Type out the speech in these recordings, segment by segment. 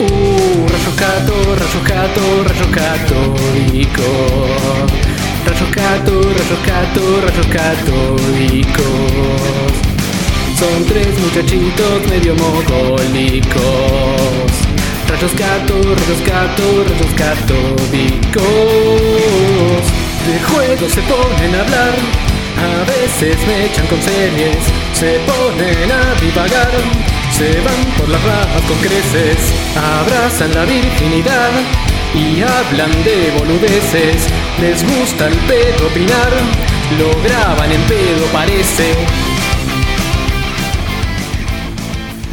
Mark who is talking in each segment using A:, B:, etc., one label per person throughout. A: Uh, rayocato, rayocato, rayocatólico. Rayocato, rayocato, rayocatólicos. Son tres muchachitos medio mogólicos. Rayos gato, rayos gato, rayos catódicos. De juegos se ponen a hablar. A veces me echan con series. Se ponen a divagar. Se van por las ramas con creces, abrazan la virginidad y hablan de boludeces. Les gusta el pedo opinar, lo graban en pedo parece.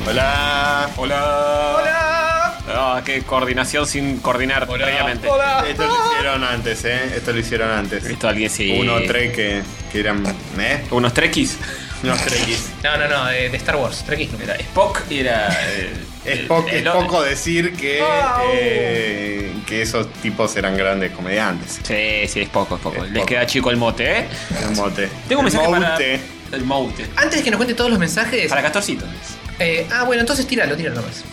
B: Hola.
C: Hola.
B: Hola. Ah, qué coordinación sin coordinar previamente.
C: Esto lo hicieron antes, ¿eh? Esto lo hicieron antes.
B: Esto alguien sí.
C: Uno tres que, que eran. ¿Eh?
B: Unos trequis.
C: Unos trequis.
D: No, no, no, de, de Star Wars, Trekkies no.
B: Era Spock y era. el-
C: Es,
B: el-
C: po-
B: el-
C: es poco decir que, eh, que esos tipos eran grandes comediantes.
B: Sí, sí, es poco, es poco.
C: Es
B: Les
C: poco.
B: queda chico el mote, ¿eh?
C: El mote.
B: Tengo un
C: El
B: mensaje para.
C: mote.
B: El mote.
D: Antes de que nos cuente todos los mensajes.
B: Para Eh, Castorcito.
D: eh, ah, bueno, entonces tíralo, tíralo nomás.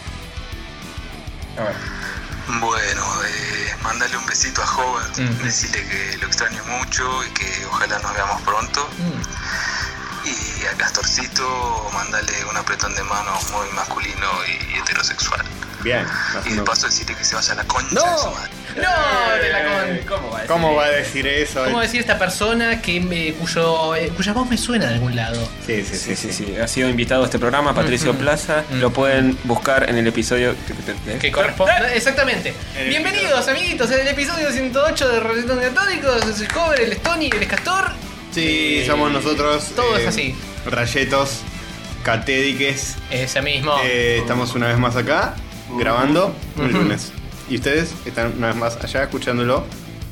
E: Bueno, eh, mandale un besito a Hobart,
D: Ujú.
E: decirle que lo extraño mucho y que ojalá nos veamos pronto.
D: Mm.
E: Y a Castorcito, mandale un apretón de mano muy masculino y heterosexual.
C: Bien.
E: Y de paso decirle que se vaya a la concha de su madre.
D: No, de la
C: Eh,
D: con.
B: ¿Cómo va? a decir?
C: ¿Cómo va a decir eso?
D: ¿Cómo decir esta persona que me, cuyo, eh, cuya voz me suena de algún lado?
C: Sí, sí,
B: Sí,
C: sí.
B: sí, sí. Ha sido invitado a este programa Patricio Plaza. Lo pueden buscar en el episodio.
D: Que
B: Eh,
D: corresponde. Exactamente.
C: El
D: Bienvenidos, amiguitos, en el episodio 108 de Resetón Católicos. Es el cover, el Stony, el Castor.
C: Sí, somos nosotros. eh,
D: Todo es así.
C: Rayetos, catédiques.
D: Ese mismo.
C: Eh, estamos una vez más acá, grabando un lunes. Y ustedes están una vez más allá escuchándolo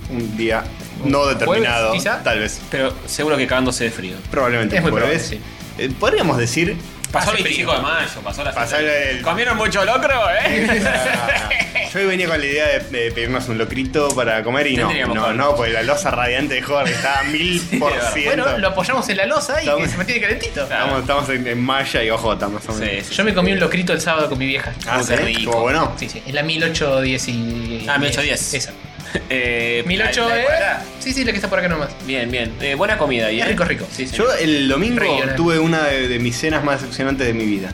C: un día no determinado.
D: jueves, quizá?
C: Tal vez.
B: Pero seguro que cagándose de frío.
C: Probablemente
D: Es muy
C: jueves.
D: probable,
C: Eh, Podríamos decir.
B: Pasó el
D: Hace
B: 25 de mayo, pasó la
C: Pasó
B: fiesta.
C: el-
B: ¿Comieron mucho locro, eh?
C: ah, yo hoy venía con la idea de, de pedirnos un locrito para comer y no.
B: Tendríamos
C: No,
B: comer.
C: no, porque la losa radiante de Jorge está a mil por
B: es verdad.
C: ciento.
D: bueno, lo apoyamos en la losa y que
C: Estamos-
D: se mantiene calentito.
C: Estamos, estamos en, en Maya y Ojota, más o menos.
B: Sí, sí.
D: Yo me comí un locrito el sábado con mi vieja.
C: Ah,
B: Qué
C: ¿sí?
B: rico.
C: ¿Estuvo bueno?
D: Sí, sí, es la 1810 y...
B: Ah, 1810.
D: Esa.
B: Eh,
D: 1800,
B: la- la
D: ¿eh?
B: igualdad.
D: Sí, sí, la que está por acá nomás.
B: Bien, bien. Eh, buena comida. ¿y
D: Es
B: eh?
D: rico, rico.
B: Sí, sí.
C: Yo el domingo
D: Regional.
C: tuve una de, de mis cenas más decepcionantes de mi vida.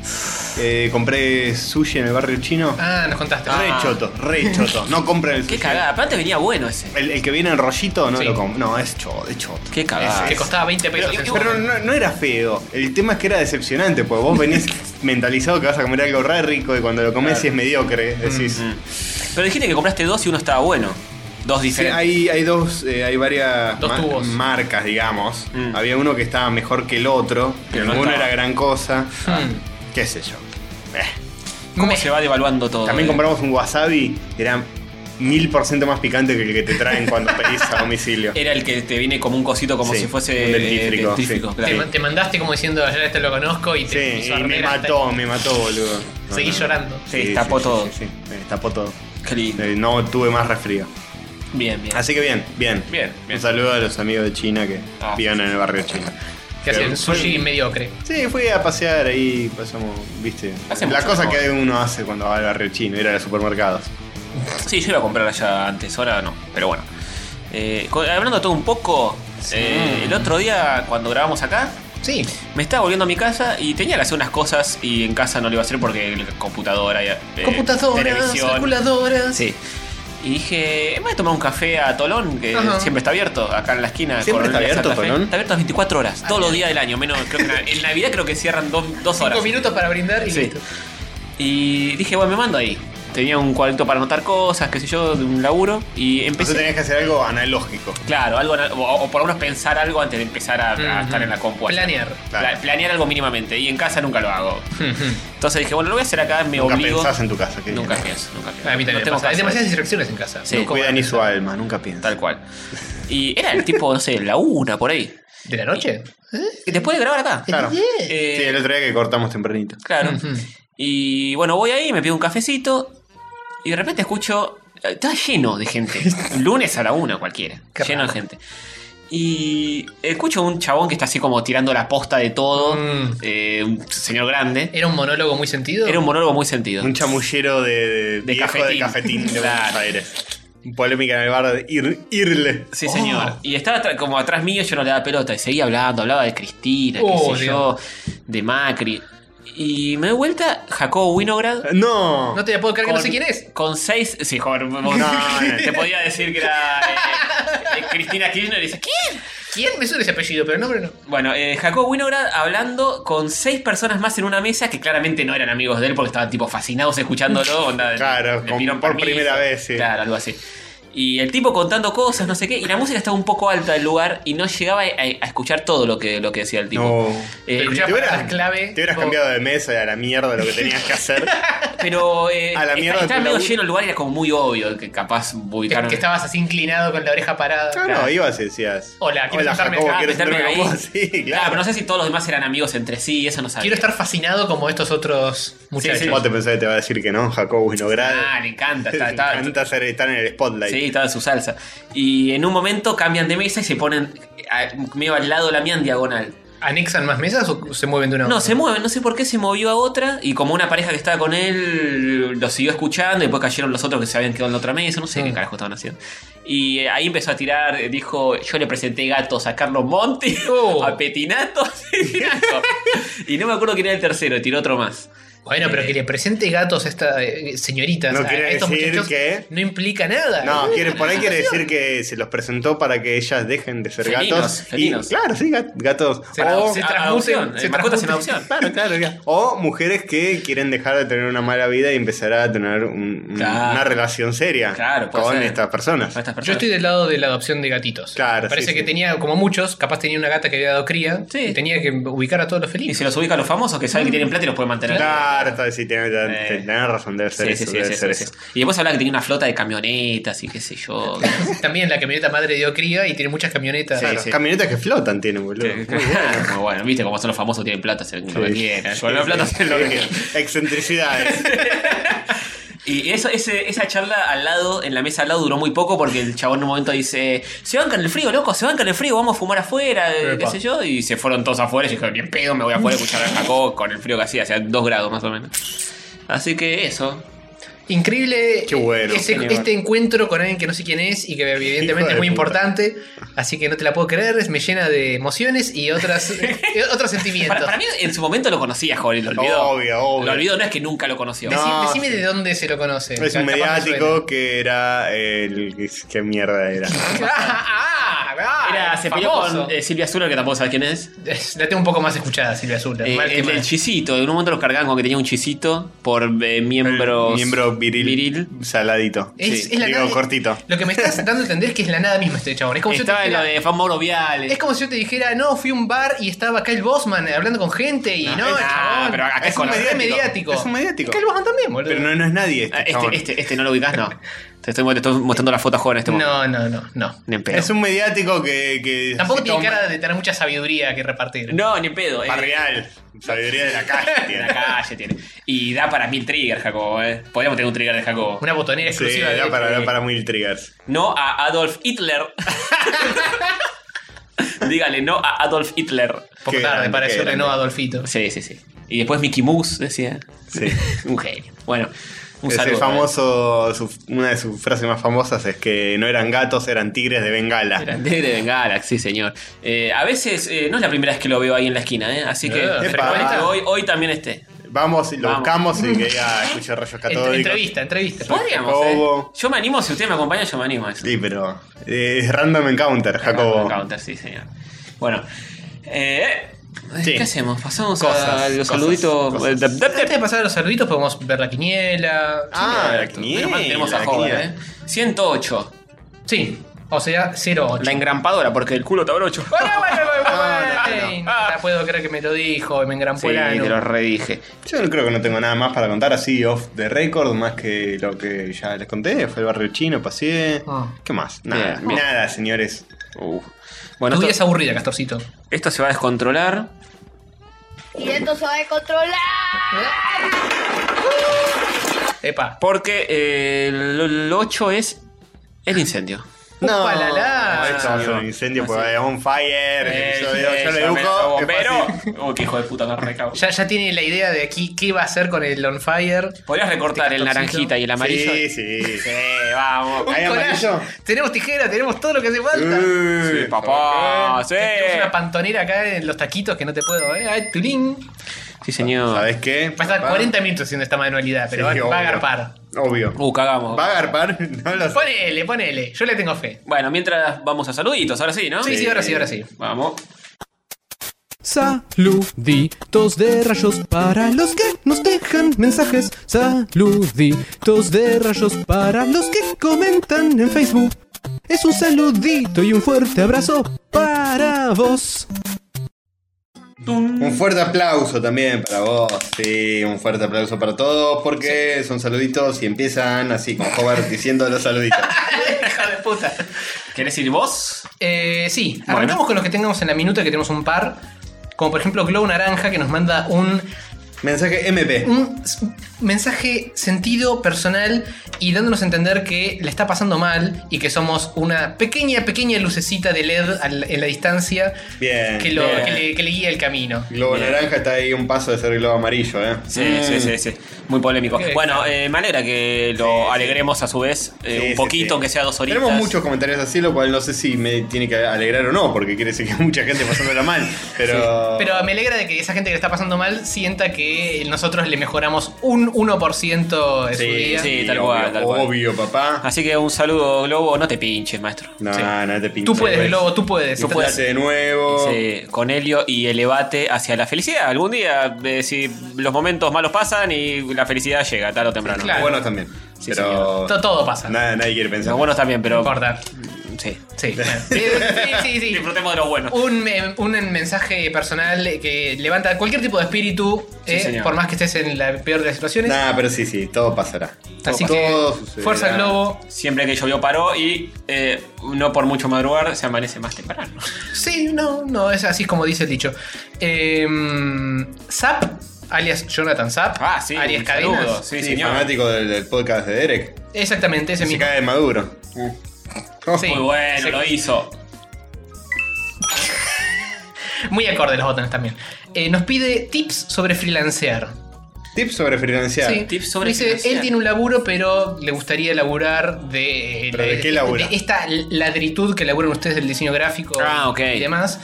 C: Eh, compré sushi en el barrio chino.
D: Ah, nos contaste.
C: Re
B: Ah.
C: choto, re choto. No compren el sushi.
B: Qué cagada. Aparte venía bueno ese.
C: El, el que viene en rollito no
D: Sí.
C: lo compro. No, es choto, es choto.
B: Qué cagada.
D: que costaba 20
C: Pero,
D: pesos. eso.
C: pero no, no era feo. El tema es que era decepcionante, porque vos venís mentalizado que vas a comer algo re rico y cuando lo comes
B: Claro. Mm,
C: y es mediocre. Decís.
B: Pero dijiste que compraste dos y uno estaba bueno. Dos
C: Sí,
B: diferentes.
C: hay, hay dos, eh, hay varias
D: Dos tubos.
C: marcas, digamos.
B: Mm.
C: Había uno que estaba mejor que el otro,
B: Pero
C: pero
B: no
C: ninguno
B: estaba.
C: era gran cosa.
D: Mm.
C: Qué sé yo. Eh.
B: ¿Cómo
D: Me-
B: Ah, se va devaluando todo?
C: También
B: eh?
C: compramos un wasabi, era mil por ciento más picante que el que te traen cuando pedís a domicilio.
B: Era el que te viene como un cosito como
C: Sí,
B: si fuese
C: un dentífrico,
B: eh, dentífrico,
C: sí.
D: Te,
B: claro.
D: te mandaste como diciendo, ayer este lo conozco y
B: eh,
C: Sí,
D: te hizo
C: y me
D: arder hasta-
C: mató, me mató, boludo. No,
D: Seguí
C: no, no.
D: llorando.
B: Se destapó todo.
C: Sí, sí, me destapó todo.
B: Qué lindo.
C: Eh, no tuve más resfrío.
B: Bien, bien.
C: Así que bien, bien.
B: Bien, bien.
C: Un saludo a los amigos de China que
B: Ah,
C: viven en el barrio chino.
D: Que hacían
C: Pero
D: sushi
C: fue-
D: mediocre.
C: Sí, fui a pasear ahí, pasamos, viste.
B: Hace
C: la
B: mucho
C: cosa
B: mejor.
C: que uno hace cuando va al barrio chino, ir a los supermercados.
B: Sí, yo iba a comprar allá antes, ahora no, pero bueno. Eh, co- hablando de todo un poco, eh, el otro día cuando grabamos acá,
D: Sí.
B: me estaba volviendo a mi casa y tenía que hacer unas cosas y en casa no lo iba a hacer porque la computadora y eh,
D: Computadoras,
B: televisión.
D: calculadoras.
B: Sí. Y dije, me voy a tomar un café a Tolón, que
D: Ajá.
B: siempre está abierto, acá en la esquina.
C: ¿Siempre
B: Coronel
C: está
B: Santa
C: abierto
B: Fe.
C: Tolón?
B: Está abierto las 24 horas, todos los días del año, menos creo que en- en Navidad creo que cierran dos, dos horas.
D: Cinco minutos para brindar y
B: Sí.
D: listo.
B: Y dije, bueno, me mando ahí. Tenía un cuadrito para anotar cosas, qué sé yo, de un laburo. Y
C: Entonces
B: empecé.
C: tenías que hacer algo analógico.
B: Claro, algo, o, o por lo menos pensar algo antes de empezar a, a
D: Ujú.
B: estar en la compu.
D: Mm, Planear.
B: Pla- planear algo mínimamente. Y en casa nunca lo hago.
D: Ujú.
B: Entonces dije, bueno, lo voy a hacer acá, me
C: Nunca
B: obligo.
C: pensás en tu casa. qué
B: Nunca
C: bien.
B: pienso, nunca pienso.
D: A mí
B: No
D: también me
B: tengo
D: pasa. Hay
B: que hacer.
D: demasiadas distracciones en casa.
B: Sí.
C: No cuida ni su alma, nunca piensa.
B: Tal cual. Y era el tipo, no sé, la una, por ahí.
D: ¿De la noche? Eh,
B: Y después de grabar acá.
C: Claro.
B: Eh,
C: Sí, el otro día que cortamos tempranito.
B: Claro.
D: Ujú.
B: Y bueno, voy ahí, me pido un cafecito. Y de eh, repente escucho. Está lleno de gente. Lunes a la una cualquiera.
D: Qué
B: lleno
D: raro.
B: de gente. Y escucho un chabón que está así como tirando la posta de todo.
D: Mm. Eh,
B: eh, un señor grande.
D: ¿Era un monólogo muy sentido?
B: Era un monólogo muy sentido.
C: Un chamullero de, de,
B: De
C: viejo de
B: cafetín.
C: cafetín de
B: Claro.
C: Buenos Aires. Polémica en el bar de ir, Irle.
B: Sí,
D: Oh.
B: señor. Y estaba tra- como atrás mío, yo no le daba pelota. Y seguía hablando, hablaba de Cristina,
D: Oh,
B: qué sé
D: Dios.
B: yo, de Macri. Y me doy vuelta, Jacobo Winograd.
C: No.
D: No te la puedo creer que no sé
B: Con-
D: quién es.
B: Con seis. Sí, joder, vos-
C: No,
B: te podía decir que era eh, eh, Cristina Kirchner y dice, ¿quién?
D: ¿Quién? Me suena ese apellido, pero el nombre no.
B: Bueno, eh, Jacob Winograd hablando con seis personas más en una mesa que claramente no eran amigos de él porque estaban tipo fascinados escuchándolo. Onda,
C: Claro,
B: le
C: con-
B: pidieron
C: por
B: permiso.
C: primera vez, sí.
B: Claro, algo así. Y el tipo contando cosas, no sé qué, y la música estaba un poco alta del lugar y no llegaba a, a escuchar todo lo que, lo que decía el tipo.
C: No.
B: Eh,
D: Pero ya-
C: Te hubieras,
D: palabras clave,
C: te hubieras
D: o-
C: cambiado de mesa y a la mierda lo que tenías que hacer.
B: pero eh,
C: A la mierda
B: estaba
C: tu
B: medio
C: laburo.
B: lleno el lugar y era como muy obvio que capaz
D: Que,
B: ubicaron.
D: que estabas así inclinado con la oreja parada.
C: No, no, ibas y decías.
D: Hola, ¿quieres
C: Hola,
D: sentarme
C: Jacobo,
D: acá?
C: ¿quieres
B: Ah, meterme
C: sentarme
B: ahí.
C: con vos? Sí, claro.
B: Claro, pero no sé si todos los demás eran amigos entre sí, eso no sabía.
D: Quiero estar fascinado como estos otros muchachos.
B: sí.
C: Vos te pensás que te va a decir que no, Jacobo Winograd.
B: Ah, le encanta,
C: Te
B: está, está-
C: encanta ser- estar en el spotlight.
B: Sí, estaba en su salsa. Y en un momento cambian de mesa y se ponen a- medio al lado de la mía en diagonal.
D: ¿Anexan más mesas o se mueven de una a
B: No,
D: otra?
B: se mueven, no sé por qué se movió a otra y como una pareja que estaba con él lo siguió escuchando y después cayeron los otros que se habían quedado en la otra mesa, no sé
D: Mm.
B: qué carajo estaban haciendo. Y eh, ahí empezó a tirar, eh, dijo, yo le presenté gatos a Carlos Monti,
D: Oh.
B: a Petinato, Petinato. y no me acuerdo quién era el tercero, y tiró otro más.
D: Bueno, pero que le presente gatos a esta eh, señorita.
C: No
D: a- a
C: quiere
D: estos
C: decir
D: muchachos
C: que-
D: No implica nada. Uh.
C: No, quiere, por ahí quiere decir que se los presentó para que ellas dejen de ser
B: Felinos,
C: gatos.
B: felinos.
C: Y, claro, sí, gat- gatos.
D: Se
C: o,
D: Se
B: A-
D: transmuten,
B: adopción,
D: se
B: eh, mascotas en
D: transmuten.
B: adopción.
C: claro, claro, claro. o mujeres que quieren dejar de tener una mala vida y empezar a tener un- un-
B: Claro.
C: una relación seria
B: Claro, puede
C: con
B: ser.
C: estas personas.
B: Para estas
D: Yo
B: personas.
D: estoy del lado de la adopción de gatitos.
C: Claro,
D: Me Parece
C: sí,
D: que
C: sí.
D: tenía, como muchos, capaz tenía una gata que había dado cría
B: Sí.
D: y tenía que ubicar a todos los
B: Y
D: felinos.
B: se los ubica a los famosos que saben que tienen plata y los pueden mantener.
C: Claro, está- sí, tenés,
B: Eh.
C: tenés razón, debe ser
B: Sí,
C: eso.
B: sí, sí,
C: debe
B: sí,
C: ser
B: sí,
C: eso.
B: sí. Y después hablaba que tenía una flota de camionetas y qué sé yo.
D: También la camioneta madre dio cría y tiene muchas camionetas.
C: Claro,
B: sí.
C: Camionetas que flotan tienen, boludo.
B: Muy bueno. Muy bueno, viste como son los famosos tienen plata, hacen lo que
C: Sí.
B: quieran. Con la plata hacen lo que quieran.
C: Excentricidades.
B: Y eso, ese- esa charla al lado, en la mesa al lado, duró muy poco porque el chabón en un momento dice: Se bancan el frío, loco, se bancan el frío, vamos a fumar afuera, eh, qué
D: Epa.
B: sé yo. Y se fueron todos afuera. Y yo dije: Bien pedo, me voy afuera a escuchar a Jacob con el frío que hacía, hacía 2 grados más o menos. Así que eso.
D: Increíble
C: Qué bueno,
D: ese-
B: genial.
D: este encuentro con alguien que no sé quién es y que
C: Hijo
D: evidentemente
C: de
D: es muy
C: puta.
D: importante. Así que no te la puedo creer, me llena de emociones y otras, y otros sentimientos.
B: Para, para mí, en su momento lo conocía, joder, lo olvidó.
C: Obvio, obvio.
B: Lo olvidó, no es que nunca lo conoció.
C: No,
D: Decí- decime
C: sí.
D: de dónde se lo conoce.
C: Es un
D: Capaz me
C: mediático que era el. ¿Qué mierda era?
D: suena. Ah, ah,
B: Era,
D: ah,
B: se peleó
D: famoso.
B: con eh, Silvia Zuller, que tampoco sabe quién es.
D: Es- La tengo un poco más escuchada, Silvia Azul.
B: Eh, el, el chisito, en un momento los cargaban como que tenía un chisito por eh, miembros.
C: Miembro viril,
B: viril.
C: Saladito.
D: Es-
C: Sí,
D: es la
C: digo,
D: nada-
C: cortito.
D: Lo que me estás dando a entender es que es la nada misma este chabón. Es como, si yo te
B: Estaba en lo
D: dijera,
B: de Fan Mauro Viale.
D: es como si yo te dijera, no, fui a un bar y estaba acá el Bosman eh, hablando con gente y no,
B: es- ah,
D: chabón.
B: pero acá es
D: un
B: con-
D: mediático. mediático.
C: Es un mediático.
D: Acá el Bosman también, boludo.
C: Pero no, no es nadie este.
B: Ah,
C: chabón.
B: este, este, este no lo ubicás, no. Te estoy, te estoy mostrando la foto joven en este momento.
D: no, no, no, no.
B: Ni en pedo.
C: Es un mediático que. que
D: Tampoco
C: se
D: tiene
C: toma-
D: cara de tener mucha sabiduría que repartir.
B: No, ni en pedo. eh.
C: Barrial. Sabiduría de la calle.
B: En
C: tiene.
B: la calle tiene. Y da para mil triggers, Jacobo, eh. Podríamos tener un trigger de Jacobo.
D: Una botonera
C: Sí,
D: exclusiva
C: da
D: de
C: para, da para mil triggers.
B: No a Adolf Hitler. Dígale, no a Adolf Hitler.
D: poco
C: Qué
D: tarde
C: grande,
D: para
C: qué
D: decirle
C: grande.
D: no a Adolfito.
B: Sí, sí, sí. Y después Mickey Mouse decía.
C: Sí.
B: Un genio. Bueno, un
C: Es
B: saludo.
C: el famoso. su- una de sus frases más famosas es que no eran gatos, eran tigres de Bengala.
B: Grande de Bengala, sí, señor. Eh, a veces eh, no es la primera vez que lo veo ahí en la esquina, ¿eh? Así que
D: Eh,
B: frecuente
C: epa.
B: hoy, hoy también este. esté.
C: Vamos y lo
B: Vamos.
C: buscamos y que ya escuché rayos
D: Ent-
C: católicos.
D: entrevista, entrevista.
B: Podríamos.
C: Jacobo.
B: eh. Yo me animo, si usted me acompaña, yo me animo a eso.
C: Sí, pero. eh, Es random encounter, Jacobo.
B: Counter, sí, señor. Bueno. eh,
C: Sí.
B: ¿Qué hacemos? Pasamos a
C: Cosas,
B: los
C: cosas,
B: saluditos.
C: cosas.
B: eh, dap, dap,
D: Antes
B: dap.
D: de pasar a los saluditos, podemos ver la quiniela.
C: Ah, la
B: Menos mal tenemos a
C: quiniela,
B: Joven,
C: quiniela.
B: ¿eh? 108.
D: Sí, o sea, 08.
B: La engrampadora, porque el culo te habrá 8.
D: Bueno, bueno, bueno,
C: Ah,
D: bueno.
C: no,
D: Ya puedo creer que me lo dijo, me engrampó
B: Sí,
D: el
B: te
D: ano.
B: lo redije.
C: Yo creo que no tengo nada más para contar así off the record, más que lo que ya les conté. Fue el barrio chino, pasé.
D: Ah.
C: ¿Qué más? Nada,
B: Bien, bien.
C: nada, señores.
B: Uh. Bueno,
D: Tu vida es
B: esto,
D: aburrida, Castorcito.
B: esto se va a descontrolar.
F: Y esto se va a controlar.
D: Epa.
B: Porque eh, el 8 es el incendio.
D: Uh,
C: No,
D: Upalala.
C: ahí estamos en un incendio,
B: Ah,
C: pues
B: sí.
C: hay on fire.
B: Eh,
C: el episodio, yo le busco. es fácil.
B: Pero. Uy, qué hijo de puta me recago.
D: Ya, ya tiene la idea de aquí qué va a hacer con el On Fire.
B: Podrías recortar el
D: Este cartoncito.
B: naranjita y el amarillo.
C: Sí, sí.
B: Sí, vamos.
C: ¿Hay
D: Collage.
C: amarillo? Uh,
D: Tenemos tijera, tenemos todo lo que hace falta.
C: Uy,
B: Sí, papá. Ah, Sí.
D: Tenemos una pantonera acá en los taquitos que no te puedo, ¿eh? Ay, tulín.
B: Sí, señor.
C: ¿Sabes qué?
D: Va a estar
C: Papá.
D: 40 minutos haciendo esta manualidad, pero
C: Ah. Sí,
D: va, va a
C: obvio.
D: agarpar.
C: Obvio.
B: Uh, cagamos.
C: ¿Va a agarpar? No lo sé.
D: Ponele, ponele. Yo le tengo fe.
B: Bueno, mientras vamos a saluditos, ahora sí, ¿no?
D: Sí, sí, ahora sí, ahora sí.
B: Vamos.
A: Saluditos de rayos para los que nos dejan mensajes. Saluditos de rayos para los que comentan en Facebook. Es un saludito y un fuerte abrazo para vos.
C: Un fuerte aplauso también para vos. Sí, un fuerte aplauso para todos porque son saluditos y empiezan así con Hobart diciendo los saluditos.
D: Hija de puta.
B: ¿Querés ir vos?
D: Eh, sí,
B: Bueno.
D: arrancamos con los que tengamos en la minuta, que tenemos un par. Como por ejemplo Glow Naranja, que nos manda un,
C: Mensaje MP.
D: un s- mensaje sentido personal y dándonos a entender que la está pasando mal y que somos una pequeña, pequeña lucecita de LED al- en la distancia
C: Bien.
D: que, lo-
B: Bien.
D: que le, que le guía el camino.
C: Globo
B: Bien.
C: naranja está ahí un paso de ser globo amarillo, ¿eh?
B: Sí, sí, sí, sí. Muy polémico.
D: Ok.
B: Bueno, eh, me alegra que lo
C: Sí, sí.
B: alegremos a su vez eh,
C: Sí,
B: un
C: sí,
B: poquito,
C: sí.
B: aunque sea dos horitas.
C: Tenemos muchos comentarios así, lo cual no sé si me tiene que alegrar o no, porque quiere decir que hay mucha gente pasándola mal. Pero.
D: Pero me alegra de que esa gente que le está pasando mal sienta que nosotros le mejoramos un 1% de su
C: Sí,
D: día.
B: sí, tal
C: obvio,
B: cual, tal cual.
C: Obvio, papá.
B: Así que un saludo, Globo. No te pinches, maestro.
C: No,
B: Sí.
C: no te pinches.
D: Tú puedes, Globo, tú puedes.
C: Tú puedes. de
D: Oh.
C: nuevo.
B: Sí, con Helio y elevate hacia la felicidad. Algún día, eh, si los momentos malos pasan y la felicidad llega tarde o temprano.
D: Sí, claro.
C: Buenos también.
B: Sí,
C: pero.
D: To- Todo pasa.
C: Nada, nadie quiere
B: Los
C: pensar.
B: buenos también,
D: No
B: pero.
D: importa.
B: Sí.
D: Sí, bueno. sí, sí, sí, sí.
B: Disfrutemos de los buenos.
D: Un, eh, un mensaje personal que levanta cualquier tipo de espíritu,
B: Sí,
D: eh,
B: señor.
D: por más que estés en la peor de las situaciones.
C: Nada, pero sí, sí, todo pasará.
D: Así
C: todo
D: que,
C: sucederá.
D: fuerza globo.
B: Siempre que llovió paró y eh, no por mucho madrugar se amanece más temprano.
D: Sí, no, no, es así como dice el dicho. Eh, Zap, alias Jonathan Zap,
B: Ah, sí,
D: alias
B: un saludo,
D: Cadenas.
B: sí,
C: Sí,
B: señor.
C: fanático del, del podcast de Derek. Mm.
D: Exactamente, ese
C: Se
D: mismo.
C: cae de maduro. Oh,
D: Sí.
B: Muy bueno,
D: Se-
B: lo hizo.
D: Muy acorde los botones también. Eh, nos pide tips sobre freelancear.
C: Tips sobre freelancear.
D: Sí,
B: tips sobre
D: dice,
B: freelancear.
D: él tiene un laburo, pero le gustaría laburar de, eh,
C: ¿Pero de qué labura?
D: de esta ladritud que laburan ustedes del diseño gráfico
B: Ah, ok.
D: y demás.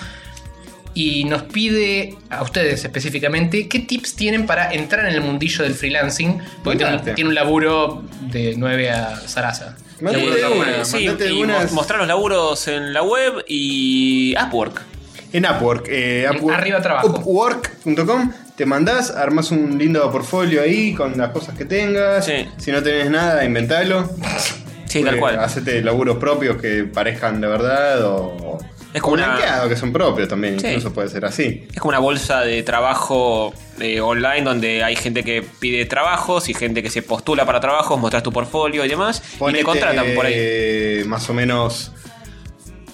D: Y nos pide a ustedes específicamente qué tips tienen para entrar en el mundillo del freelancing, porque tiene,
C: Mirate.
D: un- tiene un laburo de 9 a Sarasa.
C: Mandate
B: Eh,
C: de una,
B: sí,
C: mandate de
B: y
C: una.
B: mo- mostrar los laburos en la web y Upwork.
C: En Upwork, eh, Upwork-
D: Arriba trabajo.
C: Upwork.com, te mandás, armás un lindo portfolio ahí con las cosas que tengas.
B: Sí.
C: Si no tenés nada, inventalo.
B: Sí, tal
C: Eh,
B: cual.
C: Hacete laburos propios que parezcan de verdad o.
B: Es como
C: o
B: una-
C: blanqueado, que son propios también,
B: Sí.
C: incluso puede ser así.
B: Es como una bolsa de trabajo eh, online donde hay gente que pide trabajos y gente que se postula para trabajos, mostras tu portfolio y demás. y te contratan por ahí.
C: eh, Más o menos.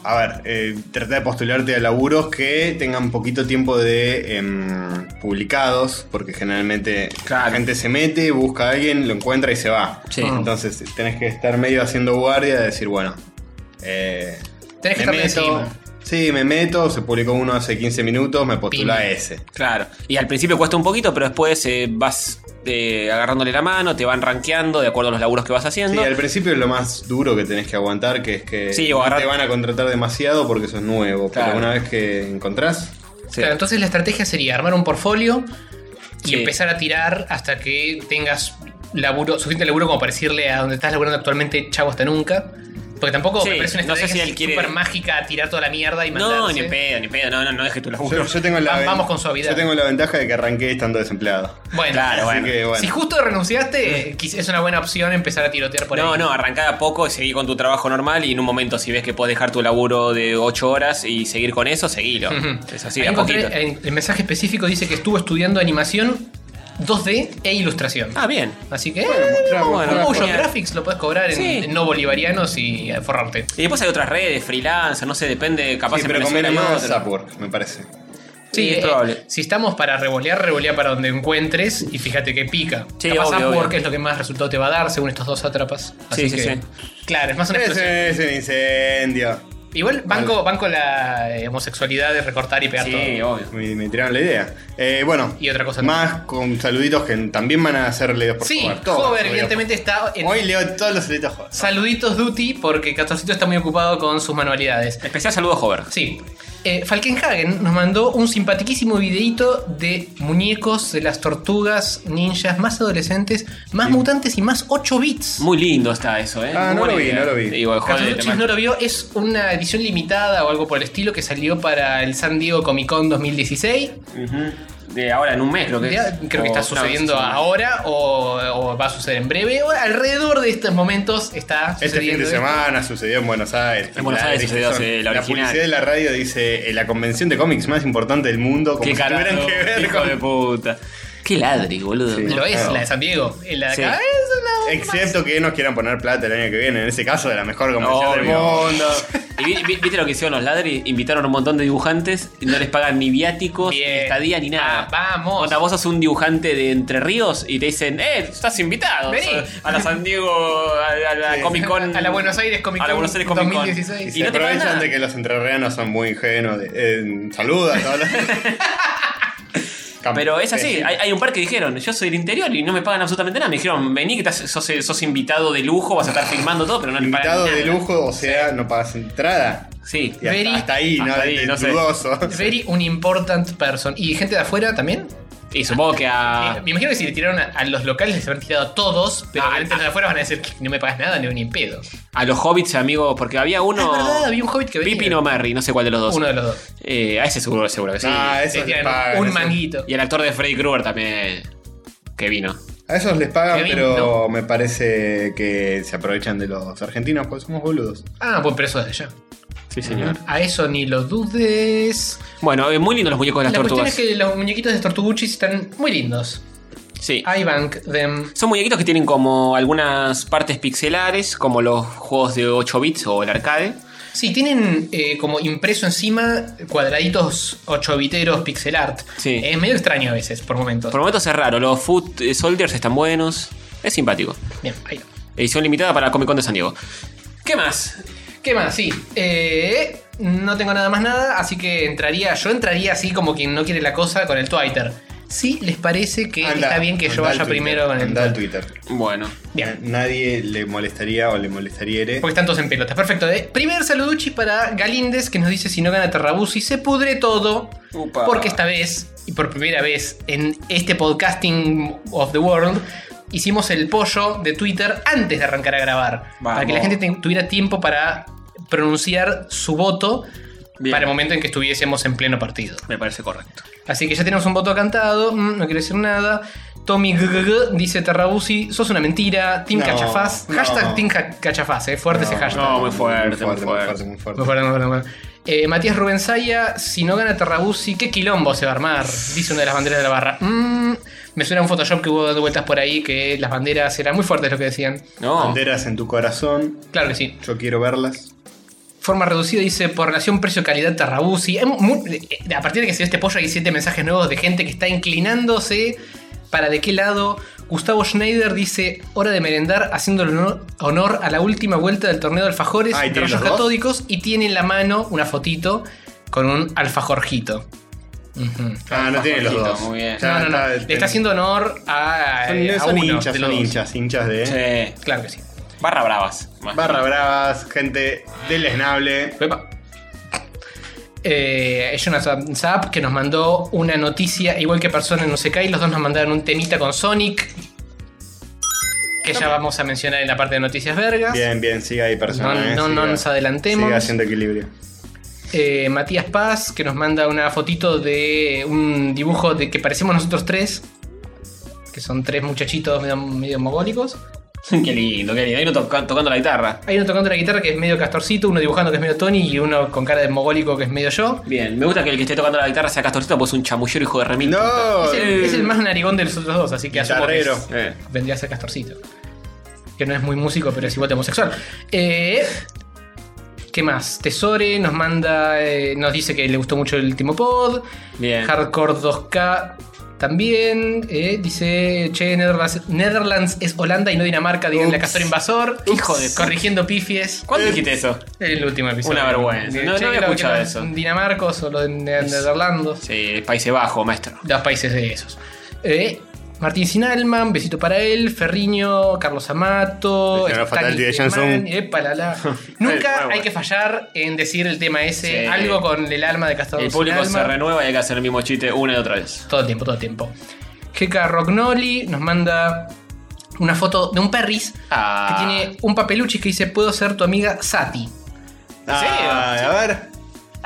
C: A ver, eh, trata de postularte a laburos que tengan poquito tiempo de em, publicados, porque generalmente
B: Claro.
C: la gente se mete, busca a alguien, lo encuentra y se va.
B: Sí.
C: Entonces tenés que estar medio haciendo guardia de decir, bueno, eh,
D: Tenés que
C: me
D: estar medio
C: meto,
D: encima.
C: Sí, me meto, se publicó uno hace 15 minutos, me postula
D: Pim.
C: ese.
B: Claro. Y al principio cuesta un poquito, pero después eh, vas eh, agarrándole la mano, te van rankeando de acuerdo a los laburos que vas
C: Sí,
B: haciendo.
C: al principio es lo más duro que tenés que aguantar, que es que
B: Sí, o
C: no
B: agarrar-
C: te van a contratar demasiado porque eso es nuevo.
B: Claro.
C: Pero una vez que encontrás,
B: Sí.
D: Claro, entonces la estrategia sería armar un portfolio y
B: Sí.
D: empezar a tirar hasta que tengas laburo, suficiente laburo como para decirle a donde estás laburando actualmente, chavo hasta nunca. Porque tampoco
B: Sí,
D: me parece una
B: no sé
D: estrategia
B: si él quiere-
D: super mágica tirar toda la mierda y mandarse.
B: No, ni en pedo, ni en pedo, no, no, no dejes tu laburo.
C: yo, yo tengo la
D: Va-
C: ven-
D: vamos con suavidad.
C: Yo tengo la ventaja de que arranqué estando desempleado.
D: Bueno,
B: Claro,
C: Así
B: bueno. Mm.
C: que, bueno.
D: si justo renunciaste, eh, quiz- es una buena opción empezar a tirotear por
B: no,
D: ahí.
B: no, arrancá de a poco y seguí con tu trabajo normal y en un momento si ves que podés dejar tu laburo de 8 horas y seguir con eso, seguilo.
D: Ujú.
B: Es así,
D: Ahí
B: de a
D: encontré-
B: poquito.
D: en- el mensaje específico dice que estuvo estudiando animación 2D e ilustración.
B: Ah, bien.
D: Así que,
C: mostramos,
D: bueno,
B: mostramos.
D: Motion Graphics lo puedes cobrar en,
B: Sí.
D: en no bolivarianos y eh, forrarte.
B: Y después hay otras redes, freelance, no sé, depende, capaz
C: Sí,
B: en
C: pero
B: Venezuela
C: conviene
B: hay
C: más
B: otra.
C: Upwork, me parece.
D: Sí,
B: es
D: eh,
B: probable.
D: Si estamos para revolear, revolea para donde encuentres y fíjate que pica.
B: Sí,
D: Capaz
B: obvio,
D: Upwork
B: obvio.
D: es lo que más resultado te va a dar según estos dos atrapas.
B: Sí,
D: Así
B: sí,
D: que,
B: sí.
D: Claro, es más una
C: Es,
D: explosión.
C: es un incendio.
D: Igual banco, banco la eh, homosexualidad de recortar y pegar
B: Sí,
D: todo.
B: obvio.
C: Me, me tiraron la idea. Eh, bueno,
D: Y otra cosa.
C: más con saluditos que también van a ser leídos por
D: Sí,
C: Hover. Todos,
D: Hover
C: obvio.
D: evidentemente está en
C: Hoy leo todos los saluditos Hover.
D: saluditos duty porque Castorcito está muy ocupado con sus manualidades.
B: Especial saludo, Hover.
D: Sí. Eh, Falkenhagen nos mandó un simpaticísimo videito de muñecos de las tortugas ninjas más adolescentes, más mutantes y más 8 bits.
B: Muy lindo está eso, ¿eh?
C: Ah, no
B: Muy
C: lo
B: buena
C: vi,
B: idea.
C: no lo vi.
B: Digo, joder,
D: Castellucci,
B: te
D: si no lo vio, es una edición limitada o algo por el estilo que salió para el San Diego Comic Con 2016.
B: Ujú. De ahora en un mes, creo que
D: Ya,
B: es. Oh,
D: Creo que
B: O-
D: está
B: no,
D: sucediendo
B: sí, sí, sí.
D: ahora o, o va a suceder en breve. O alrededor de estos momentos está
C: Este fin
D: sucediendo
C: de
D: esto.
C: semana sucedió en Buenos Aires.
B: En Buenos Aires sucedió, sí, la original.
C: publicidad de la radio dice eh, la convención de cómics más importante del mundo. Como
B: Qué
C: si tuvieran
B: carajo,
C: que ver
B: hijo
C: con.
B: de puta. Qué ladri, boludo.
C: Sí.
D: Lo es,
C: Claro.
D: la de San Diego. Eh, La de
B: Sí.
D: acá es una-
C: Excepto que nos quieran poner plata el año que viene. En ese caso, de la mejor convención del
B: Obvio.
C: mundo.
B: Y vi- vi- viste lo que hicieron los ladri, invitaron a un montón de dibujantes y no les pagan ni viáticos,
D: Bien.
B: ni estadía, ni nada.
D: Ah, vamos.
B: Onda, vos sos un dibujante de Entre Ríos y te dicen, eh, estás invitado
D: Vení.
B: a la San Diego, a, a la
C: Sí.
B: Comic Con.
D: A la Buenos Aires Comic
B: a la
D: Con
B: Buenos Aires Comic Con.
D: 2016.
C: Se
B: Y no te pagan
C: aprovechan
B: nada.
C: de que los entrerrianos son muy ingenuos. de- eh, saluda a todos los- Cam-
B: Pero es así,
C: Eh,
B: hay, hay un par que dijeron, yo soy del interior y no me pagan absolutamente nada. Me dijeron, vení que estás- sos, sos invitado de lujo, vas a estar filmando todo, pero no le pagan
C: Invitado
B: nada".
C: de lujo, o sea, no pagas entrada.
B: Sí.
C: Y
D: Very-
C: hasta, hasta ahí, ¿no?
B: hasta ahí,
C: Es
B: no sé.
C: dudoso.
D: Very un important person. ¿Y gente de afuera también?
B: Y supongo que a.
D: Eh, Me imagino que si le tiraron a, a los locales les habrán tirado a todos, pero
B: Ah,
D: obviamente
B: ah.
D: los de afuera van a decir que no me pagas nada ni un impedo.
B: A los hobbits, amigos, porque había uno.
D: Ah, es verdad, había un hobbit que venía.
B: Pippin o Merry, no sé cuál de los dos.
D: Uno de los dos.
B: Eh, a ese seguro, seguro que sí.
C: Ah, a
D: Se
C: esos les
D: tiran
C: pagan.
D: un
C: esos-
D: manguito.
B: Y el actor de Freddy Krueger también. Que vino.
C: A esos les pagan,
D: Kevin,
C: pero
D: no.
C: me parece que se aprovechan de los argentinos, porque somos boludos.
D: Ah, bueno, pero eso desde ya.
B: Sí, señor.
D: A eso ni lo dudes.
B: Bueno, eh, muy lindos los muñecos de las
D: la cuestión
B: tortugas.
D: es que los muñequitos de Tortuguchis están muy lindos.
B: Sí.
D: I bank them.
B: Son muñequitos que tienen como algunas partes pixelares, como los juegos de 8 bits o el arcade.
D: Sí, tienen eh, como impreso encima cuadraditos 8 biteros pixel art.
B: Sí.
D: Es medio extraño a veces, por momentos.
B: Por momentos es raro, los Foot eh, Soldiers están buenos. Es simpático.
D: Bien, ahí va.
B: Edición limitada para Comic Con de San Diego. ¿Qué más?
D: ¿Qué más? Sí. eh, no tengo nada más nada, así que entraría. Yo entraría así como quien no quiere la cosa con el Twitter. Sí, les parece que
C: Anda,
D: está bien que
C: anda
D: yo
C: al
D: vaya
C: Twitter,
D: primero con el
C: anda al
D: Twitter.
C: Twitter.
B: Bueno.
D: Bien.
C: Nadie le molestaría o le molestaría.
D: Porque están todos en pelotas. Perfecto. eh. Primer saluduchi para Galíndez que nos dice si no gana Terrabusi se pudre todo.
B: Upa.
D: Porque esta vez, y por primera vez en este podcasting of the world, hicimos el pollo de Twitter antes de arrancar a grabar.
B: Vamos.
D: Para que la gente te- tuviera tiempo para pronunciar su voto
B: Bien.
D: para el momento en que estuviésemos en pleno partido.
B: Me parece correcto.
D: Así que ya tenemos un voto cantado, mm, no quiero decir nada. Tommy GGG dice Terrabusi, sos una mentira, Team
C: No,
D: Cachafaz.
C: no.
D: Hashtag Team Ca- Cachafaz, eh, fuerte ese hashtag.
B: no, muy fuerte, muy fuerte.
C: muy fuerte.
D: Muy fuerte, muy fuerte, muy fuerte. Eh, Matías Rubén Saya, si no gana Terrabusi, ¿qué quilombo se va a armar? Dice una de las banderas de la barra. Mm, me suena a un Photoshop que hubo dando vueltas por ahí, que las banderas eran muy fuertes lo que decían.
B: No.
C: Banderas en tu corazón,
D: Claro que sí.
C: yo quiero verlas.
D: Forma reducida dice por relación precio-calidad Terrabusi. Hay mu- eh, A partir de que se dio este pollo hay siete mensajes nuevos de gente que está inclinándose para de qué lado. Gustavo Schneider dice hora de merendar haciendo honor, honor a la última vuelta del torneo de alfajores
C: Ah, ¿y
D: de
C: tiene los
D: rayos
C: dos?
D: catódicos y tiene en la mano una fotito con un alfajorjito. Ujú.
C: Ah, no tiene los dos.
B: Muy bien.
C: Ya
D: no, no, no.
C: está, eh,
D: Le está haciendo honor a, eh,
C: Son,
D: a
C: son
D: uno
C: hinchas,
D: de
C: son
D: los dos.
C: hinchas, hinchas de.
B: Sí.
D: Claro que sí.
B: Barra bravas. más.
C: Barra bravas, gente deleznable.
D: Epa. Eh, es una zap que nos mandó una noticia, igual que persona en no sé qué, y los dos nos mandaron un temita con Sonic. Que ya vamos a mencionar en la parte de noticias vergas.
C: Bien, bien, sigue ahí
D: No,
C: persona. eh,
D: no- no
C: siga-
D: nos adelantemos.
C: Sigue haciendo equilibrio.
D: Eh, Matías Paz, que nos manda una fotito de un dibujo de que parecemos nosotros tres. Que son tres muchachitos medio, medio mogólicos.
B: Qué lindo, qué lindo. Ahí uno toca- tocando la guitarra.
D: Hay uno tocando la guitarra que es medio castorcito, uno dibujando que es medio Tony y uno con cara de mogólico que es medio yo.
B: Bien, me gusta que el que esté tocando la guitarra sea Castorcito, pues es un chamullero hijo de remil.
C: No,
D: Es el, es el más narigón de los otros dos, así que asumo que es-
C: Eh. guitarrero.
B: Eh.
D: vendría a ser Castorcito. Que no es muy músico, pero es igual de homosexual. Eh, ¿Qué más? Tesore nos manda, eh, nos dice que le gustó mucho el último pod.
B: Bien.
D: Hardcore 2K también. eh, dice, che, Netherlands, Netherlands es Holanda y no Dinamarca, díganle a
C: Ups.
D: Castor Invasor. Hijo de... Corrigiendo pifies.
B: ¿Cuándo dijiste eso?
D: El último episodio.
B: Una vergüenza. No- no había
D: creo que
B: escuchado
D: los
B: eso.
D: Dinamarcos o los de Nederlandos.
B: Sí, Países Bajos, maestro.
D: Los países de esos. Eh, Martín Sinalman, besito para él. Ferriño, Carlos Amato.
C: El señor Fatality de
D: Tecman,
C: Jansson.
D: epa, la, la.
B: Bueno,
D: Nunca
B: bueno.
D: hay que fallar en decir el tema ese.
B: Sí.
D: Algo con el alma de Castador
B: El público se
D: Sinalman.
B: renueva y hay que hacer el mismo chiste una y otra vez.
D: Todo el tiempo, todo el tiempo. GK Rognoli nos manda una foto de un perris
B: Ah.
D: que tiene un papeluchis que dice: Puedo ser tu amiga Sati.
C: Ah, a ver.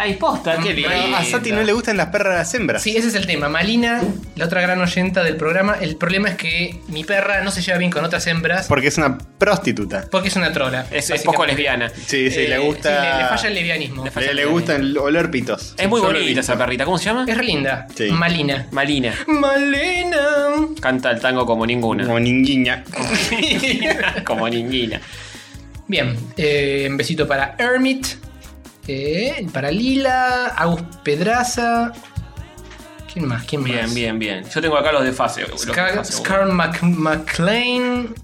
B: Ay, posta, qué lindo.
D: ah,
C: A Sati no le gustan las perras hembras.
D: Sí, ese es el tema. Malina,
C: Uh.
D: la otra gran oyenta del programa, el problema es que mi perra no se lleva bien con otras hembras
C: Porque es una prostituta.
D: porque es una trola.
B: Es, es poco
D: básicamente.
B: lesbiana.
C: Sí, sí,
D: Eh,
C: le gusta.
D: sí, le, le falla el lesbianismo.
B: Le
C: le-
B: falla
C: le
B: el-
C: gusta el oler pitos.
B: Es muy
C: Solo
B: bonita
C: pito.
B: esa perrita. ¿Cómo se llama?
D: Es re linda.
C: Sí.
D: Malina.
B: Malina.
D: Malina.
B: Canta el tango como ninguna.
C: Como ninguiña.
B: como ninguna.
D: Bien, eh, un besito para Hermit. eh, para Lila. Agus Pedraza. ¿Quién más? ¿Quién
B: Bien,
D: más?
B: bien, bien. Yo tengo acá los de fase. los de
D: Scar,
B: fase uno.
D: Scar Mac- McLean,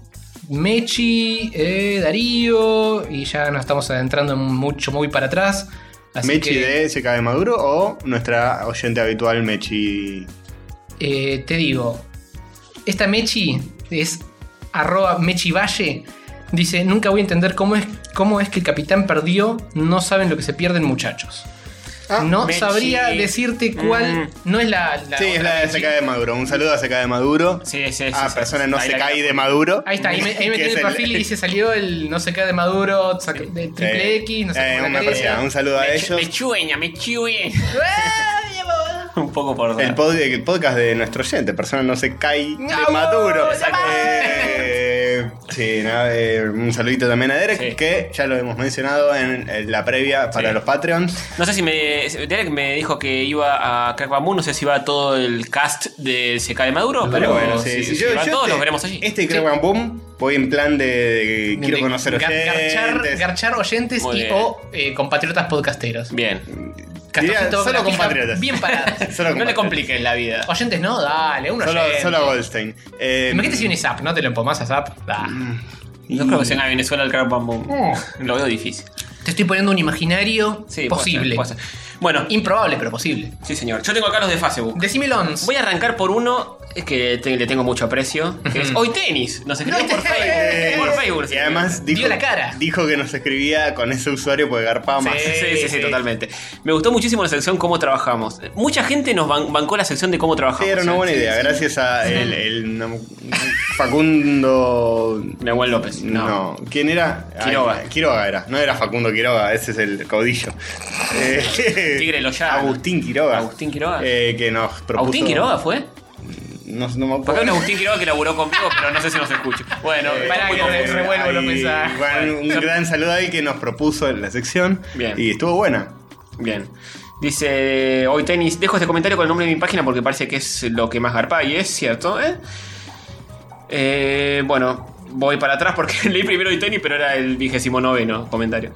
D: Mechi, eh, Darío, y ya nos estamos adentrando mucho, muy para atrás. Así
C: Mechi
D: que,
C: de SK de Maduro o nuestra oyente habitual Mechi.
D: eh, te digo, esta Mechi es arroba Mechi Valle. Dice, nunca voy a entender cómo es, cómo es que el capitán perdió, no saben lo que se pierden muchachos.
C: Ah,
D: no
B: Mechi.
D: sabría decirte cuál, no es la... la
C: Mm. Sí, es
D: otra
C: la de
D: Mechi.
C: SK de Maduro. Un saludo a SK de Maduro.
B: Sí, sí, sí.
C: a
B: sí,
C: Ah, persona
B: sí.
C: no
B: Ahí
C: se
B: la-
C: cae de Maduro.
D: Ahí está, ahí me, ahí me
C: que
D: tiene
C: es
D: el perfil y dice salió el no sé qué de Maduro, saca- de triple
C: Eh,
D: X, no sé
C: eh,
D: cómo la
C: una
D: quería.
C: persona, un saludo a
B: Me,
C: ellos.
B: me chueña, me chueña. Un poco por
C: El, pod- el podcast de nuestro oyente, persona no se cae
D: ¡No!
C: de Maduro.
D: ¡Llamá!
C: Eh, sí, nada, eh, un saludito también a Derek,
B: Sí.
C: que ya lo hemos mencionado en, en la previa para
B: Sí.
C: los Patreons.
B: No sé si me. Derek me dijo que iba a Crack Bamboo, no sé si va todo el cast de Se cae Maduro,
C: Pero
B: pero
C: bueno, sí,
B: si,
C: sí,
B: si
C: yo-
B: va
C: yo
B: todos,
C: este-
B: los veremos allí.
C: Este creo que boom, voy en plan de, de- quiero
D: De
C: conocer
D: gar- garchar,
C: oyentes.
D: garchar oyentes
B: Muy
D: y
B: bien.
D: o eh, compatriotas podcasteros.
B: Bien.
C: Diría,
D: Castorcito con
C: solo
D: la pija
C: compatriotas.
D: Bien paradas.
C: Solo
B: No le
C: compatriotas.
B: compliques la vida.
D: Oyentes no, dale, un
C: Solo,
D: oyente.
C: solo a Goldstein. Eh,
D: Imagínate si un Zap, ¿no? Te lo empomás a Zap. Da.
B: Mm. No creo que se venga a Venezuela al Crack Bamboo.
C: Eh.
B: Lo veo difícil.
D: Te estoy poniendo un imaginario
B: Sí, puede
D: posible.
B: ser, puede ser. Bueno,
D: Improbable, pero posible.
B: sí, señor. Yo tengo acá los de Facebook.
D: Decímelo once.
B: Voy a arrancar por uno es que te- le tengo mucho aprecio. que es
D: Ujú.
B: Hoy Tenis. Nos escribió
D: No,
B: por
D: te-
B: Facebook. por Facebook.
C: eh, Y además dijo,
D: Dio la cara.
C: dijo que nos escribía con ese usuario porque garpaba más.
B: Sí, sí, sí,
D: sí.
B: totalmente. Me gustó muchísimo la sección Cómo trabajamos. Mucha gente nos ban- bancó la sección de cómo trabajamos.
C: Sí, era una buena idea. Gracias a el, el nom- Facundo.
B: Nahuel López. No.
C: No. ¿quién era? Ay,
B: Quiroga.
C: Quiroga era. No era Facundo Quiroga, ese es el caudillo. Eh,
B: Tigre Loyano.
C: Agustín Quiroga.
B: Agustín Quiroga.
C: Eh, que nos propuso.
B: ¿Agustín Quiroga fue?
C: No, no me
B: Porque hay un
C: acuerdo.
B: Agustín Quiroga que laburó conmigo, pero no sé si nos escucha. Bueno,
C: Eh,
B: pará
D: que re-
B: confuso.
D: revuelvo los
C: ahí,
D: mensajes.
C: bueno, un gran saludo a él que nos propuso en la sección.
B: Bien.
C: Y estuvo buena.
B: Bien. Dice, hoy tenis, dejo este comentario con el nombre de mi página porque parece que es lo que más garpa y es cierto, ¿eh? Eh, bueno, voy para atrás porque leí primero hoy tenis, pero era el vigésimo noveno comentario.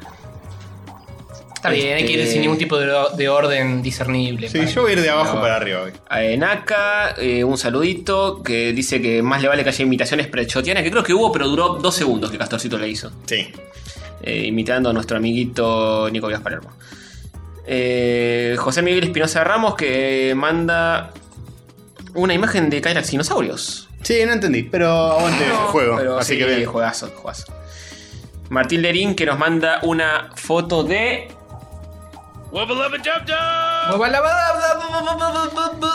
D: Está bien, hay que ir
B: Este-
D: sin ningún tipo de, de orden discernible.
C: Sí,
D: Vale.
C: yo voy a ir de abajo
B: No.
C: para arriba hoy.
B: A Enaka, eh, un saludito, que dice que más le vale que haya imitaciones prechotianas, que creo que hubo, pero duró dos segundos que Castorcito le hizo,
C: Sí.
B: eh, imitando a nuestro amiguito Nico Vías Palermo. Eh, José Miguel Espinosa Ramos, que manda una imagen de Kyrax Dinosaurios.
C: Sí, no entendí, pero aguante el juego.
B: Pero
C: así
B: sí,
C: que bien.
B: juegazo, juegazo. Martín Lerín que nos manda una foto de.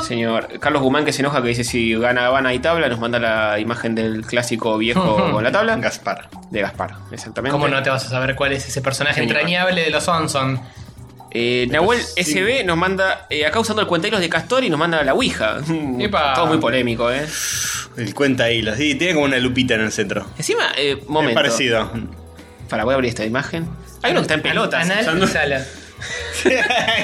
B: Señor Carlos Guzmán que se enoja que dice si gana Habana y tabla, nos manda la imagen del clásico viejo con la tabla.
C: Gaspar.
B: De Gaspar, exactamente.
D: ¿Cómo no te vas a saber cuál es ese personaje
B: Señor.
D: entrañable de los Onson?
B: Eh, Nahuel
C: sí.
B: SB nos manda, eh, acá usando el cuenteros de Castor y nos manda la Ouija.
D: Epa.
B: Todo muy polémico, ¿eh?
C: El cuenta hilos. Sí, tiene como una lupita en el centro.
B: Encima, eh,
C: Es
B: momento.
C: parecido.
B: Para, voy a abrir esta imagen. Hay uno que está en pelotas.
D: Anal
B: usando-
D: y Sala.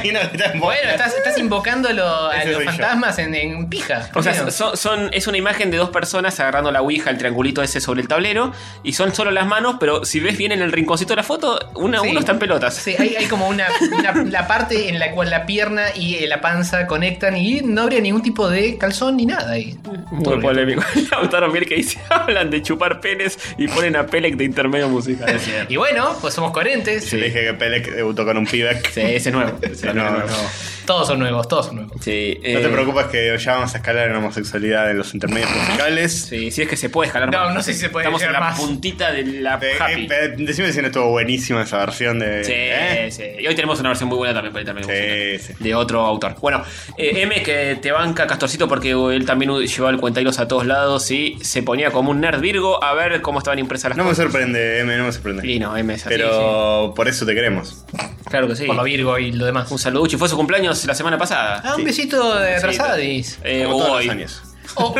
C: Y no, está en
D: Bueno,
C: bola.
D: estás, estás invocando lo- a
C: Ese
D: los
C: soy yo.
D: fantasmas en, en pija.
B: O
D: ¿por
B: sea,
D: qué no?
B: son, son- es una imagen de dos personas agarrando la ouija, el triangulito ese sobre el tablero, y son solo las manos, pero si ves bien en el rinconcito de la foto, una,
D: Sí.
B: uno está en pelotas.
D: Sí, hay, hay como una, una- la parte en la cual la pierna y eh, la panza conectan y no habría ningún tipo de calzón ni nada ahí.
B: Muy polémico. Lautaro Mier que dice, hablan de chupar penes y ponen a Pelec de intermedio musical.
C: Es cierto.
D: Y bueno, pues somos coherentes.
C: Yo le dije que Pelec debutó con un pivec.
B: Sí, ese es nuevo. Ese
C: No,
B: es
C: no,
B: nuevo.
C: no.
D: Todos son nuevos, todos son nuevos.
B: Sí,
C: No
B: eh,
C: te preocupes que ya vamos a escalar en homosexualidad en los intermedios musicales.
B: Sí, sí es que se puede escalar
D: No,
B: más.
D: no sé si se puede
B: Estamos en la
D: llegar más.
B: puntita de la
C: Eh,
B: happy.
C: eh, eh, decime si no estuvo buenísima esa versión de.
B: Sí,
C: ¿eh?
B: sí. Y hoy tenemos una versión muy buena también para el intermedio musical.
C: Sí, sí.
B: De otro autor. Bueno, eh, M que te banca Castorcito porque él también llevaba el cuentailos a todos lados y se ponía como un nerd virgo a ver cómo estaban impresas las
C: No me
B: cosas.
C: sorprende, M, no me sorprende.
B: Y no, M es así.
C: Pero por eso te queremos.
B: sí. Claro que sí.
D: Por lo Virgo y lo demás.
B: Un saluducho. Fue su cumpleaños la semana pasada.
D: Ah, un besito de atrasadis.
B: Eh,
C: Como todos
B: hoy.
C: los años.
D: O, o-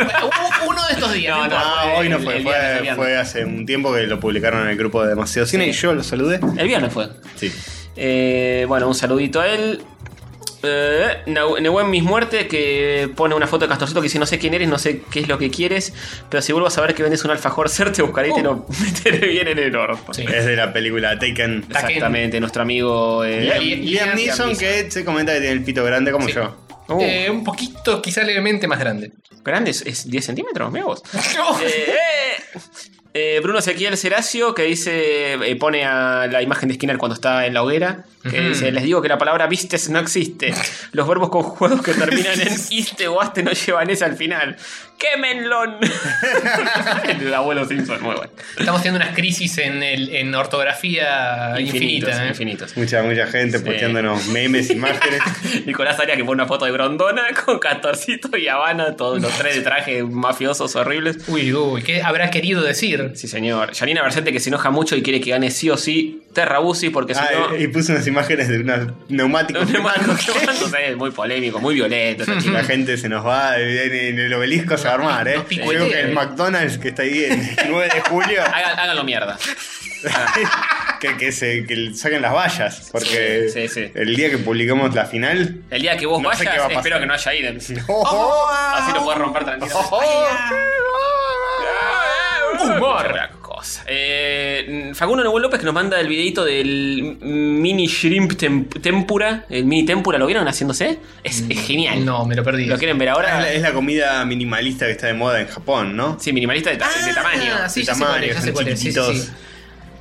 D: uno de estos días.
B: No,
D: importa.
B: no.
C: Ah, hoy no
B: el-
C: fue.
B: el
C: fue,
B: viernes, el viernes.
C: fue hace un tiempo que lo publicaron en el grupo de Demasiado Cine y yo lo saludé.
B: El viernes fue.
C: Sí.
B: Eh, bueno, un saludito a él. Eh, Nau- Nehuen Mis Muerte que pone una foto de Castorcito que dice no sé quién eres, no sé qué es lo que quieres, pero si vuelvo a saber que vendes un alfajor ser te buscaré y te lo meteré bien en el oro.
D: Uh. Sí.
C: Es de la película Taken.
D: Taken.
B: Exactamente, nuestro amigo... eh,
C: Liam,
D: Liam-
C: Liam Neeson
B: Neeson.
C: que se comenta que tiene el pito grande como
D: Sí.
C: yo.
B: Uh,
D: Eh, un poquito, quizá levemente más grande.
B: grande, es, es 10 centímetros, mira vos. Eh, eh. Eh, Bruno Ezequiel Ceracio que dice eh, pone a la imagen de Skinner cuando está en la hoguera que
D: Ujú.
B: dice les digo que la palabra vistes no existe los verbos conjugados que terminan en iste o aste no llevan ese al final quémenlo el abuelo Simpson muy bueno
D: Estamos teniendo unas crisis en, el, en ortografía
B: infinitos
D: infinita. ¿eh?
B: infinitos
C: Mucha, mucha gente
B: Sí.
C: posteándonos memes, imágenes.
B: Nicolás Arias que pone una foto de Grondona con Castorcito y Habana todos los tres de traje mafiosos horribles
D: Uy, uy, ¿qué habrá querido decir?
B: Sí, señor. Janina Bercete que se enoja mucho y quiere que gane sí o sí Terra Busi porque si
C: Ah,
B: no.
C: y, y puse unas imágenes de unos neumáticos.
B: Un hermano que mando, ¿sabes? muy polémico, muy violento esa chica.
C: La gente se nos va en, en el obelisco se va a armar, ¿eh?
D: Nos
C: Yo
D: picotea,
C: digo que el
D: eh.
C: McDonald's que está ahí el 9 de julio,
B: Hagan- háganlo mierda.
C: que, que se, que saquen las vallas, porque
B: Sí, sí, sí.
C: el día que publicamos la final...
B: El día que vos
C: No sé qué va a
B: vayas,
C: pasar.
B: espero que no haya ido.
C: ¡Oh!
B: Así lo puedes romper tranquilo. Humor. Cosa. Eh, Facundo Noel López que nos manda el videito del mini shrimp tem- tempura. El mini tempura, ¿lo vieron haciéndose? Es, es genial.
D: No, me lo perdí.
B: ¿Lo quieren ver
C: Ahora es
B: ahora?
C: la, es la comida minimalista que está de moda en Japón, ¿no?
B: Sí, minimalista de, ta- de tamaño.
D: Ah, sí,
C: de
D: ya sé cuál
C: tamaño,
D: es, ya sé
C: son
D: cuál es, sí, sí,
C: chiquititos.
D: sí.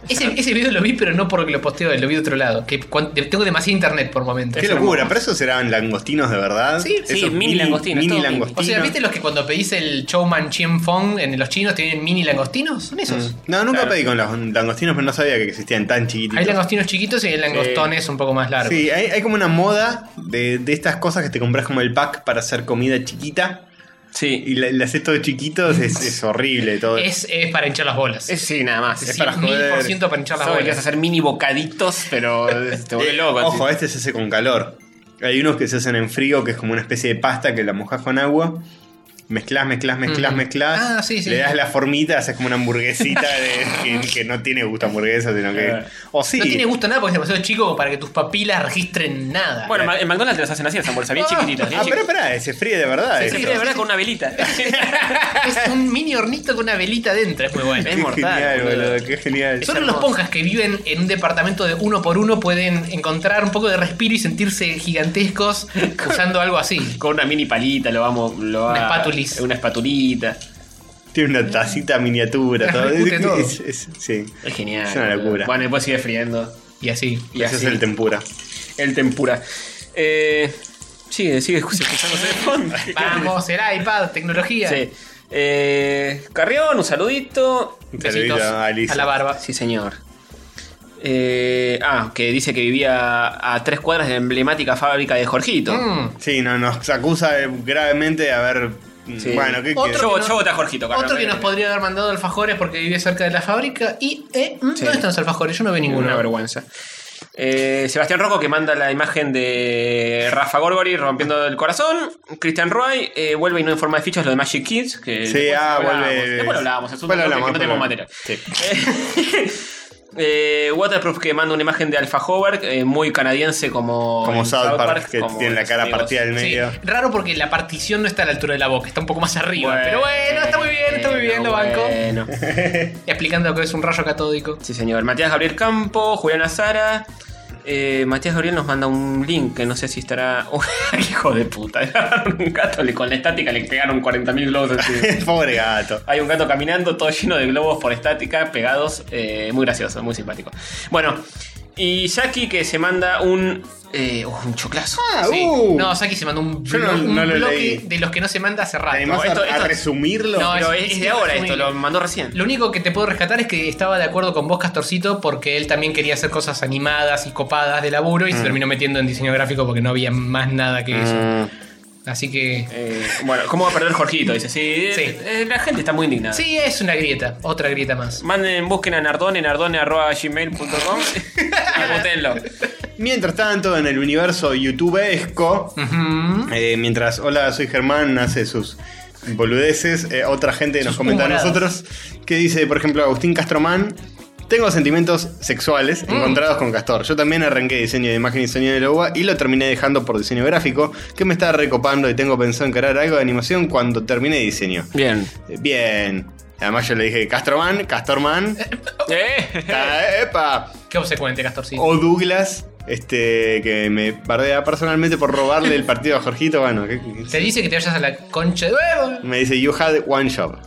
D: Ese, ese video lo vi, pero no porque lo posteo, lo vi de otro lado. Que cuan- tengo demasiado internet por momentos.
C: Qué
D: Es
C: locura,
D: hermoso.
C: pero esos eran langostinos de verdad.
D: Sí,
B: sí,
C: Esos
B: mini langostinos,
C: Mini
B: todo mini.
C: langostinos.
D: O sea, ¿viste los que cuando pedís el Chowman Chien Fong en los chinos tienen mini langostinos? Son esos.
C: No, nunca
B: Claro.
C: pedí con los langostinos, pero no sabía que existían tan chiquititos.
D: Hay langostinos chiquitos y hay langostones un poco más largos.
C: Sí, hay, hay como una moda de, de estas cosas que te compras como el pack para hacer comida chiquita
B: Sí.
C: y la- le haces todo chiquitos, es, es horrible todo.
D: Es, es para hinchar las bolas.
B: Es- sí, nada más.
C: Es
D: Sí,
C: para
D: mil por
C: joder.
D: ciento para hinchar las
B: Sabe que vas a
D: bolas.
B: hacer mini bocaditos, pero te
C: Eh,
B: vuelve loco.
C: Ojo,
B: así.
C: este se hace con calor. Hay unos que se hacen en frío, que es como una especie de pasta que la mojas con agua. Mezclas, mezclas, mezclas,
D: Mm.
C: mezclas.
D: Ah, sí, sí.
C: Le das la formita, haces como una hamburguesita de- que, que no tiene gusto a hamburguesa, sino que.
B: Claro.
C: O sí.
D: No tiene gusto nada porque es demasiado chico como para que tus papilas registren nada.
B: Bueno, Ma- en McDonald's te los hacen así, las hamburguesas bien chiquititas. bien
C: Ah, pero
B: chiquititas.
C: espera, se fríe de verdad. eh.
B: Se
C: eso.
B: fríe de verdad con una velita.
D: es un mini hornito con una velita dentro, es muy bueno.
B: Es
C: Qué
B: mortal,
C: genial,
B: boludo.
C: boludo, qué genial.
D: Solo los ponjas que viven en un departamento de uno por uno pueden encontrar un poco de respiro y sentirse gigantescos usando algo así.
B: Con una mini palita, lo vamos. Lo va-
D: Una espátulis.
B: Una espatulita.
C: Tiene una tacita miniatura. Todo.
D: Repercute
C: Es-
D: todo.
C: es- es- sí.
B: Es genial.
C: Es una locura.
B: Bueno, después sigue friendo.
D: Y así.
B: Y
C: Ese
B: así.
C: es el tempura.
B: el tempura. Eh, sigue, sigue escuchándose de fondo.
D: Vamos, el iPad, tecnología.
B: Sí. Eh, Carrión, un saludito.
C: Un
D: Besitos
C: saludito a Alicia.
D: a la barba.
B: Ah, Sí, señor. Eh, ah, que dice que vivía a tres cuadras de la emblemática fábrica de Jorgito.
D: Mm.
C: Sí, no, nos acusa eh, gravemente de haber. mm,
B: Sí.
C: Bueno, ¿qué
D: Otro
C: quieres?
B: Yo,
D: que no-
B: yo voté a Jorgito, eh. Carrión.
D: Otro que nos podría haber mandado alfajores porque vive cerca de la fábrica. Y, eh, mm,
B: Sí.
D: ¿dónde están los alfajores? Yo no veo ninguno.
C: Mm.
B: Una vergüenza. Eh, Sebastián Rocco que manda la imagen de Rafa Gorgori rompiendo el corazón. Cristian Roy eh, vuelve y no en forma de fichas lo de Magic Kids. Que
C: Sí,
B: después
C: ah,
B: hablábamos.
C: vuelve.
B: Después lo hablábamos, es un
C: Después lo
B: toque que
C: hablamos,
B: no tenemos
C: pero-
B: materia.
C: Sí.
B: Eh, Waterproof que manda una imagen de Alfajor, eh, muy canadiense como.
C: Como
B: en
C: South Park, que
B: como
C: tiene la
B: los
C: cara
B: amigos.
C: partida del
D: Sí,
C: medio.
D: raro porque la partición no está a la altura de la boca, está un poco más arriba. pero bueno, está muy bien, está muy bien, lo banco.
B: bueno.
D: Explicando lo que es un rayo catódico.
B: Sí, señor. Matías Gabriel Campo, Juliana Sara. Eh, Matías Gabriel nos manda un link que no sé si estará. Uy, hijo de puta. Le agarraron un gato, le- con la estática le pegaron 40.000 globos encima.
C: Pobre gato.
B: Hay un gato caminando todo lleno de globos por estática pegados. eh, muy gracioso, muy simpático. Bueno, y Jackie que se manda un. eh, uh, un choclazo.
C: Ah,
D: Sí.
C: uh.
D: No, Saki se mandó un,
C: Yo no-
D: blo- un
C: no lo
D: bloque
C: leí.
D: de los que no se manda hace
C: ¿Te
D: rato.
C: animás
B: No,
C: a-
B: esto-
C: a,
B: esto-
C: resumirlo?
D: No,
B: Pero
D: es-
B: es,
D: es
B: de ahora
D: muy-
B: esto, lo mandó recién.
D: Lo único que te puedo rescatar es que estaba de acuerdo con vos, Castorcito, porque él también quería hacer cosas animadas y copadas de laburo
C: Mm.
D: y se terminó metiendo en diseño gráfico porque no había más nada que eso. Así que.
B: Eh, bueno, ¿cómo va a perder Jorgito? Dice, sí, eh,
D: Sí.
B: eh, la gente está muy indignada.
D: Sí, es una grieta, otra grieta más.
B: Manden, busquen a Nardone, nardone.gmail.com y votenlo.
C: Mientras tanto, en el universo youtubesco,
D: Ujú.
C: eh, mientras Hola, soy Germán hace sus boludeces, eh, otra gente nos comenta a
D: humoradas.
C: nosotros que dice, por ejemplo, Agustín Castromán. Tengo sentimientos sexuales
D: Mm.
C: encontrados con Castor. Yo también arranqué diseño de imagen y diseño de logo y lo terminé dejando por diseño gráfico, que me está recopando y tengo pensado encarar algo de animación cuando termine diseño.
B: Bien.
C: Eh, Bien. Además yo le dije Castroman, Castorman.
B: ¿Eh?
C: Ah, ¡Epa!
D: Qué obsecuente, Castorcito.
C: O Douglas, este, que me bardea personalmente por robarle el partido a Jorgito. Bueno, ¿qué- qué-
D: Te dice que te vayas a la concha de huevo.
C: me dice, you had one job.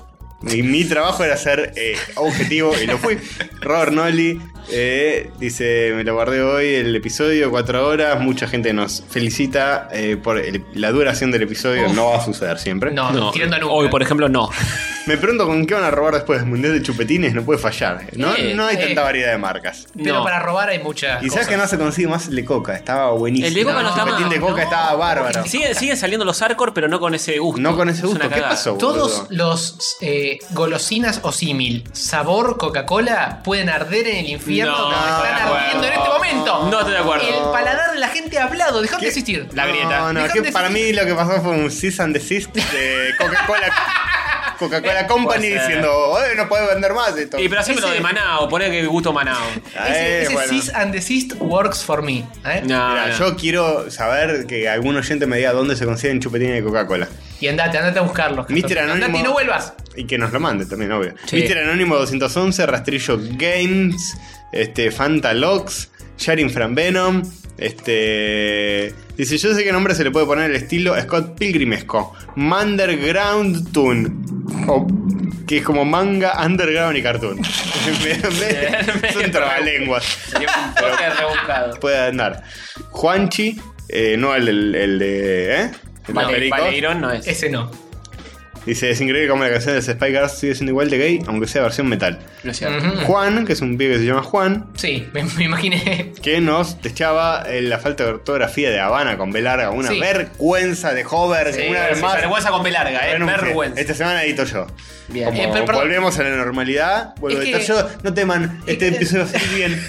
C: Mi, mi trabajo era ser eh, objetivo y lo fui. Robert Nolly eh, dice, me lo guardé hoy el episodio, cuatro horas. Mucha gente nos felicita eh, por el- la duración del episodio.
D: Uf.
C: No va a suceder siempre.
D: No, tirando a nunca.
B: Hoy, por ejemplo, no.
C: Me pregunto con qué van a robar después. Mundial de chupetines no puede fallar. No,
B: Eh,
C: no hay
D: eh.
C: tanta variedad de marcas.
D: Pero
B: No.
D: para robar hay muchas.
C: Y sabes
D: cosas.
C: que no se consigue más el de coca, estaba buenísimo.
B: El de Coca no está
C: El
B: mal,
C: de coca
B: no.
C: estaba bárbaro.
B: Siguen, siguen saliendo los hardcore, pero no con ese gusto.
C: No con ese
B: Es una
C: gusto, ¿qué
B: cagada.
C: pasó?
D: Todos
C: boludo?
D: los eh, golosinas o símil, sabor Coca-Cola, pueden arder en el infierno
B: No,
D: como
B: no
D: están
B: estoy de
D: ardiendo en este
B: acuerdo.
D: momento.
B: No estoy de acuerdo.
D: El paladar de la gente ha hablado, dejad de
C: ¿Qué?
D: existir.
B: La grieta.
C: No, no,
D: Dejan
C: que
D: de
C: para mí
D: existir.
C: lo que pasó fue un cease and desist de Coca-Cola Coca-Cola Company
B: Puede ser.
C: diciendo, "Oye, no puedes vender más esto.
B: Y pero hacémelo
D: Ese-
B: de Manao, poné que gusto Manao.
C: Ah, eh,
D: Ese, ese
C: bueno.
D: cease and desist works for me. ¿eh?
B: No,
C: Mira,
B: Ah, no.
C: yo quiero saber que algún oyente me diga dónde se consiguen chupetines de Coca-Cola.
D: Y andate, andate a buscarlos.
C: Mister
D: Castor.
C: Anónimo.
D: Andate y no vuelvas.
C: Y que nos lo mande también, obvio.
B: Sí.
C: Mister Anónimo 211, Rastrillo Games, este, Fantalox, Sharing from Venom. Este. Dice: Yo sé qué nombre se le puede poner el estilo Scott Pilgrimesco. Manderground Toon. O, que es como manga, underground y cartoon. Me- me- Son trabalenguas.
B: Sería un toque rebuscado.
C: Puede andar. Juanchi, eh, no el, el- el de. ¿Eh? El de
B: Vale,
C: Pericos.
B: Valeirón no es.
D: Ese no.
C: Dice, es increíble como la canción de los Spy Girls sigue siendo igual de gay, aunque sea versión metal.
B: No es cierto.
D: Ujú.
C: Juan, que es un pibe que se llama Juan,
D: Sí, me, me imaginé.
C: que nos techaba eh, la falta de ortografía de Habana con B larga. Una
D: Sí.
C: vergüenza de Hover,
B: Sí,
C: una vez
B: sí,
C: más.
B: Vergüenza con Belarga, eh.
C: Renuncié.
B: Vergüenza.
C: Esta semana edito yo.
B: Bien.
C: Como
D: Eh, pero perdón.
C: volvemos a la normalidad, vuelvo
D: Es
C: a editar
D: que-
C: yo. No teman, este episodio va a salir bien.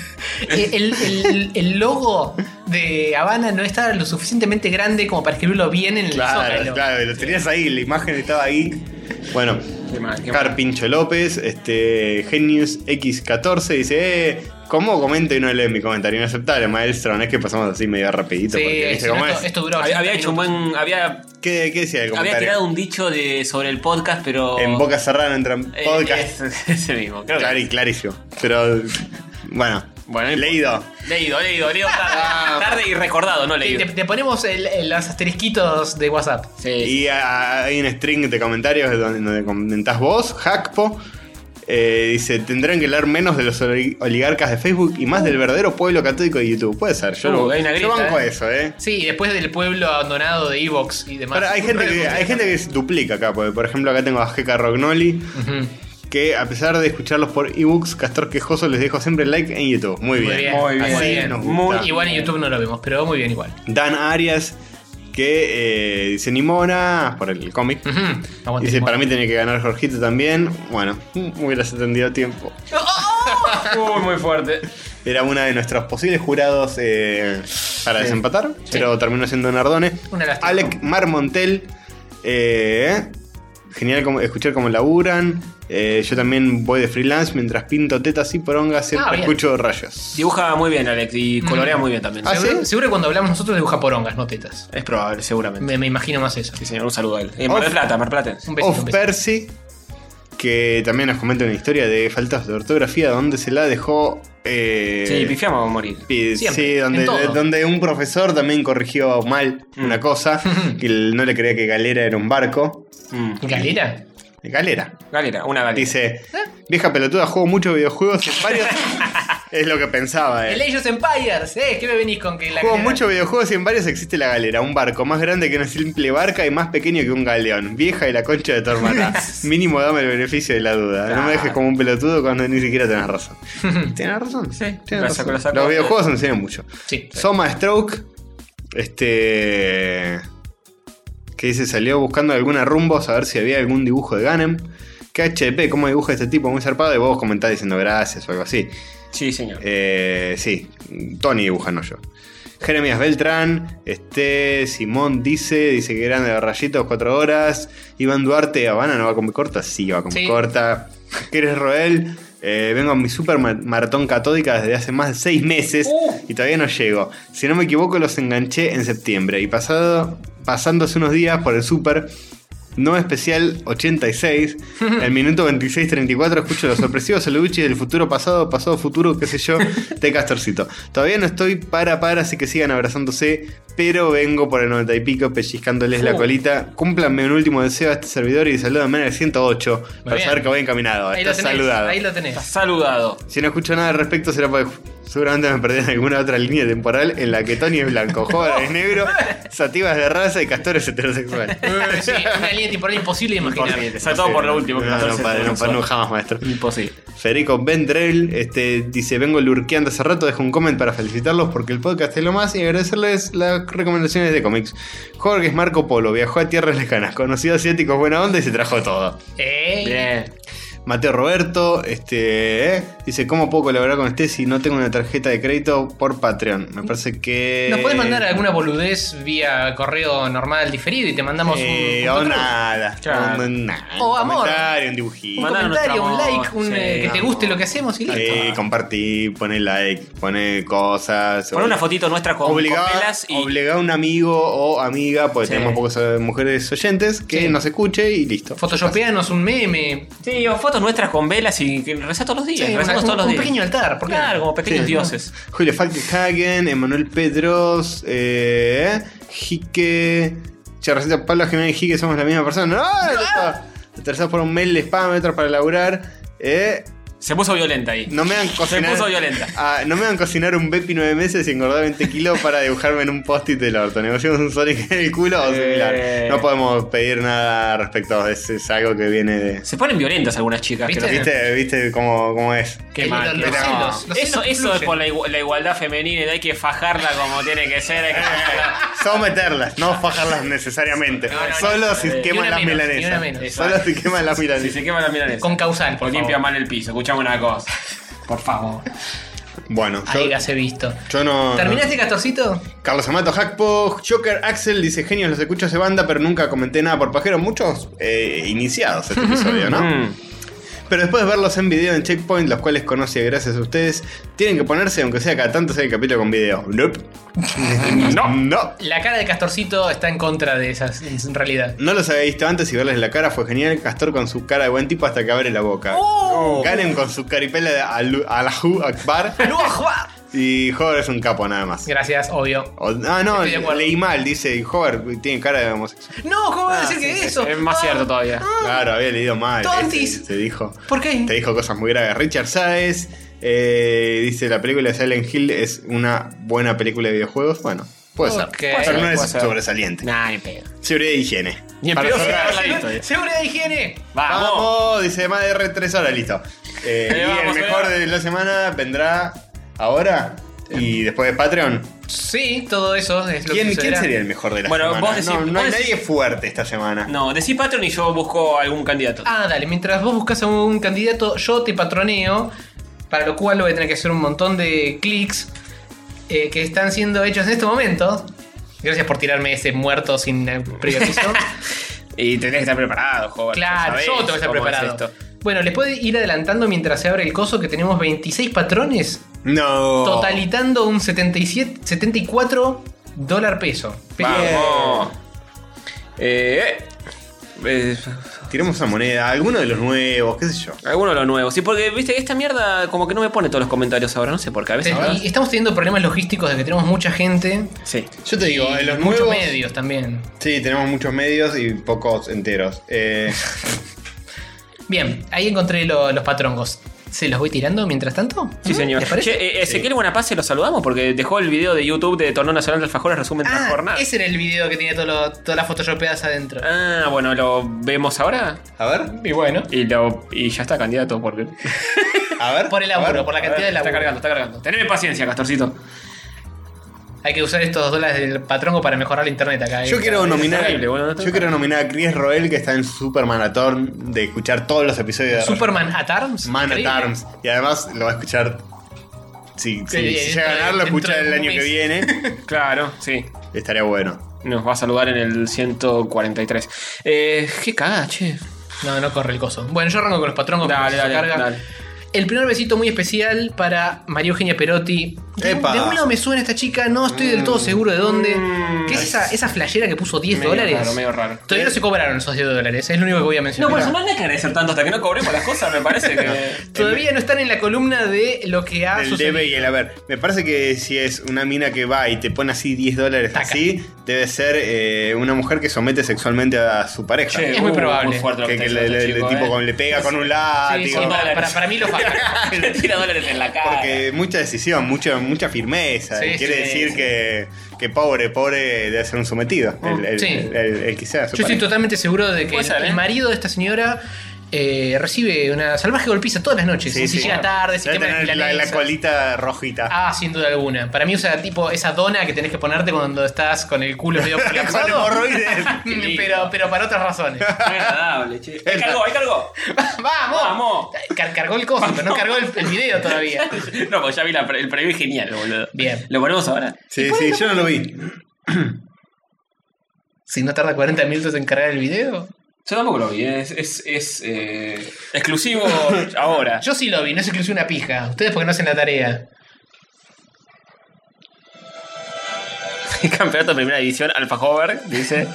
D: El, el- el logo de Habana no estaba lo suficientemente grande como para escribirlo bien en el
C: Claro,
D: zócalo.
C: claro, lo tenías ahí, la imagen estaba ahí. Bueno,
B: Qué mal, qué mal.
C: Carpincho López, este Genius X14 dice, eh, ¿cómo comento y no lee mi comentario? Inaceptable, maestro, no es que pasamos así medio rapidito. porque,
D: Sí,
C: ¿viste
D: si no,
C: cómo
D: esto,
C: es?
D: esto duró
B: Había,
D: 80
B: había hecho un
D: minutos.
B: buen. Había,
C: ¿Qué, qué decía el
B: había
C: comentario?
B: tirado un dicho de, sobre el podcast, pero.
C: En boca cerrada entran
B: Eh,
C: podcast.
B: es- ese mismo, creo que
C: Claro y clarísimo. Pero bueno,
B: Bueno, no
C: leído.
B: Leído, leído, leído tarde, tarde y recordado, no
D: Te,
B: leído.
D: te- te ponemos el- el- los asterisquitos de WhatsApp.
B: Sí,
C: Y ah, hay un string de comentarios donde, donde comentás vos, Hackpo. eh, dice, tendrán que leer menos de los oli- oligarcas de Facebook y más del verdadero pueblo católico de YouTube. Puede ser, yo,
B: Uh,
C: lo-
B: hay una
C: yo
B: grieta,
C: banco
B: eh.
C: eso, ¿eh?
D: Sí, y después del pueblo abandonado de Evox y demás.
C: Pero hay gente, que, hay gente que se duplica acá, porque por ejemplo acá tengo a Jeca Rognoli,
D: Ujú.
C: que a pesar de escucharlos por ebooks, Castor Quejoso les dejo siempre like en YouTube. Muy bien.
B: muy bien.
C: Así
D: Muy bien.
C: nos gusta.
B: Muy
D: Igual en YouTube no lo vemos, pero muy bien igual.
C: Dan Arias, que eh, dice Nimona, por el cómic.
D: Ujú. Aguante,
C: Dice,
D: Timón.
C: para mí tenía que ganar Jorgito también. Bueno, mm, hubieras atendido a tiempo.
B: Uy, muy fuerte.
C: Era una de nuestros posibles jurados eh, para desempatar, pero terminó siendo Nardone.
D: Una lástima.
C: Alec Marmontel, eh, Genial como, escuchar cómo laburan. Eh, yo también voy de freelance mientras pinto tetas y porongas. Siempre
D: Ah, bien.
C: escucho rayos.
B: Dibuja muy bien, Alex, y colorea muy bien también.
C: Ah,
D: Seguro,
C: ¿sí?
D: seguro que cuando hablamos nosotros dibuja porongas, no tetas.
B: Es probable, seguramente.
D: Me, me imagino más eso.
B: Sí, señor, un saludo a él. Eh, Mar del
C: Off.
B: Plata, Mar Plata.
D: Un besito, un
C: Of
D: besito.
C: Percy, que también nos comenta una historia de faltas de ortografía donde se la dejó. eh,
B: Sí, pifiamos a morir.
C: pi-
D: Siempre,
C: sí, donde,
D: en todo. Mm.
C: donde un profesor también corrigió mal una cosa, que él no le creía que galera era un barco.
B: Mm.
D: ¿Galera?
C: Eh. Galera.
B: Galera, una galera.
C: Dice, vieja pelotuda, juego muchos videojuegos en varios... es lo que pensaba,
D: El
C: eh.
D: Age of Empires, ¿eh? ¿Qué me venís con que la
C: Juego
D: galera-
C: muchos videojuegos y en varios existe la galera, un barco más grande que una simple barca y más pequeño que un galeón. Vieja y la concha de tu hermana. Mínimo dame el beneficio de la duda. No me dejes como un pelotudo cuando ni siquiera tenés razón. ¿Tenés razón?
B: Sí,
C: tenés
B: la saco,
C: razón.
B: la saco.
C: Los videojuegos enseñan mucho.
D: Sí.
C: Soma Stroke, este. que dice salió buscando alguna rumbo a ver si había algún dibujo de Ganem. Que HP, ¿cómo dibuja este tipo? Muy zarpado. Y vos comentás diciendo gracias o algo así.
B: Sí, señor.
C: Eh, sí, Tony dibuja, no yo. Jeremías Beltrán, este, Simón dice, dice que grande de rayitos, cuatro horas. Iván Duarte, Habana no va con mi corta, sí va con mi
D: Sí.
C: corta. ¿Quieres Roel? Eh, vengo a mi super ma- maratón catódica desde hace más de seis meses y todavía no llego. Si no me equivoco, los enganché en septiembre y pasado, pasándose unos días por el super. No especial 86, el minuto 26-34 escucho los sorpresivos saluduchis del futuro pasado, pasado futuro, qué sé yo, de Castorcito. Todavía no estoy para para, así que sigan abrazándose, pero vengo por el 90 y pico pellizcándoles la
D: Uh.
C: colita. Cúmplanme un último deseo a este servidor y salúdame en el 108 para
D: bien.
C: saber que voy encaminado.
D: Ahí lo
C: Estás
D: tenés.
C: saludado.
D: Ahí lo tenés.
B: Estás saludado.
C: Si no escucho nada al respecto será porque seguramente me perdí en alguna otra línea temporal en la que Tony es blanco, Joven es negro, Sativa es de raza y Castor es heterosexual.
D: Sí, una línea temporal imposible de imaginar.
B: Imposible. Sobre todo por lo último que
C: No,
B: pasó
C: no,
B: el
C: padre, no,
B: sexo
C: no,
B: sexual.
C: jamás, maestro.
B: Imposible.
C: Federico Vendrell este, dice: Vengo lurqueando hace rato, dejo un comment para felicitarlos porque el podcast es lo más y agradecerles las recomendaciones de cómics. Jorge es Marco Polo, viajó a tierras lejanas, conoció asiáticos, buena onda y se trajo todo.
D: Ey.
B: Bien.
C: Mateo Roberto este, ¿eh? dice: ¿Cómo puedo colaborar con este si no tengo una tarjeta de crédito por Patreon? Me parece que.
D: Nos
B: Eh,
D: podés mandar alguna boludez vía correo normal diferido y te mandamos un-
C: Eh,
D: un.
C: o
D: control.
C: nada.
B: Claro.
C: o nada.
D: O
C: un
D: amor.
C: comentario, un
D: Un
C: dibujito.
B: Mandar
D: comentario, un
B: nuestro
D: like,
B: amor.
D: un, eh,
B: Sí,
D: que te
B: amor.
D: guste lo que hacemos y listo.
C: Eh, compartí, poné like, poné cosas.
B: Pon una fotito nuestra con, con
C: Obligá-
B: velas y.
C: obligá a un amigo o amiga, porque
B: Sí.
C: tenemos pocas eh, mujeres oyentes, que
D: Sí.
C: nos escuche y listo.
D: Photoshopeanos un meme.
B: Sí, o fotos nuestras con velas y que rezás todos los días.
D: Sí,
B: rezamos
D: un,
B: todos los
D: un
B: días.
D: pequeño altar, ¿por qué?
B: Claro, como pequeños
C: Sí.
B: dioses.
C: Julio Falkenhagen, Emanuel Pedros, eh, Jique. Che, receta Pablo Jiménez y Jique somos la misma persona. ¡Ah! Te atrasás por un mail de spam, otro para laburar. Eh,
B: Se puso violenta ahí.
C: no me van a
B: Se
C: cocinar.
B: puso violenta.
C: Ah, no me van a cocinar un Bepi nueve meses y engordar 20 kilos para dibujarme en un post-it del orto. Negociamos un Sonic en el culo o similar.
B: Eh.
C: No podemos pedir nada respecto a eso. Es algo que viene de.
B: Se ponen violentas algunas chicas.
D: ¿Viste?
B: creo que-
C: ¿Viste, viste cómo, cómo es?
B: Qué
D: El-
B: mal,
D: los-
B: qué
D: los
B: mal.
D: celos, los
B: Eso,
D: celos
B: eso es
D: fluyen.
B: por la, igu- la igualdad femenina y hay que fajarla como tiene que ser. hay que fajarla.
C: Someterlas, no fajarlas necesariamente.
D: No, no, no.
C: Solo si
B: Eh,
C: queman
D: y una
C: las
D: menos, y una
C: milanesas.
D: menos.
C: Solo si queman las
B: Si
C: milanesas.
B: se quema la milanesa.
D: Con causal,
B: O
D: por
B: limpia
D: favor.
B: mal el piso. Escuchame una cosa. Por favor.
C: Bueno, yo,
D: Ahí se visto.
C: yo no.
D: ¿Terminaste, Castorcito?
C: Carlos Amato, Hackpo, Joker, Axel dice: Genios, los escucho de banda, pero nunca comenté nada por pajero. Muchos eh, iniciados este episodio, ¿no?
B: Mm.
C: Pero después de verlos en video en Checkpoint, los cuales conocí gracias a ustedes, tienen que ponerse, aunque sea cada tanto sea el capítulo con video. Nope. no. No.
D: La cara de Castorcito está en contra de esas, en realidad.
C: No los había visto antes y verles la cara fue genial. Castor con su cara de buen tipo hasta que abre la boca.
D: Oh.
C: Ganem con su caripela de Alu- Allahu Akbar. y Hover es un capo nada más.
D: Gracias, obvio.
C: O- ah, no,
D: Estoy de acuerdo.
C: leí mal, dice Hover, tiene cara de homosexual.
D: No, ¿cómo va a decir
B: Sí,
D: que
B: sí,
D: eso?
B: sí, Es más
D: Ah,
B: cierto todavía.
C: Claro, había leído mal. eh,
D: Tontis.
C: Se dijo.
D: ¿Por qué?
C: Te dijo cosas muy graves. Richard Saez eh, dice: La película de Silent Hill es una buena película de videojuegos. Bueno, puede ser.
D: Ok.
C: Pero no
B: Puede
C: es
B: ser.
C: sobresaliente.
B: Nah, ni pedo.
C: Seguridad e higiene.
B: Ni en
C: Para
B: pedo
C: cerrar.
B: se habla de esto.
D: Seguridad de higiene.
B: Vamos.
C: Vamos, dice más de R3 horas, listo. Eh,
B: Ahí
C: y
B: vamos,
C: el
B: ahí
C: mejor
B: va.
C: de la semana vendrá ahora y después de Patreon.
D: Sí, todo eso es lo
C: ¿Quién,
D: que
C: quién
D: sucederá.
C: sería el mejor de la
B: Bueno,
C: semana?
B: vos decís-
C: no, no
B: vos
C: hay
B: decís-
C: nadie fuerte esta semana.
B: No, decí Patreon y yo busco algún candidato.
D: Ah, dale, mientras vos buscas a un candidato, yo te patroneo, para lo cual voy a tener que hacer un montón de clics eh, que están siendo hechos en este momento. Gracias por tirarme ese muerto sin eh, previo aviso.
B: Y tenés que estar preparado, joven.
D: Claro,
B: sabés
D: yo tengo que estar
B: cómo es
D: preparado.
B: esto.
D: Bueno, les puede ir adelantando mientras se abre el coso que tenemos 26 patrones,
C: No.
D: totalitando un 77, 74 dólar peso. Pe-
B: Vamos. Eh, eh,
C: Tiremos una moneda, alguno de los nuevos, qué sé yo.
B: alguno de los nuevos. Sí, porque, viste, esta mierda como que no me pone todos los comentarios ahora, no sé por qué. A veces.
D: Te- y estamos teniendo problemas logísticos de que tenemos mucha gente.
B: Sí.
C: Yo te digo,
D: y
C: de los
D: muchos
C: nuevos.
D: medios también.
C: Sí, tenemos muchos medios y pocos enteros. Eh,
D: Bien, ahí encontré lo- los patrongos. ¿Se los voy tirando mientras tanto? ¿Mm?
B: Sí, señor.
D: ¿Les parece?
B: Che, eh, Ezequiel Buenapase lo saludamos porque dejó el video de YouTube de Tornón Nacional de Alfajores resumen de la
D: ah,
B: jornada.
D: ese era el video que tenía todo lo- todas las photoshopeadas adentro.
B: Ah, bueno, lo vemos ahora
C: a ver,
D: Y bueno.
B: y, lo, y ya está candidato porque...
C: a ver.
D: Por el
C: a
D: laburo,
C: ver.
D: por la
B: A
D: cantidad
B: ver,
D: de
B: está
D: laburo.
B: cargando, está cargando. Teneme paciencia, Castorcito.
D: Hay que usar estos dólares del patrongo para mejorar el internet acá.
C: Yo
D: eh.
C: quiero nominar.
B: terrible, boludo, no te-
C: yo quiero nominar a Chris Roel, que está en Super Maratón, de escuchar todos los episodios de
D: Superman at Arms.
C: Man at
D: increíble.
C: Arms. Y además lo va a escuchar. Si, si-
D: Sí,
C: si
D: dentro
C: llega a
D: de-
C: ganar, lo
D: dentro
C: escucha
D: de
C: el
D: un
C: año que
D: mes.
C: viene.
B: Claro, sí.
C: Estaría bueno.
B: Nos va a saludar en el 143. Eh, qué cagada, che.
D: No, no corre el coso. Bueno, yo arranco con los patrongos.
B: Dale,
D: porque se
B: dale,
D: carga.
B: dale.
D: El primer besito muy especial para María Eugenia Perotti. De,
C: Epa.
D: de un lado me suena esta chica, no estoy del todo seguro de dónde.
B: Mm.
D: ¿Qué es esa, esa flashera que puso 10
B: Medio
D: dólares?
B: raro, medio raro.
D: Todavía no se cobraron esos 10 dólares, es lo único que voy a mencionar.
B: hay que agradecer tanto hasta que no cobremos las cosas, me parece que...
D: Todavía no están en la columna de lo que ha
C: el
D: sucedido.
C: debe y el haber. Me parece que si es una mina que va y te pone así 10 dólares
D: Taca.
C: así, debe ser eh, una mujer que somete sexualmente a su pareja.
D: Es muy probable.
B: uh, fuerte lo
C: que,
B: está
C: que le,
B: diciendo
C: le-
B: este
C: le-
B: chico,
C: tipo
B: eh.
C: con- le pega con un
D: Sí, sí,
C: látigo.
D: para,
B: dólares.
D: para- para mí lo baja.
B: Le tira dólares en la cara.
C: porque mucha decisión, mucha, mucha firmeza.
D: Sí,
C: Y quiere
D: sí,
C: decir
D: sí. Mm,
C: Que, que pobre, pobre debe ser un sometido. El, el,
D: Sí.
C: el- el- el que sea su
D: Yo estoy
C: pareja.
D: totalmente seguro de que
B: Puede
D: el,
B: ser, ¿eh?
D: el marido de esta señora eh, recibe una salvaje golpiza todas las noches.
C: Sí,
D: si
C: sí.
D: llega tarde, si
C: Debe
D: quema
C: tener
D: las
C: la, la
D: milanesas.
C: colita rojita.
D: Ah, sin duda alguna. Para mí usa tipo esa dona que tenés que ponerte cuando estás con el culo medio
C: Con
D: colapsado.
C: hemorroides.
D: pero, pero para otras razones.
B: Muy agradable, che. Ahí cargó, ahí cargó.
D: ¡Vamos!
B: Vamos.
D: Car- cargó el coso, pero no cargó el, el video todavía.
B: No, pues ya vi la pre- el preview genial, boludo.
D: Bien.
B: ¿Lo ponemos ahora?
C: Sí, sí, yo no lo vi.
D: Si no tarda 40 minutos en cargar el video.
B: Yo tampoco lo vi, es, es, es, eh, exclusivo ahora.
D: Yo sí lo vi, no se incluso una pija. Ustedes porque no hacen la tarea.
B: Campeonato de primera división, Alfa Hover, dice.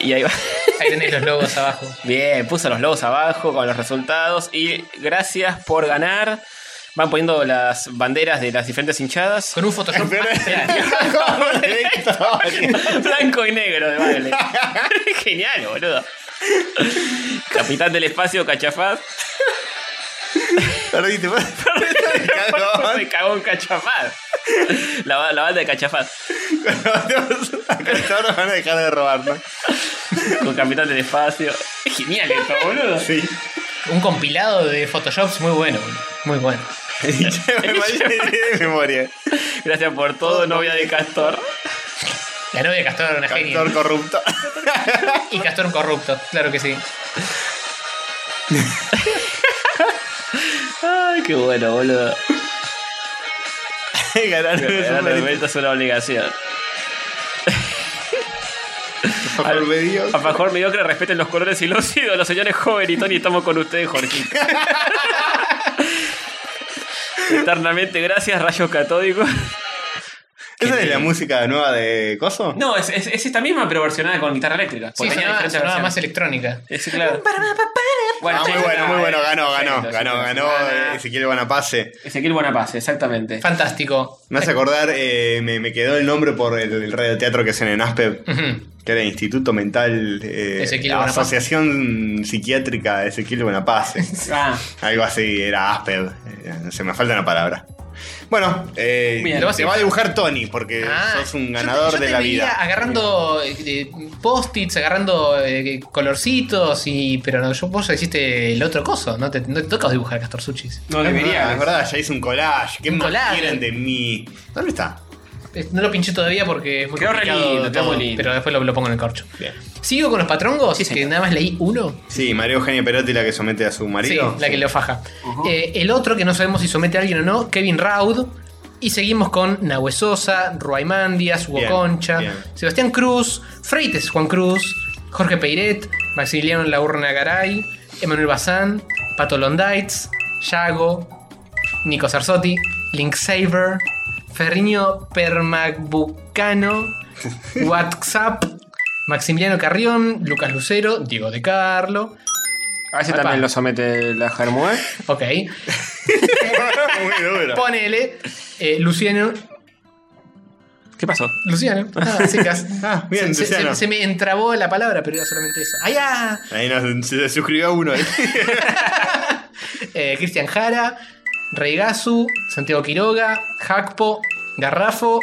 B: Y ahí va.
D: Ahí tenéis los logos abajo.
B: Bien, puso los logos abajo con los resultados. Y gracias por ganar. Van poniendo las banderas de las diferentes hinchadas.
D: Con un Photoshop. más grande.
B: Blanco y negro de baile. Genial, boludo. Capitán del espacio, cachafaz.
C: Perdiste, perdiste.
B: Me cagó un cachafaz. La, ba- la banda de cachafaz.
C: Ahora van a dejar de robarnos.
B: Con Capitán del espacio. Es genial esto, boludo.
C: Sí.
D: Un compilado de Photoshops muy bueno. Muy bueno.
C: me parece de memoria.
B: Gracias por todo, novia de Castor.
D: La novia de Castor era una genia.
C: Cantor corrupto.
D: Y Castor un corrupto, claro que sí.
B: Ay, qué bueno, boludo.
C: Ganaron el
B: Ganar el
C: supermercado.
B: evento es una obligación.
C: Por medio.
B: A favor mediocre, respeten los colores y los ídolos, señores joven y Tony, estamos con ustedes, Jorgito. Eternamente gracias, rayos catódicos.
C: ¿Esa es la música nueva de Coso?
B: No, es, es- es esta misma, pero versionada con guitarra eléctrica.
D: Sí,
B: porque tenía
D: sonaba,
B: diferentes
D: sonaba más
B: versiones.
D: electrónica.
B: Es claro.
C: Ah, muy
B: sí,
C: bueno,
B: está,
C: muy bueno.
B: eh,
C: Ganó, ganó,
B: perfecto,
C: ganó,
B: sí,
C: ganó.
B: gana.
C: eh, Ezequiel Bonapase.
B: Ezequiel Bonapaz, exactamente.
D: Fantástico.
C: Me hace acordar, eh, me, me quedó el nombre por el, el radioteatro que hacen en Aspe,
D: Ujú.
C: E, que era Instituto Mental eh,
D: Ezequiel Bonaparte.
C: Asociación Psiquiátrica de Ezequiel Bonapase.
B: Ah,
C: Algo así, era Asper. eh, Se me falta una palabra. Bueno, eh,
B: Bien,
D: lo vas
C: te
D: a-
C: va a dibujar Tony porque
D: Ah,
C: Eh, sos un
D: yo te-
C: ganador
D: yo te
C: de la
D: veía
C: vida.
D: Agarrando eh, eh, post-its, agarrando eh, colorcitos, y pero no, yo, vos ya hiciste el otro coso, no te, no te toca dibujar Castor Suchis.
B: no
C: Es verdad,
B: debería.
C: es verdad, ya hice un collage. ¿Qué
D: Un
C: más
D: collage.
C: quieren de mí? ¿Dónde está?
D: Eh, No lo pinché todavía porque es muy
B: Quedó re
D: complicado
B: lindo, quedó
D: todo,
B: muy lindo.
D: pero después lo, lo pongo en el corcho.
C: Bien.
D: ¿Sigo con los patrongos?
B: Sí,
D: que
B: señor.
D: nada más leí uno.
C: Sí, María Eugenia Perotti, la que somete a su
D: Sí,
C: marido.
D: la que lo faja. Eh, el otro que no sabemos si somete a alguien o no, Kevin Raud. Y seguimos con Nahue Sosa, Ruaimandias, Hugo
C: Bien,
D: Concha,
C: bien.
D: Sebastián Cruz, Freites Juan Cruz, Jorge Peiret, Maximiliano Laurna Garay, Emanuel Bazán, Pato Londaitz, Yago, Nico Sarsotti, Link Saber, Ferriño Permabucano, WhatsApp, Maximiliano Carrión, Lucas Lucero, Diego de Carlo.
B: A veces
D: Opa.
B: también lo somete la Jarmue.
D: Ok.
C: Muy duro.
D: Ponele eh, Luciano.
B: ¿Qué pasó?
D: Luciano. Ah, sí, casi.
C: Ah, bien,
D: se, se-
C: Luciano.
D: se- se me entrabó la palabra, pero era solamente eso. ¡Ay, ah!
C: Ahí nos se suscribió uno. ahí.
D: Eh, Cristian Jara, Reigazu, Santiago Quiroga, Jacpo, Garrafo,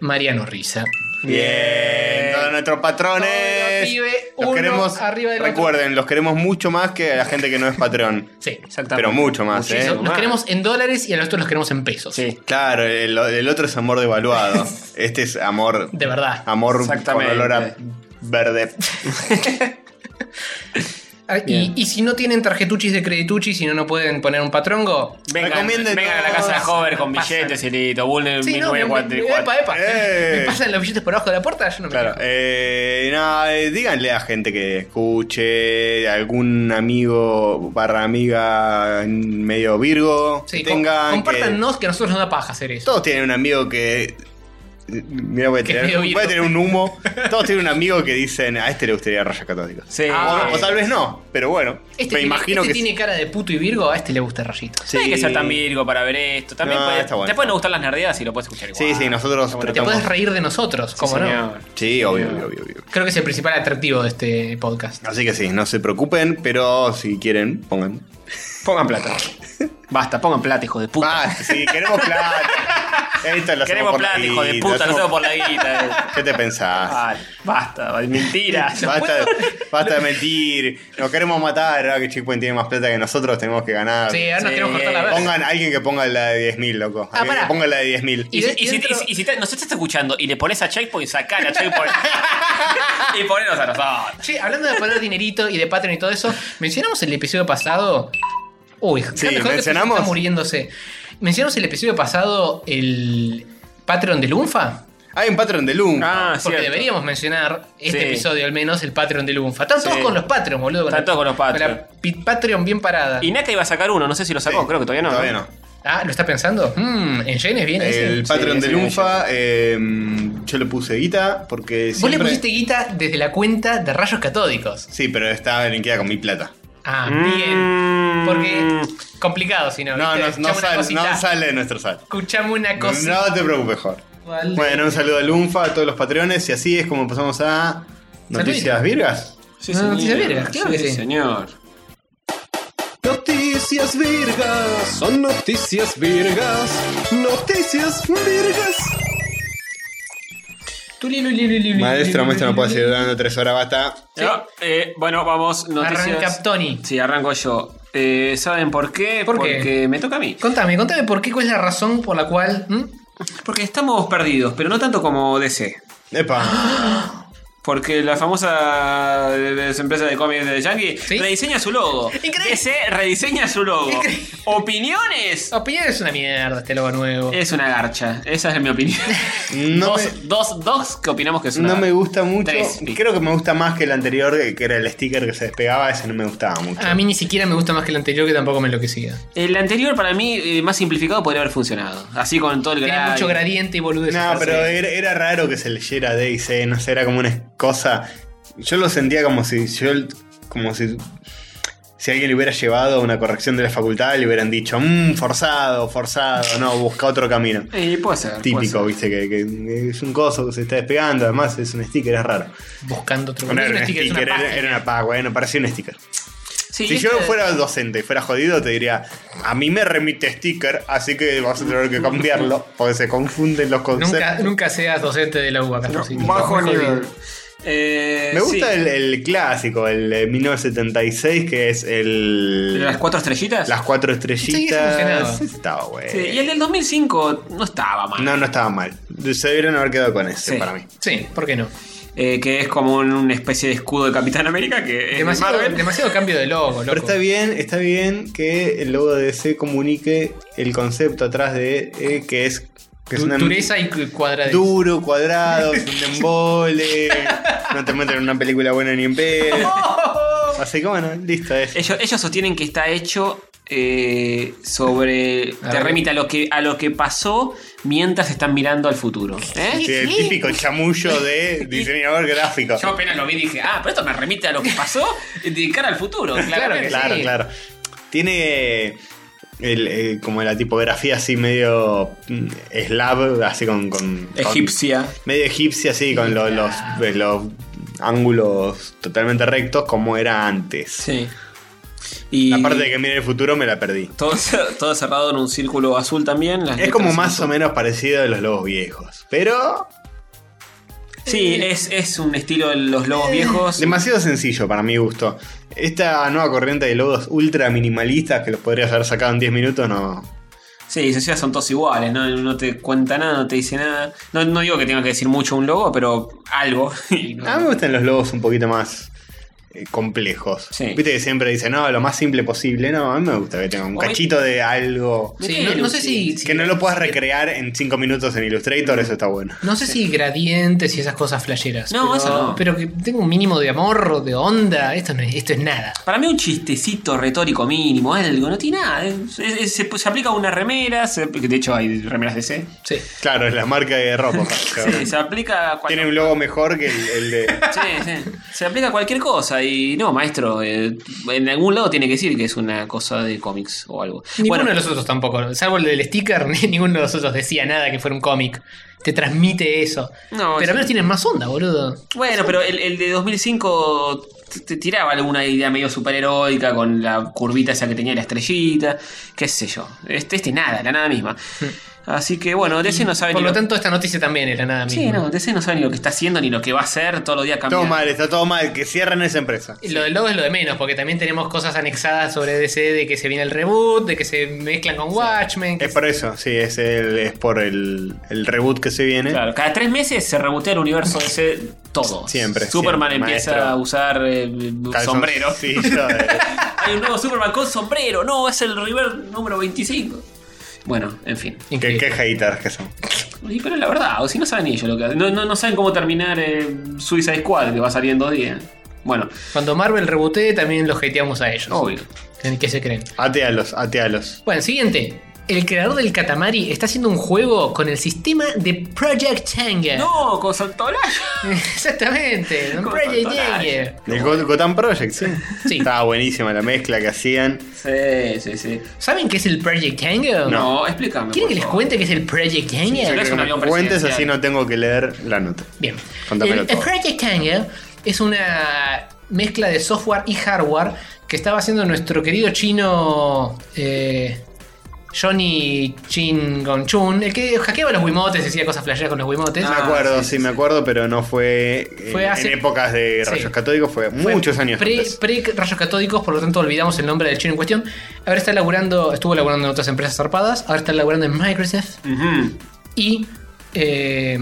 D: Mariano Risa.
C: Bien, todos nuestros
D: Todos
C: patrones.
D: los pibe, uno arriba del otro.
C: recuerden, los queremos mucho más que a la gente que no es patrón.
D: Sí.
B: Exactamente.
C: pero mucho más,
D: Sí,
C: ¿eh?
D: so- los queremos en dólares y a los otros los queremos en pesos.
B: Sí.
C: Claro, el, el otro es amor devaluado. este es amor.
D: De verdad.
C: Amor con
B: Exactamente.
C: olor a verde.
D: Ah, Y,
B: Bien.
D: y si no tienen tarjetuchis de credituchis y no, no pueden poner un patrongo.
B: Vengan,
C: Recomienden
B: vengan a la
C: todos.
B: casa de Hover con
D: Pasan.
B: billetes, Cirito. Bulner
D: Sí, no, me, me- me-
B: 1944.
D: epa, epa.
C: Eh.
D: Me pasan los billetes por abajo de la puerta, yo no me
C: Claro,
D: quejo.
C: eh, no, eh, díganle a gente que escuche, algún amigo barra amiga medio virgo que
D: Sí, com-
C: tengan.
D: compártanos que... a nosotros nos da paja hacer
C: que-
D: eso.
C: todos tienen un amigo que. Mira, voy a
D: Que es
C: tirar,
D: medio
C: voy
D: virgo.
C: a tirar un humo. Todos tienen un amigo que dicen, a este le gustaría rayos católicos.
B: Sí.
D: Ah,
C: O tal vez no, pero bueno,
D: Este
C: me
D: tiene,
C: imagino
D: este
C: que.
D: tiene cara de puto y virgo, a este le gusta rayito.
B: No hay que ser tan virgo para ver esto. También
C: No,
B: puede-
C: está bueno.
B: te pueden gustar las nerdeadas y lo puedes escuchar igual.
C: Sí, sí, nosotros
B: Está bueno.
D: Te puedes
C: tratamos.
D: reír de nosotros, como no.
B: Señor.
C: Sí, obvio, obvio, obvio, obvio.
D: Creo que es el principal atractivo de este podcast.
C: Así que sí, no se preocupen, pero si quieren, pongan.
B: Pongan plata. Basta, pongan plata, hijo de puta.
C: Ah, sí, queremos plata. Esto lo hacemos
B: Queremos
C: por
B: plata,
C: la
B: hijo de
C: guita,
B: puta. Lo hacemos Ah,
C: hacemos-
B: por la guita.
C: ¿Qué te pensás?
B: Vale, basta, vale, mentiras.
C: Basta, de- basta de mentir, nos queremos matar. Ahora que Checkpoint tiene más plata que nosotros, tenemos que ganar.
D: Sí, ahora nos
B: Sí.
D: queremos cortar la verga.
C: Pongan a alguien que ponga la de 10.000, loco.
D: Ah,
C: Alguien que
D: pará.
C: ponga la de 10.000.
B: Y,
D: Y
B: si-
D: de-
B: y si,
D: dentro-
B: y si- y si te- nos estás escuchando y le pones a Checkpoint, sacale a Checkpoint. y ponenos a nosotros.
D: Che, hablando de poner dinerito y de Patreon y todo eso, mencionamos el episodio pasado. Uy, Jaime Jorge
C: mencionamos.
D: está muriéndose. Mencionamos el episodio pasado el Patreon de Lunfa.
C: Hay un Patreon de Loom.
B: Ah,
D: Porque
B: cierto.
D: deberíamos mencionar este
B: Sí.
D: episodio, al menos, el Patreon de Lunfa. Están todos
B: Sí.
D: con los Patreons, boludo.
B: Están
D: la-
B: todos con los Patreon.
D: la pi- Patreon bien parada.
B: Y Naka iba a sacar uno, no sé si lo sacó,
C: Sí,
B: creo que todavía no.
C: Todavía no.
D: Ah, ¿lo está pensando? Mm, ¿En yenes viene ese?
C: El Patreon
B: sí,
C: de
B: sí,
C: Lunfa, eh, yo le puse guita porque
D: Vos le
C: siempre...
D: pusiste guita desde la cuenta de Rayos Catódicos.
C: Sí, pero estaba linkeada con mi plata.
D: Ah,
B: Mm.
D: bien. Porque complicado si no.
C: No, no,
D: ¿viste?
C: no,
D: Escuchame una
C: sale,
D: cosita.
C: no sale de nuestro sal.
D: Escuchame una cosa.
C: No te preocupes, Jorge.
D: Vale.
C: Bueno, un saludo a Lunfa, a todos los patreones, y así es como pasamos a Noticias
D: Saludito.
C: Virgas.
B: Sí,
D: No,
B: señor.
D: noticias vergas, claro que Ah, sí.
B: señor.
A: Noticias virgas, son noticias virgas, noticias virgas.
D: Tulilulilulilulilulilulilulilulilulilulilulilulilulilulilulilulilulilulilulilulilulilul.
C: Maestro, maestro, no puedo seguir dando tres horas, basta.
D: Sí.
B: No, eh, bueno, vamos, noticias.
D: Arranca Tony.
B: Sí, arranco yo. Eh, ¿Saben por qué?
D: ¿Por qué?
B: Porque me toca a mí.
D: Contame, contame por qué, cuál es la razón por la cual. ¿Mm?
B: Porque estamos perdidos, pero no tanto como DC.
C: Epa.
B: Porque la famosa eh, empresa de cómics de Yankee
D: Sí.
B: rediseña su logo.
D: Increíble.
B: DC rediseña su logo.
D: Increíble.
B: Opiniones.
D: Opinión es una mierda este logo nuevo.
B: Es una garcha. Esa es mi opinión.
C: No
B: dos,
C: me,
B: dos, dos que opinamos que es una
C: no me
B: garcha.
C: gusta mucho.
B: Tres.
C: Creo que me gusta más que el anterior, que que era el sticker que se despegaba, ese no me gustaba mucho.
D: A mí ni siquiera me gusta más que el anterior, que tampoco me enloquecía.
B: El anterior, para mí, eh, más simplificado, podría haber funcionado. Así con todo el
D: Tiene
B: gradi-
D: mucho gradiente y boludez.
C: No, pero eh, era, era raro que se leyera DayZ, no sé, era como una cosa. Yo lo sentía como si yo como si si alguien le hubiera llevado una corrección de la facultad le hubieran dicho, mmm, forzado, forzado, no, busca otro camino.
B: Eh, puede ser. puede
C: Típico,
B: ser.
C: viste, que, que es un coso que se está despegando, además es un sticker, es raro.
D: Buscando otro.
C: No
D: es
C: era un
D: un sticker, es una
C: sticker, era,
D: página.
C: era una paga, bueno, parecía un sticker.
B: Sí,
C: Si
B: este-
C: yo fuera docente y fuera jodido, te diría, a mí me remite sticker, así que vas a tener que cambiarlo, porque se confunden los conceptos.
D: Nunca, nunca seas docente de la UBA, Castorcito.
B: Bajo
D: Muy jodido.
B: nivel. Eh,
C: Me gusta
B: sí.
C: el, el clásico, el de 1976, que es el.
B: ¿Las cuatro estrellitas?
C: las cuatro
D: funcionaba.
C: estrellitas. estaba bueno.
B: Sí, Y el del 2005 no estaba mal.
C: No, no estaba mal. Se debieron haber quedado con ese
B: Sí.
C: para mí.
D: Sí, ¿por qué no?
B: Eh, que es como un- una especie de escudo de Capitán América que es de Eh,
D: Demasiado,
B: Marvel.
D: demasiado cambio de logo, loco.
C: Pero está bien, está bien que el logo de DC comunique el concepto atrás de eh, que es Que
D: Du-
C: es una-
D: dureza y cu- cuadradez.
C: duro, cuadrado, es un embole. no te muestran una película buena ni en pedo. Así que bueno, listo es.
B: Ellos, ellos sostienen que está hecho eh, sobre.
D: A
B: te
D: ver.
B: remite a lo, que, a lo que pasó mientras están mirando al futuro. ¿eh?
C: Sí, el típico chamullo de diseñador gráfico.
B: Yo apenas lo vi y dije, ah, pero esto me remite a lo que pasó de cara al futuro.
D: Claro
B: Claramente.
D: que
C: Claro,
D: sí.
C: claro. Tiene el, eh, como la tipografía así medio mm, slav, así con. con- con-
B: Egipcia.
C: medio egipcia, así, con lo- los, eh, los ángulos totalmente rectos, como era antes.
B: Sí. Y
C: La parte de que mira el futuro me la perdí.
B: todo, cer- todo cerrado en un círculo azul también. las
C: Es
B: letras
C: como
B: azul.
C: más o menos parecido a los lobos viejos. Pero
B: Sí, es, es un estilo de los
D: Eh,
B: lobos viejos.
C: demasiado sencillo para mi gusto. Esta nueva corriente de lobos ultra minimalistas que los podrías haber sacado en 10 minutos, no.
B: Sí, licenciadas son todos iguales, ¿no? no te cuenta nada, no te dice nada. No, no digo que tenga que decir mucho un logo, pero algo. Y no-
C: A mí me gustan los logos un poquito más eh, complejos.
B: Sí.
C: Viste que siempre dicen, no, lo más simple posible. No, a mí me gusta que tenga un
B: Hoy-
C: cachito de algo
D: Sí, no, no sé si. si-
C: que no lo puedas recrear en 5 minutos en Illustrator. Eso está bueno.
D: No sé si gradientes y esas cosas flasheras.
B: No,
D: pero,
B: eso no.
D: Pero que tenga un mínimo de amor, de onda. Esto, no es, esto es nada.
B: Para mí un chistecito retórico mínimo, algo, no tiene nada. Es- es- se, se aplica a una remera, se- de hecho hay remeras DC.
D: Sí.
C: Claro, es la marca de ropa. claro.
B: Sí, se aplica a cual-
C: Tiene un logo mejor que el, el de.
B: Sí, sí. Se aplica a cualquier cosa y no, maestro, eh, en algún lado tiene que decir que es una cosa de cómics o algo.
D: Ninguno
B: bueno,
D: de los otros tampoco. Salvo el del sticker, ni- ninguno de los otros decía nada que fuera un cómic. Te transmite eso.
B: No,
D: pero
B: sí.
D: al menos tienes más onda, boludo.
B: bueno, pero el, el de 2005 te- te tiraba alguna idea medio superheroica con la curvita esa que tenía la estrellita, qué sé yo. Este, este nada, la nada misma. Así que bueno, DC no sabe
D: Por
B: ni
D: lo
B: lo-
D: tanto, esta noticia también era nada mismo.
B: Sí, no, DC no sabe ni lo que está haciendo ni lo que va a hacer, todos los días cambia.
C: Todo mal, ¿eh? está todo mal. Que cierren esa empresa.
D: Lo del logo es lo de menos, porque también tenemos cosas anexadas sobre DC de que se viene el reboot, de que se mezclan con Watchmen. que
C: Es por eso, sí, es, el, es por el, el reboot que se viene.
B: Claro, cada tres meses se rebotea el universo DC todo.
C: Siempre,
B: Superman
C: siempre,
B: empieza
C: maestro.
B: a usar eh,
C: Calzon-
B: sombrero.
C: Sí, yo, eh,
B: Hay un nuevo Superman con sombrero. No, es el River número 25. Bueno, en fin.
C: qué,
D: Increíble.
C: qué haters que son.
B: Y Pero la verdad, o si no saben ellos lo que hacen. No, no, no saben cómo terminar eh, Suicide Squad, que va a salir en dos días. Bueno,
D: Cuando Marvel rebotee, también los hateamos a ellos.
B: obvio.
D: ¿En qué se creen?
C: Atealos, atealos.
D: Bueno, siguiente. El creador del Katamari está haciendo un juego con el sistema de Project Tanger.
B: No, con Santolaya.
D: Exactamente, con
B: Con
D: Project
B: Santolaya.
D: Tanger.
C: El Go- Gotham Project, sí.
D: Sí.
C: Estaba buenísima la mezcla que hacían.
B: Sí, sí, sí.
D: ¿Saben qué es el Project Tanger?
B: No, explícame. por
D: ¿Quieren que les
B: favor.
D: cuente qué es el Project Tanger?
B: sí,
C: Quiero
B: es
C: que
B: un
C: me
B: avión
C: cuentes
B: presidencial.
C: así no tengo que leer la nota.
D: Bien. El,
C: Contámelo
D: el
C: todo.
D: Project Tangle es una mezcla de software y hardware que estaba haciendo nuestro querido chino eh, Johnny Chin Gong Chun, el que hackeaba los Wiimotes, decía cosas flasheras con los
C: me
D: Wiimotes.
B: Ah,
C: acuerdo,
B: sí,
C: sí,
B: sí,
C: me acuerdo, pero no fue, eh,
D: Fue hace-
C: en épocas de
D: Sí.
C: rayos catódicos, fue,
D: Fue
C: muchos años
D: pre,
C: antes.
D: pre rayos catódicos, por lo tanto olvidamos el nombre del chino en cuestión. Ahora está laburando, estuvo laburando en otras empresas zarpadas, ahora está laburando en Microsoft
B: Ujú.
D: y eh,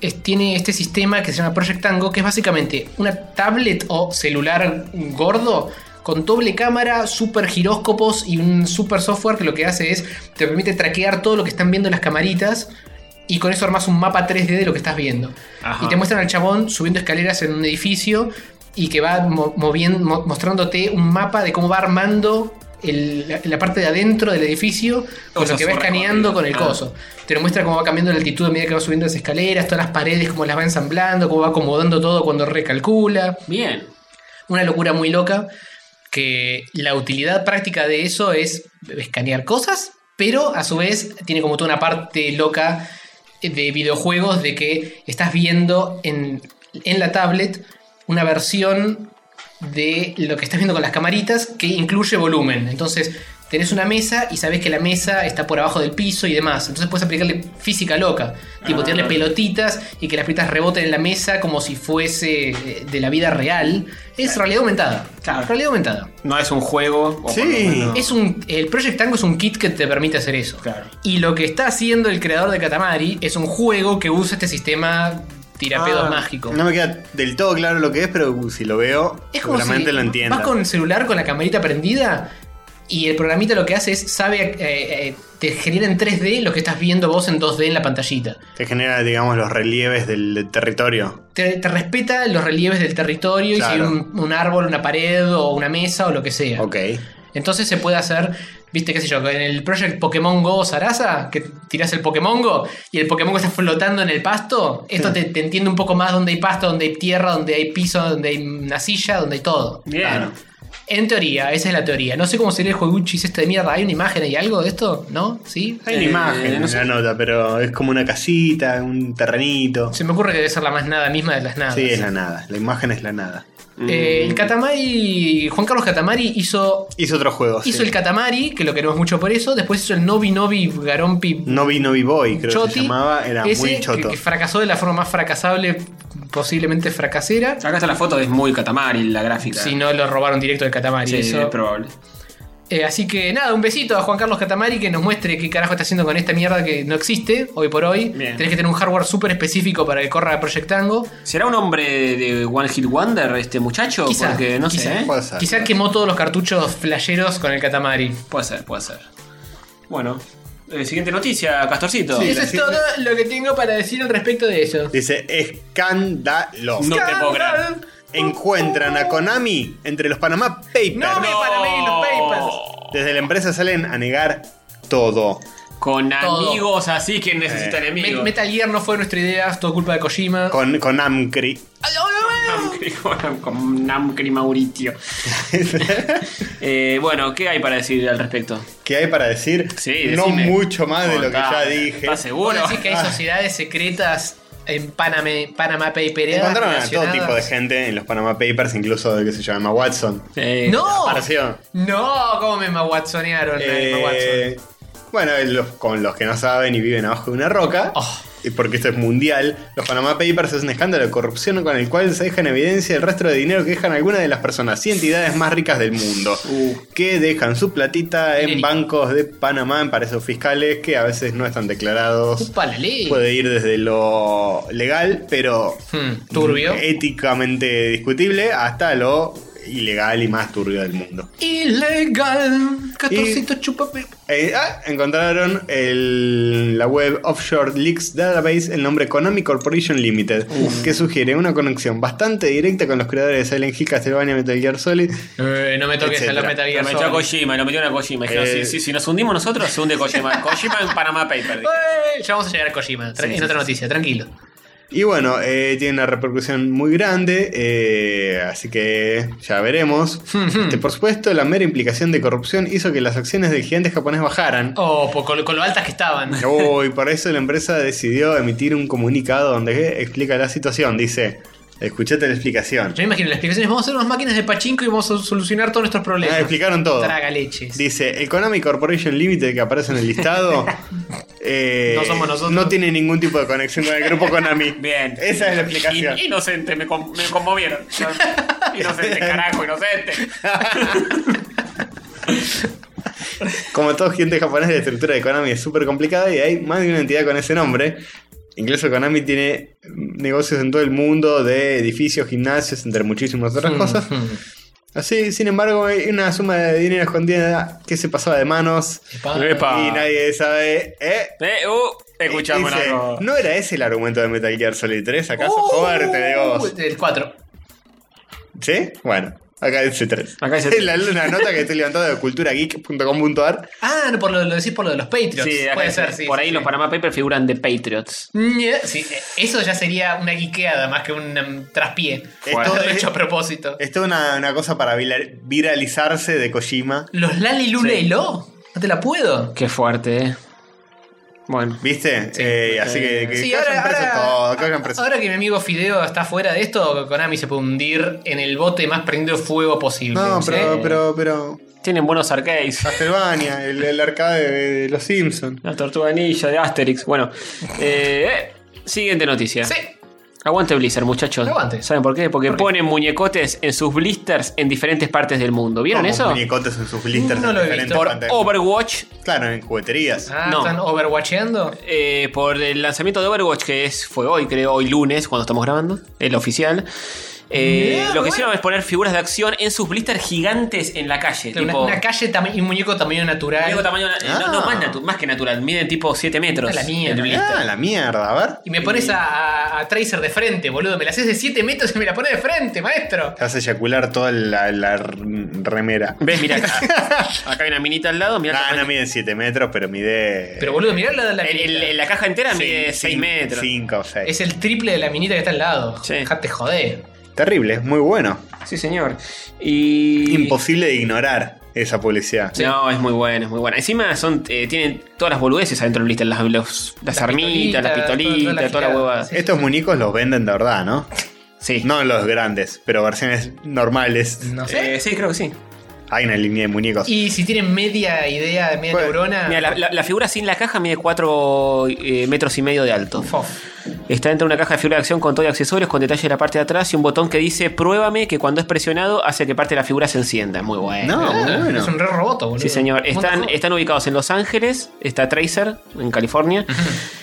D: es- tiene este sistema que se llama Project Tango, que es básicamente una tablet o celular gordo con doble cámara, super giróscopos y un super software que lo que hace es te permite traquear todo lo que están viendo las camaritas. Y con eso armas un mapa 3D de lo que estás viendo.
B: Ajá.
D: Y te muestran al chabón subiendo escaleras en un edificio y que va mo- moviendo, mo- mostrándote un mapa de cómo va armando el- la, la parte de adentro del edificio con
B: O sea,
D: lo que va
B: su
D: escaneando
B: recorrido.
D: con el
B: Ah.
D: coso. Te lo muestra cómo va cambiando la altitud a medida que va subiendo las escaleras, todas las paredes, cómo las va ensamblando, cómo va acomodando todo cuando recalcula.
B: Bien.
D: Una locura muy loca que la utilidad práctica de eso es escanear cosas, pero a su vez tiene como toda una parte loca de videojuegos de que estás viendo en, en la tablet una versión de lo que estás viendo con las camaritas que incluye volumen. Entonces tenés una mesa y sabés que la mesa está por abajo del piso y demás. Entonces puedes aplicarle física loca. Tipo
B: Ah.
D: tirarle pelotitas y que las pelotas reboten en la mesa como si fuese eh, de la vida real. Es realidad aumentada.
B: Claro.
D: Realidad aumentada.
B: No es un juego. o
C: Sí.
B: por lo menos-
D: Es un, el Project Tango es un kit que te permite hacer eso.
B: Claro.
D: Y lo que está haciendo el creador de Katamari es un juego que usa este sistema tirapedos
B: Ah,
D: mágico.
C: No me queda del todo claro lo que es, pero uh, si lo veo,
D: Es como
C: seguramente
D: si
C: lo entiendo.
D: vas con el celular con la camarita prendida Y el programita lo que hace es, sabe, eh, eh, te genera en 3D lo que estás viendo vos en 2D en la pantallita.
C: Te genera, digamos, los relieves del territorio.
D: Te, te respeta los relieves del territorio y si
C: Claro.
D: hay un, un árbol, una pared o una mesa o lo que sea.
C: Ok.
D: Entonces se puede hacer, viste, qué sé yo, en el Project Pokémon Go Sarasa, que tirás el Pokémon Go y el Pokémon Go está flotando en el pasto.
C: Hmm.
D: Esto te, te entiende un poco más donde hay pasto, donde hay tierra, donde hay piso, donde hay una silla, donde hay todo.
B: Bien.
C: Claro.
D: En teoría, esa es la teoría. No sé cómo sería el jueguchis este de mierda. ¿Hay una imagen? ¿Hay algo de esto? ¿No? ¿Sí?
C: Hay una
B: Eh,
C: imagen
B: no
C: en
B: sé.
C: la nota, pero es como una casita, un terrenito.
D: Se me ocurre que debe ser la más nada misma de las nadas.
C: Sí, es la nada. La imagen es la nada.
D: Eh, el Katamari, Juan Carlos Katamari hizo,
C: Hizo otro juego.
D: hizo
C: sí.
D: el Katamari, que lo queremos mucho por eso. Después hizo el Novi Novi Garompi
C: Novi Novi Boy, creo que se
D: Choti,
C: llamaba. Era
D: ese
C: muy
D: que-
C: choto.
D: Que, fracasó de la forma más fracasable, posiblemente fracasera.
B: Acá está la foto, es muy Katamari la gráfica.
D: Si no lo robaron directo del Katamari.
B: Sí,
D: eso.
B: es probable.
D: Eh, así que nada, un besito a Juan Carlos Catamari que nos muestre qué carajo está haciendo con esta mierda que no existe hoy por hoy.
B: Bien.
D: Tenés que tener un hardware súper específico para que corra Project Tango.
B: ¿Será un hombre de One Hit Wonder este muchacho?
D: Quizá,
B: Porque no
D: quizá.
B: sé. ¿eh?
C: Puede ser.
D: Quizás quemó todos los cartuchos flasheros con el Catamari.
B: Puede ser, puede ser. Bueno, eh, siguiente noticia, Castorcito.
C: Sí,
D: Eso
C: la
D: es
C: gente-
D: todo lo que tengo para decir al respecto de eso.
C: Dice escándalo.
B: No te puedo creer.
C: Encuentran a Konami entre los Panamá Papers.
D: No me para mí los papers.
C: Desde la empresa salen a negar todo.
B: Con
D: Todo. Eh,
B: amigos así que necesita enemigos.
D: Met- Metal Gear no fue nuestra idea, es todo culpa de Kojima.
C: Con, con Amcri.
D: Ay, ay, ay, ay.
B: Namcri, con- con Namcri Mauritio. Eh, bueno, ¿qué hay para decir al respecto?
C: ¿Qué hay para decir?
B: Sí,
C: no
B: decime.
C: mucho más de lo que ya
B: Contame.
C: dije.
B: ¿Estás
D: ¿Vos
B: seguro?
D: decís que hay sociedades secretas en Panamá, Panamá Papereadas
C: Encontraron a todo
D: relacionadas?
C: tipo de gente en los Panama Papers, incluso de que se llama Watson.
B: Eh,
D: ¡No!
C: Apareció.
D: ¡No! ¿Cómo me maguatsonearon? eh, Watson?
C: Eh, bueno, los- con los que no saben y viven abajo de una roca,
D: Oh.
C: y porque esto es mundial, los Panama Papers es un escándalo de corrupción con el cual se deja en evidencia el rastro de dinero que dejan algunas de las personas y entidades más ricas del mundo,
D: Uh.
C: que dejan su platita en
D: Dinerito.
C: bancos de Panamá, en paraísos fiscales, que a veces no están declarados.
D: Upa la ley.
C: Puede ir desde lo legal, pero
D: Hmm, turbio.
C: Mm, eh, éticamente discutible, hasta lo ilegal y más turbio del mundo.
D: Ilegal. 14 chupa.
C: Eh, ah, encontraron el- la web Offshore Leaks Database el nombre Konami Corporation Limited, que sugiere una conexión bastante directa con los creadores de Silent Hill, Castlevania, Metal Gear Solid.
D: Eh, no me toques a
C: Etcétera.
D: los Metal
B: Lo
D: Gear
B: metió a
D: Solid.
B: Kojima, lo metió a Kojima. Dijeron,
C: Eh.
B: sí, sí, si nos hundimos nosotros, se hunde Kojima. Kojima en Panama Paper. dijeron.
D: Eh, Ya vamos a llegar a Kojima. tra-
B: Sí,
D: en
B: sí,
D: otra
B: sí.
D: noticia, tranquilo.
C: Y bueno, eh, tiene una repercusión muy grande, eh, así que ya veremos. Este, por supuesto, la mera implicación de corrupción hizo que las acciones del gigante japonés bajaran.
D: Oh, po- con, con lo altas que estaban.
C: Oh, y por eso la empresa decidió emitir un comunicado donde explica la situación. Dice, escuchate la explicación.
D: Yo me imagino las explicaciones. Vamos a hacer unas máquinas de pachinko y vamos a solucionar todos nuestros problemas.
C: Ah, explicaron todo.
D: Traga leches.
C: Dice, el Konami Corporation Limited que aparece en el listado eh,
D: No somos nosotros.
C: no tiene ningún tipo de conexión con el grupo Konami.
B: Bien.
C: Esa es la explicación.
B: In- inocente, me, con- me conmovieron. inocente, carajo, inocente.
C: Como todo gente japonés, la estructura de Konami es súper complicada y hay más de una entidad con ese nombre. Incluso Konami tiene negocios en todo el mundo de edificios, gimnasios, entre muchísimas otras
B: Mm,
C: cosas. Así, sin embargo, hay una suma de dinero escondida que se pasaba de manos
D: Epa.
C: y nadie sabe. ¿eh?
B: Eh, uh, escuchamos
C: Dice,
B: algo.
C: ¿No era ese el argumento de Metal Gear Solid 3? ¿Acaso
B: Oh.
C: fuerte de vos?
D: Uh, El 4.
C: ¿Sí? Bueno, acá dice 3.
B: Acá dice
C: Es la una nota que estoy levantando de culturageek.com.ar.
D: Ah, no, por lo, lo decís por lo de los Patriots.
B: acá
D: Puede
B: dice,
D: ser, sí.
B: Por
D: sí,
B: ahí
D: sí.
B: los Panama Papers figuran de Patriots.
D: Ñe, sí, eh, eso ya sería una guiqueada más que un em, traspié.
B: Fuerte.
D: Todo hecho a propósito.
C: Esto es una, una cosa para vila- viralizarse de Kojima.
D: Los Lali Lula
B: Sí.
D: y Lo. No te la puedo.
B: Qué fuerte, eh. Bueno.
C: ¿Viste? Eh, así que, que
D: Sí,
C: vayan
D: ahora,
C: presos
D: ahora-
C: todos, que vayan presos.
D: ahora que mi amigo Fideo está fuera de esto, Konami se puede hundir en el bote más prendido fuego posible.
C: No,
D: ¿sí?
C: pero, pero, pero.
B: Tienen buenos arcades.
C: Castlevania, el, el arcade de, de los Simpsons.
B: La tortuga ninja de Asterix. Bueno. Eh, eh, siguiente noticia.
D: Sí.
B: Aguante Blizzard, muchachos.
D: Aguante.
B: ¿Saben por qué? Porque
D: ¿Por qué?
B: ponen muñecotes en sus blisters en diferentes partes del mundo. ¿Vieron
C: Como
B: eso?
C: Muñecotes en sus blisters.
D: No lo he
C: en diferentes
D: visto.
B: Por
C: pantallas.
B: Overwatch,
C: Claro, en jugueterías.
D: Ah,
B: No.
D: ¿Están overwatcheando?
B: eh, por el lanzamiento de Overwatch, que es, fue hoy, creo, hoy lunes, cuando estamos grabando, el oficial. Eh,
D: Mirá,
B: lo que
D: bueno.
B: hicieron es poner figuras de acción en sus blisters gigantes en la calle.
D: Claro, una,
B: tipo,
D: una calle tama- y un muñeco tamaño natural.
B: algo tamaño- eh, no, no,
C: Ah.
B: más, natu- más que natural, miden tipo 7 metros.
D: A la mierda.
B: el blister.
C: Ah, la mierda, a ver.
D: y me pones a, a- a Tracer de frente, boludo. Me la haces de 7 metros y me la pones de frente, maestro.
C: Te vas a eyacular toda la, la r- remera.
B: ¿Ves? Mira acá. acá hay una minita al lado, mira.
C: Ah, no mide 7 metros, pero mide.
D: Pero, boludo, mirá la, la-
B: la caja entera mide 6 metros.
C: 5 o 6.
D: Es el triple de la minita que está al lado.
B: Sí.
D: Dejate joder.
C: Terrible, es muy bueno.
B: Sí, señor. Y.
C: Imposible de ignorar esa publicidad.
B: No, es muy buena, es muy buena. Encima son, eh, tienen todas las boludeces adentro del blister, las, los- las,
D: Las
B: armitas, las
D: pistolitas,
B: pistolitas, toda,
D: toda- toda la
B: la
D: girada.
B: hueva.
D: Sí.
C: Estos muñecos los venden de verdad, ¿no?
B: Sí.
C: No los grandes, pero versiones normales.
D: No sé.
B: Eh, sí, creo que sí.
C: Hay una línea de muñecos.
D: Y si tienen media idea, media
C: Bueno,
D: neurona.
B: Mira, la, la- la figura sin la caja mide 4 metros y medio de alto.
D: fof.
B: Está dentro de una caja de figura de acción con todo y accesorios, con detalle de la parte de atrás y un botón que dice pruébame que cuando es presionado hace que parte de la figura se encienda. Muy bueno.
C: No,
D: Ah,
C: bueno.
D: Es un re roboto, boludo.
B: Sí, señor. Están,
D: What the fuck?
B: están ubicados en Los Ángeles, está Tracer en California,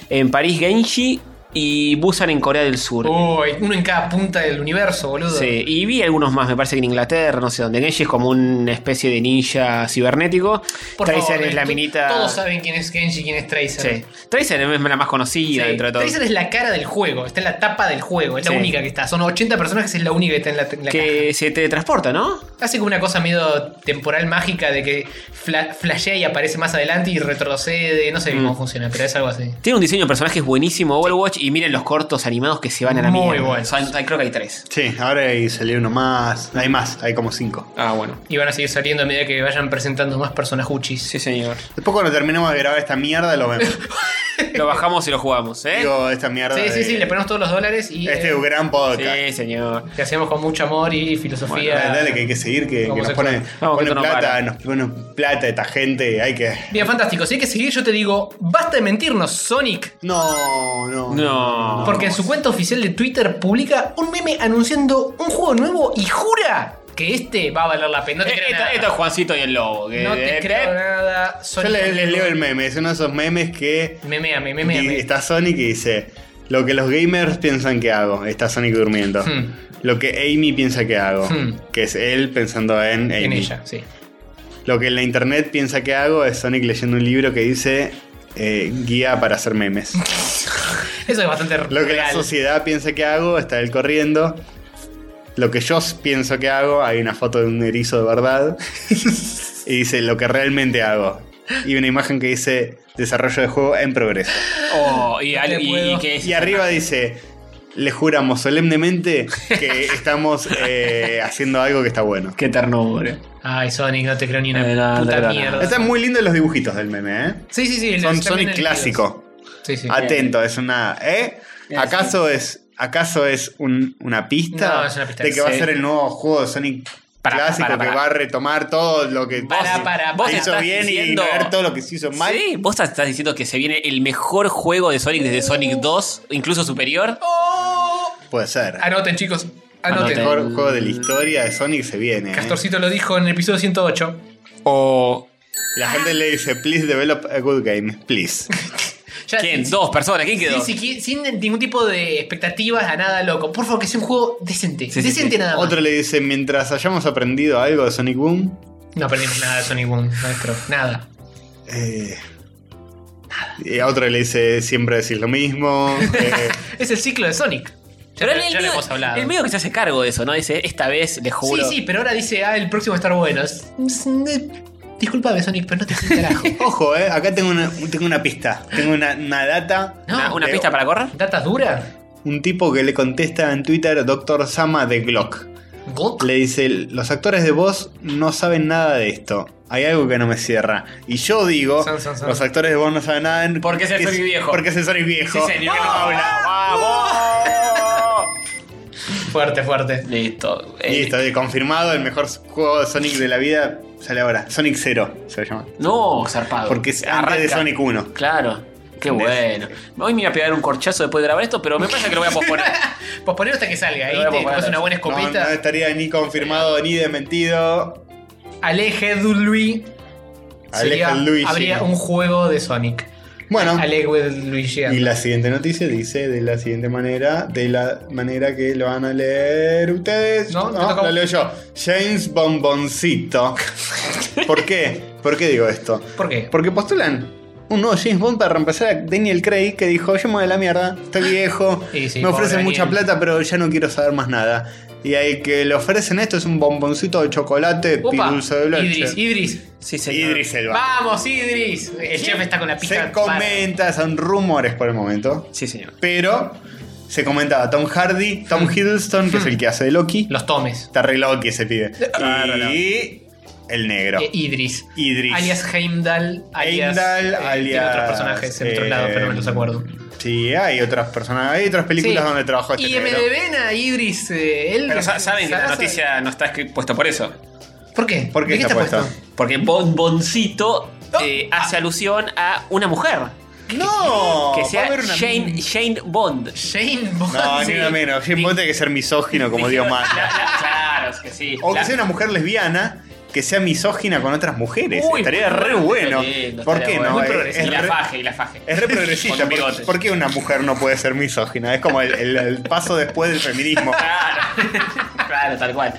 B: en París Genji y Busan en Corea del Sur.
D: Uy, uno en cada punta del universo, boludo.
B: Sí, y vi algunos más, me parece que en Inglaterra, no sé dónde. Genji es como una especie de ninja cibernético.
D: Por
B: Tracer
D: favor,
B: es la
D: to-
B: minita.
D: Todos saben quién es Genji y quién es Tracer.
B: Sí. Tracer es la más
D: Sí,
B: conocida dentro de todos.
D: Tracer es la cara del juego, está en la tapa del juego, es
B: Sí.
D: la única que está. Son 80 personajes, es la única que está en la, en la
B: Que se teletransporta, ¿no?
D: caja. Hace como una cosa medio temporal mágica de que fla- flashea y aparece más adelante y retrocede. No sé
B: Mm.
D: bien cómo funciona, pero es algo así.
B: Tiene un diseño de personajes buenísimo, Overwatch, y miren los cortos animados que se van a la
D: Muy
B: mierda.
D: buenos.
B: Son- hay- creo que hay tres.
C: Sí, ahora ahí salió uno más. Hay más, hay como 5.
B: Ah, bueno.
D: Y van a seguir saliendo a medida que vayan presentando más personajuchis.
B: Sí, señor.
C: Después cuando terminemos de grabar esta mierda lo vemos.
B: Lo bajamos y lo jugamos, ¿eh?
C: Digo, esta mierda.
D: Sí, sí,
C: de-
D: sí, le ponemos todos los dólares y
C: eh, Este es
D: eh,
C: un gran podcast.
B: sí, señor.
D: que hacemos con mucho amor y filosofía.
C: Dale, dale, que hay que seguir, que, que nos
D: Homosexual.
C: ponen,
B: Vamos, que
C: ponen
B: esto no
C: plata,
B: para.
C: nos ponen plata esta gente, hay que...
D: Bien, fantástico. Si hay que seguir, yo te digo, basta de mentirnos, Sonic.
C: No, no.
B: No.
D: Porque en su cuenta oficial de Twitter publica un meme anunciando un juego nuevo y jura que este va a valer la pena. No te
B: Eh,
D: creo
B: esto,
D: nada.
B: esto es Juancito y el Lobo. que-
D: no te
B: eh,
D: creo
B: eh,
D: nada.
C: Yo
D: Sonic
C: les leo el meme, es uno de esos memes que
D: Memeame,
C: y
D: memeame.
C: está Sonic y dice, lo que los gamers piensan que hago, está Sonic durmiendo.
D: Hmm.
C: Lo que Amy piensa que hago,
D: Hmm.
C: que es él pensando en Amy.
D: En ella, sí.
C: Lo que la internet piensa que hago es Sonic leyendo un libro que dice eh, guía para hacer memes.
D: Eso es bastante
C: Lo que la
D: real.
C: sociedad piensa que hago está él corriendo. Lo que yo pienso que hago, hay una foto de un erizo de verdad. y dice lo que realmente hago. Y una imagen que dice desarrollo de juego en progreso.
B: oh, y, al- y-
D: puedo.
B: y que es-
C: Y arriba dice, le juramos solemnemente que estamos eh, haciendo algo que está bueno.
B: Qué ternura.
D: Ay, Sonic, no te creo ni una
B: Eh, no, no te
D: puta
B: creo nada.
D: mierda.
C: Están muy lindos los dibujitos del meme, ¿eh?
D: Sí, sí, sí.
C: Son
D: están bien
C: Sonic
D: elegidos.
C: clásico.
D: Sí, sí.
B: Ah,
C: Atento, es una. ¿Eh? ¿Acaso es, acaso es un- una, pista
D: No, es una pista,
C: de que va a
B: sí.
C: ser el nuevo juego de Sonic
B: Para,
C: clásico
B: para, para.
C: que va a retomar todo lo que
D: Para,
C: vos-
D: para,
B: vos
C: hizo
B: estás
C: bien
B: diciendo-
C: y ver todo lo que se hizo mal?
B: Sí, vos estás diciendo que se viene el mejor juego de Sonic desde Sonic 2, incluso superior.
D: Oh.
C: Puede ser.
D: Anoten, chicos.
C: El
D: Anoten.
B: Anoten.
C: mejor juego de la historia de Sonic se viene. ¿eh?
D: Castorcito lo dijo en el episodio 108.
B: O.
C: Y La gente le dice, please develop a good game, please.
D: Ya,
B: ¿Quién?
D: sí,
B: Dos personas, ¿quién
D: sí,
B: quedó?
D: sí, sí, sin ningún tipo de expectativas a nada loco. Por favor, que sea un juego decente.
B: Sí, sí,
D: decente
B: sí.
D: nada más.
C: Otro le dice, mientras hayamos aprendido algo de Sonic Boom,
D: No aprendimos nada de Sonic Boom, maestro. Nada.
C: eh, y a otro le dice, siempre decís lo mismo. eh,
D: Es el ciclo de Sonic. Ya,
B: Pero él-
D: ya
B: él
D: lo
B: medio-
D: hemos hablado.
B: El medio que se hace cargo de eso, ¿no? Dice, esta vez le
D: sí,
B: juro.
D: sí, pero ahora dice, ah, el próximo va a estar bueno. Es- es- eh, Disculpame, Sonic, pero no te sé un carajo.
C: Ojo, eh, acá tengo una, tengo una pista. Tengo una, una data.
D: No,
B: ¿Una, una
C: de-
B: pista para correr?
D: ¿Datas duras?
C: Un tipo que le contesta en Twitter, Doctor Sama de Glock.
D: ¿Got?
C: Le dice, los actores de voz no saben nada de esto. Hay algo que no me cierra. Y yo digo,
D: San, san, san.
C: los actores de voz no saben nada. en-
B: Porque es el
C: que
B: Sonic viejo.
C: Porque es el Sonic viejo.
B: Sí, señor.
C: Que no habla.
D: Ah,
B: ¡Vamos!
D: Fuerte, fuerte.
B: Listo. Eh,
C: Listo, eh, confirmado, el mejor juego de Sonic de la vida sale ahora. Sonic 0 se llama.
B: No, zarpado.
C: Porque es
B: Arranca.
C: antes de Sonic 1.
B: Claro. Qué bueno. Hoy me voy a pegar un corchazo después de grabar esto, pero me parece que lo voy a posponer.
D: Pues ponelo hasta que salga, ahí
B: Lo voy a
D: te
B: poner.
D: comes una buena
C: No,
D: escopeta.
C: no estaría ni confirmado ni desmentido.
D: Aleje Dului
C: Aleja
D: sería-
C: Luigi.
D: habría un juego de Sonic.
C: Bueno,
D: Alegüe Luisiana.
C: y la siguiente noticia dice de la siguiente manera, de la manera que lo van a leer ustedes. Ah,
D: No, te toca a
C: la
D: vos.
C: leo yo. James Bomboncito. ¿Por qué? ¿Por qué digo esto?
D: ¿Por qué?
C: Porque postulan un nuevo James Bond para reemplazar a Daniel Craig que dijo, yo me voy a la mierda, estoy viejo,
D: Y sí,
C: me
D: pobre
C: ofrecen
D: Daniel.
C: mucha plata, pero ya no quiero saber más nada. Y al que le ofrecen esto es un bomboncito de chocolate y
D: Opa,
C: dulce de leche.
D: Idris, Idris.
B: Sí, señor.
C: Idris Elba.
D: Vamos, Idris. El chef está con la pista.
C: Se comenta, son rumores por el momento.
B: Sí, señor.
C: Pero se comentaba Tom Hardy, Tom Hiddleston, que es el que hace de Loki.
D: Los tomes.
C: Está re Loki ese pibe.
B: Claro, no.
C: Y el negro.
D: Eh, Idris.
C: Idris.
D: Alias Heimdall. Alias.
C: Heimdall,
D: eh, Tiene
C: alias,
D: otros personajes en otros
C: eh,
D: lados, pero no me los acuerdo.
C: Sí, hay otras personas, hay otras películas
D: Sí.
C: donde trabajó este
D: Y
C: negro.
D: MDB a Idris. eh, él-
B: Pero sa- saben que la
D: Sarasa-
B: noticia no está escri- puesta por eso.
D: ¿Por qué?
C: ¿Por qué
D: ¿De
C: está puesto?
B: Porque Bomboncito eh,
D: Ah.
B: hace alusión a una mujer.
C: ¡No!
B: Que
C: Va a
B: sea
C: haber una-
B: Jane, Jane Bond.
D: Shane Bond.
C: No,
D: sí.
C: ni una menos. Jane Bond tiene que ser misógino como Dios
B: La-
C: manda.
B: la- Claro, es que sí.
C: O que
B: La-
C: sea una mujer lesbiana que sea misógina con otras mujeres.
B: Uy,
C: estaría
B: muy
C: re
B: lindo,
C: bueno.
B: estaría
C: ¿Por qué
B: bueno.
C: no?
B: Muy
C: Es-
B: progresista.
C: es
B: y la
C: re-
B: faje, y la faje.
C: Es re progresista.
B: Con
C: ¿Por,
B: bigotes.
C: por qué una mujer no puede ser misógina? Es como el, el- el paso después del feminismo.
B: Claro, claro, tal cual.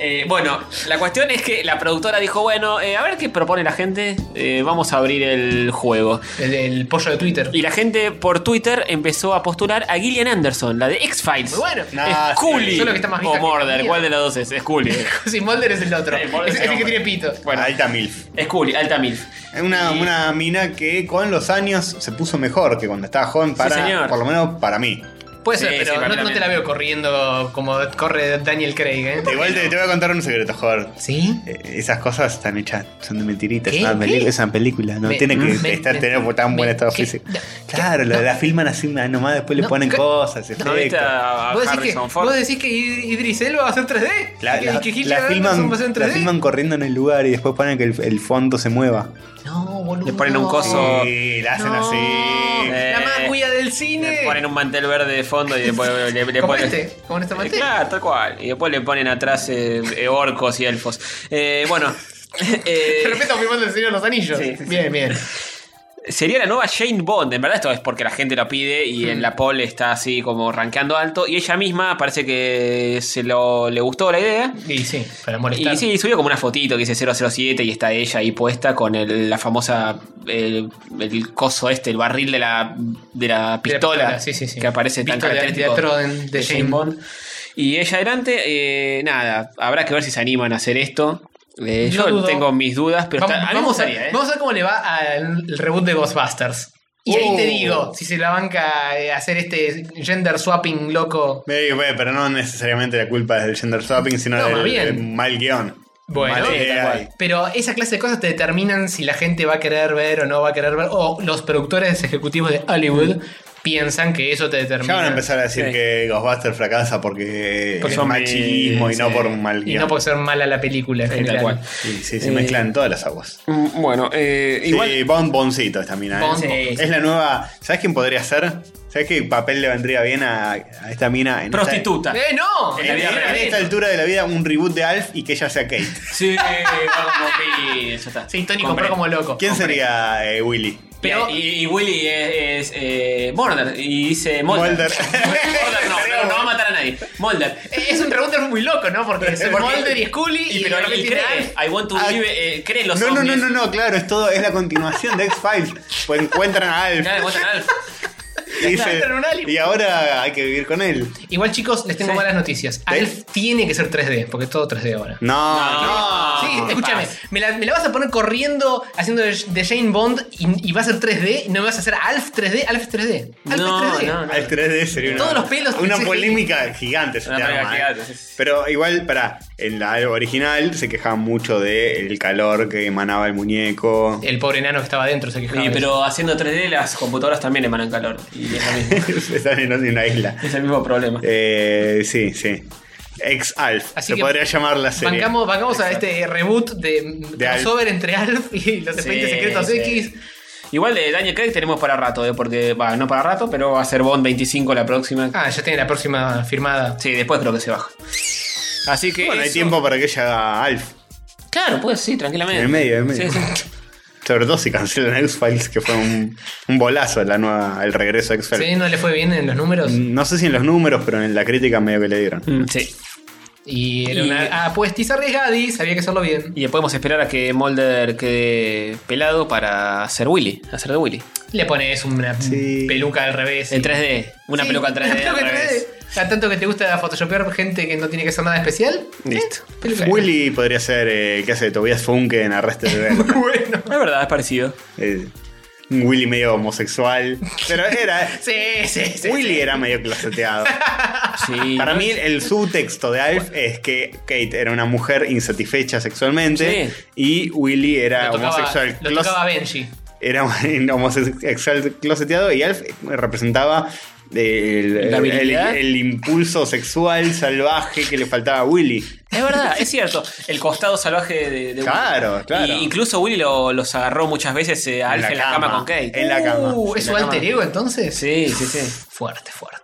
B: Eh, bueno, la cuestión es que la productora dijo, bueno, eh, a ver qué propone la gente, eh, vamos a abrir el juego.
D: El, el pollo de Twitter.
B: Y la gente por Twitter empezó a postular a Gillian Anderson, la de X-Files.
D: Muy bueno. Ah,
C: Nah,
B: Scully
D: sí, solo que está más
B: o
D: vieja que
B: Murder,
D: mía.
B: ¿cuál de las dos es? Scully.
D: Sí, Mulder es el otro.
B: Sí, Mulder
D: es,
B: es
D: es el que
B: hombre.
D: tiene pito.
B: Bueno,
C: Alta milf.
B: Scully, alta milf.
C: Es una,
B: Y-
C: una mina que con los años se puso mejor que cuando estaba joven para,
B: señor.
C: por lo menos para mí.
D: Puede
B: Sí,
D: ser,
B: sí,
D: pero
B: para mí
D: no, no te
B: también.
D: la veo corriendo como corre Daniel Craig, ¿eh?
C: Igual te, te voy a contar un secreto, joder.
D: ¿Sí?
C: Eh, Esas cosas están hechas, son de mentiritas,
D: ¿Qué?
C: es una, peli-
D: ¿Qué?
C: es una película, no
D: Me-
C: tiene que
D: me-
C: estar
D: me-
C: tener tan
D: me-
C: buen estado
D: ¿qué?
C: físico.
D: No,
C: claro, la, la filman así una nomás, después
D: No,
C: le ponen
D: ¿qué?
C: cosas,
B: ¿No viste
C: efectos.
B: a
D: ¿Vos decís, que,
B: Ah, Harrison Ford?
D: ¿Vos decís que Id- Idris Elba va a ser 3D?
C: La,
D: ¿Y
C: la-
D: que, y que
C: la
D: Hitler
C: filman,
D: va a ser en
C: la
D: 3D?
C: filman corriendo en el lugar y después ponen que el, el fondo se mueva.
D: No, boludo.
B: Le ponen un coso.
C: Sí, la hacen
D: No.
C: así.
D: La
B: Eh,
D: magia del
B: Le
D: cine.
B: ponen un mantel verde de fondo y después le, le
D: como
B: ponen.
D: este, como en este
B: Eh,
D: mantel.
B: Claro, tal cual. Y después le ponen atrás eh, eh, orcos y elfos. Eh, bueno. eh,
D: De repente estamos filmando el Señor de los Anillos.
B: Sí, sí, sí.
D: bien, bien.
B: sería la nueva Jane Bond. En verdad, esto es porque la gente lo pide y
D: Mm.
B: en la poll está así como rankeando alto. Y ella misma parece que se lo, le gustó la idea.
D: Y sí, para molestar.
B: Y sí, subió como una fotito que dice 007 y está ella ahí puesta con el- la famosa. El, el coso este, el barril de la, de la pistola.
D: pistola, sí, sí, sí.
B: Que aparece tan
D: Visto de-
B: característico.
D: de Atron de James Bond.
B: Y ella adelante, eh, nada, habrá que ver si se animan a hacer esto. Eh,
D: No
B: yo
D: dudo.
B: tengo mis dudas, pero
D: vamos,
B: está- a mí me
D: vamos a
B: gustaría, ¿eh?
D: vamos a ver cómo le va al reboot de Ghostbusters. Y ahí
C: Uh.
D: te digo, si se la banca eh, hacer este gender swapping loco.
C: Me digo, "Bueno, pero no necesariamente la culpa es del gender swapping, sino
D: No, más
C: del,
D: bien.
C: del mal guión.
D: Bueno,
C: Mal
D: sí,
C: idea.
D: Pero esa clase de cosas te determinan si la gente va a querer ver o no va a querer ver. O los productores ejecutivos de Hollywood piensan que eso te determina.
C: Ya van a empezar a decir
B: Sí.
C: que Ghostbuster fracasa porque,
D: Porque
C: es
B: son-
C: machismo y
B: sí.
C: no por un mal
D: Y
C: guión.
D: no por ser mala la película. en
B: Sí, tal
D: general.
B: cual.
C: Sí, sí, se
B: Eh,
C: mezclan todas las aguas.
B: Mm, Bueno, eh, igual.
C: Sí, Bon Boncito esta mina. ¿eh?
D: Bon-
C: Es la nueva. ¿Sabes quién podría ser? ¿Sabes qué papel le vendría bien a, a esta mina? En
B: Prostituta.
D: ¡Eh, no!
C: Esta,
B: En la vida
C: en- en
B: real.
C: esta altura de la vida, un reboot de Alf y que ella sea Kate.
B: Sí, vamos, y eso está.
D: Sí, Tony
B: Compré.
D: compró como loco.
C: ¿Quién
D: Compré.
C: sería eh, Willy?
B: Pero,
D: Pero-
B: y, y Willy es, es, eh, Murder y dice Mulder.
C: Mulder.
B: Mulder no, pero no va a matar a nadie. Mulder.
D: Eh, Es un reboot muy loco, ¿no? Porque es
B: Porque-
D: Mulder y Scully y,
B: pero
D: de
B: él
D: repente
B: cree. I want to
C: Ah,
B: live. Eh, cree en los
C: No, no, no,
B: ovnis.
C: no, no, claro, es todo, es la continuación de X-Files. Pues encuentran a Alf
B: Claro, encuentran a Alf.
C: y dice,
D: encuentran un alien.
C: y ahora hay que vivir con él.
D: Igual, chicos, les tengo
B: Sí.
D: malas noticias. Alf tiene que ser 3D, porque es todo 3D ahora.
C: No,
B: No,
D: sí,
B: ¿qué
D: escúchame,
B: pasa?
D: me la, me la vas a poner corriendo haciendo de, de Jane Bond y, y va a ser 3D, y no me vas a hacer Alf 3D, Alf 3D. Alf
B: No,
D: 3D.
B: no, no.
C: Al 3D sería una,
D: Todos los pelos
C: una
D: sí.
C: polémica gigante. se
B: Una
C: te
B: polémica
C: arma,
B: gigante,
C: ¿eh?
B: sí, sí.
C: Pero igual, pará, en la original se quejaban mucho del calor que emanaba el muñeco.
D: El pobre enano que estaba adentro se quejaba.
B: Sí, pero haciendo 3D las computadoras también emanan calor. Y es, lo mismo.
C: Están en una isla.
B: es el mismo problema.
C: Eh, sí, sí. Ex-Alf.
D: Así
C: Se
D: que
C: podría llamar la serie.
D: Bancamos, bancamos a este reboot de, mm,
C: De Alf.
D: crossover entre Alf y los expedientes secretos
B: sí.
D: X.
B: Igual de Daniel Craig tenemos para rato, ¿eh? porque va, no para rato, pero va a ser Bond 25 la próxima.
D: Ah, ya tiene la próxima firmada.
B: Sí, después creo que se baja. Así que.
C: Bueno, hay
B: eso-
C: tiempo para que ella haga Alf.
B: Claro, pues sí, tranquilamente.
C: En el medio, en el medio.
B: Sí, sí.
C: sobre todo si cancelan X-Files, que fue un, un bolazo la nueva, el regreso a
D: Sí,
C: X-Files.
D: no le fue bien en los números.
C: No sé si en los números, pero en la crítica medio que le dieron.
B: Mm, Sí.
D: Y era
B: Y-
D: una apuestis arriesgadis, había que hacerlo bien.
B: Y podemos esperar a que Mulder quede pelado para hacer Willy, hacer de Willy.
D: Le pones una
C: Sí.
D: peluca al revés.
B: En
D: y-
B: 3D, una
D: Sí,
B: peluca en 3D.
D: peluca
B: al
D: en
B: revés.
D: 3D. A tanto que te gusta photoshopear gente que no tiene que hacer nada especial.
B: Listo.
D: eh, peluca.
C: Willy podría ser eh, el que hace de Tobias Funke en Arrested Development.
D: Bueno.
B: Es verdad, es parecido.
C: Eh, un Willy medio homosexual. Pero era.
D: Sí, sí, sí.
C: Willy era medio claseteado.
B: Sí.
C: Para
B: ¿no?
C: mí, el subtexto de Alf es que Kate era una mujer insatisfecha sexualmente
B: Sí.
C: y Willy
D: Lo
C: era
D: tocaba-
C: homosexual.
D: Lo
C: clos-
D: tocaba Benji.
C: Era un homosexual closeteado y Alf representaba el,
B: La
C: el-
B: virilidad.
C: el impulso sexual salvaje que le faltaba a Willy.
B: Es verdad, es cierto. El costado salvaje de, de Willy.
C: Claro, claro.
B: Y incluso Willy lo- los agarró muchas veces eh, a Alf en la cama, con Kate.
C: En la cama.
D: Uh, ¿Es
B: En
D: su
B: la cama.
D: alter ego entonces?
B: Sí, sí, sí.
D: Fuerte, fuerte.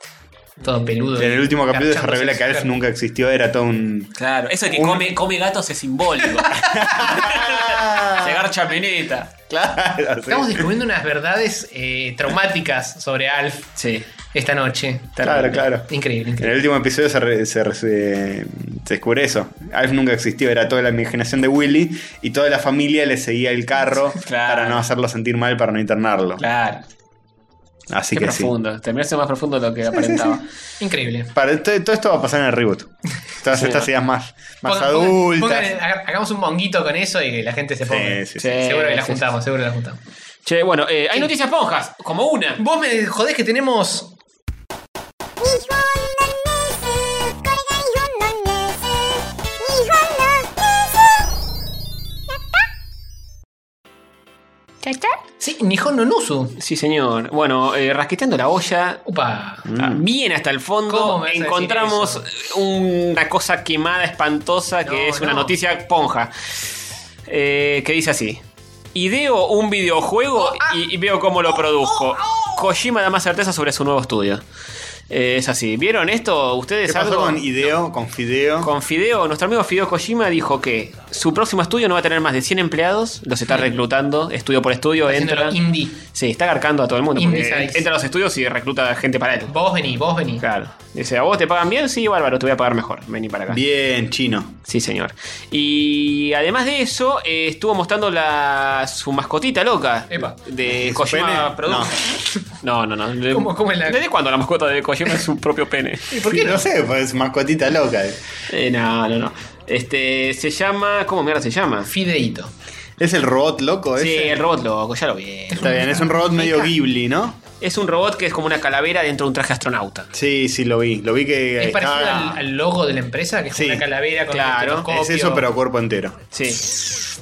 D: Todo peludo.
C: En el último capítulo se
D: Garchando
C: revela
D: sin
C: que Alf
D: saber.
C: nunca existió, era todo un.
B: Claro, eso de que
C: Un-
B: come, come gatos es simbólico. Se garcha mineta.
C: Claro, sí.
D: Estamos descubriendo unas verdades eh, traumáticas sobre Alf
B: Sí.
D: esta noche.
C: Claro, claro.
D: Increíble,
C: En
D: increíble.
C: el último episodio se, re- se re- se- se descubre eso. Alf nunca existió, era toda la imaginación de Willy y toda la familia le seguía el carro
B: Claro.
C: para no hacerlo sentir mal, para no internarlo.
B: Claro.
C: Así
B: Qué
C: que
B: profundo. Terminó siendo más profundo de lo que aparentaba.
D: Increíble.
C: sí. Para, todo, todo esto va a pasar en el reboot. Todas
B: Sí.
C: estas ideas más, más
D: Pongan- pongan-
C: adultas.
D: pongan- haga- hagamos un monguito con eso y que la gente se ponga.
C: Sí, sí, sí.
B: Sí,
D: Seguro que la
B: sí,
D: juntamos, seguro que la juntamos.
B: sí. Che, bueno, eh, hay noticias ponjas, como una.
D: Vos me jodés que tenemos.
G: 日本のニュースこれが日本のニュース日本のニュース日本のニュース
D: Sí, Nihon no Nusu.
B: Sí, señor. Bueno, eh, rasqueteando la olla,
D: Upa.
B: ah, bien hasta el
D: ¿Cómo
B: fondo,
D: me vas a decir
B: encontramos una cosa quemada espantosa
D: No,
B: que es una
D: no.
B: noticia ponja. eh, que dice así. Ideo un videojuego
D: Oh, ah.
B: y, y veo cómo lo produjo. Kojima da más certeza sobre su nuevo estudio. Eh, es así. ¿Vieron esto? ¿Ustedes
C: ¿Qué pasó
B: algo?
C: con Ideo, con Fideo?
B: Con Fideo, nuestro amigo Fideo Kojima dijo que su próximo estudio no va a tener más de 100 empleados, los está reclutando, estudio por estudio, entra.
D: Haciéndolo Indie.
B: Sí, está agarcando a todo el mundo.
D: Indie
B: porque
D: Sites.
B: entra a los estudios y recluta gente para él.
D: Vos vení, vos vení.
B: Claro. Dice, ¿a vos te pagan bien? Sí, bárbaro, te voy a pagar mejor. Vení para acá.
C: Bien, chino.
B: Sí, señor. Y además de eso, eh, estuvo mostrando la, su mascotita loca.
D: Epa.
B: De
C: ¿Su pene?
B: Kojima Productions. No, no, no.
D: ¿Cómo- cómo es la-
B: ¿Desde cuándo la mascota de Kojima es su propio pene?
D: ¿Y por qué
C: no?
D: no?
C: sé, pues mascotita loca.
B: Eh, no, no, no. Este, se llama... ¿Cómo mierda se llama?
D: Fideito.
C: ¿Es el robot loco
B: Sí,
C: ese?
B: el robot loco, ya lo vi.
C: Está bien, es un robot medio Ghibli, ¿no?
B: Es un robot que es como una calavera dentro de un traje astronauta.
C: Sí, sí, lo vi. Lo vi que.
D: Es parecido
C: estaba-
D: al, al logo de la empresa, que es
C: Sí.
D: una calavera con
B: Ah. Claro,
D: un estetoscopio.
C: Es eso, pero cuerpo entero.
B: Sí.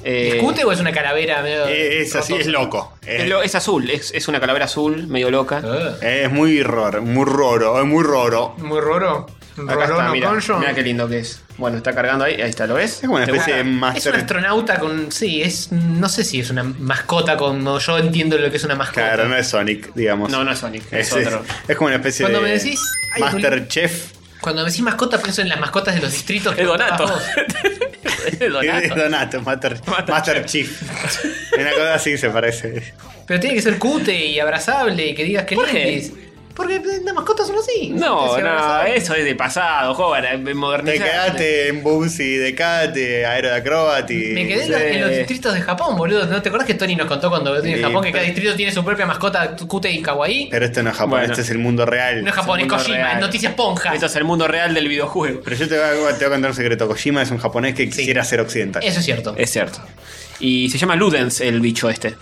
B: Eh,
D: ¿Discute o es una calavera medio.?
C: Eh, Es así,
D: roto?
C: es loco.
B: es,
C: Es,
B: lo- es azul, es, es una calavera azul, medio
C: Eh,
B: loca.
D: Ah,
C: es muy raro, muy roro, es muy roro.
D: Muy roro.
B: Acá está,
D: Rorono
B: mira,
D: concho.
B: mira qué lindo que es. Bueno, está cargando ahí, ahí está, ¿lo ves?
C: Es como una
B: ¿Te gusta?
C: especie de
D: Es un
C: master.
D: astronauta con. Sí, es. No sé si es una mascota como yo entiendo lo que es una mascota.
C: Claro, no es Sonic, digamos.
B: No, no es Sonic, es,
C: Es, es-
B: otro.
C: es como una especie
D: Cuando
C: de.
D: me decís, ay,
C: Master Chef.
D: Cuando me decís mascota, pienso en las mascotas de los distritos. que
B: Es Donato.
D: contabas vos.
B: es
C: Es
B: Donato.
C: Donato, Master,
B: Master
C: Master Chief. una cosa así se parece.
D: Pero tiene que ser cute y abrazable y que digas que
B: ¿Por qué?
D: Porque las mascotas son así.
B: No,
D: Tienen que ser
B: no,
D: abrazables.
B: eso es de pasado, joven, eh,
C: Te
B: modernizado.
C: quedaste en Bumsy, Decate, Aero de Acrobati.
D: Me quedé en los- en los
B: Sí.
D: distritos de Japón, boludo. ¿No te acordás que Tony nos contó cuando vino en
C: Sí,
D: Japón que
C: pero-
D: cada distrito tiene su propia mascota cute y kawaii?
C: Pero esto no es Japón,
B: Bueno.
C: este es el mundo real.
D: No es Japón, es
B: mundo
D: Kojima,
B: real.
D: es noticias ponja.
B: Esto es el mundo real del videojuego.
C: Pero yo te voy, a, te voy a contar un secreto. Kojima es un japonés que quisiera ser occidental.
D: Eso es cierto.
B: Es cierto. Y se llama Ludens el bicho este.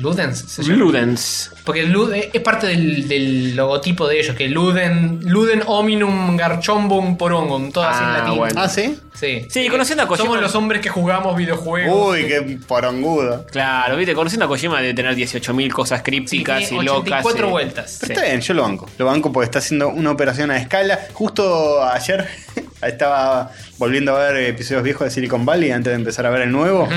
D: Ludens. se llama.
B: Ludens.
D: Porque Lud- eh, es parte del, del logotipo de ellos, que Luden, Luden Ominum Garchombum Porongum, todas
B: Ah,
D: en latín.
B: bueno.
C: Ah, sí.
D: Sí.
B: Sí, conociendo a Kojima-
D: Somos los hombres que jugamos videojuegos.
C: Uy, qué porongudo.
B: Claro, viste, conociendo a Kojima debe tener 18.000 cosas crípticas
D: Sí,
B: y
D: tiene
B: locas.
D: 84
B: eh.
D: vueltas.
B: Sí.
C: Pero está bien, yo lo banco. Lo banco porque está haciendo una operación a escala. Justo ayer estaba volviendo a ver episodios viejos de Silicon Valley antes de empezar a ver el nuevo.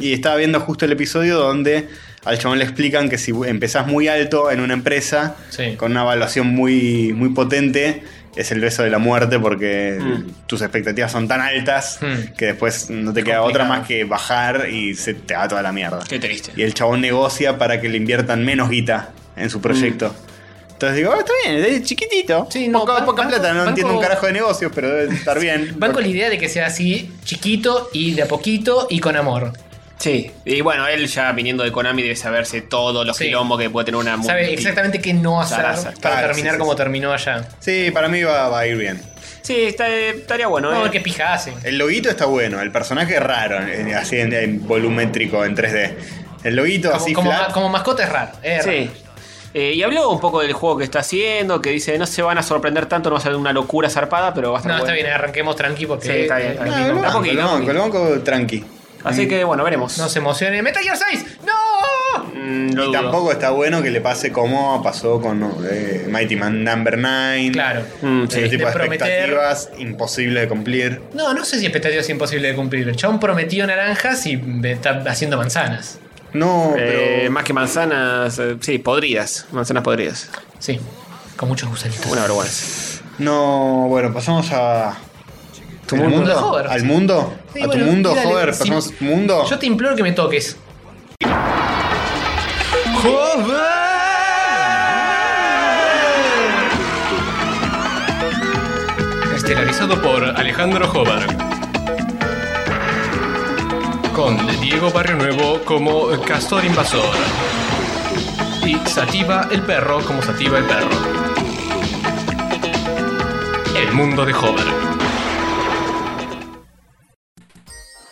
C: Y estaba viendo justo el episodio donde al chabón le explican que si empezás muy alto en una empresa,
D: Sí.
C: con una evaluación muy, muy potente, es el beso de la muerte porque
B: Mm.
C: tus expectativas son tan altas
D: Mm.
C: que después no te queda otra más que bajar y se te va toda la mierda.
B: Qué triste.
C: Y el chabón negocia para que le inviertan menos guita en su proyecto. Entonces digo, "Ah, está bien, es chiquitito.
D: Sí, no,
C: poca,
D: ban-
C: poca
D: banco-
C: plata, no
D: banco-
C: entiendo un carajo de negocios, pero debe estar bien.
D: Van con la idea de que sea así, chiquito y de a poquito y con amor.
B: Sí, y bueno, él ya viniendo de Konami debe saberse todos los
D: Sí.
B: quilombos que puede tener una
D: Sabe
B: multi-
D: exactamente qué no hacer
B: Claro, claro,
D: para
C: sí,
D: terminar
C: sí,
D: como
C: sí.
D: terminó allá.
C: Sí, para mí va, va a ir bien.
B: Sí, está- estaría bueno.
D: No,
B: eh.
D: qué pija hace.
C: El loguito está bueno, el personaje es raro, eh, así en, en volumétrico, en 3D. El loguito así
D: Como, como
C: flat.
D: ma- como mascota es raro. es
B: Sí.
D: raro.
B: Eh, y habló un poco del juego que está haciendo, que dice, no se van a sorprender tanto, no va a ser una locura zarpada, pero va a estar
D: No, está
B: bueno.
D: bien, arranquemos tranqui porque
B: Sí, está bien, está
C: No,
B: bien.
C: lo banco,
B: poquito,
C: lo
B: da
C: banco, lo banco tranqui.
B: Así que bueno, veremos.
D: no se emocione. ¡Metal Gear 6! ¡No!
B: Mm, lo
C: Y
B: dudo.
C: tampoco está bueno que le pase como pasó con eh, Mighty Man Number 9.
D: Claro.
B: Mm, sí.
C: Ese tipo de,
D: De prometer.
C: expectativas imposible de cumplir.
D: No, no sé si expectativa es imposible de cumplir. El chabón prometió naranjas y me está haciendo manzanas.
C: No,
B: Eh,
C: pero.
B: Más que manzanas, eh, sí, podridas. Manzanas podridas.
D: Sí, con muchos gusanitos.
B: Una vergüenza.
C: No, bueno, pasamos a. ¿Tu
D: mundo de Hover.
C: ¿Al mundo?
D: Sí,
C: ¿A tu
D: bueno,
C: mundo,
D: dale,
C: Hover?
D: sí.
C: ¿Pasamos a tu mundo?
D: Yo te imploro que me toques.
H: Estelarizado por Alejandro Jobar. Con Diego Barrio Nuevo como Castor Invasor. Y Sativa el Perro como Sativa el Perro. El mundo de Hover.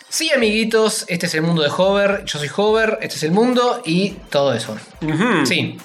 D: Sí, amiguitos, este es el mundo de Hover. Yo soy Hover, este es el mundo y todo eso.
B: Mm.
D: Sí,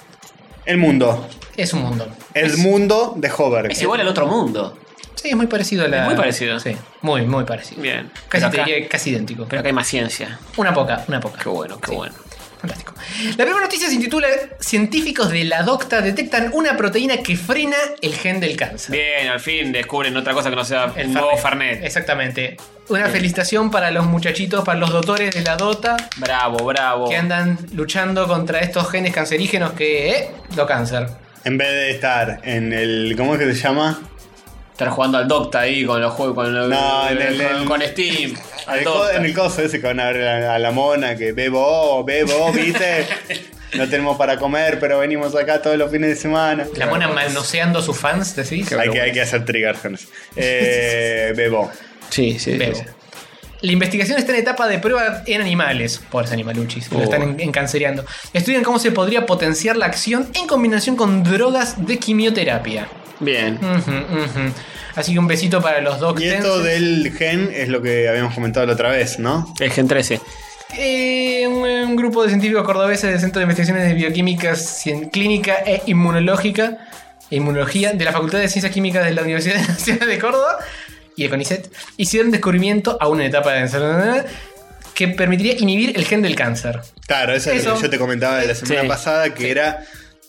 C: El mundo.
D: es un mundo.
C: El mundo de Hover.
B: Es igual al otro mundo.
D: Sí, es muy parecido a la.
B: Es muy parecido.
D: Sí, muy, muy parecido.
B: Bien.
D: Casi
B: Pero
D: te
B: acá-
D: diría que casi idéntico.
B: Pero acá hay más ciencia.
D: Una poca, una poca.
B: Qué bueno, qué bueno.
D: Fantástico. La primera noticia se titula Científicos de la Docta detectan una proteína que frena el gen del cáncer.
B: Bien, al fin descubren otra cosa que no sea
D: El
B: un nuevo Fernet.
D: Exactamente. Una felicitación para los muchachitos, para los doctores de la Dota
B: Bravo, bravo.
D: que andan luchando contra estos genes cancerígenos que... Eh, lo cáncer.
C: En vez de estar en el. ¿Cómo es que se llama?
B: Estar jugando al Docta ahí con los juegos, con, los-
C: No,
B: con,
C: en el- en-
B: con Steam.
C: Al
B: Al
C: co-
B: Docta.
C: en el coso ese que van a ver a, a la mona que bebo, bebo, viste. no tenemos para comer, pero venimos acá todos los fines de semana.
D: La mona manoseando a sus fans, decís.
C: Hay que, hay que hacer trigger con eso. Eh, bebo.
B: Sí, sí,
D: Bebo. La investigación está en etapa de prueba en animales, pobres animaluchis, que lo
B: Oh.
D: están en- encancereando. Estudian cómo se podría potenciar la acción en combinación con drogas de quimioterapia.
B: Bien.
D: Ujú, ujú. Así que un besito para los
C: Y
D: doctores.
C: esto del gen es lo que habíamos comentado la otra vez, ¿no?
B: El Gen 13.
D: Eh, un, un grupo de científicos cordobeses del Centro de Investigaciones de Bioquímica Cien- Clínica e Inmunológica, e Inmunología de la Facultad de Ciencias Químicas de la Universidad Nacional de Córdoba y de CONICET hicieron descubrimiento a una etapa de que permitiría inhibir el gen del cáncer.
C: Claro, eso, es lo
D: Eso.
C: que yo te comentaba de la semana
B: Sí.
C: pasada, que era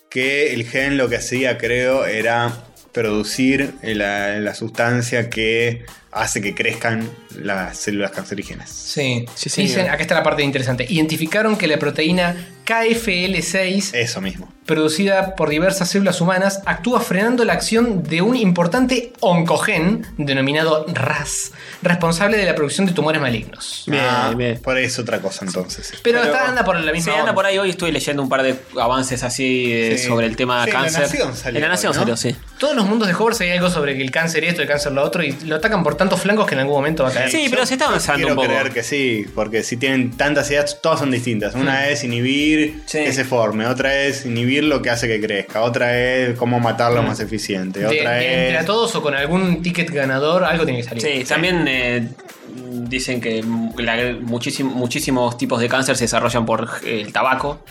C: que el gen lo que hacía, creo, era producir eh, la, la sustancia que hace que crezcan las células cancerígenas.
D: Sí,
B: Sí, señor.
D: dicen, acá está la parte interesante. Identificaron que la proteína KFL6
C: Eso mismo.
D: producida por diversas células humanas, actúa frenando la acción de un importante oncogen denominado RAS, responsable de la producción de tumores malignos.
B: Bien,
C: Ah,
B: bien.
C: Por ahí es otra cosa entonces.
D: Pero, está, anda por la misma.
B: Sí, anda
D: onda.
B: por ahí. Hoy estoy leyendo un par de avances así eh,
C: Sí.
B: sobre el tema
C: Sí, en La
B: cáncer.
C: Nación salió
B: En la Nación
C: hoy, ¿no?
B: salió, sí.
D: Todos los mundos de Hogwarts hay algo sobre que el cáncer esto, el cáncer lo otro, y lo atacan por tantos flancos que en algún momento va a caer.
B: Sí, pero se está avanzando
C: Quiero
B: un poco.
C: creer que sí, porque si tienen tantas ideas, todas son distintas. Una es inhibir
B: Sí.
C: que se forme, otra es inhibir lo que hace que crezca, otra es cómo matarlo
B: Mm.
C: más eficiente,
D: De-
C: otra
D: de entre a
C: es...
D: todos o con algún ticket ganador, algo tiene que salir.
B: Sí, también eh, dicen que la- muchísim- muchísimos tipos de cáncer se desarrollan por eh, el tabaco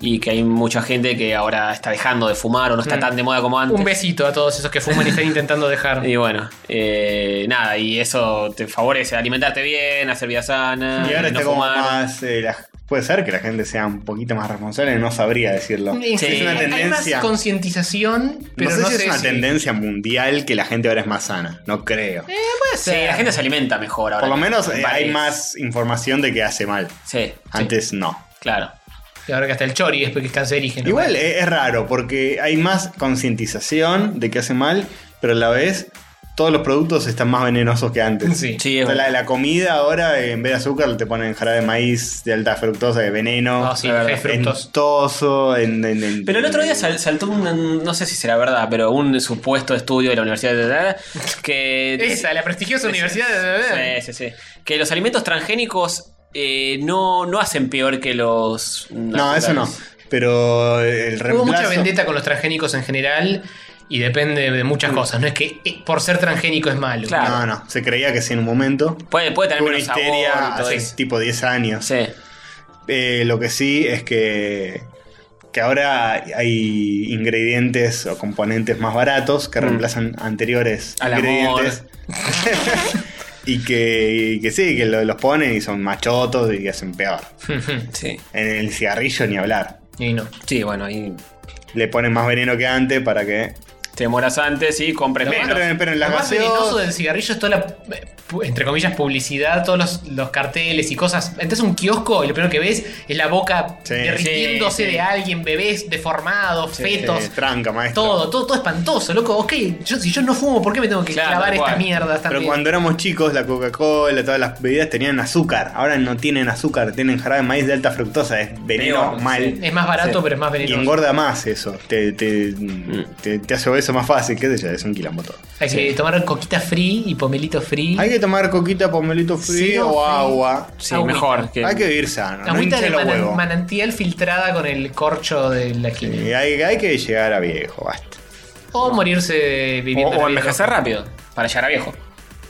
B: y que hay mucha gente que ahora está dejando de fumar o no está
C: Mm.
B: tan de moda como antes.
D: Un besito a todos esos que fuman y están intentando dejar.
B: Y bueno, eh, nada, y eso te favorece, alimentarte bien, hacer vida sana,
C: Y ahora
B: no
C: está como
B: fumar.
C: más... eh, la- Puede ser que la gente sea un poquito más responsable, no sabría decirlo.
D: Sí,
C: Es una
D: hay- Hay
C: tendencia...
D: más concientización, pero
C: no
D: no
C: sé
D: sé,
C: si es una
D: si-
C: tendencia mundial que la gente ahora es más sana, no creo.
D: Puede
B: Sí,
D: ser.
B: la gente se alimenta mejor ahora.
C: Por lo menos eh, hay
B: Varios.
C: más información de que hace mal.
B: Sí,
C: Antes no.
B: claro.
D: Y ahora que hasta el chori es porque es cancerígeno.
C: Igual es, es raro porque hay más concientización de que hace mal, pero a la vez todos los productos están más venenosos que antes.
D: Sí.
B: Sí,
C: O sea,
B: es verdad.
C: la, la comida ahora, en vez de azúcar, te ponen jarabe de maíz de alta fructosa, de veneno.
D: No, Ah, sí,
B: la verdad,
D: es fructoso.
C: Ventoso, en, en- en-
B: Pero el otro día sal- saltó un, no sé si será verdad, pero un supuesto estudio de la Universidad de que...
D: Esa, la prestigiosa universidad de...
B: Sí, sí, sí. Que los alimentos transgénicos eh, no, no hacen peor que los...
C: No, eso no. Pero el reemplazo.
D: Hubo mucha vendetta con los transgénicos en general y depende de muchas cosas. No es que eh, por ser transgénico es malo.
B: Claro.
C: No, no, se creía que sí en un momento.
B: Puede, puede tener
C: Tuvo una
B: menos sabor y
C: histeria
B: todo
C: hace
B: eso.
C: tipo 10 años.
B: Sí.
C: Eh, lo que sí es que, que ahora hay ingredientes o componentes más baratos
D: Mm.
C: que reemplazan anteriores
B: Al
C: ingredientes. y, que, y que sí, que lo- los ponen y son machotos y que hacen peor.
B: Sí.
C: En el cigarrillo ni hablar.
D: y no.
B: Sí, bueno, ahí
C: Le ponen más veneno que antes para que.
B: te demoras antes y compres
D: Lo
B: menos.
C: Pero, pero en las
D: Lo más
C: gaseosas-
D: venenoso del cigarrillo es toda la, eh, pu- entre comillas, publicidad, todos los, los carteles y cosas. Entras a un kiosco y lo primero que ves es la boca
C: Sí.
D: derritiéndose
B: Sí, sí.
D: de alguien, bebés deformados, fetos,
C: Eh, tranca, maestro.
D: todo, todo, todo espantoso, loco. Ok, yo, si yo no fumo, ¿por qué me tengo que
B: Claro,
D: clavar
B: tal cual.
D: estas mierdas
C: Pero
D: también?
C: cuando éramos chicos, la Coca-Cola, todas las bebidas tenían azúcar. Ahora no tienen azúcar, tienen jarabe de maíz de alta fructosa. Es veneno
B: Peor,
C: mal.
B: sí.
D: Es más barato,
B: Sí.
D: pero es más
C: Y
D: venenoso.
C: engorda más eso. Te, te,
B: Mm.
C: te, te hace eso más fácil, qué sé yo, es un quilombo todo.
D: Hay que tomar coquita free y pomelito free.
C: Hay que tomar coquita, pomelito
D: Sí,
C: frío
D: o
C: o
D: frío.
C: agua.
B: Sí,
D: Agüita.
B: mejor. Que...
C: Hay que vivir sano, no
D: Agüita
C: hinche
D: de
C: los
D: manan-
C: huevos.
D: manantial filtrada con el corcho de la esquina.
C: Y hay, hay que llegar a viejo, basta.
D: O morirse
B: O,
D: viviendo.
B: o
D: la vida
B: envejecer
D: loca.
B: rápido, para llegar a viejo.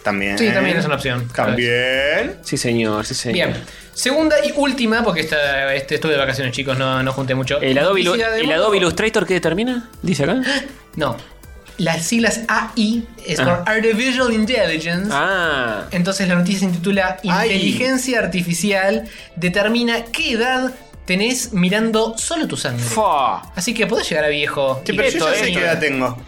C: También.
D: Sí, también es una opción.
C: También.
B: Sí, señor, sí, señor.
D: Bien. Segunda y última, porque esta, este, estuve de vacaciones, chicos, no, no junté mucho.
B: ¿El Adobe, Ilu-
D: Publicidad de
B: el
D: modo-
B: Adobe Illustrator qué determina? Dice acá.
D: No. Las siglas AI es por Artificial Intelligence.
B: Ah.
D: Entonces la noticia se titula
C: Ay.
D: Inteligencia Artificial determina qué edad tenés mirando solo tu sangre.
B: Fa.
D: Así que podés llegar a viejo.
C: Sí,
D: Y
C: pero
D: esto
C: yo ya
D: es-
C: sé qué edad tengo.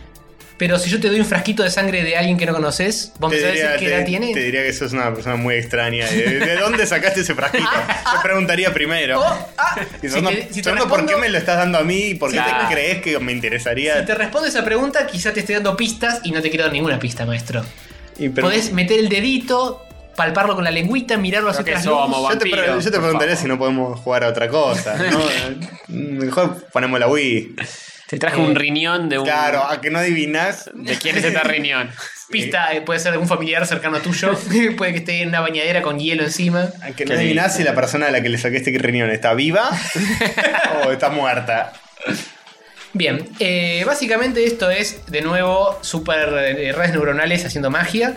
D: Pero si yo te doy un frasquito de sangre de alguien que no conoces, ¿vos me
C: Te
D: sabés
C: diría,
D: qué edad
C: te,
D: tiene?
C: te diría que sos una persona muy extraña. ¿De, de dónde sacaste ese frasquito? Te preguntaría primero.
D: Oh, ah,
C: Y
D: si
C: segundo,
D: te- si te
C: segundo, ¿por
D: respondo-
C: qué me lo estás dando a mí? ¿Por qué
B: Claro.
C: te crees que me interesaría?
D: Si te respondo esa pregunta, quizá te esté dando pistas y no te quiero dar ninguna pista, maestro.
C: Y pero-
D: Podés meter el dedito, palparlo con la lengüita, mirarlo hacia
B: que
D: atrás. Uh,
B: somos,
D: luces.
C: Yo te,
B: Vampiros,
C: pre- yo te
B: por
C: preguntaría
B: favor.
C: si no podemos jugar a otra cosa. ¿no? Mejor ponemos la Wii.
B: Te traje un riñón de un.
C: Claro, a que no adivinás.
B: ¿De quién es este riñón?
D: Pista, eh, puede ser de un familiar cercano tuyo, puede que esté en una bañadera con hielo encima.
C: A que
B: Qué
C: no adivinás
B: lindo.
C: si la persona a la que le saqué este riñón está viva o está muerta.
D: Bien, eh, básicamente esto es de nuevo super eh, redes neuronales haciendo magia.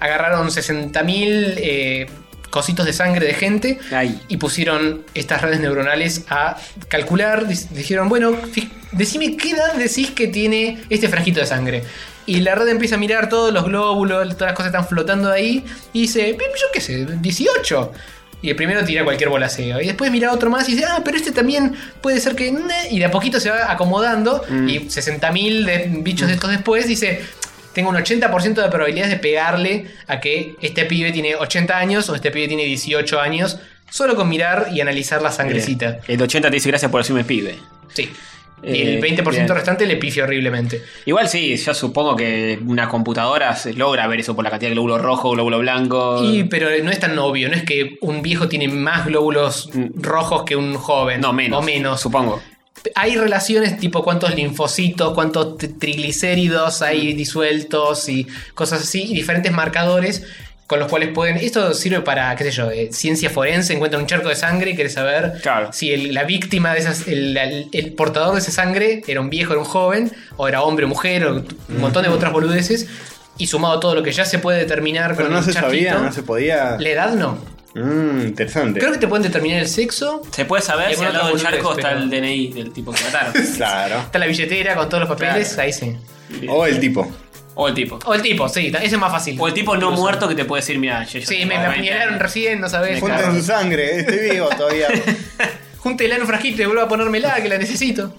D: Agarraron 60.000 eh, cositos de sangre de gente
B: Ay.
D: y pusieron estas redes neuronales a calcular. Dis- Dijeron, bueno, fi- decime qué edad decís que tiene este frasquito de sangre. Y la red empieza a mirar todos los glóbulos, todas las cosas que están flotando ahí y dice, "Pim, yo qué sé, 18. Y el primero tira cualquier bolaceo. Y después mira otro más y dice, ah, pero este también puede ser que... ne". Y de a poquito se va acomodando. Y 60.000 de bichos de estos después dice, tengo un 80% de probabilidades de pegarle a que este pibe tiene 80 años o este pibe tiene 18 años, solo con mirar y analizar la sangrecita.
B: Eh, El de 80 te dice gracias por decirme pibe.
D: Sí. Y el
B: Eh,
D: 20%
B: bien.
D: restante le pifia horriblemente.
B: Igual sí, yo supongo que una computadora se logra ver eso por la cantidad de glóbulo rojo, glóbulo blanco.
D: Y, pero no es tan obvio, no es que un viejo tiene más glóbulos rojos que un joven.
B: Mm. No, menos.
D: O menos.
B: Supongo.
D: Hay relaciones tipo cuántos linfocitos, cuántos t- triglicéridos hay
C: Mm.
D: disueltos y cosas así, y diferentes marcadores con los cuales pueden. Esto sirve para, qué sé yo, eh, ciencia forense, encuentra un charco de sangre y quieres saber
B: Claro.
D: si el- la víctima de esas, el, la- el portador de esa sangre era un viejo, era un joven, o era hombre o mujer, o t-
C: Mm.
D: un montón de otras boludeces, y sumado a todo lo que ya se puede determinar
C: Pero
D: con
C: no
D: un
C: se sabía,
D: charquito,
C: no se podía.
D: La edad no.
C: Mm, interesante.
D: Creo que te pueden determinar el sexo.
B: Se puede saber
D: Y
B: si
D: alguna
B: al lado del
D: otra
B: charco
D: boludez,
B: está
D: pero-
B: el DNI del tipo que mataron.
C: Claro.
D: Está la billetera con todos los papeles, ahí sí.
C: O el tipo.
B: o el tipo.
D: O el tipo, sí, ta- ese es más fácil.
B: O el tipo no muerto que te puede decir, mira, yo, yo
D: Sí,
B: tengo
D: me, me
B: 20
D: apuñalaron
B: años".
D: recién, no sabés.
C: Junten su sangre, estoy vivo todavía.
D: Júntela en un frasquito y vuelvo a ponérmela, que la necesito.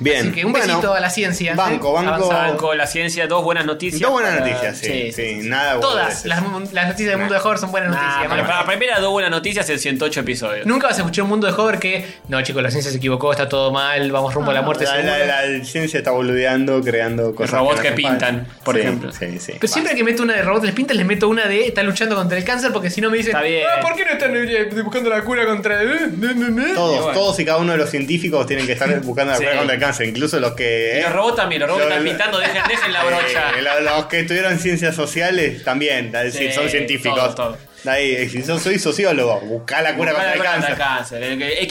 C: Bien.
D: Así que un
C: Bueno,
D: besito a la ciencia.
C: Banco,
D: ¿eh?
C: banco.
D: Avanzada.
B: Banco, la ciencia, dos buenas noticias.
C: Dos buenas
B: para-
C: noticias, sí. sí, Nada
D: Todas
C: boludeces.
D: las, las noticias del mundo de Hover son buenas
B: Nah,
D: noticias.
B: para,
D: Bueno,
B: Ah, para primera, dos buenas noticias en 108 episodios.
D: Nunca vas a escuchar un mundo de Hover que, no, chicos, la ciencia se equivocó, está todo mal, vamos rumbo a
B: Ah,
D: la muerte.
C: La,
D: seguro".
C: la- la- la ciencia está boludeando, creando cosas.
B: robots
C: no
B: que
C: hacen
B: pintan,
C: falta.
B: por
C: Sí,
B: ejemplo.
C: Sí, sí.
D: Pero siempre que meto una de robots les pintas, les meto una de está luchando contra el cáncer porque si no me dicen,
B: Está bien.
D: "Ah, ¿por qué no están eh, buscando la cura contra el... eh, ne, ne, ne?"
C: Todos,
B: Y bueno.
C: todos y cada uno de los científicos tienen que estar buscando la
B: Sí.
C: cura contra el cáncer, incluso los
B: Y
C: que.
B: Los robots también, los robots
C: Yo-
B: están pintando, dejen, dejen la
C: eh,
B: brocha.
C: lo- los que tuvieron ciencias sociales también, es decir,
B: Sí,
C: son científicos.
B: todo, todo.
C: Ahí, eh, si yo soy sociólogo, buscá la cura
B: Buscá
C: contra
B: la
C: el
B: cura
C: cáncer.
B: contra el cáncer. El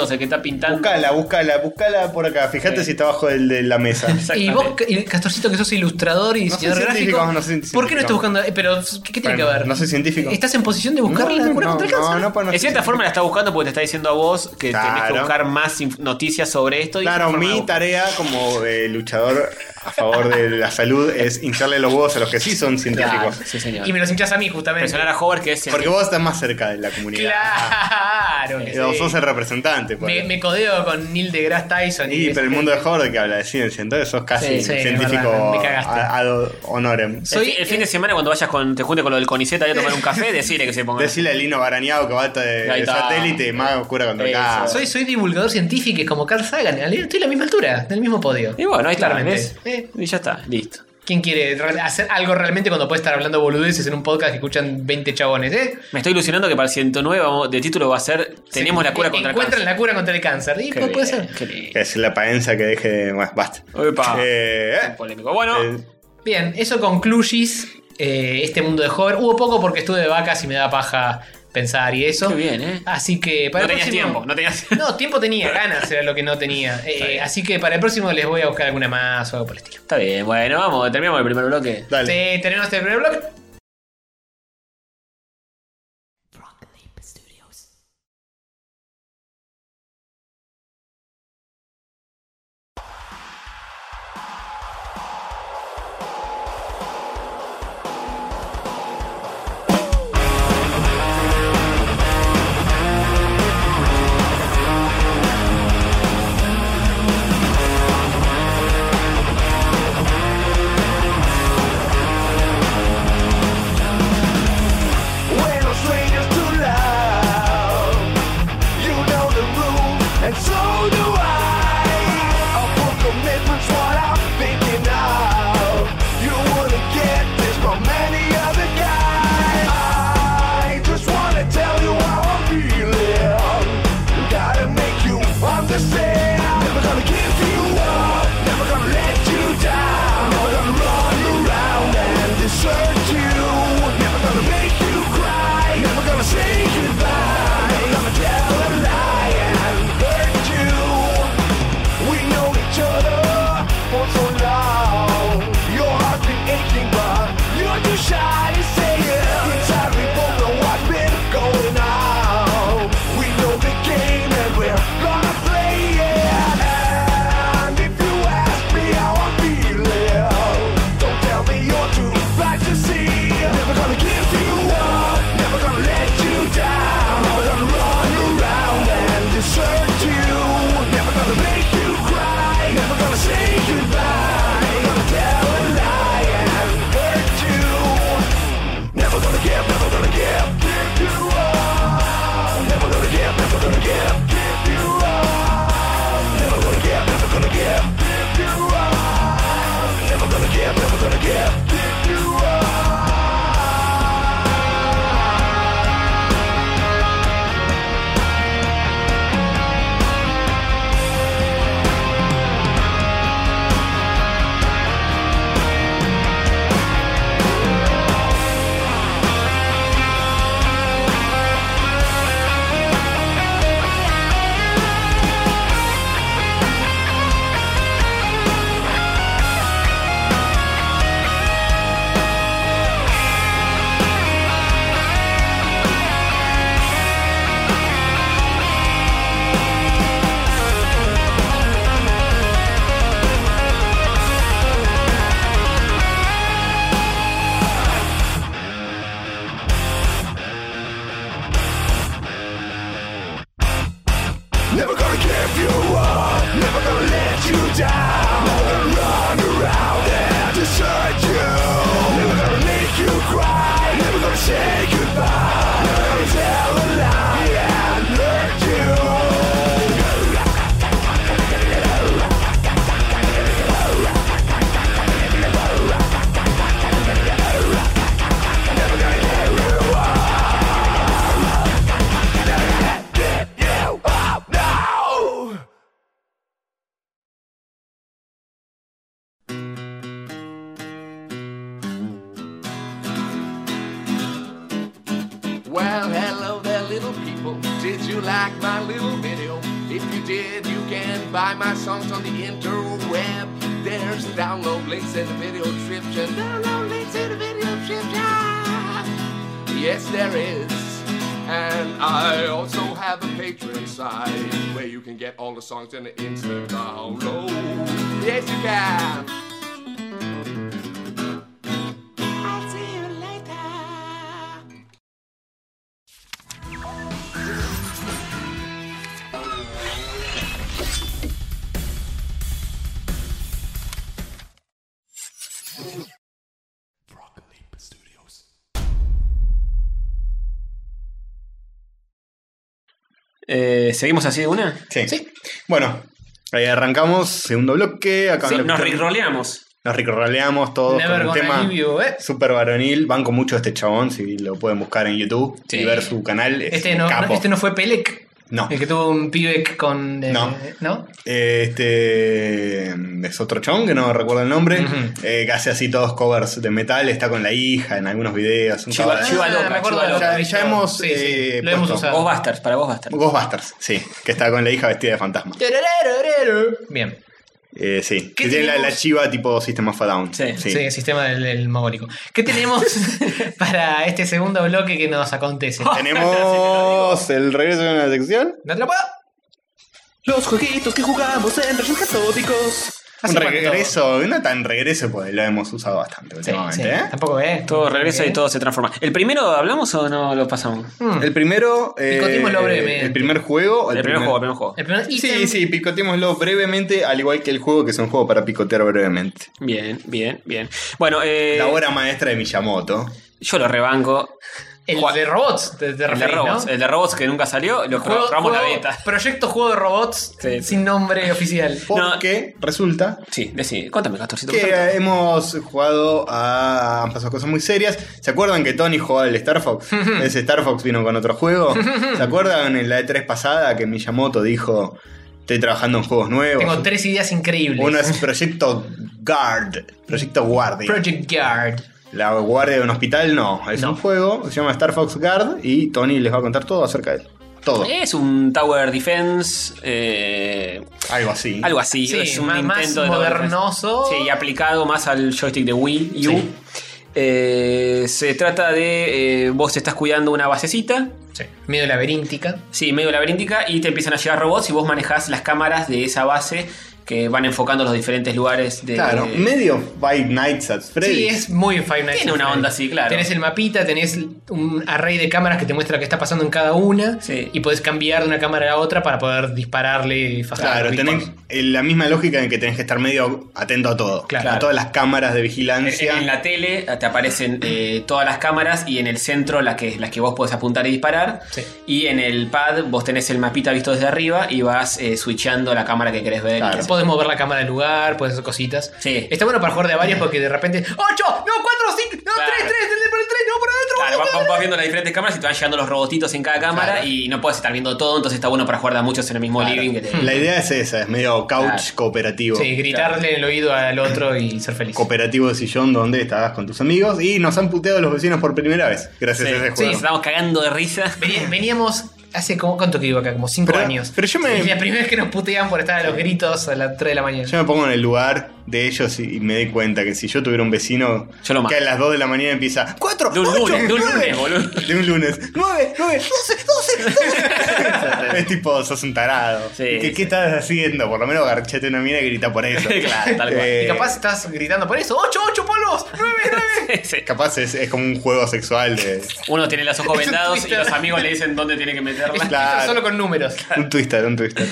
B: X42, el que está pintando.
C: Buscala, buscala, buscala por acá. Fíjate
B: Sí.
C: si está abajo del, de la mesa.
D: Y
B: Exactamente.
D: vos, y Castorcito, que sos ilustrador y
C: No soy
D: diseñador
C: científico,
D: gráfico,
C: no soy científico.
D: ¿por qué no estás buscando? eh, pero, ¿qué, qué tiene
C: Bueno,
D: que ver?
C: no soy científico.
D: ¿Estás en posición de buscar
C: No,
D: la cura
C: no,
D: contra el cáncer?
C: no, no, pues no soy
B: En cierta
C: científico.
B: forma la está buscando porque te está diciendo a vos que tenés que
C: Claro.
B: buscar más inf- noticias sobre esto. Y
C: Claro,
B: forma de
C: mi
B: buscar.
C: tarea como eh, luchador a favor de la salud es hincharle los huevos a los que sí son
B: Claro,
C: científicos.
B: sí, señor.
D: Y me los hinchas a mí, justamente.
B: Presionar a Hover que es
C: Porque vos estás más cerca de la comunidad.
D: Claro. que
C: Eh, vos
D: sí.
C: sos el representante. por
D: me,
C: ahí.
D: me codeo con Neil deGrasse Tyson.
C: Y, pero el mundo de Howard que habla de ciencia, entonces sos
D: Sí,
C: casi
D: sí,
C: científico
D: es verdad, me cagaste.
C: a- ad honorem.
B: El,
D: soy-
B: fi- el fin de semana cuando vayas con te junte con lo del CONICET ahí a tomar un café, decirle que se ponga.
C: Decirle al lino barañado que bata de, de
B: Ahí está.
C: satélite y más cura contra el
B: Eso.
C: cáncer.
D: Soy, soy divulgador científico es como Carl Sagan. al- Estoy a la misma altura, en el mismo podio.
B: Y bueno, ahí está,
D: Claramente.
B: ¿ves?
D: Eh,
B: Y ya está, listo.
D: ¿Quién quiere re- hacer algo realmente cuando puede estar hablando boludeces en un podcast que escuchan 20 chabones, eh?
B: Me estoy ilusionando que para el 109 vamos- de título va a ser Tenemos la cura contra el
D: Encuentran
B: cáncer.
D: Eh, la cura contra el cáncer. Y
B: Qué
D: puede puede
B: bien,
D: ser.
B: qué lindo.
C: Que es la paenza que deje de. Bueno, basta.
B: Opa.
C: Eh, eh.
B: Polémico. Bueno,
C: Eh,
D: Bien, eso concluyes eh, este mundo de Hover. Hubo poco porque estuve de vacas y me da paja pensar y eso.
B: Qué bien, ¿eh?
D: Así que para
B: no
D: el
B: tenías
D: próximo-
B: tiempo, no tenías.
D: No, tiempo tenía, ganas era lo que no tenía. Eh, así que para el próximo les voy a buscar alguna más o algo por el estilo.
B: Está bien, bueno, vamos, terminamos el primer bloque.
C: dale.
D: Sí, tenemos este primer bloque.
I: Well, hello there, little people. Did you like my little video? If you did, you can buy my songs on the interweb. There's download links in the video description. Download links in the video description. Yes, there is. And I also have a Patreon site where you can get all the songs in the instant download. Yes, you can. I'll see you later.
B: Eh, ¿Seguimos así de una?
C: Sí. Bueno, ahí arrancamos, segundo bloque. Acá
B: Sí,
C: en la-
B: nos reroleamos.
C: Nos reroleamos todos
D: Never
C: con el
D: gonna
C: tema.
D: leave you, eh.
C: Super varonil, banco mucho a este chabón, si lo pueden buscar en YouTube
D: Sí.
C: y ver su canal. Es
D: Este
C: un
D: no,
C: capo.
D: no- este no fue Pelec.
C: No.
D: El que tuvo un pibe con. eh,
C: No.
D: ¿no?
C: Eh, Este es otro chabón que no recuerdo el nombre,
D: Ujú.
C: eh, que hace así todos covers de metal, está con la hija en algunos videos. Un
B: Chiva-
C: caballo.
B: Chiva loca,
D: Ah, me acuerdo
B: chiva
D: de lo
B: loca.
D: que
C: Ya-
D: hizo.
C: ya hemos,
D: Sí, sí,
C: eh,
D: lo hemos
C: puesto.
B: Vos
D: usado.
B: Bastards, para vos Bastards.
C: Ghostbusters, sí, que está con la hija vestida de fantasma.
D: Bien.
C: Eh, sí,
D: ¿Qué
C: que tiene la,
D: tenemos?
C: la chiva tipo System of a Down.
B: Sí.
D: Sí, el sistema del, del mogólico. ¿Qué tenemos para este segundo bloque que nos acontece?
C: Oh, Tenemos el regreso de una sección.
D: ¿No te lo puedo?
A: Los jueguitos que jugamos en rayos catódicos.
C: Un
D: Hace cuánto.
C: regreso, no tan regreso, porque lo hemos usado bastante
D: Sí,
C: últimamente.
D: sí.
C: ¿eh?
D: Tampoco es. ¿Eh?
B: Todo regresa y
D: Ok.
B: todo se transforma. ¿El primero hablamos o no lo pasamos?
D: Mm.
C: El primero. eh,
D: Picotémoslo brevemente.
C: El primer juego. o
B: El, primer
C: primer-
B: juego, el primer juego.
D: El primer
C: Sí,
D: ítem-
C: sí, picotémoslo brevemente, al igual que el juego, que es un juego para picotear brevemente.
B: Bien, bien, bien. Bueno, eh,
C: La obra maestra de Miyamoto.
B: yo lo rebanco.
D: El
B: Juan-
D: de robots, te, te
B: El de
D: referís,
B: robots.
D: ¿no?
B: El de robots que nunca salió, lo
D: Juego-
B: probamos la
D: juego-
B: beta.
D: Proyecto juego de robots
B: Sí, sí.
D: sin nombre oficial.
C: Porque resulta
B: Sí, decí, cuéntame, Castorcito.
C: que eh,
B: contame.
C: hemos jugado a. Han pasado cosas muy serias. ¿Se acuerdan que Tony jugaba al Star Fox? Ese Star Fox vino con otro juego. ¿Se acuerdan en la E3 pasada que Miyamoto dijo: Estoy trabajando en juegos nuevos?
D: Tengo tres ideas increíbles.
C: Uno es Proyecto Guard. Proyecto Guardia.
D: Project Guard.
C: La guardia de un hospital no, es
D: No.
C: un juego, se llama Star Fox Guard y Tony les va a contar todo acerca de él. Todo.
B: Es un Tower Defense, eh,
C: Algo así.
B: algo así.
D: Sí,
B: es un
D: más- más
B: intento de Tower Defense.
D: modernoso.
B: Sí, y aplicado más al joystick de Wii U.
D: Sí.
B: Eh, se trata de eh, vos estás cuidando una basecita,
D: Sí. Medio laberíntica.
B: sí, medio laberíntica, y te empiezan a llegar robots y vos manejás las cámaras de esa base que van enfocando los diferentes lugares de... eh,
C: Claro, medio Five Nights at Freddy's.
D: Sí, es muy Five Nights
B: Tiene
D: at
B: una
D: Freddy's.
B: onda así, claro.
D: Tenés el mapita, tenés un array de cámaras que te muestra lo que está pasando en cada una.
B: Sí.
D: Y podés cambiar de una cámara a la otra para poder dispararle y fajar.
C: Claro,
D: ricos.
C: tenés eh, la misma lógica en que tenés que estar medio atento a todo.
D: Claro.
C: A todas las cámaras de
B: En,
C: vigilancia.
B: en la tele te aparecen eh, todas las cámaras y en el centro las que, las que vos podés apuntar y disparar.
D: Sí.
B: Y en el pad vos tenés el mapita visto desde arriba y vas eh, switchando la cámara que querés ver.
C: Claro.
B: Y-
D: Podés mover la cámara del lugar, podés hacer cositas.
B: Sí.
D: Está bueno para jugar de a varios porque de repente. ¡8! ¡No! ¡4! ¡5! ¡No!
B: Claro.
D: 3, 3, 3, por el 3, no, por adentro!
B: Claro,
D: vamos,
B: vas, vas- vas viendo las diferentes cámaras y te van llegando los robotitos en cada cámara
C: Claro.
B: y no puedes estar viendo todo, entonces está bueno para jugar de a muchos en el mismo
C: Claro.
B: living. que te-
D: Hmm.
C: La idea es esa, es medio couch
B: Claro.
C: cooperativo.
D: Sí, gritarle en el oído al otro y ser feliz.
C: Cooperativo de sillón donde estabas con tus amigos y nos han puteado los vecinos por primera vez gracias
B: Sí,
C: a ese
B: sí,
C: juego.
B: estamos cagando de risa.
D: Veni- Veníamos hace como, ¿cuánto que iba acá? Como 5
C: Pero-
D: años.
C: pero yo me-
D: Es la primera vez que nos putean por estar a los gritos a las 3 de la mañana.
C: Yo me pongo en el lugar de ellos y, y me doy cuenta que si yo tuviera un vecino
B: Yo lo mato.
C: que a las 2 de la mañana empieza 4,
B: De un lunes, de un lunes, boludo.
C: De un lunes. 9, 9, 12, 12, 12. es tipo, sos un tarado.
B: Sí,
C: ¿Qué, qué
B: sí.
C: estás haciendo? Por lo menos garchate una mina y grita por eso.
B: Claro, tal cual.
C: Eh,
D: Y capaz estás gritando por eso. ¡8, 8 polvos! ¡9, 9!
B: Sí.
C: capaz es, es como un juego sexual de
B: Uno tiene los ojos
D: Es un
B: vendados y
D: Twitter.
B: los amigos le dicen dónde tiene que meterla.
C: Claro.
D: Solo con números.
C: un twister, un twister.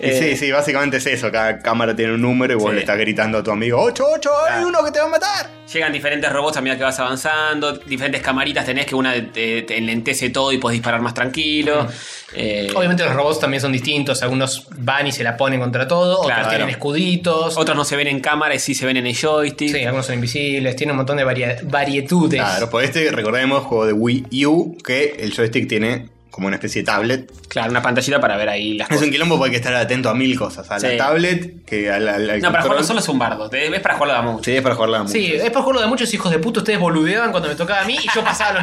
C: Y
B: Eh,
C: sí, sí, básicamente es eso. Cada cámara tiene un número y vos
B: Sí.
C: le estás gritando a tu amigo: ¡Ocho, ocho! ¡Hay
B: Ah.
C: uno que te va a matar!
B: Llegan diferentes robots a medida que vas avanzando, diferentes camaritas tenés que una te, te enlentece todo y podés disparar más tranquilo. Eh,
D: Hmm. Obviamente los robots también son distintos, algunos van y se la ponen contra todo,
B: Claro.
D: otros tienen escuditos,
B: otros no se ven en cámara y sí se ven en el joystick.
D: sí, algunos son invisibles, tiene un montón de varia- varietudes.
C: Claro, pues este, recordemos, juego de Wii U, que el joystick tiene como una especie de tablet.
B: Claro, una pantallita para ver ahí las
C: Es
B: cosas.
C: un quilombo porque hay que estar atento a mil cosas. A
B: Sí.
C: la tablet, que al, al- al
B: No,
C: control.
B: para jugarlo solo es un bardo. te- Es para jugarlo de a mucho.
C: Sí, es para jugarla mucho.
D: Sí, es por juego de muchos hijos de puta, ustedes boludeaban cuando me tocaba a mí y yo pasaba los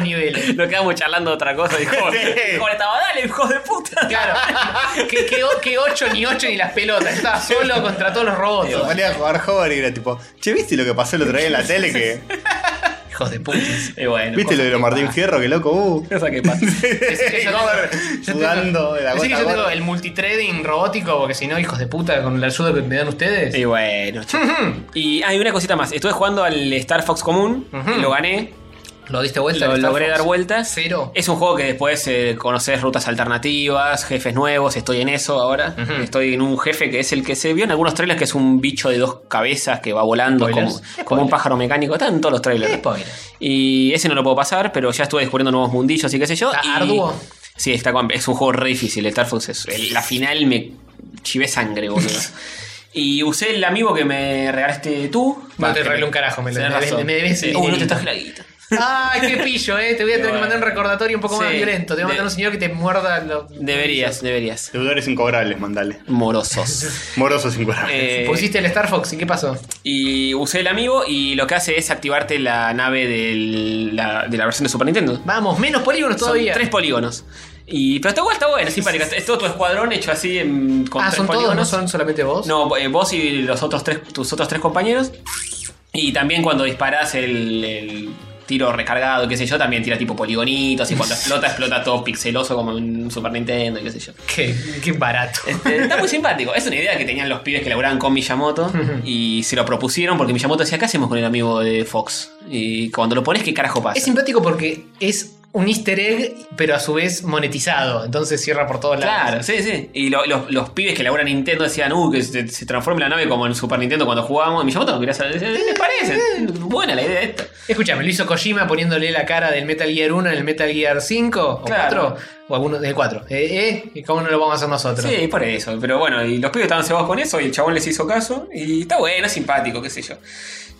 D: niveles.
B: Lo quedamos charlando de otra cosa. Dijo,
C: Sí.
B: dijo, estaba, dale, hijo de puta.
D: Claro, que, que, o- que ocho ni ocho ni las pelotas, estaba solo contra todos los
C: Se
D: robots.
C: ponía a jugar Hover y era tipo, che, ¿viste lo que pasó el otro día en la tele? que
D: Hijos de puta.
B: Y bueno,
C: ¿Viste lo de los
B: Ah.
C: Martín Fierro? Que loco, uh.
B: Cosa que pasa.
D: que yo
C: Hover
D: tengo-
C: sudando de la
D: Así que
C: gota a
D: yo tengo
C: gota.
D: el multitrading robótico, porque si no, hijos de puta, con la ayuda que me dan ustedes.
B: Y bueno, che. Y hay una cosita más. Estuve jugando al Star Fox común.
D: Ujú.
B: Lo gané.
D: ¿Lo diste vuelta?
B: Lo-
D: al Star
B: logré
D: Fox?
B: dar vueltas.
D: Cero.
B: Es un juego que después eh, conoces rutas alternativas, jefes nuevos. Estoy en eso ahora.
D: Ujú.
B: Estoy en un jefe que es el que se vio en algunos trailers, que es un bicho de dos cabezas que va volando
D: Spoilers.
B: como, como un pájaro mecánico. Están en todos los trailers.
D: Spoiler.
B: Y ese no lo puedo pasar, pero ya estuve descubriendo nuevos mundillos y qué sé yo.
D: ¿Está
B: y-
D: arduo?
B: Sí, está, com- es un juego re difícil. el Star Fox es- el- la final me chivé sangre, boludo. y usé el amigo que me regalaste tú.
D: No
B: Va,
D: te
B: que
D: regalé
B: me-
D: un carajo, me lo-
B: tenés
D: me-
B: razón.
D: me- me debes
B: Sí.
D: el
B: Uy, no te
D: dinerito.
B: traje la guita.
D: Ay, qué pillo, eh. Te voy a tener que
B: Bueno.
D: mandar un recordatorio un poco más
B: Sí.
D: violento. Te voy a mandar
B: De-
D: un señor que te muerda los.
B: Deberías, deberías.
C: Deudores incobrables, mandale.
B: Morosos.
C: Morosos incobrables.
B: Eh,
D: Pusiste el Star Fox y qué pasó?
B: y usé el amigo y lo que hace es activarte la nave del- la- de la versión de Super Nintendo.
D: Vamos, menos polígonos
B: Son
D: todavía.
B: tres polígonos. Y, pero está bueno, está bueno, simpática. Es todo tu escuadrón hecho así en, con
D: ah,
B: tres
D: son todos, no
B: polígonos.
D: son solamente vos.
B: No, eh, vos y los otros tres, tus otros tres compañeros. Y también cuando disparás el, el tiro recargado, qué sé yo, también tira tipo poligonitos. Y cuando explota, explota todo pixeloso como un Super Nintendo, y qué sé yo.
D: Qué, qué barato.
B: Este, está muy simpático. Es una idea que tenían los pibes que laburaban con Miyamoto y se lo propusieron porque Miyamoto decía, ¿qué hacemos con el amigo de Fox? Y cuando lo pones, ¿qué carajo pasa?
D: Es simpático porque es un easter egg, pero a su vez monetizado. Entonces cierra por todos lados.
B: Claro, sí, sí. Y lo- los, los pibes que laburan Nintendo decían, uh, que se, se transforme la nave como en Super Nintendo cuando jugábamos. Y Miyamoto no quería saber. Decía, ¿Les parece? Buena la idea esta.
D: Escúchame, lo hizo Kojima poniéndole la cara del Metal Gear 1 en el Metal Gear 5 o
B: Claro.
D: 4 o alguno del 4. Eh, eh, ¿Cómo no lo vamos a hacer nosotros?
B: Sí, por eso. Pero bueno, y los pibes estaban cebados con eso y el chabón les hizo caso. Y está bueno, es simpático, qué sé yo.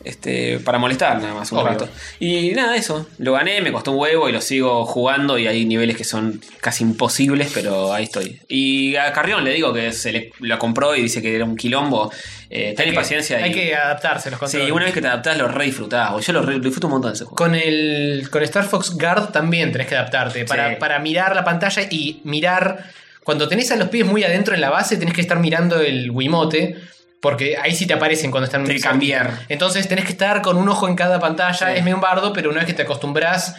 B: Este, para molestar nada más un
D: Obvio.
B: rato. Y nada, eso. Lo gané, me costó un huevo y lo sigo jugando. Y hay niveles que son casi imposibles, pero ahí estoy. Y a Carrión le digo que se le, lo compró y dice que era un quilombo. Eh, ten
D: Hay que-
B: paciencia.
D: Hay
B: y,
D: que adaptarse a los
B: Sí,
D: controles.
B: una vez que te adaptás lo re disfrutás. boludo. Yo lo re disfruto un montón de ese juego.
D: Con el con Star Fox Guard también tenés que adaptarte para,
B: Sí.
D: para mirar la pantalla y mirar. Cuando tenés a los pies muy adentro en la base, tenés que estar mirando el Wiimote. Porque ahí sí te aparecen cuando están.
B: Tenés que cambiar.
D: Entonces tenés que estar con un ojo en cada pantalla.
B: Sí.
D: Es medio un bardo, pero una vez que te acostumbras,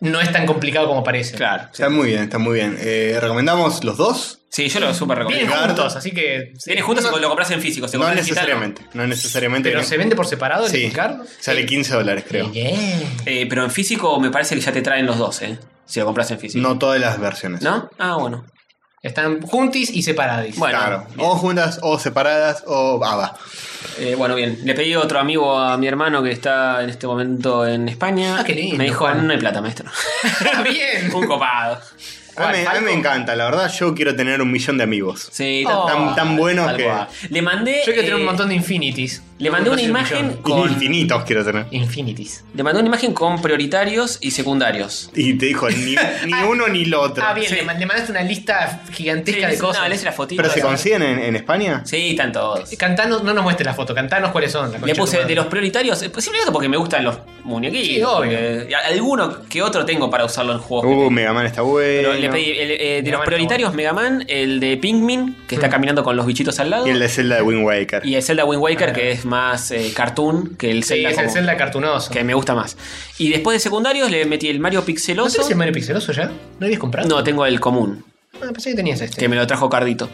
D: no es tan complicado como parece.
B: Claro.
C: Está muy bien, está muy bien. Eh, ¿Recomendamos los dos?
B: Sí, yo lo súper
D: Vienen
B: recomiendo.
C: Guard.
D: juntos, así que.
B: Vienes juntos y lo compras en físico. se
C: No
B: compras en digital,
C: necesariamente. No necesariamente.
D: Pero
C: no.
D: se vende por separado el Eh,
C: Sí.
D: Guard.
C: Sale 15 dólares, creo.
D: Bien.
B: Eh, pero en físico me parece que ya te traen los dos, ¿eh? Si lo compras en físico.
C: No todas las versiones.
B: ¿No? Ah, bueno.
D: Están juntis y separadis.
B: Bueno,
C: Claro.
B: bien.
C: O juntas, o separadas, o ah, va.
B: Eh, bueno, bien. Le pedí otro amigo a mi hermano que está en este momento en España.
D: Ah, qué lindo,
B: Me dijo,
D: Juan.
B: no hay plata, maestro.
D: Bien.
B: Un copado.
C: A mí, me- a mí me encanta, la verdad, yo quiero tener un millón de amigos.
B: Sí,
D: Oh,
C: tan, tan buenos
B: tal
C: que.
B: cual. Le mandé.
D: Yo quiero tener
B: eh,
D: un montón de infinities.
B: Le mandé una
D: No sé,
B: imagen
D: millón.
B: con.
C: Infinitos quiero tener.
D: Infinities.
B: Le mandé una imagen con prioritarios y secundarios.
C: Y te dijo, ni, ni uno ni lo otro.
D: Ah, bien,
B: Sí.
D: le, man- le mandaste una lista
B: Sí,
D: gigantesca de
B: le-
D: cosas.
B: No, le hice la fotito.
C: ¿Pero se
B: Sí,
C: consiguen en, en España?
B: Sí, están todos.
D: Cantanos, no nos muestres la foto, cantanos cuáles son. la
B: Le
D: concha
B: puse
D: tu
B: de
D: madre.
B: los prioritarios, eh, simplemente porque me gustan los muñequitos.
D: Sí, obvio.
B: porque- y a- alguno que otro tengo para usarlo en juegos.
C: Uh, Mega Man está bueno.
B: Pero le pedí el, eh, de
D: Mega
B: los
D: Man
B: prioritarios Mega Man, el de Pingmin, que
D: Mm.
B: está caminando con los bichitos al lado.
C: Y el de Zelda de Wind Waker.
B: y eh, el Zelda Wind Waker,
D: Ah.
B: que es más eh, cartoon que el
D: Sí,
B: Zelda,
D: es el
B: como-
D: Zelda cartunoso.
B: que me gusta más. Y después de secundarios le metí el Mario
D: ¿No
B: Pixeloso.
D: tenés el Mario Pixeloso ya? ¿No lo habías comprado?
B: No, tengo el común,
D: Ah, pensé que tenías este.
B: que me lo trajo Cardito.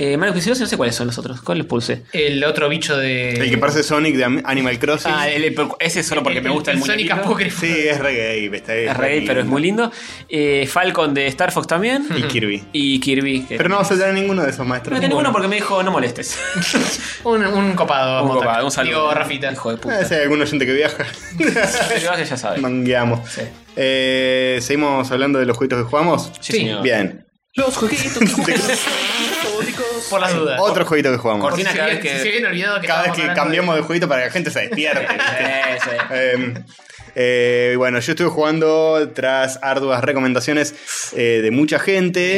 B: Eh, Mario Kicillof, no sé cuáles son los otros. ¿Cuál les pulse?
D: El otro bicho de.
C: El que parece Sonic de Am- Animal Crossing.
B: Ah, el- el- ese es solo porque me gusta el,
D: Sonic
B: muñequito.
D: Apócrifo.
C: sí, es reggae. Está
B: Es rey, pero es muy lindo. Eh, Falcon de Star Fox también.
D: Hmm.
C: Y Kirby.
B: Y Kirby. que-
C: Pero no vas a tener ninguno de esos
B: no
C: maestros.
B: tengo uno porque me dijo, no molestes.
D: Un, un copado.
B: Un
D: Motac.
B: copado, un saludo.
D: Digo, Rafita.
B: Hijo de puta.
C: Ah, si hay algún oyente que viaja.
B: El que vaya ya sabe.
C: Mangueamos.
B: Sí.
C: Eh, ¿Seguimos hablando de los jueguitos que jugamos?
B: Sí,
D: Sí,
B: señor.
C: Bien.
B: Los jueguitos.
D: Por las dudas.
C: Otro jueguito que jugamos.
B: Cortina.
D: Si
B: cada vez
D: bien-
B: que-
D: si se habían olvidado que
C: Cada vez
D: estábamos
C: que
D: hablando
C: cambiamos de jueguito para que la gente se despierte. ¿viste?
B: Sí, sí.
C: Eh, eh, bueno, yo estuve jugando tras arduas recomendaciones eh, de mucha gente.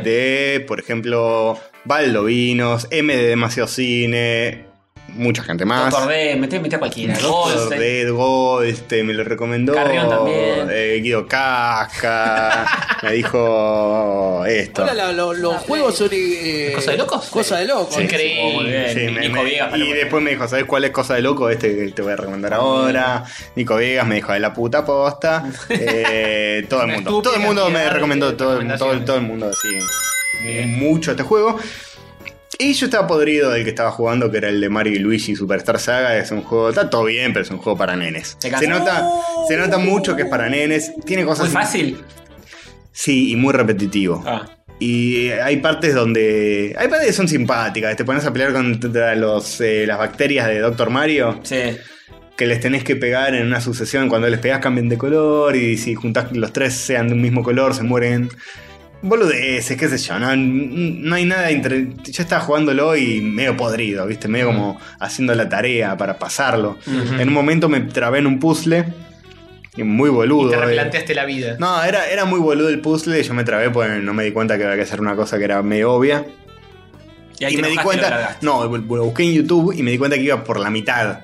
C: eh, de, por ejemplo, Baldovinos, M de Demasiado Cine, mucha gente más.
B: Doctor D, mete, mete a cualquiera.
C: Doctor
B: Goldstein.
C: Dead Goldstein, me lo recomendó.
B: Carrión también.
C: eh, Guido Casca. me dijo esto.
J: Ahora la- lo- los juegos son. eh,
D: ¿Cosa de locos?
J: Cosa de locos.
D: de-
B: Oh, muy
D: Increíble.
B: bien.
C: Sí, me-
B: Nico
C: me-
B: Viegas, pues. para
C: y
B: lo-
C: después me dijo, ¿sabes cuál es cosa de loco? Este que te voy a recomendar ahora. Nico Viegas me dijo, de la puta posta. Eh, todo el
D: Una
C: mundo. Todo el
D: estúpida
C: mundo me
D: cantidad de
C: recomendó, todo, el- todo, el- todo el mundo así. Mucho este juego. Y yo estaba podrido del que estaba jugando, que era el de Mario y Luigi Superstar Saga. Es un juego, está todo bien, pero es un juego para nenes.
B: Te cansa.
C: Se nota, se nota mucho que es para nenes. Tiene cosas.
B: Muy fácil.
C: Sí, y muy repetitivo.
B: Ah.
C: Y hay partes donde. Hay partes que son simpáticas. Te pones a pelear contra los, eh, las bacterias de Dr. Mario.
B: Sí.
C: Que les tenés que pegar en una sucesión. Cuando les pegás cambian de color. Y si juntás los tres sean de un mismo color, se mueren. Boludeces, qué sé yo. No, no hay nada. Entre... Yo estaba jugándolo y medio podrido, ¿viste? Medio como haciendo la tarea para pasarlo. En un momento me trabé en un puzzle. y Muy boludo.
D: Y te
C: eh.
D: replanteaste la vida.
C: No, era, era muy boludo el puzzle. Yo me trabé porque no me di cuenta que había que hacer una cosa que era medio obvia.
B: Y ahí te
C: me di
B: enojaste y lo
C: cuenta.
B: largaste.
C: No, lo busqué en YouTube y me di cuenta que iba por la mitad.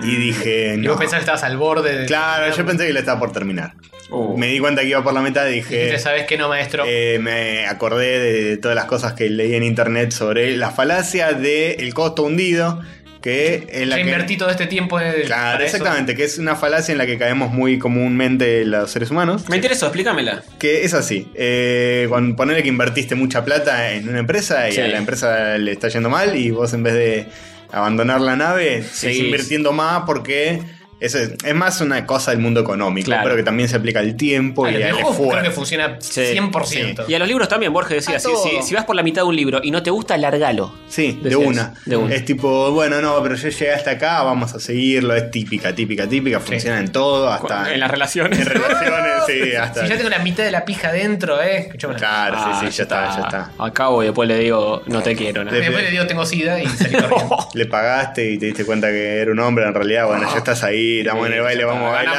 C: Y dije.
D: Y
C: No.
D: vos pensabas que estabas al borde de.
C: Claro, yo pensé que la estaba por terminar.
B: Uh.
C: Me di cuenta que iba por la mitad y dije.
D: Dijiste, sabes que no, maestro.
C: eh, me acordé de todas las cosas que leí en internet sobre la falacia del el costo hundido. Que en la
D: ya
C: que-
D: invertí todo este tiempo en.
C: Claro,
D: para eso.
C: exactamente, que es una falacia en la que caemos muy comúnmente los seres humanos.
B: Me interesó, explícamela.
C: Que es así. Eh, con ponerle que invertiste mucha plata en una empresa y
B: Sí.
C: a la empresa le está yendo mal y vos en vez de abandonar la nave, seguís
B: sí.
C: invirtiendo más porque eso es, es más una cosa del mundo económico,
B: Claro.
C: pero que también se aplica al tiempo
D: Ah,
C: y
D: los
C: al
D: videojuegos Creo que
C: esfuerzo.
D: funciona
B: Sí.
D: 100%.
B: Y a los libros también, Borges decía,
J: A
B: si,
J: todo.
B: si, si vas por la mitad de un libro y no te gusta, largalo.
C: Sí, de
B: Decías,
C: una.
B: de una.
C: Es tipo, bueno, no, pero yo llegué hasta acá, vamos a seguirlo. Es típica, típica, típica. Funciona en todo, hasta
B: En las relaciones.
C: eh. en relaciones. sí, hasta.
D: Si ya tengo la mitad de la pija dentro, eh. Escuchame.
C: Claro,
B: Ah,
C: sí, sí, ya está, ya está.
B: Acabo y después le digo, no Oh, te quiero. nada.
C: Le-
D: Después le digo tengo sida y salí corriendo.
C: Le pagaste y te diste cuenta que era un hombre en realidad. Bueno, ya estás ahí, estamos en el baile, vamos a bailar.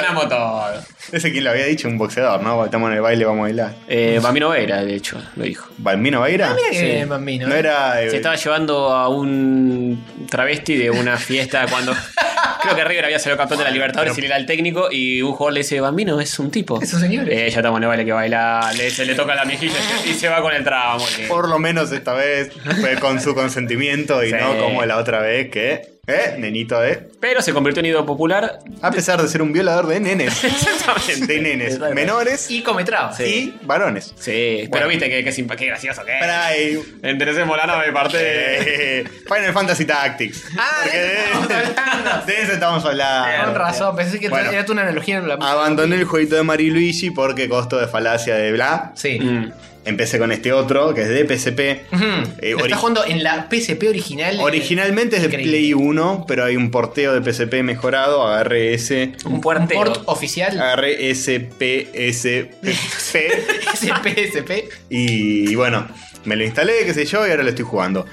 B: Ganamos todo, ganamos todo.
C: Ese quien lo había dicho, un boxeador, ¿no? Estamos en el baile, vamos a bailar.
B: Eh, Bambino Vera, de hecho, lo dijo.
C: ¿Balmino Baira?
D: Eh, bambino.
C: No era. eh,
B: Se estaba llevando a un travesti de una fiesta cuando. Creo que River había salido campeón de la Libertadores y le da al técnico y un jugador le dice, Bambino, es un tipo.
D: Es un señor.
B: Eh, ya estamos en el baile que baila, le, se le toca la mejilla y se va con el tramo.
C: Por lo menos esta vez fue con su consentimiento y
B: Sí.
C: no como la otra vez que. ¿Eh? Nenito de.
B: Pero se convirtió en ídolo popular.
C: A pesar de ser un violador de nenes. De nenes
B: Exactamente.
C: menores
D: Y cometraba.
C: y varones.
B: Sí, pero viste que, que simpa- qué gracioso que es.
C: Para ahí.
B: Enderecemos la nave y parte.
C: eh, Final Fantasy Tactics.
D: Ah,
C: Porque
D: de eso estamos hablando.
C: de eso estamos hablando.
D: Con razón, pensé que
C: Bueno. Ah.
D: era tu una analogía en la
C: Abandoné el jueguito de Mario y Luigi porque costo de falacia de bla.
D: Sí.
B: Mm.
C: Empecé con este otro, que es de PSP.
D: Ujú.
C: Eh,
D: Lo
C: ori-
D: estás jugando en la PSP original. eh,
C: Originalmente es de
D: increíble.
C: Play 1, pero hay un porteo de PSP mejorado. Agarré ese.
B: Un
D: Un
B: puertero.
D: port oficial
C: Agarré SPSP.
D: es el PSP.
C: y, y bueno, me lo instalé, qué sé yo, y ahora lo estoy jugando.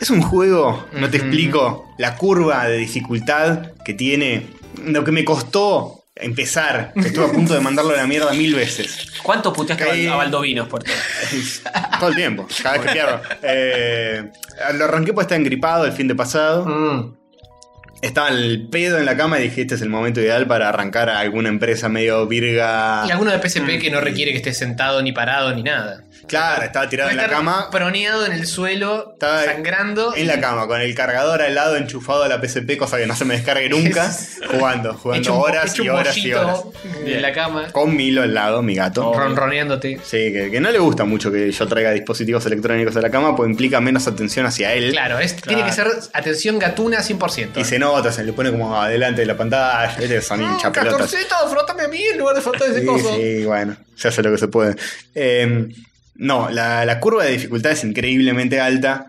C: Es un juego, no te
D: Ujú.
C: explico, la curva de dificultad que tiene, lo que me costó empezar. Estuve a punto de mandarlo a la mierda mil veces.
B: ¿Cuánto puteaste a Val-
C: Eh.
B: a Baldovinos por todo?
C: Todo el tiempo, cada vez que pierdo. Eh, lo arranqué porque estaba engripado el fin de pasado.
D: Mm.
C: Estaba el pedo en la cama y dije, este es el momento ideal para arrancar a alguna empresa medio virga.
D: Y alguno de PSP que no
C: Mm.
D: requiere que estés sentado ni parado ni nada.
C: Claro, estaba tirado en la
D: Estar
C: cama.
D: Proneado en el suelo, sangrando.
C: En la cama, con el cargador al lado enchufado a la PSP, cosa que no se me descargue nunca. jugando, jugando
D: hecho un po-
C: horas
D: hecho
C: y
D: un
C: horas y
D: pollito
C: horas.
D: en la cama.
C: Con Milo al lado, mi gato.
D: Oh. Ronroneándote.
C: Sí, que, que no le gusta mucho que yo traiga dispositivos electrónicos a la cama, pues implica menos atención hacia él.
D: Claro, es- tiene que ser atención gatuna 100%.
C: Y se nota, se le pone como adelante de la pantalla. Este son
D: Ah,
C: hinchapelotas.
D: Catorcito, frótame a mí en lugar de frotar ese
C: Sí,
D: coso.
C: sí, bueno, se hace lo que se puede. Eh, no, la, la curva de dificultad es increíblemente alta.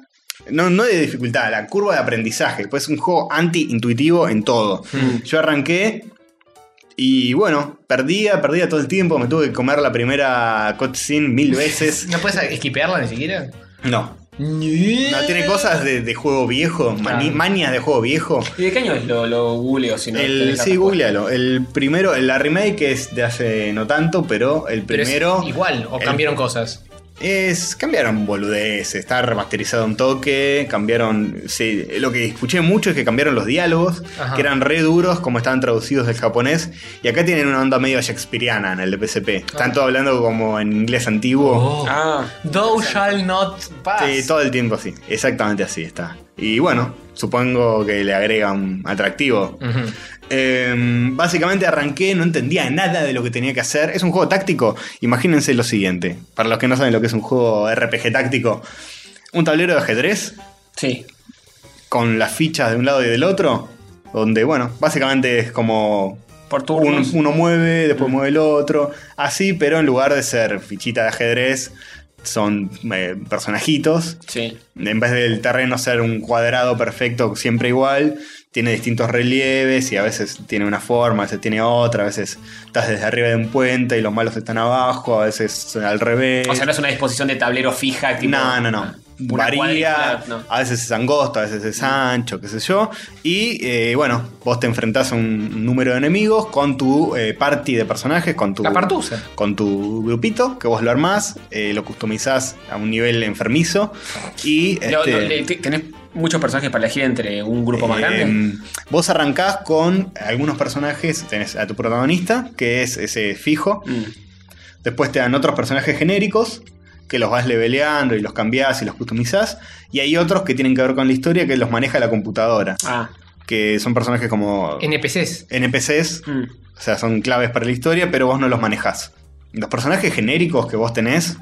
C: No, no de dificultad, la curva de aprendizaje. Pues es un juego anti-intuitivo en todo.
D: Hmm.
C: Yo arranqué y bueno, perdía, perdía todo el tiempo. Me tuve que comer la primera cutscene mil veces.
D: ¿No puedes esquipearla ni siquiera?
C: No. No, tiene cosas de, de juego viejo, mani- manias de juego viejo.
B: ¿Y de qué año es lo, lo googleo? Si no
C: El,
B: tenés la
C: sí,
B: respuesta?
C: googlealo. El primero, la remake es de hace no tanto, pero el
D: Pero es
C: primero.
D: igual, o
C: el-
D: cambiaron cosas.
C: Es, cambiaron boludeces, está remasterizado un toque, cambiaron... sí, lo que escuché mucho es que cambiaron los diálogos,
D: Ajá.
C: que eran re duros como estaban traducidos del japonés, y acá tienen una onda medio shakespeariana en el de PSP.
D: Ah.
C: Están todos hablando como en inglés
D: Oh.
C: antiguo.
B: Ah.
D: Thou shall not pass.
C: Sí, todo el tiempo así, exactamente así está. Y bueno, supongo que le agregan atractivo.
D: Ujú.
C: Eh, básicamente arranqué, no entendía nada de lo que tenía que hacer. Es un juego táctico. Imagínense lo siguiente. Para los que no saben lo que es un juego RPG táctico. Un tablero de ajedrez.
B: Sí.
C: Con las fichas de un lado y del otro. Donde, bueno, básicamente es como...
B: Por
C: Uno,
B: turnos.
C: uno mueve, después mueve el otro. Así, pero en lugar de ser fichita de ajedrez, son eh, personajitos.
B: Sí.
C: En vez del terreno ser un cuadrado perfecto, siempre igual, tiene distintos relieves y a veces tiene una forma, a veces tiene otra, a veces estás desde arriba de un puente y los malos están abajo, a veces al revés.
B: O sea, no es una disposición de tablero fija. Tipo,
C: Eh, no, no, no.
B: una
C: Varía,
B: cuadrícula, no.
C: a veces es angosto, a veces es ancho, qué sé yo. Y eh, bueno, vos te enfrentás a un número de enemigos con tu eh, party de personajes, con tu
D: La partusa.
C: con tu grupito, que vos lo armás, eh, lo customizás a un nivel enfermizo y...
B: No,
C: este,
B: no, le- te- tenés muchos personajes para elegir entre un grupo más
C: eh,
B: grande.
C: Vos arrancás con algunos personajes, tenés a tu protagonista, que es ese fijo,
B: Mm.
C: después te dan otros personajes genéricos, que los vas leveleando y los cambiás y los customizás, y hay otros que tienen que ver con la historia que los maneja la computadora,
B: Ah.
C: que son personajes como
D: NPCs.
C: NPCs,
B: mm.
C: o sea, son claves para la historia, pero vos no los manejás. Los personajes genéricos que vos tenés,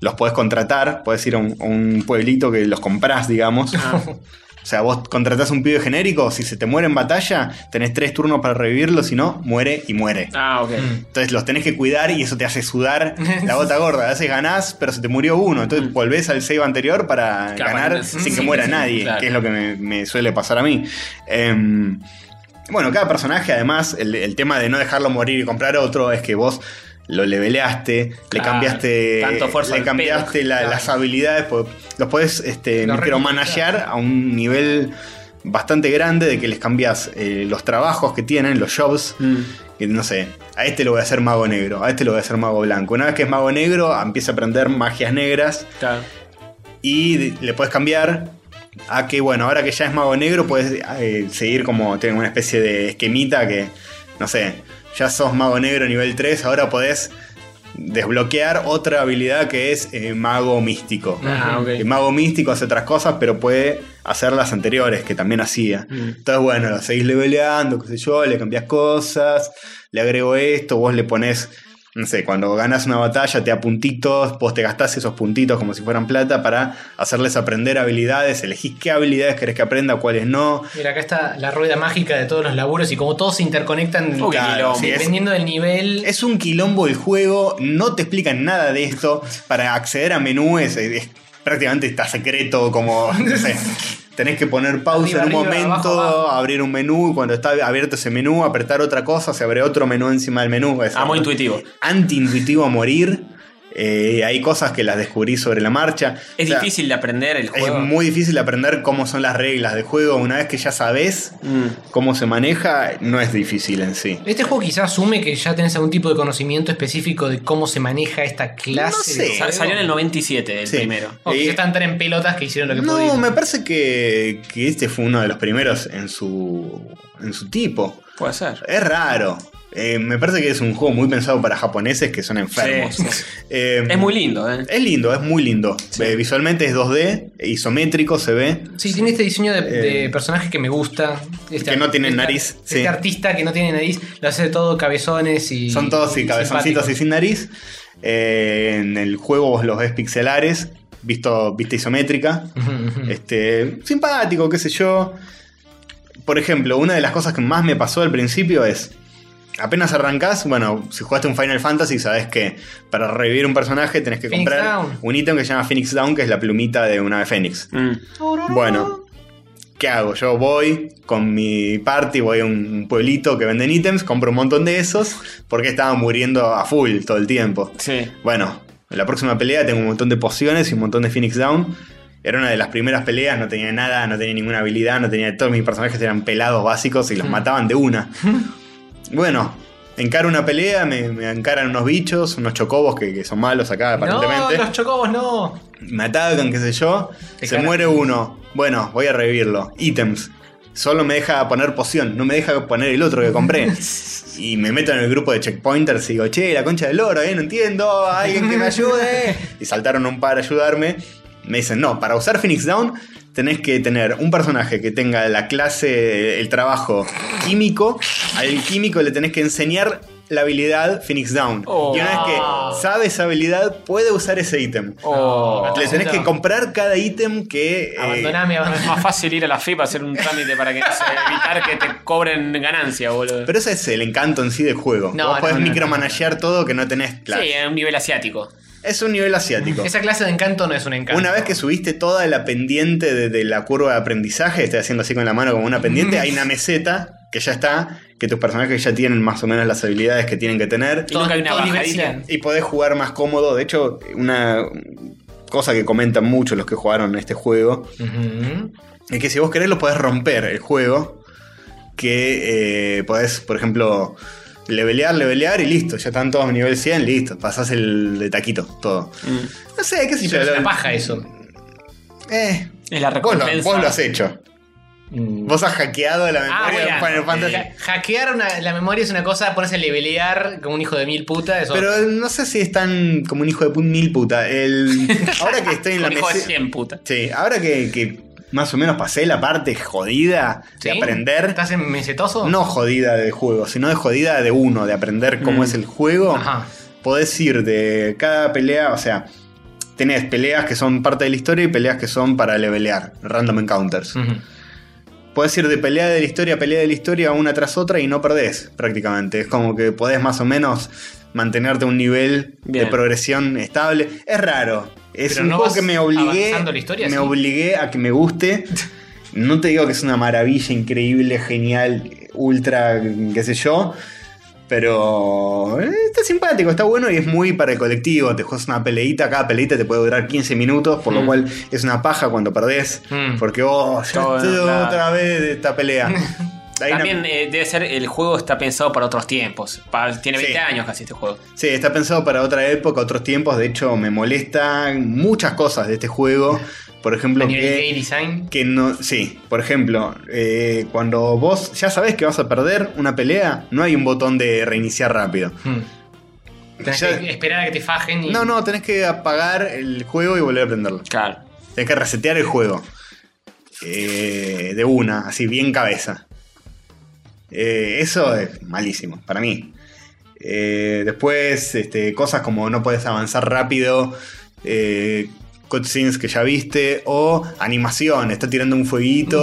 C: los podés contratar, podés ir a un, a un pueblito que los comprás, digamos. O sea, vos contratás un pibe genérico, si se te muere en batalla, tenés tres turnos para revivirlo, si no, muere y muere.
B: Ah, ok.
C: Entonces los tenés que cuidar y eso te hace sudar la gota gorda. A veces ganás, pero se te murió uno.
B: Mm.
C: Entonces volvés al save anterior para
B: Claro,
C: ganar
B: para-
C: sin
B: sí,
C: que muera
B: sí,
C: nadie,
B: claro.
C: que es lo que me, me suele pasar a mí. Em, bueno, cada personaje, además, el, el tema de no dejarlo morir y comprar otro es que vos lo leveleaste, le
B: Claro,
C: cambiaste,
B: tanto esfuerzo
C: le
B: al
C: cambiaste
B: pedo,
C: la-
B: claro.
C: las habilidades, po- los podés este,
D: Los
C: micromanagear a un nivel bastante grande de que les cambias eh, los trabajos que tienen, los jobs. Que, no sé, a este lo voy a hacer mago negro, a este lo voy a hacer mago blanco. Una vez que es mago negro, empieza a aprender magias negras
B: Claro.
C: y de- le puedes cambiar a que, bueno, ahora que ya es mago negro, puedes eh, seguir como tener una especie de esquemita que, no sé, ya sos mago negro nivel 3, ahora podés desbloquear otra habilidad que es eh, mago místico.
B: Ah, ok.
C: El mago místico hace otras cosas, pero puede hacer las anteriores, que también hacía.
B: Mm.
C: Entonces, bueno, lo seguís leveleando, qué sé yo, le cambiás cosas, le agrego esto, vos le pones, no sé, cuando ganas una batalla te da puntitos, vos te gastás esos puntitos como si fueran plata para hacerles aprender habilidades, elegís qué habilidades querés que aprenda, cuáles no.
D: Mira, acá está la rueda mágica de todos los laburos y como todos se interconectan
B: Uy, quilombo.
C: sí, es,
D: dependiendo del nivel.
C: es un quilombo el juego, no te explican nada de esto, para acceder a menúes es, es- prácticamente está secreto, como, no sé, Tenés que poner pausa
D: Arriba,
C: en un
D: arriba,
C: momento,
D: abajo, abajo.
C: abrir un menú, y cuando está abierto ese menú, apretar otra cosa, se abre otro menú encima del menú. Es
B: Ah, muy Ah, intuitivo.
C: anti-intuitivo a morir. eh, hay cosas que las descubrí sobre la marcha.
B: Es
C: O sea,
B: difícil de aprender el
C: Es
B: juego.
C: muy difícil aprender cómo son las reglas de juego. Una vez que ya sabes
D: Mm.
C: cómo se maneja, no es difícil en sí.
D: Este juego quizás asume que ya tenés algún tipo de conocimiento específico de cómo se maneja esta clase.
C: No sé.
D: de
B: Salió en el 97 el primero.
D: O
C: Eh,
D: quizás están tan en pelotas que hicieron lo que
C: No,
D: podían.
C: me parece que, que este fue uno de los primeros en su, en su tipo.
B: Puede ser.
C: Es raro. Eh, me parece que es un juego muy pensado para japoneses que son enfermos.
B: Sí, sí.
C: Eh,
B: Es muy lindo, ¿eh?
C: es lindo, es muy lindo. Eh, visualmente es 2D, isométrico, se ve.
D: Sí, tiene este diseño de, de
C: Eh,
D: personajes que me gusta. Este-
C: que no tienen
D: este-
C: nariz,
D: Este
C: sí.
D: artista que no tiene nariz lo hace todo cabezones y.
C: Son todos y cabezoncitos y sin nariz. Eh, en el juego vos los ves pixelares, visto, vista isométrica.
D: Mm.
C: Este, simpático, qué sé yo. Por ejemplo, una de las cosas que más me pasó al principio es. Apenas arrancás, bueno, si jugaste un Final Fantasy, sabes que para revivir un personaje tenés que
D: Phoenix
C: comprar
D: Down.
C: un ítem que se llama Phoenix Down, que es la plumita de una ave Fénix.
B: Mm.
C: Bueno, ¿qué hago? Yo voy con mi party, voy a un pueblito que venden ítems, compro un montón de esos, porque estaba muriendo a full todo el tiempo.
B: Sí.
C: Bueno, en la próxima pelea tengo un montón de pociones y un montón de Phoenix Down. Era una de las primeras peleas, no tenía nada, no tenía ninguna habilidad, no tenía. Todos mis personajes eran pelados básicos y
D: Hmm.
C: los mataban de una. Bueno, encaro una pelea, me, me encaran unos bichos, unos chocobos que, que son malos acá
D: No,
C: aparentemente
D: los chocobos no.
C: me atacan, qué sé yo,
D: Te
C: se
D: cara-
C: muere uno. Bueno, voy a revivirlo. Ítems. Solo me deja poner poción, no me deja poner el otro que compré. Y me meto en el grupo de checkpointers y digo, che, la concha del oro, eh, no entiendo, alguien que me ayude. Y saltaron un par a ayudarme. Me dicen, no, para usar Phoenix Down tenés que tener un personaje que tenga la clase, el trabajo químico. Al químico le tenés que enseñar la habilidad Phoenix Down.
B: Oh.
C: Y una vez que sabe esa habilidad, puede usar ese ítem.
B: Oh.
C: Le tenés que
D: No.
C: comprar cada ítem que. eh,
D: Abandoname,
B: Es
D: abandoname.
B: más fácil ir a la FIP a hacer un trámite para que se- evitar que te cobren ganancia, boludo.
C: pero ese es el encanto en sí del juego.
D: No,
C: Vos
D: no,
C: podés
D: no, no,
C: micromanagear todo que no tenés claro.
B: Sí, a un nivel asiático.
C: Es un nivel asiático.
D: Esa clase de encanto no es un encanto.
C: Una vez que subiste toda la pendiente de, de la curva de aprendizaje, estoy haciendo así con la mano como una pendiente, hay una meseta que ya está, que tus personajes ya tienen más o menos las habilidades que tienen que tener.
B: Y nunca hay una
D: Todo nivel
B: bajadita.
D: cien.
C: Y podés jugar más cómodo. De hecho, una cosa que comentan mucho los que jugaron este juego
D: Ujú.
C: Es que si vos querés lo podés romper el juego. Que eh, podés, por ejemplo, levelear, levelear y listo. Ya están todos a nivel 100, listo. Pasás el de taquito, todo. No sé, qué sé
D: Sí,
C: yo.
D: pero es
C: lo-
D: una paja eso.
C: Eh,
B: Es la
C: vos, lo,
B: recompensa.
C: vos lo has hecho. Vos has hackeado la
D: Ah,
C: memoria de Final
D: bueno.
C: Fantasy.
D: Ha- hackear una- la memoria es una cosa, ponerse a levelear como un hijo de mil puta, eso.
C: Pero no sé si es tan como un hijo de pun mil puta. El, ahora que estoy en la
B: Un hijo de
C: mesa.
B: 100, puta.
C: Sí, ahora que, que más o menos pasé la parte jodida
D: ¿Sí?
C: de aprender.
D: ¿Estás en mesetoso?
C: No jodida de juego, sino de jodida de uno, de aprender cómo es el juego.
D: Ajá.
C: Podés ir de cada pelea, o sea, tenés peleas que son parte de la historia y peleas que son para levelear, random encounters.
D: Ujú.
C: Podés ir de pelea de la historia a pelea de la historia una tras otra y no perdés prácticamente. Es como que podés más o menos mantenerte a un nivel
B: Bien.
C: de progresión estable. Es raro. Es
D: Pero
C: un
D: no
C: juego
D: vas
C: que me obligué,
D: avanzando la historia,
C: me
D: ¿sí?
C: obligué a que me guste. No te digo que es una maravilla increíble, genial, ultra, qué sé yo. Pero eh, está simpático, está bueno y es muy para el colectivo. Te juegas una peleita, cada peleita te puede durar 15 minutos, por lo cual es una paja cuando perdés.
D: Mm.
C: Porque, oh, ya
B: Todo,
C: estoy
B: claro.
C: otra vez de esta pelea. Hay una-
B: También eh, debe ser, el juego está pensado para otros tiempos. Pa- tiene 20
C: Sí.
B: años casi este juego.
C: Sí, está pensado para otra época, otros tiempos. De hecho, me molestan muchas cosas de este juego. Por ejemplo,
D: A nivel gay
C: que,
D: design.
C: que no. Sí, por ejemplo, eh, cuando vos ya sabés que vas a perder una pelea, no hay un botón de reiniciar rápido.
D: Mm. Tenés
C: Ya-
D: que esperar a que te fajen y.
C: No, no, tenés que apagar el juego y volver a prenderlo.
B: Claro.
C: Tenés que resetear el juego. Eh, de una, así, bien cabeza. Eh, eso es malísimo, para mí. Eh, después, este, cosas como no puedes avanzar rápido, eh, cutscenes que ya viste, o animación, está tirando un fueguito.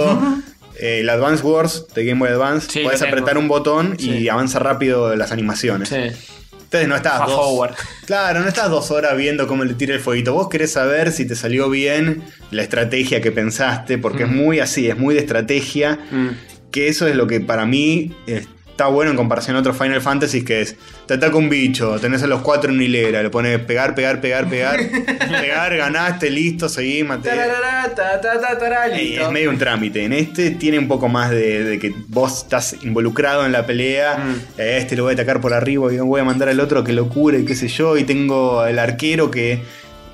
C: Eh, el Advance Wars de Game Boy Advance,
B: Sí,
C: puedes
B: lo tengo.
C: apretar un botón
B: Sí.
C: y avanza rápido las animaciones.
B: Sí.
C: Entonces no estás
B: Fast
C: dos,
B: forward.
C: Claro, no estás dos horas viendo cómo le tira el fueguito. Vos querés saber si te salió bien la estrategia que pensaste, porque es muy así, es muy de estrategia.
B: Mm.
C: Que eso es lo que para mí eh, está bueno en comparación a otros Final Fantasy que es, te ataca un bicho, tenés a los cuatro en una hilera, le pones pegar, pegar, pegar, pegar, pegar, ganaste, listo, seguí, maté.
D: Tararara, ta, ta, ta, tará,
C: Y
D: listo.
C: Eh, es medio un trámite. En este tiene un poco más de, de que vos estás involucrado en la pelea.
D: Mm.
C: Eh, Este lo voy a atacar por arriba y voy a mandar al otro que lo cure y qué sé yo. Y tengo el arquero que.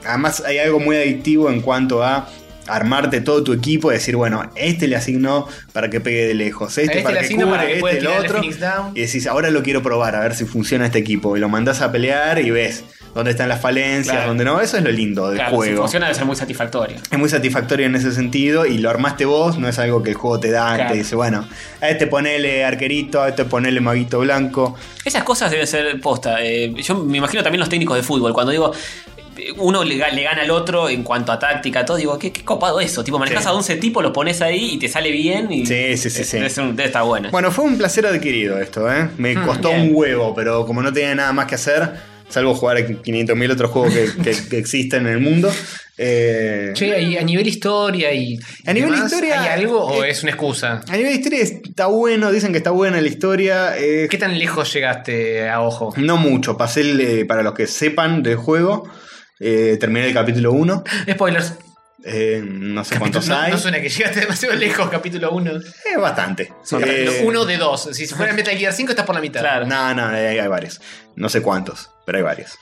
C: Además, hay algo muy adictivo en cuanto a armarte todo tu equipo y decir, bueno, este le asignó para que pegue de lejos,
D: A
C: este,
D: este
C: para
D: le
C: que
D: asigno
C: cure,
D: para que pueda
C: este el
D: tirar el
C: otro.
D: Phoenix Down.
C: Y decís, ahora lo quiero probar, a ver si funciona este equipo. Y lo mandás a pelear y ves dónde están las falencias,
B: Claro.
C: dónde no. Eso es lo lindo del
B: Claro, si
C: juego
B: funciona debe ser muy satisfactorio.
C: es muy satisfactorio en ese sentido y lo armaste vos, no es algo que el juego te da,
B: Claro.
C: te dice, bueno, a este ponele arquerito, a este ponele maguito blanco.
B: Esas cosas deben ser posta. Eh, yo me imagino también los técnicos de fútbol. Cuando digo, eh, uno le, ga- le gana al otro en cuanto a táctica, todo, digo, qué, qué copado eso. Tipo, manejas
C: Sí.
B: a 11 tipos, los pones ahí y te sale bien. Y
C: Sí, sí, sí, sí.
B: Debe, ser un- debe estar bueno.
C: Bueno, fue un placer adquirido esto, ¿eh? Me
D: Hmm,
C: costó
B: bien.
C: un huevo, pero como no tenía nada más que hacer, salvo jugar a 500.000 otros juegos que, que- que existen en el mundo, eh,
D: Che, y a nivel historia y.
C: A nivel
D: demás,
C: historia-
D: ¿Hay algo o es una excusa?
C: a nivel de historia está bueno, dicen que está buena la historia. eh,
D: ¿Qué tan lejos llegaste a ojo?
C: no mucho, pasé, el, eh, para los que sepan del juego, eh, terminé el capítulo 1,
D: Spoilers.
C: no sé
D: No,
C: cuántos hay.
D: no suena que llegaste demasiado lejos, capítulo 1.
C: Eh, bastante. Eh,
D: Uno de dos. Si fuera Metal Gear 5, estás por la mitad.
B: claro.
C: No, no, hay, hay varios. No sé cuántos, pero hay varios.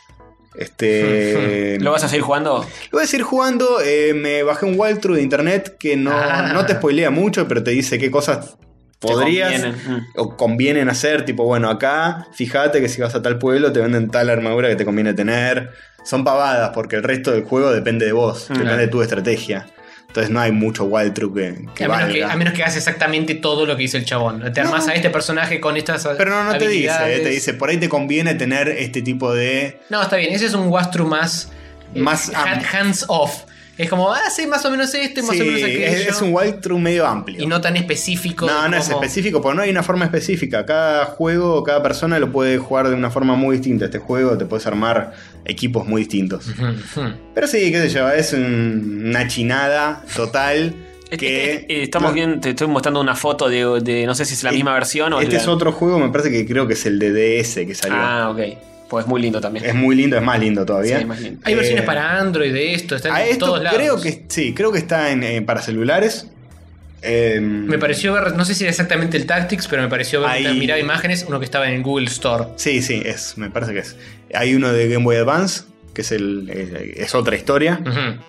C: Este.
B: ¿Lo
C: lo
B: vas a seguir jugando?
C: voy a seguir jugando. eh, me bajé un walkthrough de internet que no,
D: Ah.
C: no te spoilea mucho, pero te dice qué cosas podrías.
B: Te conviene. Mm.
C: O convienen hacer, tipo, bueno, acá, fíjate que si vas a tal pueblo te venden tal armadura que te conviene tener. Son pavadas, porque el resto del juego depende de vos,
B: Mm.
C: depende de tu estrategia. Entonces no hay mucho walkthrough que, que
D: A menos, que,
C: valga.
D: a menos que hagas exactamente todo lo que hizo el chabón. Te armas a este personaje con estas.
C: Pero no, no te dice, eh,
D: habilidades.
C: te dice, por ahí te conviene tener este tipo de
D: No, está bien. Ese es un Wastru más. eh,
C: Más
D: ha-
C: am-
D: hands off. Es como, ah, sí, más o menos esto y más
C: Sí,
D: o menos
C: es,
D: aquello.
C: es un walkthrough medio amplio.
D: Y no tan específico.
C: no, no es
D: como-
C: específico, porque no hay una forma específica. Cada juego, cada persona lo puede jugar de una forma muy distinta. Este juego te puedes armar equipos muy distintos.
D: Ujú, ujú.
C: Pero sí, qué sé yo, es un- una chinada total.
B: Es-
C: que
B: Este es- es- Eh, estamos bien, te estoy mostrando una foto de, de- no sé si es la
C: Sí.
B: misma versión o
C: Este
B: la-
C: es otro juego, me parece que creo que es el de DS que salió.
B: Ah, ok. Pues muy lindo también.
C: Es muy lindo, es más lindo todavía.
B: Sí, más lindo.
D: Hay
C: Eh,
D: versiones para Android de esto, están
C: A
D: en
C: esto
D: todos lados.
C: creo que sí, creo que está en, eh, para celulares. Em,
D: Me pareció ver, no sé si era exactamente el Tactics, pero me pareció ver,
C: Ahí-
D: mientras miraba imágenes, uno que estaba en el Google Store.
C: Sí, sí, es, me parece que es. Hay uno de Game Boy Advance, que es, el, eh, es otra historia.
D: Ujú,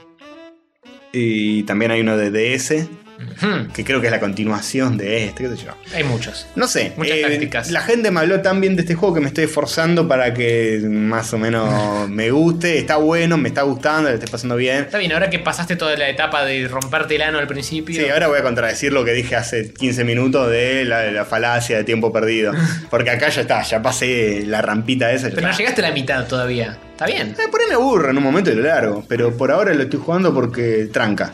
C: Y también hay uno de DS,
D: ujú.
C: que creo que es la continuación de este, qué sé yo.
D: hmm. Hay muchos.
C: No sé. eh,
D: Muchas tácticas.
C: La gente me habló tan bien de este juego que me estoy esforzando para que más o menos me guste. Está bueno, me está gustando, le estoy pasando bien.
D: Está bien, ahora que pasaste toda la etapa de romperte el ano al principio.
C: Sí, ahora voy a contradecir lo que dije hace 15 minutos de la, la falacia de tiempo perdido. Porque acá ya está, ya pasé la rampita esa. ya
D: Pero no
C: está.
D: llegaste a la mitad todavía. Está bien.
C: Eh, por ahí me aburro en un momento y lo largo, pero por ahora lo estoy jugando porque tranca.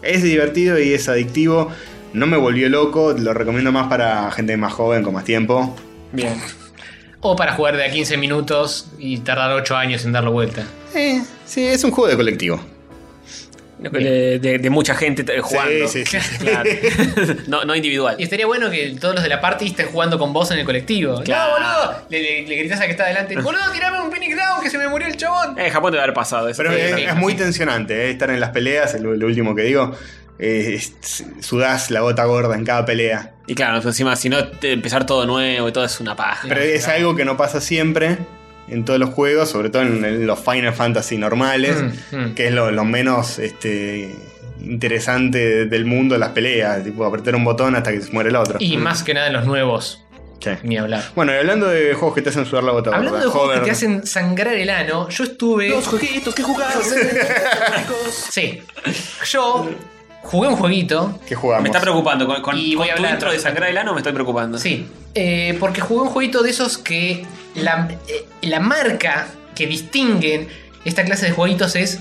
C: es divertido y es adictivo. No me volvió loco, lo recomiendo más para gente más joven, con más tiempo.
B: Bien.
D: O para jugar de a 15 minutos y tardar 8 años en darlo vuelta.
C: Eh, sí, es un juego de colectivo.
B: De, de- de mucha gente eh, jugando.
C: sí, sí, sí.
B: Claro. no, no individual.
D: Y estaría bueno que todos los de la party estén jugando con vos en el colectivo.
B: Claro.
D: No, boludo. Le, le- le gritás a que está adelante. Boludo, tirame un Phoenix Down que se me murió el chabón.
B: En Japón debe haber pasado eso.
C: Pero
B: Sí,
C: es,
B: sí.
C: es muy tensionante eh, estar en las peleas, es lo, lo último que digo. Eh, es- sudás la gota gorda en cada pelea.
B: Y claro, pues encima, si no, te- empezar todo nuevo y todo es una paja.
C: Pero es algo que no pasa siempre en todos los juegos, sobre todo en, en los Final Fantasy normales,
D: Mm, mm.
C: que es lo, lo menos este, interesante del mundo, las peleas, tipo apretar un botón hasta que se muere el otro.
D: Y más que nada en los nuevos.
C: Sí.
D: Ni hablar.
C: Bueno, y hablando de juegos que te hacen sudar la gota gorda,
D: Hablando de juegos que
C: joder.
D: te hacen sangrar el ano, yo estuve.
J: Los jueguitos que jugamos.
D: Sí. Yo jugué un jueguito.
C: ¿Qué jugamos?
B: Me está preocupando. Con, con-
D: Y
B: con
D: voy a
B: tu
D: hablar.
B: intro de sangrar el ano me estoy preocupando.
D: Sí. eh, porque jugué un jueguito de esos que la, eh, la marca que distinguen esta clase de jueguitos es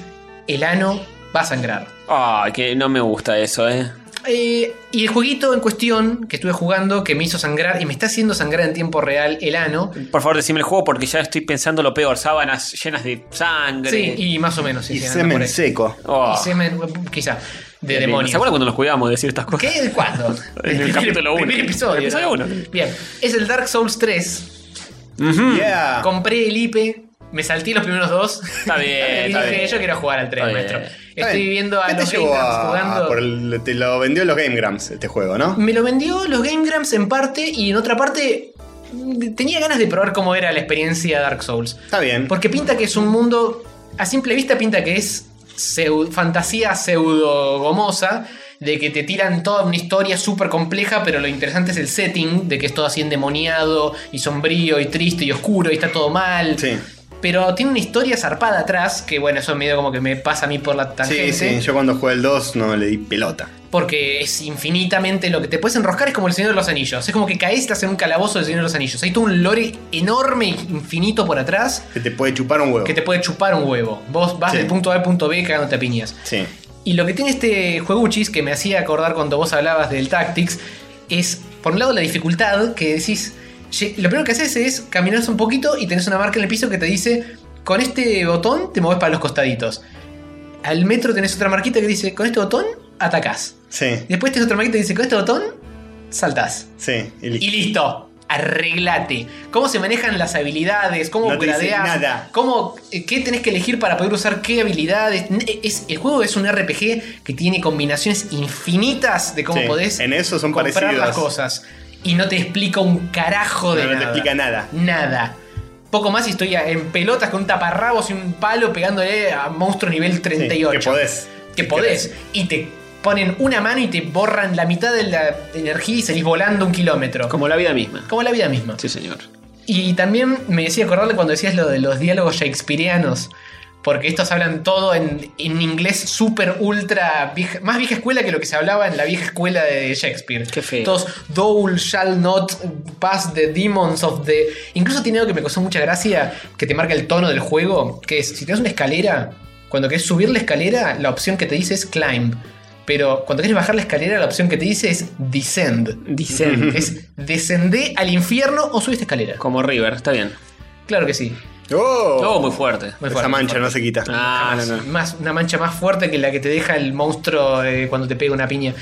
D: el ano va a sangrar.
B: Ay, que no me gusta eso, eh.
D: Eh, y el jueguito en cuestión que estuve jugando que me hizo sangrar y me está haciendo sangrar en tiempo real el ano.
B: Por favor, decime el juego porque ya estoy pensando lo peor. Sábanas llenas de sangre.
D: Sí, y más o menos. sí,
C: Y
D: sí, anda por
C: semen
D: ahí.
C: seco.
B: Oh.
D: Y semen, quizá. de demonios.
B: ¿Se acuerdan cuando nos cuidábamos de decir estas cosas?
D: ¿Qué? ¿Cuándo?
B: En el capítulo 1.
D: Primer episodio.
B: Episodio
D: ¿no?
B: uno.
D: Bien, es el Dark Souls 3. Mm,
B: Ujú.
C: Yeah.
D: Compré el IP, me salté los primeros dos.
B: Está bien,
D: Y
B: está
D: Eh, dije,
B: bien.
D: yo quiero jugar al 3,
B: Está bien.
D: maestro.
C: Está
D: Estoy
C: bien.
D: viendo a
C: ¿Qué te
D: los Game
C: llevó
D: Grumps
C: a-
D: jugando. Mm.
C: por el- te lo vendió los Game Grumps este juego, ¿no?
D: Me lo vendió los Game Grumps en parte y en otra parte mm, tenía ganas de probar cómo era la experiencia Dark Souls.
C: Está bien.
D: Porque pinta que es un mundo, a simple vista pinta que es pseu- fantasía pseudo gomosa, de que te tiran toda una historia súper compleja, pero lo interesante es el setting, de que es todo así endemoniado y sombrío y triste y oscuro y está todo mal.
C: Sí.
D: Pero tiene una historia zarpada atrás, que bueno, eso medio como que me pasa a mí por la tangente.
C: Sí, sí, yo cuando jugué el 2 no le di pelota.
D: Porque es infinitamente lo que te puedes enroscar, es como el Señor de los Anillos. Es como que caes y estás en un calabozo del Señor de los Anillos. Hay todo un lore enorme, infinito por atrás,
C: Que te puede chupar un huevo.
D: que te puede chupar un huevo. Vos vas
C: Sí.
D: del punto A al punto B cagándote a piñas.
C: Sí.
D: Y lo que tiene este jueguchis, que me hacía acordar cuando vos hablabas del Tactics, es, por un lado, la dificultad que decís. "Che, Lo primero que haces es caminar un poquito y tenés una marca en el piso que te dice: Con este botón te movés para los costaditos. Al metro tenés otra marquita que dice: Con este botón atacás.
C: Sí,
D: Después tenés otra marquita que dice: Con este botón saltás.
C: sí. Y
D: Y
C: listo.
D: listo. Arreglate. ¿Cómo se manejan las habilidades? ¿Cómo
C: No te dice
D: gradeas?
C: nada.
D: ¿Cómo, eh, ¿Qué tenés que elegir para poder usar qué habilidades? N- eh, Es, el juego es un RPG que tiene combinaciones infinitas de cómo
C: Sí,
D: podés
C: en eso son
D: comprar
C: parecidos.
D: las cosas. Y no te explica un carajo
C: No,
D: de
C: no
D: nada.
C: te explica nada.
D: Nada. Poco más y estoy a- en pelotas con un taparrabos y un palo pegándole a monstruos nivel
C: Sí, que
D: 38
C: podés.
D: que podés. Y te ponen una mano y te borran la mitad de la energía y salís volando un kilómetro. Como,
B: Como la vida misma.
D: la vida misma.
B: Sí, señor.
D: Y también me decía acordarle cuando decías lo de los diálogos shakespearianos. Porque estos hablan todo en, en inglés súper ultra vieja- más vieja escuela que lo que se hablaba en la vieja escuela de Shakespeare.
B: Qué feo.
D: Todos, thou shall not pass the demons of the. Incluso tiene algo que me causó mucha gracia, que te marca el tono del juego, que es si tienes una escalera, cuando querés subir la escalera, la opción que te dice es climb. Pero cuando querés bajar la escalera, la opción que te dice es descend.
B: Dicen.
D: es descendé al infierno o subiste escalera.
B: Como River, está bien.
D: Claro que sí.
C: ¡Oh!
B: Todo muy fuerte.
D: Muy
C: Esa
D: fuerte,
C: mancha no se quita.
B: Ah, no, no.
D: Más, una mancha más fuerte que la que te deja el monstruo eh, cuando te pega una piña.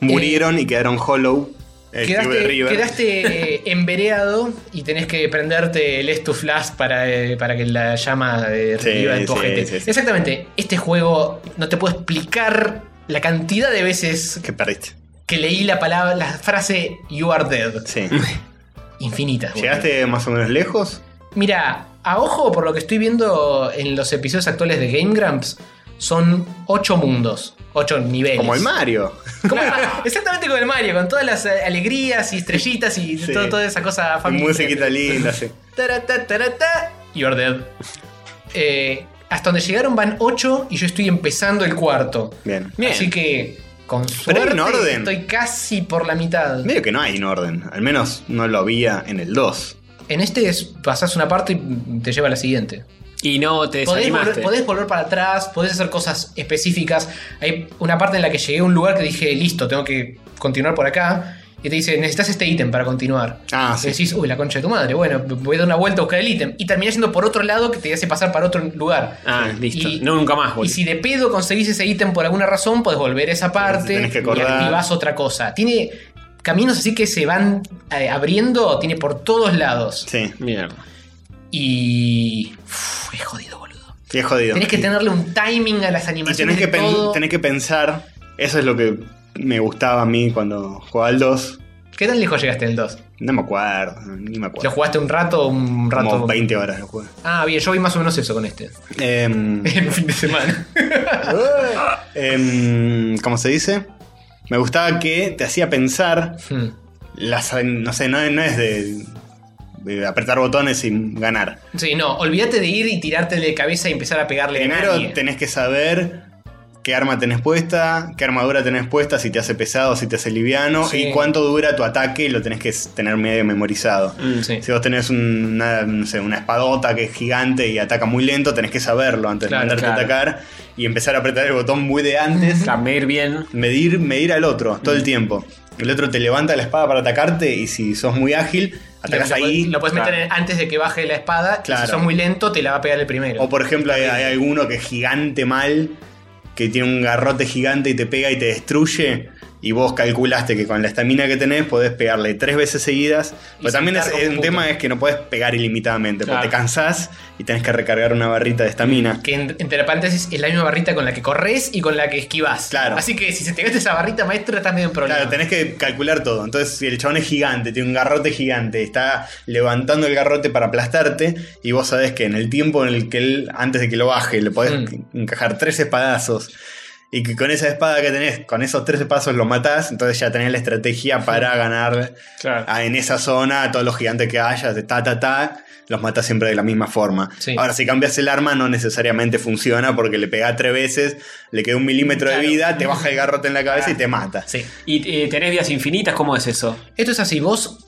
C: Murieron y quedaron hollow. eh, El club de
D: Quedaste,
C: River.
D: quedaste eh, embereado y tenés que prenderte el to Flash para, eh, para que la llama eh,
C: Sí,
D: reviva en tu
C: sí,
D: ojete.
C: sí, sí.
D: Exactamente. Este juego no te puedo explicar la cantidad de veces
C: Que perdiste.
D: que leí la palabra, la frase You are dead.
C: Sí.
D: Infinitas. boludo.
C: ¿Llegaste más o menos lejos?
D: Mira, a ojo por lo que estoy viendo en los episodios actuales de Game Grumps, son ocho mundos, ocho niveles.
C: Como el Mario.
D: Como el Mario, Exactamente como el Mario, con todas las eh, alegrías y estrellitas y
C: Sí.
D: todo- toda esa cosa
C: Y
D: familiar.
C: musiquita linda, sí.
D: Tarata, tarata, you're dead. Eh, hasta donde llegaron van ocho y yo estoy empezando el cuarto.
C: Bien.
B: Bien.
D: Así que, con
C: Pero
D: suerte,
C: hay un orden.
D: estoy casi por la mitad.
C: Medio que no hay un orden. Al menos no lo había en el 2.
D: En este es, pasás una parte y te lleva a la siguiente.
B: Y no te
D: Podés
B: desanimaste.
D: volver, podés volver para atrás, podés hacer cosas específicas. Hay una parte en la que llegué a un lugar que dije, listo, tengo que continuar por acá. Y te dice, necesitas este ítem para continuar.
C: Ah,
D: Y
C: sí.
D: decís, uy, la concha de tu madre. Bueno, voy a dar una vuelta a buscar el ítem. Y terminás yendo por otro lado que te hace pasar para otro lugar.
B: Ah, listo.
D: Y-
B: no nunca más,
D: Y
B: boludo.
D: si de pedo conseguís ese ítem por alguna razón, podés volver a esa parte
C: tenés que
D: y
C: acordar.
D: activás otra cosa. Tiene caminos así que se van eh, abriendo, tiene por todos lados.
C: Sí.
B: Mierda.
D: Y. Uf, es jodido, boludo.
C: Sí, es jodido.
D: Tenés que tenerle un timing a las
C: y
D: animaciones.
C: tenés que,
D: de
C: pen-
D: todo.
C: tenés que pensar. Eso es lo que me gustaba a mí cuando jugaba al 2.
D: ¿Qué tan lejos llegaste en el 2?
C: No me acuerdo, ni me
D: ¿Lo
C: acuerdo.
D: jugaste un rato o un rato?
C: Como 20 horas lo jugué.
D: Ah, bien, yo vi más o menos eso con este.
C: Em,
D: En un fin de semana.
C: em, ¿Cómo se dice? Me gustaba que te hacía pensar.
D: Hmm.
C: Las, no sé, no, no es de, de apretar botones y ganar.
D: sí, no, olvídate de ir y tirarte de cabeza y empezar a pegarle
C: Primero
D: a nadie.
C: tenés que saber qué arma tenés puesta, qué armadura tenés puesta, si te hace pesado, si te hace liviano,
D: Sí.
C: y cuánto dura tu ataque, lo tenés que tener medio memorizado.
D: Mm, sí.
C: Si vos tenés una, no sé, una espadota que es gigante y ataca muy lento, tenés que saberlo antes
D: Claro,
C: de mandarte
B: claro.
C: a atacar y empezar a apretar el botón muy de antes.
B: Camer bien.
C: Medir, medir al otro
D: Mm.
C: todo el tiempo. El otro te levanta la espada para atacarte y si sos muy ágil, atacas
D: lo,
C: ahí.
D: Lo puedes meter
C: Claro.
D: en- antes de que baje la espada. y
C: Claro.
D: si sos muy lento, te la va a pegar el primero.
C: O por ejemplo, hay, hay alguno que es gigante mal que tiene un garrote gigante y te pega y te destruye. Y vos calculaste que con la estamina que tenés podés pegarle tres veces seguidas. Pero también es,
H: saltar como
C: un
H: puto.
C: tema es que no podés pegar ilimitadamente,
D: Claro.
C: porque te cansás y tenés que recargar una barrita de estamina.
D: Que en- entre paréntesis es la misma barrita con la que corres y con la que esquivas. Claro. Así que si se te gasta esa barrita, maestro, estás medio en problema.
C: Claro, tenés que calcular todo. Entonces, si el chabón es gigante, tiene un garrote gigante, está levantando el garrote para aplastarte, y vos sabés que en el tiempo en el que él, antes de que lo baje, le podés encajar tres espadazos, y que con esa espada que tenés, con esos tres espadazos lo matás, entonces ya tenés la estrategia para ganar a- en esa zona a todos los gigantes que haya, de ta, ta, ta. Los matás siempre de la misma forma. Ahora, si cambias el arma, no necesariamente funciona porque le pegás tres veces, le queda un milímetro de vida, te baja el garrote en la cabeza y te mata.
B: ¿Y eh, tenés vidas infinitas? ¿Cómo es eso?
D: Esto es así, vos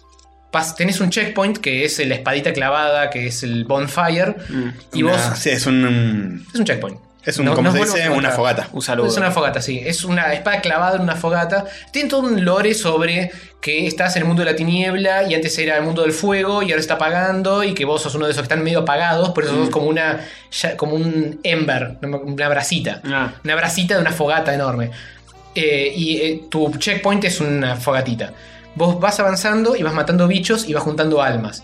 D: pas- tenés un checkpoint que es la espadita clavada, que es el bonfire, y
C: Una-
D: vos...
C: Sí, es un.
D: Es un checkpoint.
C: Es un,
D: No-
C: como
D: nos
C: se
D: volvemos
C: dice,
D: a
C: una
D: encontrar.
C: fogata. Un
D: Es una fogata, sí. Es una espada clavada en una fogata. Tiene todo un lore sobre que estás en el mundo de la tiniebla y antes era el mundo del fuego y ahora está apagando y que vos sos uno de esos que están medio apagados, por eso sos como una ya- como un ember, una bracita.
B: Mm. Ah,
D: Una bracita de una fogata enorme. Eh, y eh, tu checkpoint es una fogatita. Vos vas avanzando y vas matando bichos y vas juntando almas.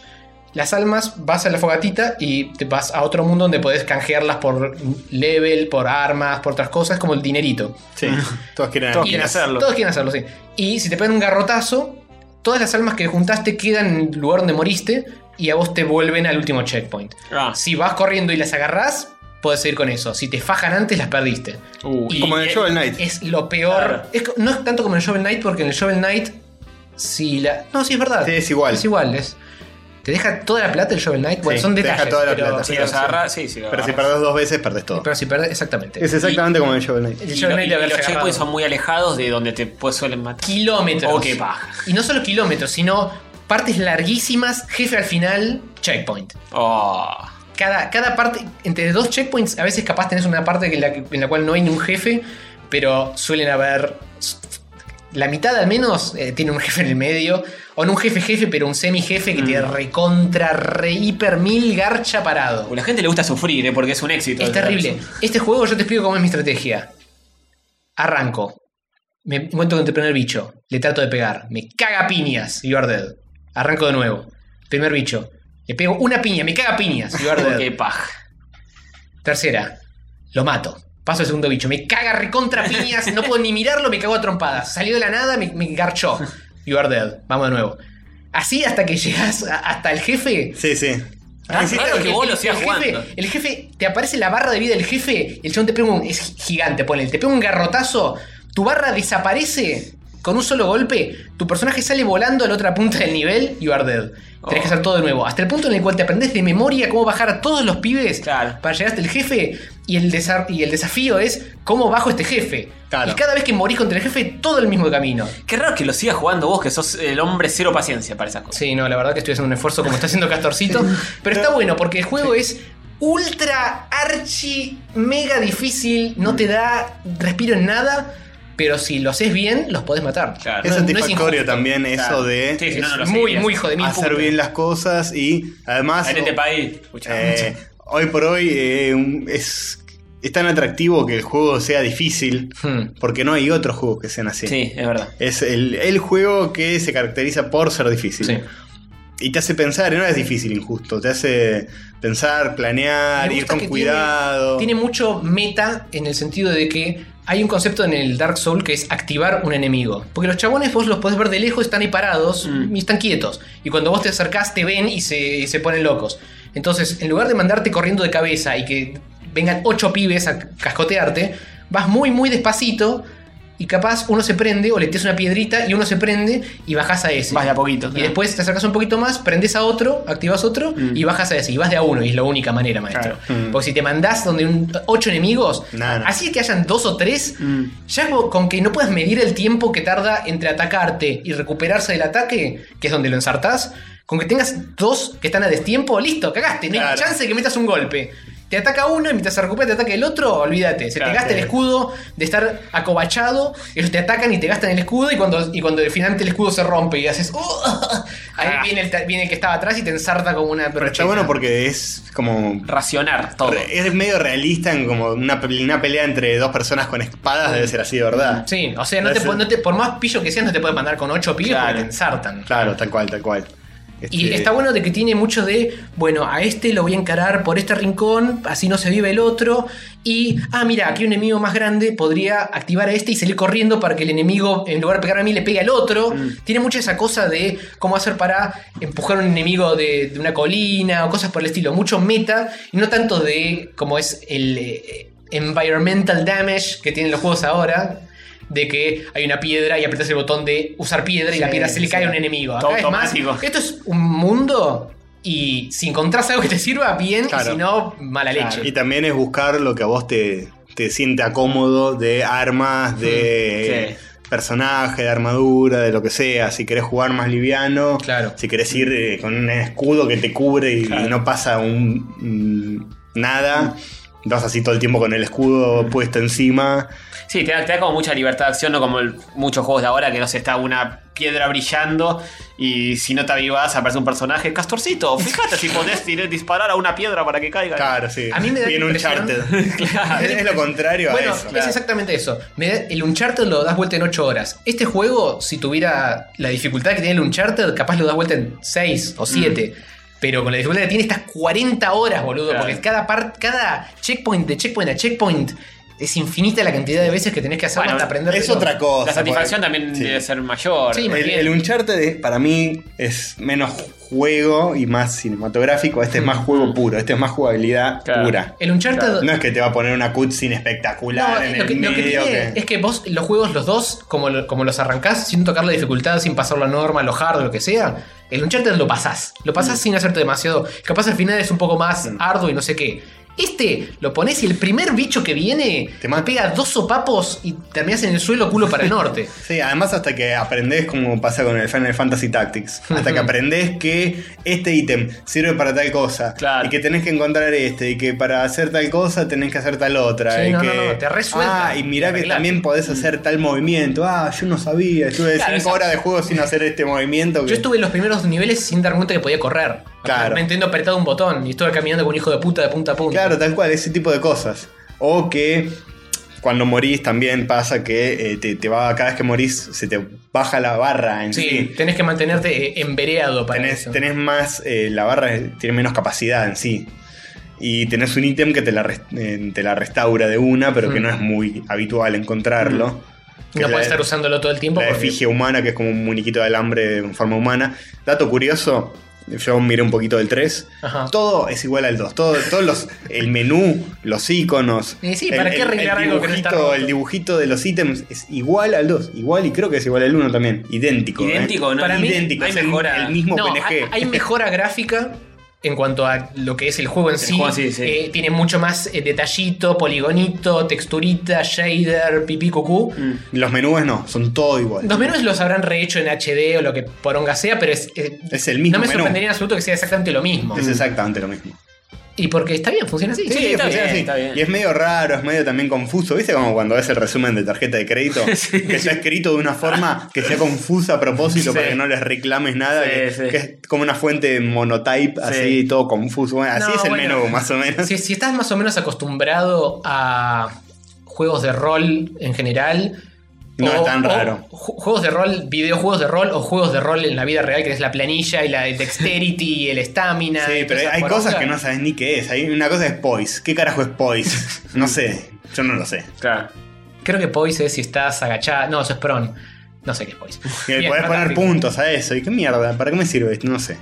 D: Las almas vas a la fogatita y te vas a otro mundo donde podés canjearlas por level, por armas, por otras cosas, como el dinerito.
C: Sí, todos quieren,
D: Y las- Todos quieren hacerlo, sí. Y si te pegan un garrotazo, todas las almas que juntaste quedan en el lugar donde moriste y a vos te vuelven al último checkpoint.
B: ah,
D: Ah, Si vas corriendo y las agarrás, podés ir con eso. Si te fajan antes, las perdiste. Y
C: Uh, como en el
D: es-
C: Shovel Knight.
D: Es lo peor. Es co- no es tanto como en el Shovel Knight, porque en el Shovel Knight, si la. No, sí, es verdad.
C: es igual.
D: Es igual. es- te deja toda la plata el Shovel Knight. Bueno,
C: Sí,
D: son
C: te deja
D: detalles.
C: toda la
D: pero-
C: plata.
D: pero sí.
C: Pero si perdés dos veces, perdés todo.
D: Pero si perdés, exactamente.
C: Es exactamente como en el Shovel Knight.
B: Y, lo- y los checkpoints son muy alejados de donde te pues, suelen matar.
D: Kilómetros.
B: Oh, qué paja.
D: Y no solo kilómetros, sino partes larguísimas, jefe al final, checkpoint.
B: Oh,
D: Cada, cada parte, entre dos checkpoints, a veces capaz tenés una parte en la, que- en la cual no hay ni un jefe, pero suelen haber. La mitad al menos eh, tiene un jefe en el medio. O no un jefe jefe, pero un semi jefe que te recontra, re hiper mil garcha parado.
B: A la gente le gusta sufrir, eh, porque es un éxito.
D: Es terrible. Este juego yo te explico cómo es mi estrategia. Arranco. Me encuentro con el primer bicho. Le trato de pegar. Me caga piñas. You are dead. Arranco de nuevo. Primer bicho. Le pego una piña. Me caga piñas. You are dead.
B: Oh, Qué paja.
D: Tercera. Lo mato. Paso al segundo bicho. Me caga recontra piñas. No puedo ni mirarlo. Me cago a trompadas. Salió de la nada. Me, me garchó. You are dead. Vamos de nuevo. Así hasta que llegas a- hasta el jefe.
C: Sí, sí.
B: Ah, sí, claro que vos lo sigas
D: jefe,
B: jugando.
D: el jefe, te aparece la barra de vida del jefe, el chabón te pega un. es gigante, ponele, te pega un garrotazo, tu barra desaparece con un solo golpe, tu personaje sale volando a la otra punta del nivel y you are dead. Tenés
B: Oh.
D: que hacer todo de nuevo. Hasta el punto en el cual te aprendes de memoria cómo bajar a todos los pibes para llegar hasta el jefe. Y el, desa- y el desafío es cómo bajo este jefe. Y cada vez que morís contra el jefe, todo el mismo camino.
B: Qué raro que lo sigas jugando vos, que sos el hombre cero paciencia para esas cosas.
D: Sí, no, la verdad que estoy haciendo un esfuerzo como está haciendo Castorcito. pero está bueno porque el juego es ultra, archi, mega difícil. No te da respiro en nada. Pero si lo haces bien, los podés matar.
C: Es
D: No- no
C: satisfactorio
D: injusto.
C: también eso de
D: Sí, si no, no lo Es muy, seguirías. muy hijo de mil
C: hacer
D: putas.
C: bien las cosas y además
B: En este
C: oh,
B: país.
C: eh, hoy por hoy eh, un- es, es tan atractivo que el juego sea difícil
D: Hmm,
C: porque no hay otros juegos que sean así.
B: Sí, es verdad.
C: Es el, el juego que se caracteriza por ser difícil. Y te hace pensar, y no es difícil, injusto. Te hace pensar, planear,
D: Me
C: ir
D: gusta
C: con
D: que
C: cuidado.
D: Tiene, tiene mucho meta en el sentido de que hay un concepto en el Dark Soul que es activar un enemigo. Porque los chabones vos los podés ver de lejos, están ahí parados y están quietos. Y cuando vos te acercás te ven y se, y se ponen locos. Entonces, en lugar de mandarte corriendo de cabeza y que vengan ocho pibes a cascotearte, vas muy, muy despacito. Y capaz uno se prende o le tiras una piedrita y uno se prende y bajas a ese. Vas de a
B: poquito.
D: Y después te acercas un poquito más, prendes a otro, activas otro
B: Mm.
D: y bajas a ese. Y vas de a uno y es la única manera, maestro. Porque si te mandás donde un, ocho enemigos, así que hayan dos o tres,
B: Mm.
D: ya con- con que no puedas medir el tiempo que tarda entre atacarte y recuperarse del ataque, que es donde lo ensartás, con que tengas dos que están a destiempo, listo, cagaste, no hay chance de que metas un golpe. Te te ataca uno y mientras se recupera te ataca el otro, olvídate. Se
B: Claro,
D: te gasta
B: sí.
D: el escudo de estar acobachado, ellos te atacan y te gastan el escudo y cuando, y cuando finalmente el escudo se rompe y haces... "Uh", ahí viene, el, ta- viene el que estaba atrás y te ensarta como una...
C: Ah. Pero está bueno porque es como.
B: Racionar todo.
C: Es medio realista en como una, pe- una pelea entre dos personas con espadas, debe ser así, ¿verdad?
D: Sí, o sea, no te,
C: Ese-
D: po- no te- por más pillo que seas, no te puedes mandar con ocho pillos
C: Claro.
D: porque te ensartan.
C: Claro, tal cual, tal cual.
D: Y
C: Este,
D: está bueno de que tiene mucho de, bueno, a este lo voy a encarar por este rincón, así no se vive el otro. Y, ah, mira, aquí un enemigo más grande podría activar a este y salir corriendo para que el enemigo, en lugar de pegar a mí, le pegue al otro.
B: Mm.
D: Tiene mucha esa cosa de cómo hacer para empujar a un enemigo de, de una colina o cosas por el estilo. Mucho meta y no tanto de como es el eh, environmental damage que tienen los juegos ahora. De que hay una piedra y apretas el botón de usar piedra y la
B: Sí,
D: piedra se le
B: sí.
D: cae a un enemigo. Acá
B: Todo
D: es más,
B: automático.
D: esto es un mundo y si encontrás algo que te sirva, bien,
C: Claro.
D: y si no, mala
C: claro,
D: leche.
C: Y también es buscar lo que a vos te, te sienta cómodo de armas, de personaje, de armadura, de lo que sea. Si querés jugar más liviano,
D: Claro.
C: si querés ir eh, con un escudo que te cubre y,
B: Claro.
C: y no pasa un mm, nada, vas así todo el tiempo con el escudo puesto encima.
B: Sí, te da, te da como mucha libertad de acción, no como el- muchos juegos de ahora que no se está una piedra brillando y si no te avivas aparece un personaje. Castorcito, fíjate si podés dir- disparar a una piedra para que caiga.
C: Claro, sí.
D: A mí me da la
C: Bien un
D: impresión-
C: Es, es lo contrario
D: Bueno,
C: a eso.
D: es exactamente eso. Me da- el Uncharted lo das vuelta en 8 horas. Este juego, si tuviera la dificultad que tiene el Uncharted, capaz lo das vuelta en 6
C: Mm.
D: o 7. Pero con la dificultad que tiene, estás 40 horas, boludo.
B: Claro.
D: Porque cada, par- cada checkpoint, de checkpoint a checkpoint, es infinita la cantidad de veces que tenés que hacer
B: Bueno,
D: hasta aprender.
C: Es otra cosa.
B: La satisfacción
C: porque-
B: también
C: Sí.
B: debe ser mayor.
D: Sí,
C: El, el Uncharted es- para mí es menos juego y más cinematográfico. Este es
D: Mm.
C: más juego puro, este es más jugabilidad
B: Claro.
C: pura.
D: El Uncharted.
C: No es que te va a poner una cutscene espectacular
D: No,
C: en
D: lo
C: el
D: que, lo que
C: medio.
D: tiene
C: que-
D: es que vos los juegos, los dos, como, lo- como los arrancás, sin tocar la dificultad, sin pasar la norma, lo hard, lo que sea, el Uncharted lo pasás. Lo pasás
C: Mm.
D: sin hacerte demasiado. Capaz al final es un poco más arduo y no sé qué. Este lo pones y el primer bicho que viene
C: Te
D: te
C: mata.
D: pega dos sopapos y terminas en el suelo culo para el norte.
C: Sí, además hasta que aprendés como pasa con el Final Fantasy Tactics. Hasta que aprendés que este ítem sirve para tal cosa.
B: Claro.
C: Y que tenés que encontrar este. Y que para hacer tal cosa tenés que hacer tal otra.
D: Sí,
C: y
D: no,
C: que,
D: no, no, te resuelta.
C: Ah, y mirá
D: Te
C: que
D: arreglás.
C: también podés hacer tal movimiento. Ah, yo no sabía. Estuve
B: Claro,
C: cinco
B: esa-
C: horas de juego sin hacer este movimiento. que-
D: Yo estuve en los primeros niveles sin dar cuenta que podía correr.
C: Claro.
D: Me entiendo apretado un botón y estuve caminando como un hijo de puta de punta a punta.
C: Claro, tal cual, ese tipo de cosas. O que cuando morís también pasa que eh, te, te va, cada vez que morís se te baja la barra en
D: Sí,
C: sí.
D: tenés que mantenerte eh, embereado para
C: Tenés,
D: eso.
C: tenés más, eh, la barra tiene menos capacidad en sí. Y tenés un ítem que te la, res- eh, te la restaura de una, pero que
D: Mm.
C: no es muy habitual encontrarlo. Que es
D: no
C: la-
D: puedes estar usándolo todo el tiempo.
C: la
D: porque-
C: efigie humana, que es como un muñequito de alambre en forma humana. Dato curioso, yo miré un poquito del 3.
D: Ajá.
C: Todo es igual al 2. Todo, todos los. El menú, los iconos.
D: Y sí, ¿para
C: el,
D: qué
C: el-
D: arreglar
C: el
D: algo que no está
C: dibujito,
D: roto?
C: El dibujito de los ítems es igual al 2. Igual y creo que es igual al 1 también. Idéntico. ¿eh?
B: Idéntico, ¿no?
D: Para mí
C: idéntico.
B: hay
C: es el-
B: mejora.
C: El, mismo
D: No,
C: PNG.
D: hay, hay mejora gráfica en cuanto a lo que es el juego en sí.
B: juego en sí, sí.
D: Eh, tiene mucho más eh, detallito, poligonito, texturita, shader, pipí, cucú.
C: Los menús no, son todo igual.
D: Los menús los habrán rehecho en HD o lo que poronga sea, pero es. eh,
C: Es el mismo
D: No me
C: menú.
D: sorprendería en absoluto que sea exactamente lo mismo.
C: Es exactamente lo mismo.
D: Y porque está bien, funciona así.
B: Sí, está
C: funciona
B: bien,
C: así.
B: está bien.
C: Y es medio raro, es medio también confuso. ¿Viste como cuando ves el resumen de tarjeta de crédito? Que está escrito de una forma que sea confusa a propósito
B: Sí.
C: para que no les reclames nada.
B: Sí,
C: que,
B: sí.
C: que es como una fuente monotype, así, todo confuso. Bueno, así
D: No,
C: es el
D: bueno.
C: menú, más o menos.
D: Si, si estás más o menos acostumbrado a juegos de rol en general.
C: No es tan raro.
D: ju- Juegos de rol, videojuegos de rol o juegos de rol en la vida real, que es la planilla y la el dexterity y el estamina.
C: Sí,
D: y todas
C: pero
D: esas
C: hay cosas
D: porongas.
C: que no sabes ni qué es. Hay una cosa es Poise. ¿Qué carajo es Poise? No sé. Yo no lo sé.
B: Claro.
D: Creo que Poise es si estás agachada. No, eso es Pron. No sé qué es Poise.
C: Y
D: Bien,
C: podés poner
D: fantástico.
C: puntos a eso. ¿Y qué mierda? ¿Para qué me sirve esto? No sé.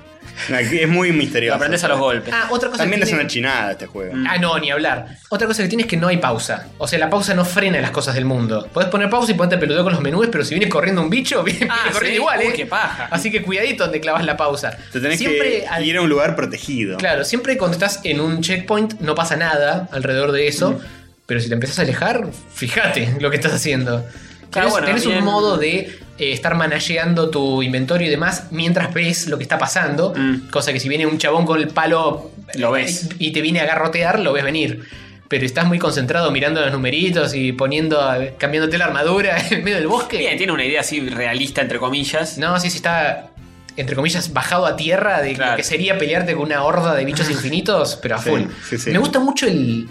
C: No, Es muy
B: Lo
C: misterioso.
B: aprendes a Mm. los golpes.
D: Ah, otra cosa
C: También
D: que
C: es
D: tiene-
C: una chinada este juego.
D: Ah, no, ni hablar. Otra cosa que tiene es que no hay pausa. O sea, la pausa no frena las cosas del mundo. Podés poner pausa y ponerte peludo con los menús, pero si viene corriendo un bicho, viene,
B: Ah,
D: viene corriendo
B: sí.
D: igual,
B: Uy,
D: ¿eh?
B: qué paja.
D: Así que cuidadito donde clavas la pausa.
C: Te tenés
D: siempre
C: que
D: al-
C: ir a un lugar protegido.
D: Claro, siempre cuando estás en un checkpoint no pasa nada alrededor de eso. Pero si te empezás a alejar, fíjate lo que estás haciendo.
B: Claro,
D: Tenés,
B: bueno,
D: tenés
B: bien.
D: un modo de eh, estar manageando tu inventario y demás mientras ves lo que está pasando.
B: Mm.
D: Cosa que si viene un chabón con el palo eh,
B: Lo ves.
D: y te viene a garrotear, lo ves venir. Pero estás muy concentrado mirando los numeritos y poniendo, eh, cambiándote la armadura en medio del bosque.
B: Bien, tiene una idea así realista, entre comillas.
D: No, sí, sí está, entre comillas, bajado a tierra de
B: Claro.
D: lo que sería pelearte con una horda de bichos infinitos, pero a
C: Sí,
D: full.
C: sí, sí.
D: Me gusta mucho el,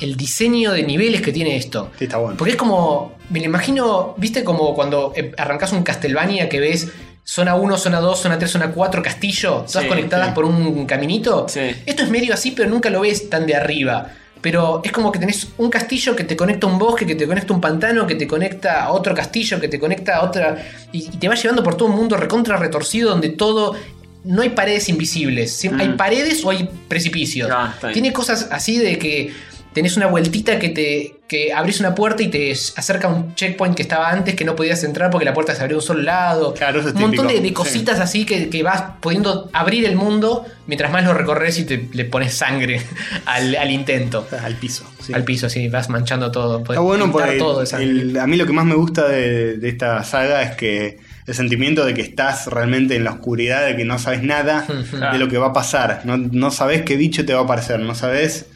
D: el diseño de niveles que tiene esto.
C: Sí, está bueno.
D: Porque es como, me lo imagino, viste como cuando eh, arrancas un Castlevania que ves zona 1, zona 2, zona 3, zona 4, castillo, todas
B: Sí,
D: conectadas por un caminito.
B: Sí.
D: Esto es medio así, pero nunca lo ves tan de arriba. Pero es como que tenés un castillo que te conecta a un bosque, que te conecta a un pantano, que te conecta a otro castillo, que te conecta a otra. Y, y te va llevando por todo un mundo recontra retorcido donde todo. No hay paredes invisibles. Siem-
B: Mm.
D: Hay paredes o hay precipicios.
B: Ah, está bien.
D: Tiene cosas así de que tenés una vueltita que te. que abrís una puerta y te acerca un checkpoint que estaba antes que no podías entrar porque la puerta se abrió de un solo lado.
C: Claro, eso es
D: un montón de,
C: típico.
D: de cositas así que, que vas pudiendo abrir el mundo mientras más lo recorres y te le pones sangre al, al intento.
C: Al piso. sí.
D: Al piso, así, vas manchando todo. podés
C: Está bueno
D: pintar
C: porque
D: todo de sangre.
C: el- a mí lo que más me gusta de, de esta saga es que el sentimiento de que estás realmente en la oscuridad, de que no sabes nada de lo que va a pasar. No, no sabes qué bicho te va a aparecer, no sabes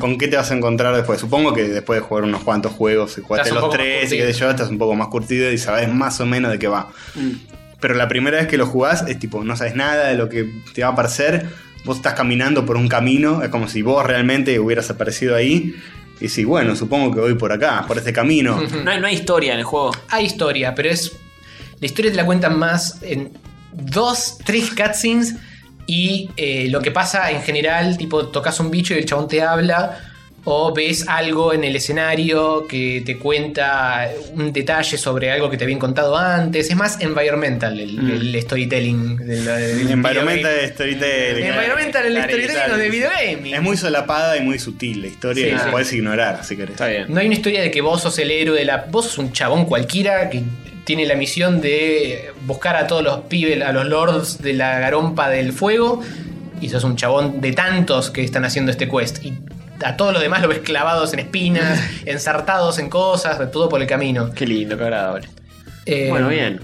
C: con qué te vas a encontrar después. Supongo que después de jugar unos cuantos juegos y jugaste
D: Estás un
C: los
D: poco más
C: tres y qué
D: curtido.
C: sé yo, estás un poco más curtido y sabes más o menos de qué va. Pero la primera vez que lo jugás es tipo, no sabes nada de lo que te va a aparecer. Vos estás caminando por un camino, es como si vos realmente hubieras aparecido ahí. Y si, bueno, supongo que voy por acá, por este camino.
B: No hay, no hay historia en el juego.
D: Hay historia, pero es. La historia te la cuentan más en dos, tres cutscenes y eh, lo que pasa en general, tipo, tocas un bicho y el chabón te habla. O ves algo en el escenario que te cuenta un detalle sobre algo que te habían contado antes. Es más environmental el, el storytelling. Del, del
C: Environmental
D: videogame.
C: de storytelling.
D: Environmental, el
B: Claro,
D: storytelling
B: claro.
D: de videogaming.
C: Es muy solapada y muy sutil la historia
D: Sí,
C: y la
D: sí.
C: podés ignorar si querés.
B: Está bien.
D: No hay una historia de que vos sos el héroe de la. Vos sos un chabón cualquiera que tiene la misión de buscar a todos los pibes, a los lords de la garompa del fuego. Y sos un chabón de tantos que están haciendo este quest. Y a todos los demás lo ves clavados en espinas, ensartados en cosas, todo por el camino.
B: Qué lindo, qué agradable.
D: Eh,
B: bueno, bien.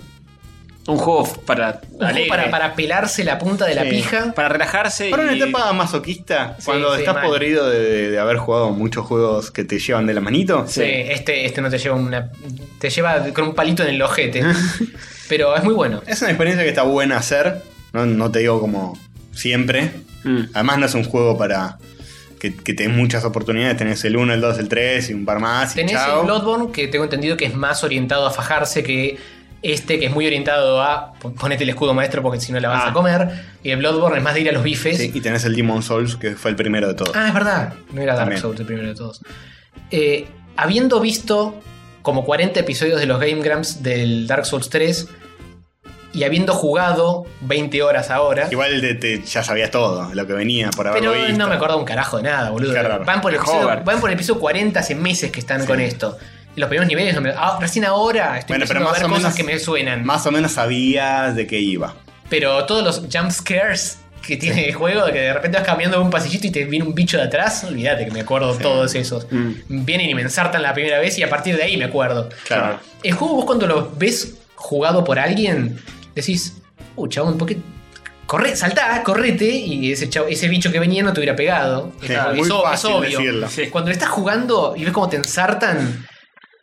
B: Un juego para.
D: un juego
B: alegre,
D: para, para pelarse la punta de la
C: Sí.
D: pija.
B: para relajarse.
C: Para una
B: y-
C: etapa masoquista,
D: Sí,
C: cuando
D: sí,
C: estás
D: mal.
C: podrido de, de- de haber jugado muchos juegos que te llevan de la manito,
D: Sí, este, este no te lleva una. Te lleva con un palito en el ojete. Pero es muy bueno.
C: es una experiencia que está buena hacer. No, no te digo como siempre.
B: Mm.
C: Además, no es un juego para que, que tenés muchas oportunidades. Tenés el 1, el 2, el 3 y un par más. Y
D: Tenés
C: chao.
D: el Bloodborne, que tengo entendido que es más orientado a fajarse que este, que es muy orientado a pon- ponete el escudo maestro porque si no la vas
B: Ah.
D: a comer. Y el Bloodborne es más de ir a los bifes.
C: Sí, y tenés el Demon Souls, que fue el primero de todos.
D: Ah, es verdad. No era Dark
C: También.
D: Souls el primero de todos. Eh, habiendo visto como 40 episodios de los Game Grumps del Dark Souls 3 y habiendo jugado 20 horas ahora.
C: Igual te- te- ya sabías todo lo que venía por haberlo
D: Pero
C: visto.
D: no me acordaba un carajo de nada, boludo.
C: Qué raro.
D: Van por, el
B: Es
D: episodio,
B: Hogwarts.
D: van por el episodio 40 hace meses que están con esto. Y los primeros niveles, no me- ah, recién ahora estoy
C: Bueno, pero
D: empezando a
C: más
D: ver
C: o
D: cosas
C: menos-
D: que me suenan.
C: Más o menos sabías de qué iba.
D: Pero todos los jump scares que tiene el juego, que de repente vas caminando por un pasillito y te viene un bicho de atrás, olvídate que me acuerdo todos esos. Vienen y me ensartan la primera vez y a partir de ahí me acuerdo.
C: Mm. Claro.
D: El juego vos cuando lo ves jugado por alguien, decís, uh, chabón, ¿por qué? Corre, saltá, correte, y ese, chavo- ese bicho que venía no te hubiera pegado.
C: Sí,
D: Está-
C: muy
D: eso- es
C: fácil
D: obvio.
C: decirlo.
B: Sí.
D: Cuando lo estás jugando y ves cómo te ensartan,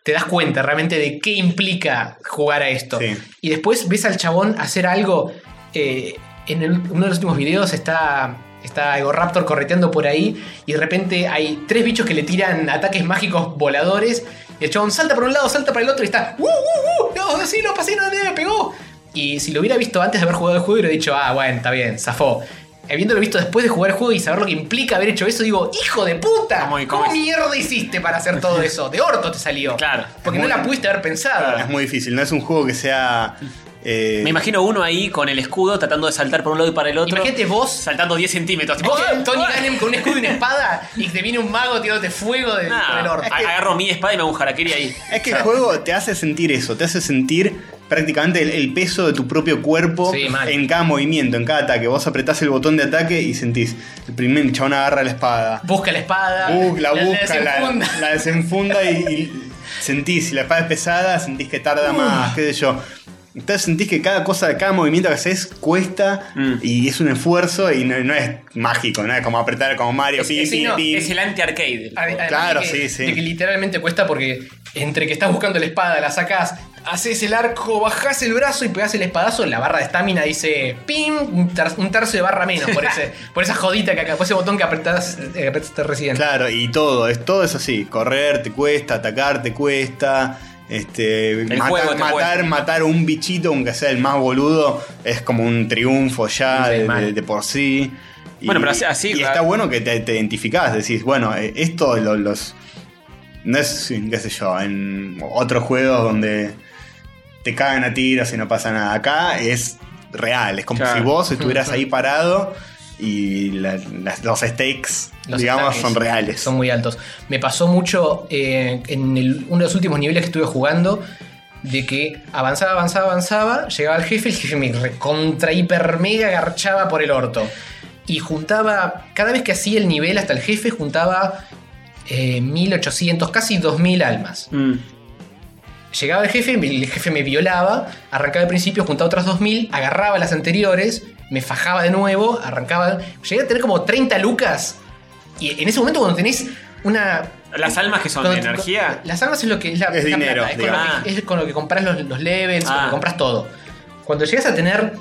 D: te das cuenta realmente de qué implica jugar a esto.
C: Sí.
D: Y después ves al chabón hacer algo. eh, en el- uno de los últimos videos está. Está Egoraptor correteando por ahí. Y de repente hay tres bichos que le tiran ataques mágicos voladores. Y el chabón salta por un lado, salta para el otro y está. ¡Uh, uh, uh! No, no, sí, no pasé, no, no, me pegó. Y si lo hubiera visto antes de haber jugado el juego, hubiera dicho, ah, bueno, está bien, zafó. Habiéndolo visto después de jugar el juego y saber lo que implica haber hecho eso, digo, hijo de puta,
B: ¿Cómo-
D: ¿cómo,
B: cómo es?
D: mierda hiciste para hacer todo eso? De orto te salió.
B: Claro.
D: Porque no la pudiste haber pensado.
C: Es muy difícil, no es un juego que sea. eh,
B: Me imagino uno ahí con el escudo tratando de saltar por un lado y para el otro.
D: Imagínate vos
B: saltando 10 centímetros. tipo,
D: Vos,
B: ¡ah!
D: Tony
B: ¡ah!
D: Gannem con un escudo y una espada y te viene un mago tirándote fuego de,
B: Nah,
D: con el orto.
B: a- agarro mi espada y me hago un harakiri ahí.
C: Es que el juego te hace sentir eso, te hace sentir prácticamente el, el peso de tu propio cuerpo
D: Sí, mal.
C: en cada movimiento, en cada ataque. Vos apretás el botón de ataque y sentís, el primer el chabón agarra la espada,
D: Busca la espada.
C: uh, la busca, la,
D: desenfunda.
C: la
D: Uh.
C: desenfunda y, y sentís, si la espada es pesada, sentís que tarda más, qué sé yo. te sentís que cada cosa, cada movimiento que haces cuesta
D: Mm.
C: y es un esfuerzo y no, no es mágico, no es como apretar como Mario. pin,
D: es-
C: pin,
D: no,
C: pin.
D: es
B: el anti-arcade.
C: Claro,
D: de
C: sí,
D: que-
C: sí.
D: de que literalmente cuesta porque entre que estás buscando la espada, la sacás, haces el arco, bajás el brazo y pegás el espadazo, la barra de estamina dice pim, un, ter- un tercio de barra menos por, ese, por esa jodita que acá, por ese botón que apretás, eh, apretaste recién.
C: Claro, y todo, es, todo es así. Correr te cuesta, atacar te cuesta. Este, mata-
B: juego te
C: matar,
B: cuesta.
C: matar un bichito, aunque sea el más boludo, es como un triunfo ya de,
B: mal.
C: de- de por sí.
B: Bueno, pero así- así-
C: y está bueno que te, te identificás, decís, bueno, eh, esto lo- los. No es, qué sé yo, en otros juegos donde te cagan a tiros y no pasa nada. Acá es real, es como
B: Claro.
C: si vos estuvieras
B: Ujú.
C: ahí parado y la- las- los stakes,
D: Los
C: digamos,
D: ataques
C: son reales.
D: Son muy altos. Me pasó mucho eh, en el- uno de los últimos niveles que estuve jugando. De que avanzaba, avanzaba, avanzaba. Llegaba el jefe, el jefe me recontra, hiper, mega garchaba por el orto. Y juntaba, cada vez que hacía el nivel hasta el jefe, juntaba eh, 1800, casi 2000 almas. Llegaba el jefe, el jefe me violaba, arrancaba al principio, juntaba otras 2000, agarraba las anteriores, me fajaba de nuevo, arrancaba. Llegué a tener como 30 lucas. Y en ese momento, cuando tenés una.
B: Las almas que son de
D: cuando-
B: energía.
D: Las armas es lo que es la.
C: Es
D: la
C: dinero,
D: plata, es, con
B: digamos.
D: lo que, es con lo que compras los, los levels, con lo
B: Ah.
D: que compras todo. Cuando llegas a tener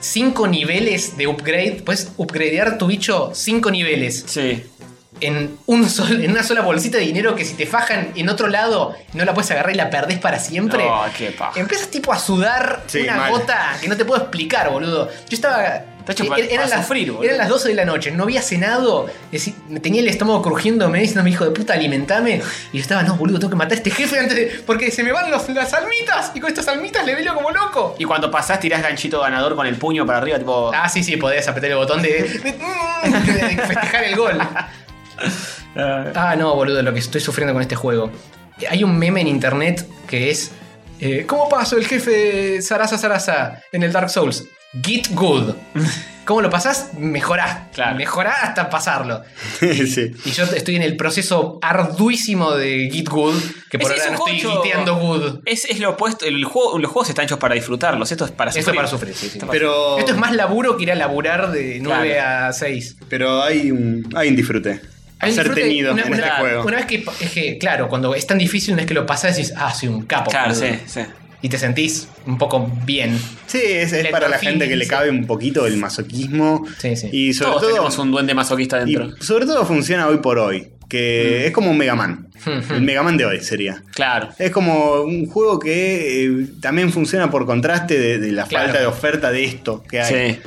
D: 5 niveles de upgrade, puedes upgradear tu bicho 5 niveles
B: Sí.
D: en, un sol, en una sola bolsita de dinero que si te fajan en otro lado no la puedes agarrar y la perdés para siempre.
B: No, qué paja.
D: Empiezas tipo a sudar
C: Sí,
D: una
C: mal.
D: gota que no te puedo explicar, boludo. Yo estaba...
B: hecho
D: eh,
B: pa-
D: eran,
B: pa
D: las,
B: sufrir, boludo.
D: eran las 12 de la noche, no había cenado, decí- me tenía el estómago crujiéndome diciéndome hijo de puta, alimentame. Y yo estaba, no, boludo, tengo que matar a este jefe antes de... Porque se me van los- las almitas y con estas almitas le veo como loco.
B: Y cuando pasás, tirás ganchito ganador con el puño para arriba, tipo.
D: Ah, sí, sí, podés apretar el botón de, de- de festejar el gol. Ah, no, boludo, lo que estoy sufriendo con este juego. Hay un meme en internet que es. eh, ¿Cómo pasó el jefe Sarasa Sarasa en el Dark Souls? Get good. ¿Cómo lo pasás? Mejorá.
B: Claro.
D: Mejorá hasta pasarlo.
C: sí.
D: Y yo estoy en el proceso arduísimo de Git Good, que por
B: Es- es un
D: ahora no estoy
B: juego-
D: giteando good.
B: Es, es lo opuesto. El juego, los juegos están hechos para disfrutarlos. Esto es para
D: Esto
B: sufrir.
D: es para sufrir, sí, sí.
B: Esto es para
C: Pero,
D: Esto es más laburo que ir a laburar de 9
B: Claro.
D: a 6.
C: pero hay un, hay un disfrute.
D: Hay un
C: ser
D: disfrute,
C: tenido
D: una-
C: en este
D: una-
C: juego.
D: Una vez que, es que, claro, cuando es tan difícil, una vez que lo pasas, decís, ah, soy un capo.
B: Claro,
D: boludo".
B: sí, sí.
D: Y te sentís un poco bien.
C: sí, es, es
D: la
C: para la
D: endorfina,
C: gente que le
D: sí.
C: cabe un poquito el masoquismo.
D: Sí, sí.
C: Y sobre
B: Todos
C: todo,
B: tenemos un duende masoquista
C: y
B: dentro.
C: sobre todo funciona hoy por hoy. Que es como un Mega Man.
D: Mm,
C: El
D: mm.
C: Mega Man de hoy sería.
B: Claro.
C: Es como un juego que eh, también funciona por contraste de, de la
D: Claro.
C: falta de oferta de esto que hay.
B: Sí.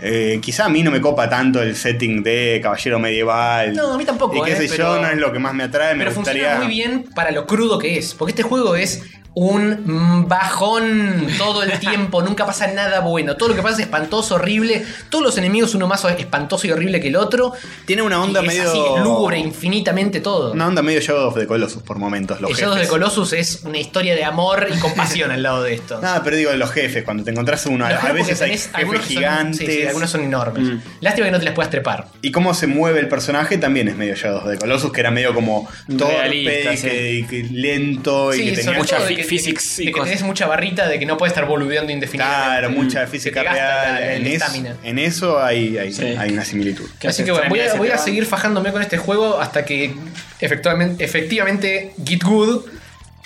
C: Eh, quizá a mí no me copa tanto el setting de Caballero Medieval.
D: No, a mí tampoco,
C: Y qué
D: eh,
C: sé
D: pero-
C: yo, no es lo que más me atrae. Me
D: Pero
C: gustaría.
D: funciona muy bien para lo crudo que es. Porque este juego es un bajón todo el tiempo. nunca pasa nada bueno. Todo lo que pasa es espantoso, horrible. Todos los enemigos, uno más espantoso y horrible que el otro.
C: Tiene una onda
D: y es
C: medio.
D: así, lúgubre, infinitamente todo.
C: Una onda medio Shadow of the Colossus por momentos, los
D: el
C: jefes.
D: Shadows de Colossus es una historia de amor y compasión al lado de esto.
C: Nada, pero digo, los jefes, cuando te encontrás uno, a-
D: Los
C: a
D: creo porque
C: veces hay
D: tenés
C: jefes
D: que son-
C: gigantes.
D: sí, sí, algunos son enormes.
B: Mm.
D: Lástima que no te las puedas trepar.
C: Y cómo se mueve el personaje también es medio Shadow of the Colossus, que era medio como torpe
B: Realista,
C: y
B: sí.
C: que, y que lento y que tenía
D: sobre
B: mucha
D: todo de
B: fi-
D: que-
B: physics y
D: de que
B: cosas.
D: tenés mucha barrita de que no puedes estar boludeando indefinidamente.
C: claro, mucha física
D: te gasta
C: real.
D: la- la
C: en, eso,
D: estamina.
C: en eso hay, hay,
B: Sí.
C: hay una similitud.
B: ¿Qué
D: Así
B: haces?
D: que bueno, voy
B: Tres
D: a,
B: meses
D: voy
B: te
D: a
B: va.
D: seguir fajándome con este juego hasta que efectivamente, efectivamente Git Good.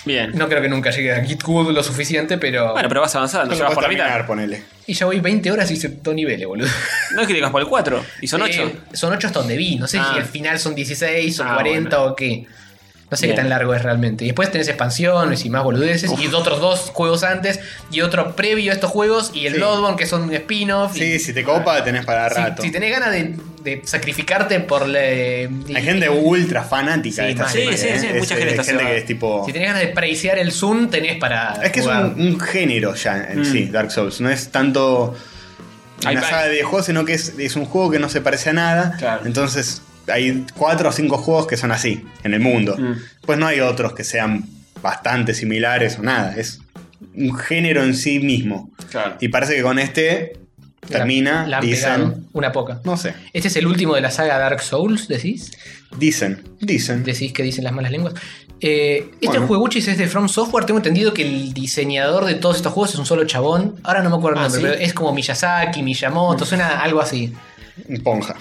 B: Bien.
D: No creo que nunca llegue a Git Good lo suficiente, pero.
B: Bueno, pero vas avanzando.
C: Bueno,
B: llevas
C: puedes
B: por la
C: terminar,
B: mitad.
C: ponele.
D: Y ya voy 20 horas y hice dos niveles, boludo.
B: No es que digas por el 4. Y son 8.
D: Eh, son 8 hasta donde vi. No sé
B: Ah.
D: si al final son 16 o
B: Ah,
D: 40 o qué. No sé
B: Bien.
D: qué tan largo es realmente. Y después tenés expansiones y más boludeces. Y otros dos juegos antes. Y otro previo a estos juegos. Y el
C: Sí.
D: Bloodborne, que son un spin-off. y-
C: Sí, si te copa, tenés para
D: si-
C: rato.
D: Si, tenés ganas de, de sacrificarte por la. eh,
C: Hay gente ultra fanática
D: Sí,
C: de esta
D: mal,
C: serie.
D: mal, sí,
C: ¿eh?
B: sí,
C: Es,
B: mucha
C: eh,
B: gente está
C: gente
B: cebada.
C: que es tipo.
D: Si tenés ganas de praisear el Zoom, tenés para.
C: Es que es
D: jugar.
C: un, un género ya en sí, Dark Souls. No es tanto
B: Hay
C: una
B: varios.
C: saga de videojuegos, sino que es, es un juego que no se parece a nada.
B: Claro.
C: Entonces, hay cuatro o cinco juegos que son así en el mundo.
B: Mm.
C: Pues no hay otros que sean bastante similares o nada. Es un género en sí mismo.
B: Claro.
C: Y parece que con este Termina,
D: La han pegado,
C: dicen.
D: una poca.
C: No sé.
D: ¿Este es el último de la saga Dark Souls, decís?
C: Dicen, dicen.
D: Decís que dicen las malas lenguas. Eh, este
C: Bueno.
D: jueguchis es de From Software. Tengo entendido que el diseñador de todos estos juegos es un solo chabón. Ahora no me acuerdo el
C: Ah,
D: nombre,
C: ¿sí?
D: pero es como Miyazaki, Miyamoto, suena algo así.
C: Ponja.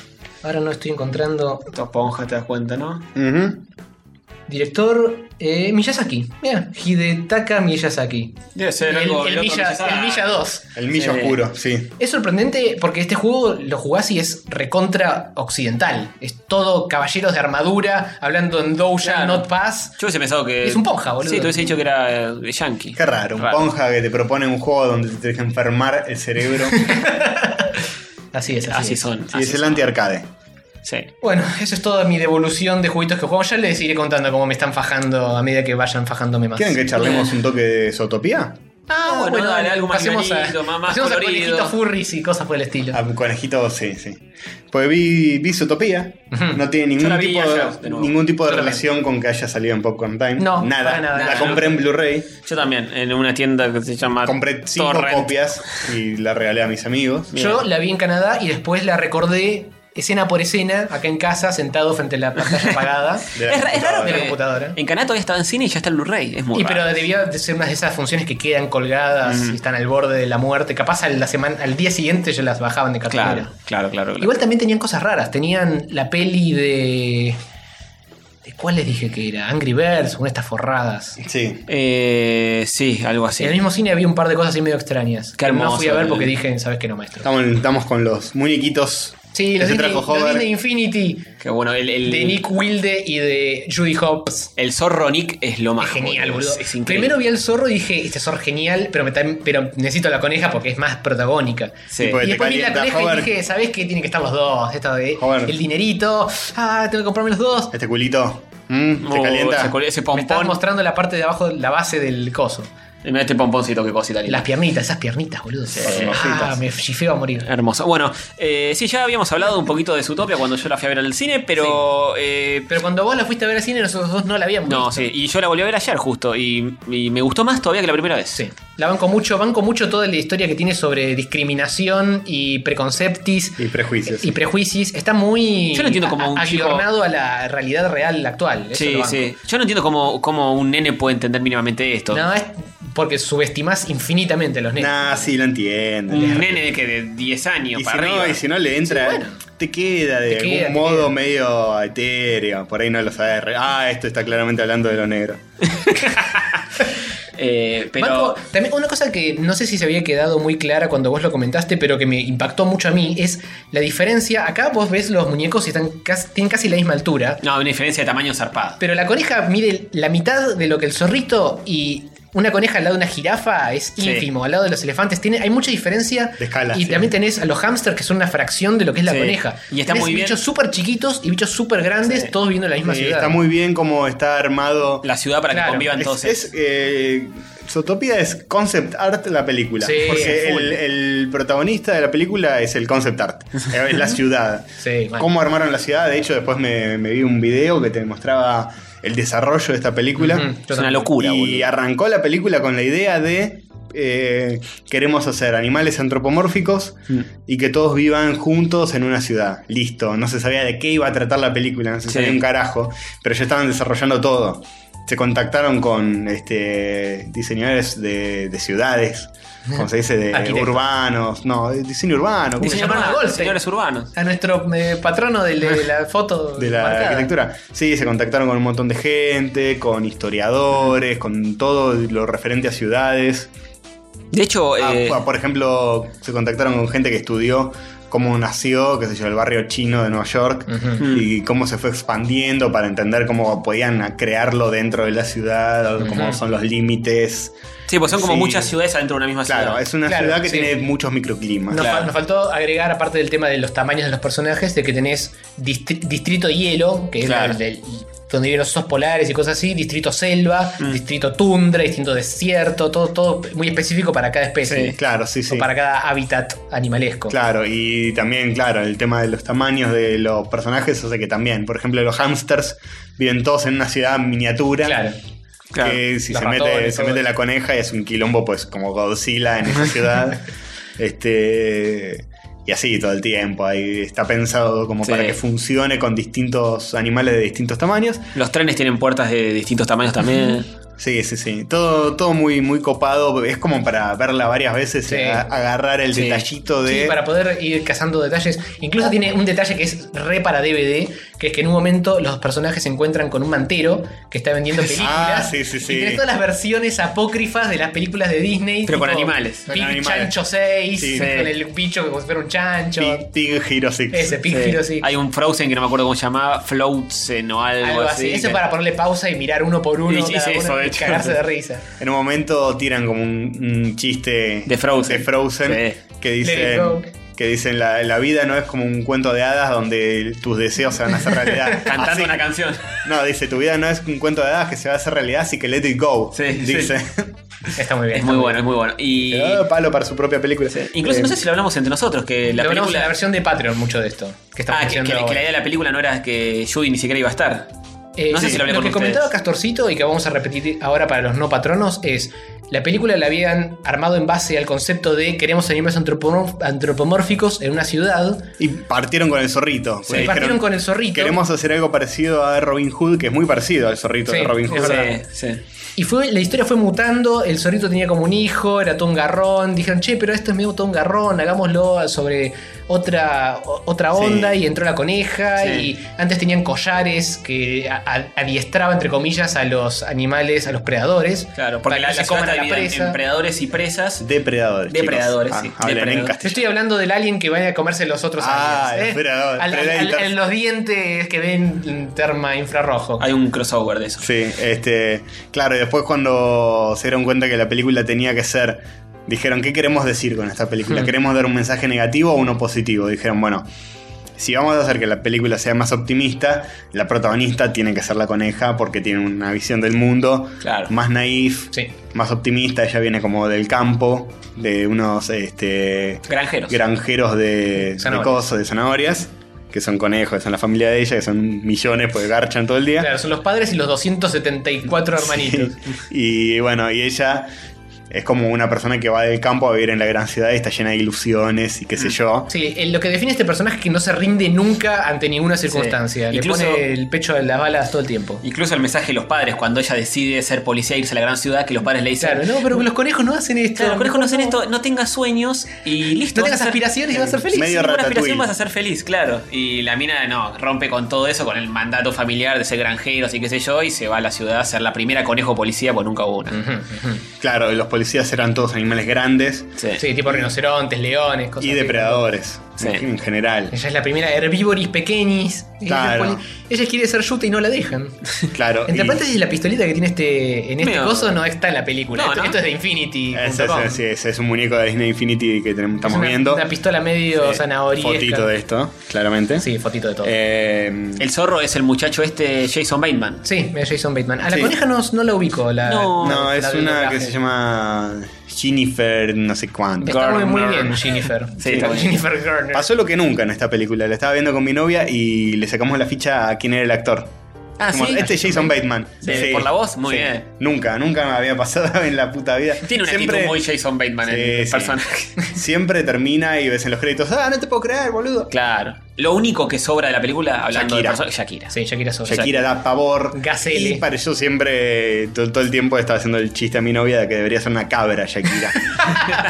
D: Ahora no estoy encontrando.
B: Toponja, te das cuenta, ¿no?
C: Ujú.
D: Director eh, Miyazaki. Mira, Hidetaka Miyazaki.
B: Debe ser
D: El,
B: algo.
D: el
B: otro
D: Milla,
B: Miyazaki.
D: el Milla 2.
C: El millo
B: Sí.
C: oscuro, sí.
D: Es sorprendente porque este juego lo jugás y es recontra occidental. Es todo caballeros de armadura, hablando en Doja,
B: Claro.
D: Not Pass.
B: Yo hubiese pensado que.
D: Es un ponja, boludo.
B: Sí, te hubiese dicho que era eh, yankee.
C: Qué raro, un
B: Raro.
C: ponja que te propone un juego donde te tienes que enfermar el cerebro.
D: Así es, así,
B: Así
D: es.
B: son.
C: y
B: así
C: es el anti-arcade.
B: son. Sí.
D: Bueno, eso es toda mi devolución de juguitos que juego. Ya les iré contando cómo me están fajando a medida que vayan fajándome más.
C: ¿Quieren que charlemos un toque de Zootopía?
D: Ah,
B: Ah,
D: bueno,
B: bueno, dale, algo más
D: pasemos
B: livianito,
D: a,
B: más- más
D: pasemos a
B: colorido.
D: conejitos furries y cosas por el estilo.
C: A Ah, conejito, sí, sí. Pues vi, vi Zootopía.
D: Ujú.
C: No tiene
B: Yo la
C: ningún
B: vi
C: tipo,
B: ayer,
C: de,
B: de nuevo.
C: ningún tipo de
D: Yo también.
C: relación con que haya salido en Popcorn Time.
D: No,
C: nada.
D: para nada,
C: la
D: nada.
C: compré en Blu-ray.
B: Yo también, en una tienda que se llama.
C: Compré cinco
B: Torrent.
C: copias y la regalé a mis amigos.
D: Yo la vi en Canadá y después la recordé escena por escena acá en casa, sentado frente a la pantalla apagada.
C: De la
B: Es, ra- es raro
D: De
B: que
D: la computadora.
B: En Canadá todavía estaba en cine y ya está el Blu-ray. Es muy
D: Y
B: raro.
D: pero debía de ser una de esas funciones que quedan colgadas y están al borde de la muerte. Capaz al, la semana, al día siguiente ya las bajaban de catálogo.
B: Claro, claro, claro. claro.
D: Igual también tenían cosas raras. Tenían la peli de. ¿De cuál les dije que era? Angry Birds, una de estas forradas.
C: Sí.
B: Eh, sí, algo así.
D: En el mismo cine había un par de cosas así medio extrañas.
B: Qué
D: que no
B: hermoso,
D: fui a ver
B: el-
D: porque dije, ¿sabes qué no, maestro?
C: Estamos, estamos con los muñequitos
D: Sí,
C: que
D: los
C: se
D: Disney,
C: trajo
D: los
C: Hover.
D: Disney Infinity
B: Que bueno, el, el,
D: de Nick Wilde y de Judy Hopps.
B: el zorro Nick es lo más.
D: Es genial, boludo.
B: Es, es increíble.
D: Primero vi al zorro y dije, este zorro es genial, pero, me tam- pero necesito la coneja porque es más protagónica.
B: Sí.
C: Tipo, Porque
D: y
C: te
D: después vi la
C: calienta,
D: coneja y
C: Hover.
D: dije, ¿sabes qué? Tienen que estar los dos. Esto de
C: Hover.
D: el dinerito. Ah, tengo que comprarme los dos.
C: Este culito. Mm, ¿Te
B: Oh,
C: calienta?
B: ese col- Ese
D: Me estaban
B: pompón.
D: mostrando la parte de abajo, la base del coso.
B: Mira este pomponcito que cosita linda.
D: Las piernitas, esas piernitas, boludo. ah,
C: hermositas.
D: me chifeo a morir.
B: Hermoso. Bueno, eh, sí, ya habíamos hablado un poquito de Zootopia cuando yo la fui a ver al cine, pero. eh,
D: Pero cuando vos la fuiste a ver al cine, nosotros dos no la habíamos
B: no,
D: visto.
B: sí. Y yo la volví a ver ayer justo. Y, y me gustó más todavía que la primera vez.
D: Sí. La banco mucho, banco mucho toda la historia que tiene sobre discriminación y preconceptis
C: Y prejuicios.
D: y prejuicios. Está muy
B: Yo no entiendo cómo un
D: a-
B: chico-
D: aguiornado a la realidad real actual. Eso lo
B: Sí,
D: banco.
B: sí. Yo no entiendo cómo, cómo un nene puede entender mínimamente esto.
D: No, es porque subestimás infinitamente a los nenes.
C: Nah, sí, lo entiende.
B: un nene de que de 10 años
C: Y si,
B: para
C: no,
B: arriba.
C: y si no le entra, eh, te queda de
D: Te
C: algún
D: queda, te
C: modo medio etéreo. Por ahí no lo sabes. re- Ah, esto está claramente hablando de lo negro.
B: Eh, pero.
D: Banco, también una cosa que no sé si se había quedado muy clara cuando vos lo comentaste, pero que me impactó mucho a mí, es la diferencia. Acá vos ves los muñecos y están casi- tienen casi la misma altura,
B: No, una diferencia de tamaño zarpada.
D: pero la coneja mide la mitad de lo que el zorrito y una coneja al lado de una jirafa es
B: Sí.
D: ínfimo, al lado de los elefantes. Tiene, hay mucha diferencia.
C: De escala,
D: y
C: sí.
D: también tenés a los hamsters que son una fracción de lo que es la
B: Sí.
D: coneja.
B: Y está
D: Tenés
B: muy bien.
D: bichos súper chiquitos y bichos súper grandes,
B: Sí.
D: todos viviendo en la misma
C: Sí,
D: ciudad.
C: está muy bien como está armado.
B: La ciudad para
D: Claro.
B: que convivan
C: es,
B: todos.
C: es, eh, Zootopia es concept art la película.
D: Sí,
C: porque
D: full.
C: el, el protagonista de la película es el concept art. es la ciudad.
D: Sí, mal.
C: Cómo armaron la ciudad. De hecho, después me, me vi un video que te mostraba el desarrollo de esta película.
D: Ujú, yo
B: Es una
D: también.
B: locura,
C: y
B: boludo.
C: arrancó la película con la idea de eh, queremos hacer animales antropomórficos
B: Mm.
C: y que todos vivan juntos en una ciudad. Listo, no se sabía de qué iba a tratar la película, no se
B: Sí.
C: sabía un carajo, pero ya estaban desarrollando todo. Se contactaron con este, diseñadores de, de ciudades, como se dice, de
D: Arquitectos.
C: urbanos, no, de diseño urbano, ¿cómo se
D: Diseño
C: llama?
D: llama?
B: Señora-
D: Goldstein.
B: Señores urbanos.
D: A nuestro eh, patrono de la, de la foto
C: de la
D: marcada.
C: arquitectura. Sí, se contactaron con un montón de gente, con historiadores, con todo lo referente a ciudades.
B: De hecho,
C: Ah,
B: eh,
C: ah, por ejemplo, se contactaron con gente que estudió cómo nació, qué sé yo, el barrio chino de Nueva York y cómo se fue expandiendo para entender cómo podían crearlo dentro de la ciudad, cómo son los límites.
B: sí, pues son como
C: sí.
B: muchas ciudades adentro de una misma
C: Claro,
B: ciudad.
C: es una
D: Claro,
C: ciudad que
D: sí.
C: tiene muchos microclimas.
D: Nos,
B: Claro.
D: fal- nos faltó agregar, aparte del tema de los tamaños de los personajes, de que tenés distri- distrito hielo, que
B: Claro.
D: es el del- donde viven los osos polares y cosas así, distrito selva,
C: Mm.
D: distrito tundra, distrito desierto, todo, todo muy específico para cada especie.
C: Sí, claro, sí, sí.
D: O para cada hábitat animalesco.
C: Claro, y también, claro, el tema de los tamaños de los personajes hace que también, por ejemplo, los hamsters viven todos en una ciudad miniatura.
D: Claro.
B: Claro.
C: Que si
D: Los
C: se mete,
D: ratones,
C: se
D: todo
C: mete
D: eso.
C: la coneja y es un quilombo, pues como Godzilla en esa ciudad. este. y así todo el tiempo. Ahí está pensado como para que funcione con distintos animales de distintos tamaños.
B: Los trenes tienen puertas de distintos tamaños también.
C: Sí, sí, sí. Todo, todo muy, muy copado. Es como para verla varias veces,
D: Sí.
C: a- agarrar el
D: Sí.
C: detallito de.
D: Sí, para poder ir cazando detalles. Incluso tiene un detalle que es re para DVD, que es que en un momento los personajes se encuentran con un mantero que está vendiendo películas.
C: Ah, sí, sí,
D: Y
C: sí.
D: tenés todas las versiones apócrifas de las películas de Disney.
C: Pero con
D: tipo
C: animales.
D: Big
C: Con animales.
D: Chancho 6,
C: Sí.
D: con el bicho que como si fuera un chancho.
C: Pig Hero 6.
D: Ese, Pig Hero 6.
B: Hay un Frozen que no me acuerdo cómo se llamaba, Floatsen o algo,
D: Algo así. Eso
B: que-
D: para ponerle pausa y mirar uno por uno.
B: Y- y
D: cada
B: sí,
D: uno
B: eso, de
D: y
B: hecho.
D: cagarse de risa.
C: En un momento tiran como un, un chiste de Frozen, que
D: Let it
C: dicen
D: go.
C: que dicen la, la vida no es como un cuento de hadas donde tus deseos se van a hacer realidad.
B: Cantando
C: Así-
B: una canción.
C: No, dice tu vida no es un cuento de hadas que se va a hacer realidad, así que let it go. dice.
D: Está muy bien.
B: Es muy bueno, es muy bueno. Y
C: Ah, palo para su propia película.
B: incluso
C: Eh,
B: no sé si lo hablamos entre nosotros, que la
D: Lo hablamos
B: película.
D: en la versión de Patreon, mucho de esto. Que estamos
B: ah, que,
D: haciendo
B: que- que
D: ahora.
B: la idea de la película no era que Judy ni siquiera iba a estar.
D: Eh,
B: no sé
D: sí,
B: si lo hablé
D: lo
B: con
D: que
B: ustedes.
D: comentaba Castorcito y que vamos a repetir ahora para los no patronos es la película la habían armado en base al concepto de queremos animales antropomor- antropomórficos en una ciudad.
C: Y partieron con el zorrito.
D: Se
C: porque
D: partieron
C: dijeron,
D: con el zorrito.
C: Queremos hacer algo parecido a Robin Hood, que es muy parecido al zorrito
D: Sí,
C: de Robin Hood.
D: es verdad. Y fue, la historia fue mutando, el zorrito tenía como un hijo, era todo un garrón, dijeron, che, pero esto es medio todo un garrón, hagámoslo sobre otra, o- otra
C: Sí.
D: onda, y entró la coneja,
B: Sí.
D: y antes tenían collares que a- a- adiestraba, entre comillas, a los animales, a los predadores.
B: Claro, porque la,
D: que
B: la
D: se
B: ciudad
D: coman a
B: está
D: la
B: dividida en-
D: presa.
B: en predadores y presas.
C: Depredadores. chicos.
B: Depredadores,
C: Ah,
B: sí,
C: hablan en
B: depredadores.
D: Yo
C: castellano.
D: estoy hablando del alien que vaya a comerse los otros
C: Ah,
D: aliens. ¿eh?
C: depredador,
D: Al- al- al-
C: predator.
D: en los dientes que ven terma infrarrojo.
B: Hay un crossover de eso.
C: Sí, este. Claro, y después cuando se dieron cuenta que la película tenía que ser. Dijeron, ¿qué queremos decir con esta película?
D: Hmm.
C: ¿Queremos dar un mensaje negativo o uno positivo? Dijeron, bueno, si vamos a hacer que la película sea más optimista, la protagonista tiene que ser la coneja porque tiene una visión del mundo más naif, más optimista. Ella viene como del campo, de unos este,
B: Granjeros.
C: granjeros de, de
B: Zanahorias.
C: cosas, de zanahorias, que son conejos, que son la familia de ella, que son millones porque garchan todo el día.
D: Claro, son los padres y los 274 hermanitos.
C: Y bueno, y ella es como una persona que va del campo a vivir en la gran ciudad y está llena de ilusiones y qué sé yo.
D: Sí, eh, lo que define a este personaje es que no se rinde nunca ante ninguna circunstancia. Le
B: Incluso-
D: pone el pecho a las balas todo el tiempo.
B: Incluso el mensaje de los padres cuando ella decide ser policía e irse a la gran ciudad, que los padres le dicen.
D: Claro, no, pero los conejos no hacen esto.
B: Claro, los conejos no hacen esto, no tengas sueños y listo.
D: No
B: vas
D: tengas
B: a ser- eh,
D: aspiraciones y vas a ser feliz.
B: Sin
D: Medio
B: ninguna
D: Ratatouille.
B: aspiración vas a ser feliz, claro. Y la mina no, rompe con todo eso, con el mandato familiar de ser granjeros y qué sé yo, y se va a la ciudad a ser la primera conejo policía, pues nunca hubo una.
C: Claro, los policías eran todos animales grandes
B: Sí.
D: Sí, tipo rinocerontes, leones, cosas
C: y
D: así.
C: depredadores
B: Sí.
C: en en general.
D: Ella es la primera herbívoris pequeñis.
C: Claro.
D: Ella, quiere ser yuta y no la dejan.
C: Claro.
D: Entre
C: y-
D: paréntesis, la pistolita que tiene este en este
C: Medio-
D: coso no está en la película.
B: No,
D: esto,
B: ¿no?
D: esto es de Infinity.
C: ese- ese- ese- ese es, un muñeco de Disney Infinity que tenemos- estamos
D: una,
C: viendo. Eh,
D: una pistola medio zanahoria.
C: Fotito de Eh, esto, claramente.
D: Sí, fotito de todo.
B: El zorro es el muchacho este Jason Bateman.
D: Sí, es Jason Bateman. A la
C: Sí.
D: coneja no, no la ubico. La,
B: No.
C: No,
D: la
C: es
D: del
C: una
D: doblaje.
C: que se llama Jennifer, no sé cuánto.
D: Está muy, muy
C: Garner.
D: bien, Jennifer.
C: Sí, está bien.
D: Jennifer Garner.
C: Pasó lo que nunca en esta película. La estaba viendo con mi novia y le sacamos la ficha a quién era el actor.
B: Ah,
C: Como,
B: sí.
C: Este es Jason Bateman.
B: Sí, por la voz, muy
C: Sí.
B: bien.
C: Nunca, nunca me había pasado en la puta vida.
B: Tiene una
C: Siempre-
B: actitud muy Jason Bateman
C: Sí,
B: en el
C: sí.
B: personaje.
C: Siempre termina y ves en los créditos, ah, no te puedo creer, boludo.
B: Claro. Lo único que sobra de la película, hablando
C: Shakira.
B: de personas, Shakira.
D: Sí, Shakira sobre.
C: Shakira da pavor.
D: Gazelle.
C: Y para yo siempre, todo, todo el tiempo estaba haciendo el chiste a mi novia de que debería ser una cabra Shakira.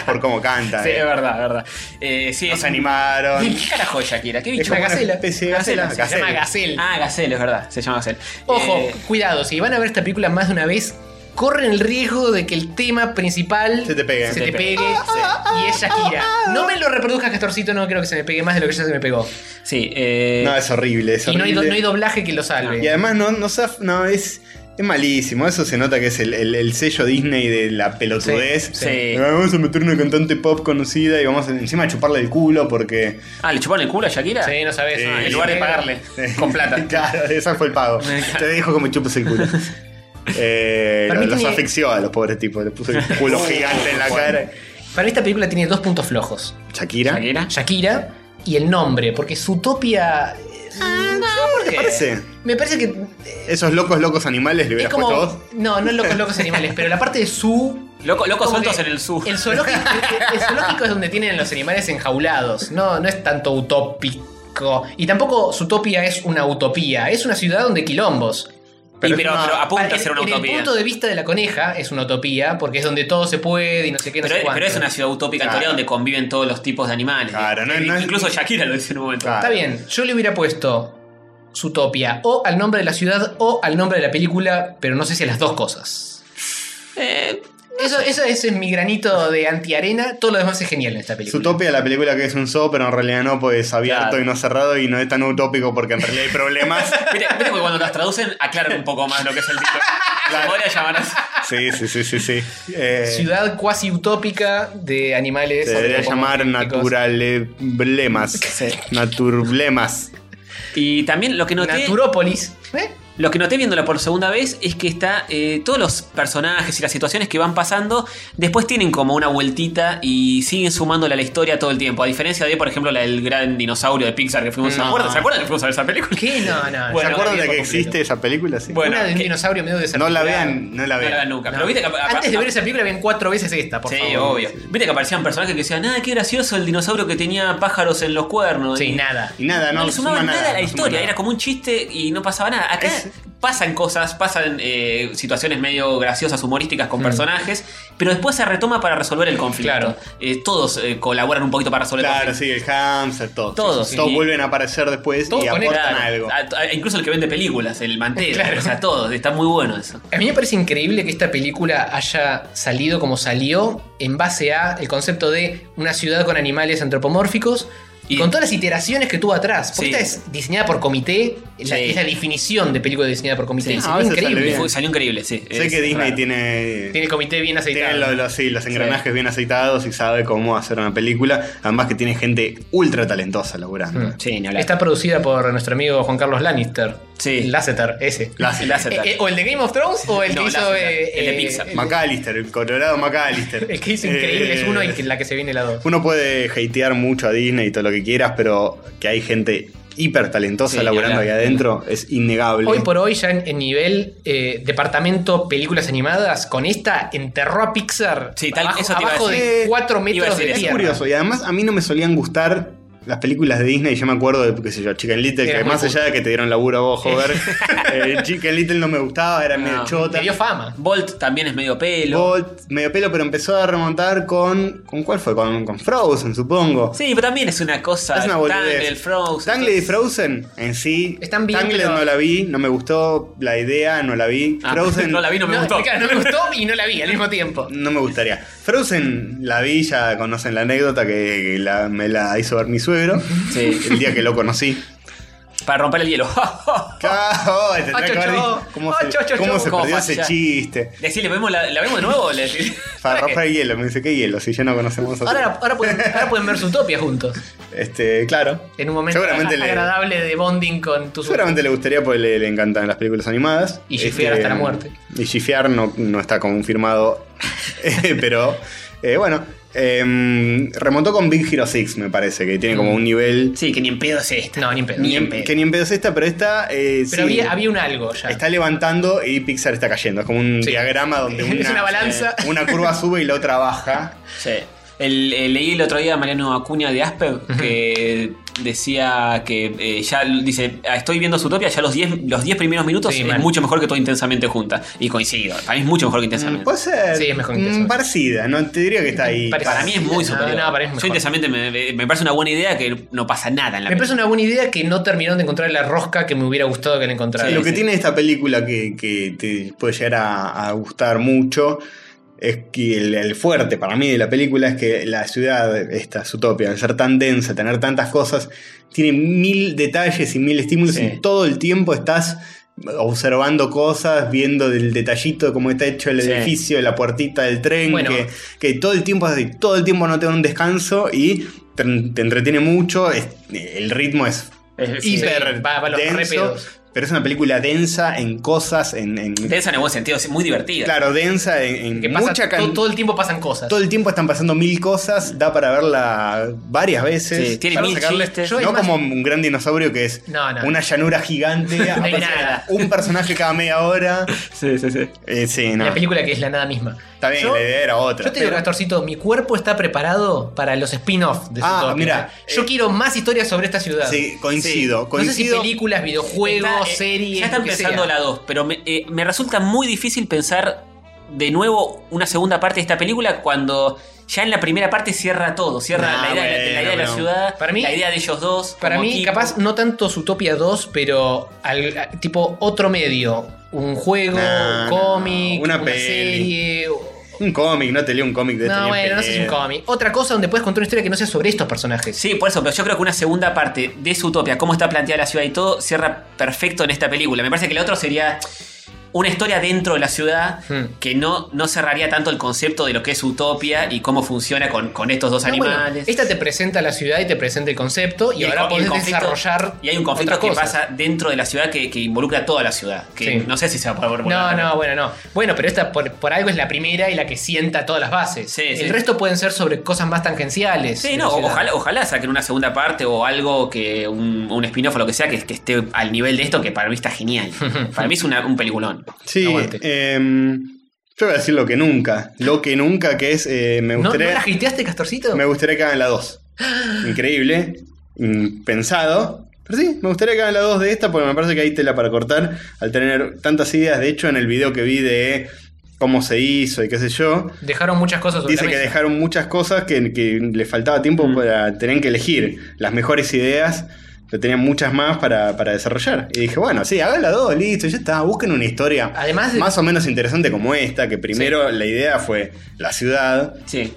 C: por cómo canta.
B: Sí,
C: eh.
B: es verdad, verdad. Eh, sí,
C: Nos
B: es-
C: animaron.
B: ¿Qué carajo es Shakira? ¿Qué
C: Es
B: bicho?
C: como una
D: gacela.
C: especie de
B: Gacela,
C: gacela.
D: Se llama
C: Gacela.
D: Gacel.
B: Ah, Gacel, es verdad. Se llama Gacel.
D: Ojo,
B: Eh,
D: cuidado, si van a ver esta película más de una vez, corren el riesgo de que el tema principal
C: Se te pegue.
D: se te pegue y es Shakira. No me lo reproduzcas, Castorcito, no creo que se me pegue más de lo que ya se me pegó.
B: Sí, eh,
C: No, es horrible, es
D: Y no hay, do-
C: horrible.
D: no hay doblaje que lo salve.
C: Y además no, no, saf- no, es, es malísimo. Eso se nota que es el, el- el sello Disney de la pelotudez.
B: Sí, sí.
C: Ah, Vamos a meter una cantante pop conocida y vamos a- encima a chuparle el culo porque.
B: Ah, ¿le chuparon el culo a Shakira?
D: Sí, no sabes.
C: Sí.
B: Ah, en lugar de pagarle con plata.
C: Claro, ese fue el pago. Te dijo como chupes el culo. Eh,
D: Para mí
C: los
D: tiene-
C: asfixió a los pobres tipos, le puso el culo gigante en la cara.
D: Para mí esta película tiene dos puntos flojos.
C: Shakira.
B: Shakira.
D: Shakira y el nombre, porque Zootopia...
C: ¿Te Ah, parece?
D: Me parece que
C: esos locos, locos animales le
D: Es
C: hubieras
D: como.
C: puesto vos.
D: No, no locos, locos animales, pero la parte de su.
B: Loco, locos
D: Como
B: sueltos
D: que
B: en el sur.
D: El zoológico, el- el zoológico es donde tienen a los animales enjaulados. No, no es tanto utópico. Y tampoco Zootopia es una utopía. Es una ciudad donde quilombos. Ah,
B: Pero, pero, pero apunta a ser una
D: en el
B: utopía.
D: punto de vista de la coneja es una utopía porque es donde todo se puede y no sé qué, no
B: Pero
D: sé
B: es,
D: cuánto.
B: pero es una ciudad utópica en
D: Claro.
B: teoría donde conviven todos los tipos de animales. E
C: no- no es-
B: Incluso Shakira lo dice en un momento.
D: Está bien, yo le hubiera puesto Zootopia o al nombre de la ciudad o al nombre de la película, pero no sé si a las dos cosas.
B: Eh,
D: eso, eso- ese es mi granito de antiarena, todo lo demás es genial en esta película.
C: Zootopia, la película que es un zoo, pero en realidad no, pues es abierto
B: Claro.
C: y no cerrado y no es tan utópico porque en realidad hay problemas.
B: Viste, viste que cuando las traducen aclaran un poco más lo que es el título. Se podría llamar así.
C: sí, sí, sí, sí, sí. Eh,
D: Ciudad cuasi utópica de animales.
C: se debería llamar naturaleblemas. Naturblemas.
B: Y también lo que noté.
D: Naturópolis. ¿eh?
B: Lo que noté viéndola por segunda vez es que está. eh, todos los personajes y las situaciones que van pasando. Después tienen como una vueltita y siguen sumándole a la historia todo el tiempo. A diferencia de, por ejemplo, la del gran dinosaurio de Pixar que fuimos. ¿Se
C: No.
B: acuerdan? ¿Se acuerdan que fuimos a ver esa película?
D: ¿Qué? No, no.
B: Bueno,
C: ¿Se acuerdan de
D: tiempo
C: que
D: completo.
C: existe esa película? Sí.
B: Bueno,
D: Una de un
B: que-
D: dinosaurio medio
C: no la
D: desarticulado.
C: vean, no la
B: No la
C: vean.
B: vean nunca.
D: No.
B: Pero viste que.
D: Antes de ver esa película, ven cuatro veces esta, por
B: Sí,
D: favor.
B: obvio. Viste que aparecían personajes que decían, ah, qué gracioso el dinosaurio que tenía pájaros en los cuernos.
D: Sí,
B: Y-
D: nada.
C: Y nada, no,
B: no, le sumaban
C: suma
B: nada, a la
C: no suma
B: historia,
C: nada.
B: era como un chiste y no pasaba nada. Acá
C: Es-
B: pasan cosas, pasan eh, situaciones medio graciosas, humorísticas con personajes, pero después se retoma para resolver el conflicto.
D: Mm. Claro.
B: Eh, todos eh, colaboran un poquito para resolver el
C: Claro,
B: conflicto.
C: sí, el hamster, todo.
B: Todo,
C: Sí,
B: sí.
C: Todos vuelven a aparecer después
D: Todo
C: y aportan
D: conecta,
C: algo.
B: A- a- incluso el que vende películas, el mantero,
D: Claro.
B: o sea, todos, está muy bueno eso.
D: A mí me parece increíble que esta película haya salido como salió en base a el concepto de una ciudad con animales antropomórficos y
B: Y-
D: con todas las iteraciones que tuvo atrás. Porque
B: Sí.
D: esta es diseñada por comité, es la-
B: Sí.
D: es la definición de película diseñada por comité.
B: Sí.
D: Es
C: Ah, A veces sale
D: increíble.
B: Y
C: bien.
B: fue- salió increíble, sí.
C: Sé
B: Es
C: que Disney
B: raro.
C: tiene
D: Tiene el comité bien aceitado.
C: Tienen los, los- sí, los engranajes bien aceitados y sabe cómo hacer una película. Además que tiene gente ultra talentosa laburando.
D: Mm.
B: Sí, ni hablar.
D: Está producida por nuestro amigo Juan Carlos Lannister.
B: Sí.
D: Lasseter, ese.
B: Lasseter. Lasseter.
D: Eh, eh, ¿O el de Game of Thrones o el
B: No,
D: que hizo.
B: Lasseter,
D: eh,
B: el de
D: eh,
B: Pixar.
C: McAllister, el colorado McAllister.
D: El que hizo increíble
C: Eh,
D: es uno y la que se viene la dos.
C: Uno puede hatear mucho a Disney y todo lo que quieras, pero que hay gente hiper talentosa
B: Sí,
C: laburando
B: ni
C: ahí
B: hablar.
C: adentro es innegable.
D: Hoy por hoy, ya en, en nivel eh, departamento películas animadas, con esta enterró a Pixar
B: Sí, tal-
D: abajo,
B: eso te iba a
D: abajo
B: decir.
D: de
C: Eh,
D: 4
B: iba a
D: metros
B: decir
D: de
B: eso.
C: es
D: tierra.
C: curioso. Y además a mí no me solían gustar las películas de Disney. Yo me acuerdo de, qué sé yo, Chicken Little,
D: Era
C: que
D: muy
C: más
D: cool.
C: allá de que te dieron laburo a vos, joder. eh, Chicken Little no me gustaba, era medio
B: No,
C: chota.
D: Te dio fama.
B: Bolt también es medio pelo.
C: Bolt, medio pelo, pero empezó a remontar con. ¿Con cuál fue? Con, con Frozen, supongo.
B: Sí, pero también es una cosa.
C: Es una boludez.
B: Tangle, Frozen.
C: Tangled y
B: entonces-
C: Frozen en sí.
D: Están bien,
C: Tangled
D: pero-
C: no la vi, no me gustó la idea, no la vi.
B: Ah,
C: Frozen.
B: no la vi, no me gustó.
D: claro, no me gustó y no la vi al mismo tiempo.
C: No me gustaría. Frozen la vi, ya conocen la anécdota que, que la- me la hizo ver mi suegro.
B: Sí.
C: El día que lo conocí.
B: Para romper el hielo.
C: Claro, te
D: Ah,
C: tenés que
D: cho,
C: haber
D: cho.
C: dicho ¿Cómo
D: Ah,
C: se,
D: cho, cho,
C: cómo
D: cho.
C: se
B: ¿Cómo
C: perdió
B: falla?
C: ese chiste?
B: Decirle, ¿vemos la, la vemos de nuevo? Le decís.
C: Para romper hielo, me dice, ¿qué hielo? Si ya no conocemos a
D: Ahora, ahora, pueden, ahora pueden ver Zootopia juntos.
C: Este, claro.
D: En un momento
C: Seguramente le-
D: agradable de bonding con tus
C: Seguramente le gustaría porque le, le encantan las películas animadas. Este,
D: Y chifear hasta la muerte.
C: Y chifear no, no está confirmado, eh, pero eh, bueno. em, remontó con Big Hero 6, me parece, que tiene como un nivel...
B: Sí, que ni en pedo es esta.
D: No, ni en pedo. este.
B: Ni en
D: Pero
B: pedo.
C: Que ni en pedo es esta, pero esta... eh, sí,
D: había, había un algo ya.
C: Está levantando y Pixar está cayendo. Es como un
D: Sí.
C: diagrama donde una,
D: Es una balanza.
C: eh, una curva sube y la otra baja.
B: Sí. El- eh, leí el otro día a Mariano Acuña de Asper que decía que eh, ya dice, "Ah, estoy viendo Zootopia, ya los 10 los 10 primeros minutos
D: Sí,
B: es
D: mal.
B: mucho mejor que todo intensamente junta. Y coincido, para mí es mucho mejor que
D: Mm,
B: intensamente.
C: Puede ser
D: Sí, es mejor que
C: mm,
D: eso.
C: parecida, no te diría que está ahí.
D: Parece-
B: para mí es muy
D: No,
B: superior.
D: no, para mí es
B: Yo
D: mejor.
B: intensamente me, me- me parece una buena idea que no pasa nada en la
D: Me
B: película.
D: parece una buena idea que no terminaron de encontrar la rosca que me hubiera gustado que la encontraran.
B: Sí,
C: Lo que
B: sí.
C: tiene esta película que, que te puede llegar a, a gustar mucho es que el, el fuerte para mí de la película es que la ciudad, esta Zootopia, al ser tan densa, tener tantas cosas, tiene mil detalles y mil estímulos
B: Sí.
C: y todo el tiempo estás observando cosas, viendo del detallito de cómo está hecho el
B: Sí.
C: edificio, la puertita del tren,
D: Bueno.
C: que, que todo el tiempo es así, todo el tiempo no te da un descanso y te, te entretiene mucho, es- el ritmo es
B: Es-
D: Sí,
C: hiper
D: va- va a los
C: denso,
D: repedos.
C: Pero es una película densa en cosas, en... en-
B: Densa en el buen sentido, es muy divertida.
C: Claro, densa en, en
B: Que pasa
C: mucha
B: todo-
C: cantidad.
D: Todo el tiempo pasan cosas.
C: Todo el tiempo están pasando mil cosas, da para verla varias veces.
B: Sí, tiene
C: para
B: mil
C: sacarle-
B: chistes.
C: No
B: Yo, es más-
C: como un gran dinosaurio que es
B: No, no.
C: una llanura gigante,
D: No hay
C: aparece
D: nada.
C: un personaje cada media hora. Eh,
B: Sí, sí, sí.
C: sí, no.
D: La película que es la nada misma.
C: Está bien,
D: Yo-
C: la idea era otra.
D: Yo te digo,
C: Pero-
D: Castorcito, mi cuerpo está preparado para los spin-offs de
C: Ah,
D: Zootopia.
C: mira,
D: Yo quiero más historias sobre esta ciudad.
C: Sí, coincido,
D: No sé si
C: coincido.
D: películas, videojuegos,
B: Está, eh,
D: series.
B: Ya están
D: lo que
B: pensando
D: sea.
B: la 2, pero me, eh, me resulta muy difícil pensar de nuevo una segunda parte de esta película cuando ya en la primera parte cierra todo, cierra
D: Nah,
B: la idea, de la- la, idea de la
D: Ah, bueno.
B: ciudad,
D: Para mí-
B: la idea de ellos dos.
D: Para
B: como
D: mí,
B: equipo.
D: capaz, no tanto Zootopia 2, pero al- a- tipo otro medio. Un juego,
C: Nah,
D: un cómic,
C: una
D: una,
C: peli.
D: serie. o-
C: Un cómic, no te leo un cómic de este
D: No,
C: ni en
D: bueno, no sé
C: pedo.
D: si es un cómic. Otra cosa donde puedes contar una historia que no sea sobre estos personajes.
B: Sí, por eso, pero yo creo que una segunda parte de su utopia, cómo está planteada la ciudad y todo, cierra perfecto en esta película. Me parece que la otra sería una historia dentro de la ciudad
D: Hmm.
B: que no, no cerraría tanto el concepto de lo que es utopia y cómo funciona con, con estos dos
D: No, bueno,
B: animales.
D: esta te presenta la ciudad y te presenta el concepto y,
B: el
D: ahora
B: co- el
D: podés
B: conflicto-
D: desarrollar.
B: Y hay un conflicto
D: otras
B: que
D: cosas.
B: pasa dentro de la ciudad que, que involucra a toda la ciudad. Que
D: Sí.
B: no sé si se va a poder volver
D: No,
B: a-
D: no, bueno, no. Bueno, pero esta por, por algo es la primera y la que sienta todas las bases. el
B: sí.
D: resto pueden ser sobre cosas más tangenciales.
B: Sí,
D: de
B: no,
D: la ciudad.
B: ojalá, ojalá saquen una segunda parte o algo que un, un spin-off o lo que sea que, que esté al nivel de esto, que para mí está genial. para mí es una- un peliculón.
C: Sí, em, yo voy a decir lo que nunca. Lo que nunca, que es. eh, me
D: ¿No, ¿No
C: gustaría.
D: la hateaste, Castorcito?
C: me gustaría que hagan la 2. Increíble. mm, Pensado. Pero sí, me gustaría que hagan la 2 de esta porque me parece que hay tela para cortar al tener tantas ideas. De hecho, en el video que vi de cómo se hizo y qué sé yo,
D: Dejaron muchas cosas sobre
C: dice
D: la
C: que
D: mesa. Mm.
C: dejaron muchas cosas que, que le faltaba tiempo para tener que elegir las mejores ideas. Pero tenían muchas más para, para desarrollar. Y dije, bueno, sí, hagan la 2, listo, ya está. Busquen una historia
D: Además de-
C: más o menos interesante como esta, que primero la idea fue la ciudad.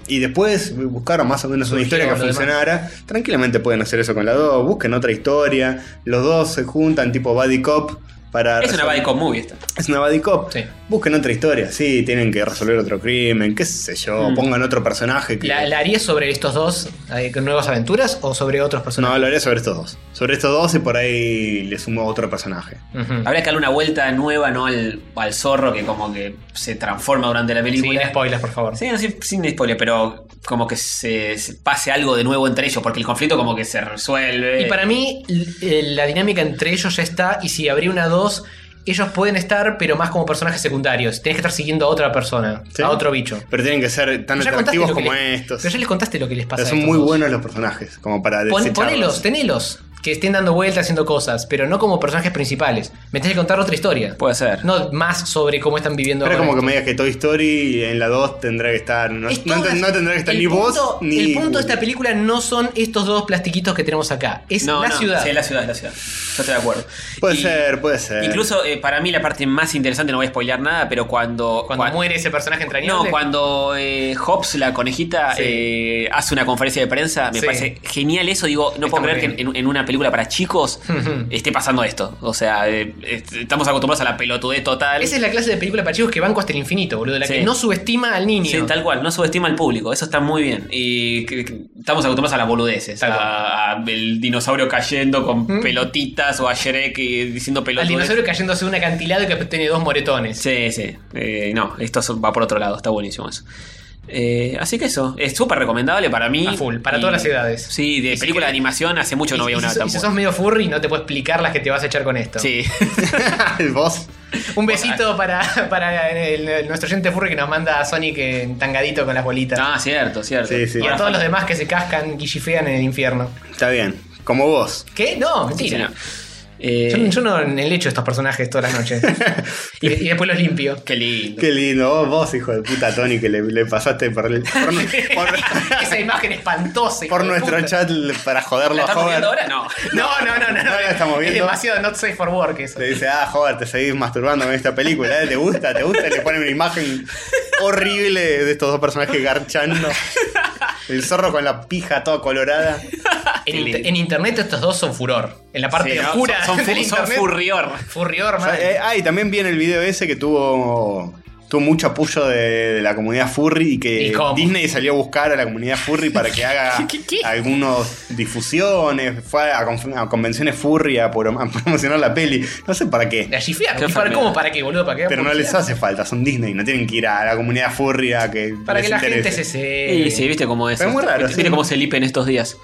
C: Y después buscaron más o menos una
D: Surgió
C: historia que
D: lo demás.
C: funcionara. Tranquilamente pueden hacer eso con la 2. Busquen otra historia. Los dos se juntan tipo Buddy Cop. Para
B: Es una
C: resolver-
B: body cop movie esta.
C: es una buddy cop. Busquen otra historia. Sí, tienen que resolver otro crimen, qué sé yo.
D: Mm.
C: Pongan otro personaje. Que...
D: ¿La, la harías sobre estos dos eh, nuevas aventuras o sobre otros personajes?
C: No, lo haré sobre estos dos. Sobre estos dos y por ahí le sumo otro personaje.
B: Habría que darle una vuelta nueva, ¿no? Al, al zorro que como que se transforma durante la película. Sin
D: spoilers, por favor.
B: Sí, no, sí, sin spoilers, pero como que se, se pase algo de nuevo entre ellos, porque el conflicto como que se resuelve.
D: Y para mí, l- eh, la dinámica entre ellos ya está. Y si habría una 2, ellos pueden estar, pero más como personajes secundarios. Tenés que estar siguiendo a otra persona, a otro bicho.
C: Pero tienen que ser tan
D: Pero ya contaste
C: atractivos
D: lo que
C: como
D: les-
C: estos.
D: Pero ya les contaste lo que les pasa.
C: Pero
D: a
C: son
D: estos
C: muy
D: dos.
C: buenos los personajes, como para
D: Pon-
C: desecharlos.
D: ponelos, tenelos. Que estén dando vueltas, haciendo cosas, pero no como personajes principales. Me tenés que contar otra historia.
B: Puede ser.
D: No más sobre cómo están viviendo
C: Pero es
D: ahora
C: como que
D: esto.
C: me digas que Toy Story en la 2 tendrá que estar. No,
D: Es
C: no-
D: todas-
C: no tendrá que estar
D: el
C: ni
D: punto-
C: vos ni.
D: El punto de esta película no son estos dos plastiquitos que tenemos acá. Es
B: No,
D: la
B: no,
D: ciudad.
B: Sí, es la ciudad, es la ciudad. Yo estoy de acuerdo.
C: Puede
B: Y-
C: ser, puede ser.
B: Incluso eh, para mí la parte más interesante, no voy a spoilear nada, pero cuando.
D: Cuando muere ese personaje entrañable.
B: No, cuando eh, Hobbs, la conejita,
D: Sí.
B: eh, hace una conferencia de prensa, me
D: Sí.
B: parece genial eso. Digo, no puedo
D: muy
B: creer que en, en una película para chicos esté pasando esto. O sea, eh, est- estamos acostumbrados a la pelotudez total.
D: Esa es la clase de película para chicos que van hasta el infinito, boludo. La
B: Sí.
D: que no subestima al niño.
B: Sí, tal cual, no subestima al público, eso está muy bien. Y que- que estamos acostumbrados a las boludeces, a, a el dinosaurio cayendo con
D: Mm.
B: pelotitas o a Shrek y diciendo
D: al
B: pelotudeces.
D: dinosaurio cayéndose de un acantilado que tiene dos moretones.
B: Sí, sí. Eh, no, esto es- va por otro lado, está buenísimo eso. Eh, así que eso, es súper recomendable para mí.
D: A full, para
B: Y-
D: todas las edades.
B: Sí, de película de animación hace mucho no
D: Y-
B: había
D: y
B: una
D: si,
B: tan
D: si
B: buena.
D: sos medio furry, no te puedo explicar las que te vas a echar con esto.
B: Sí.
C: ¿Vos?
D: Un besito para, para el- el- nuestro gente furry que nos manda a Sonic en tangadito con las bolitas.
B: Ah, cierto, cierto.
D: Y a todos los demás que se cascan, guillifean en el infierno.
C: Está bien, como vos.
D: ¿Qué? No,
C: Sí,
D: mentira.
C: señor.
D: yo,
B: Eh,
C: Eh,
D: yo no enlecho a estos personajes todas las noches. y, y después los limpio.
B: Qué lindo.
C: Qué lindo, vos, vos, hijo de puta Tony, que le, le pasaste por, el- por,
D: Esa imagen espantosa. hijo
C: por
D: de
C: nuestro
D: puta.
C: chat para joderlo
D: ¿La
C: a
D: estamos
C: Hover.
D: viendo ahora?
B: No.
D: No, no, no, no. no.
C: la estamos
D: Es
C: viendo.
D: demasiado not safe for work eso.
C: Le dice, ah, Hover, te seguís masturbando con esta película, ¿eh? ¿te gusta? ¿Te gusta? Y le ponen una imagen horrible de estos dos personajes garchando. El zorro con la pija toda colorada.
D: En, inter- en internet estos dos son furor. En la parte
C: Sí, ¿no?
D: oscura
C: Son- son
D: del
C: fu- son
D: internet.
B: furrior.
D: Furrior,
C: O sea,
D: man.
C: eh, ah, y también viene el video ese que tuvo tuvo mucho apoyo de, de la comunidad furry y
D: ¿Y
C: que
D: cómo?
C: Disney salió a buscar a la comunidad furry para que haga algunas difusiones, fue a, conf- a convenciones furry a, prom- a promocionar la peli. No sé para qué.
D: La chifearon.
C: Qué
D: ¿Y para
C: enfermedad.
D: cómo? ¿Para qué, boludo? ¿Para qué?
C: Pero no les hace falta, son Disney, no tienen que ir a la comunidad furry a que.
D: Para
C: les
D: que la
C: interese.
D: gente se se.
B: Y sí, viste cómo es.
C: Pero es muy raro,
B: Viste, viste
C: sí.
B: cómo se Lipe en estos días.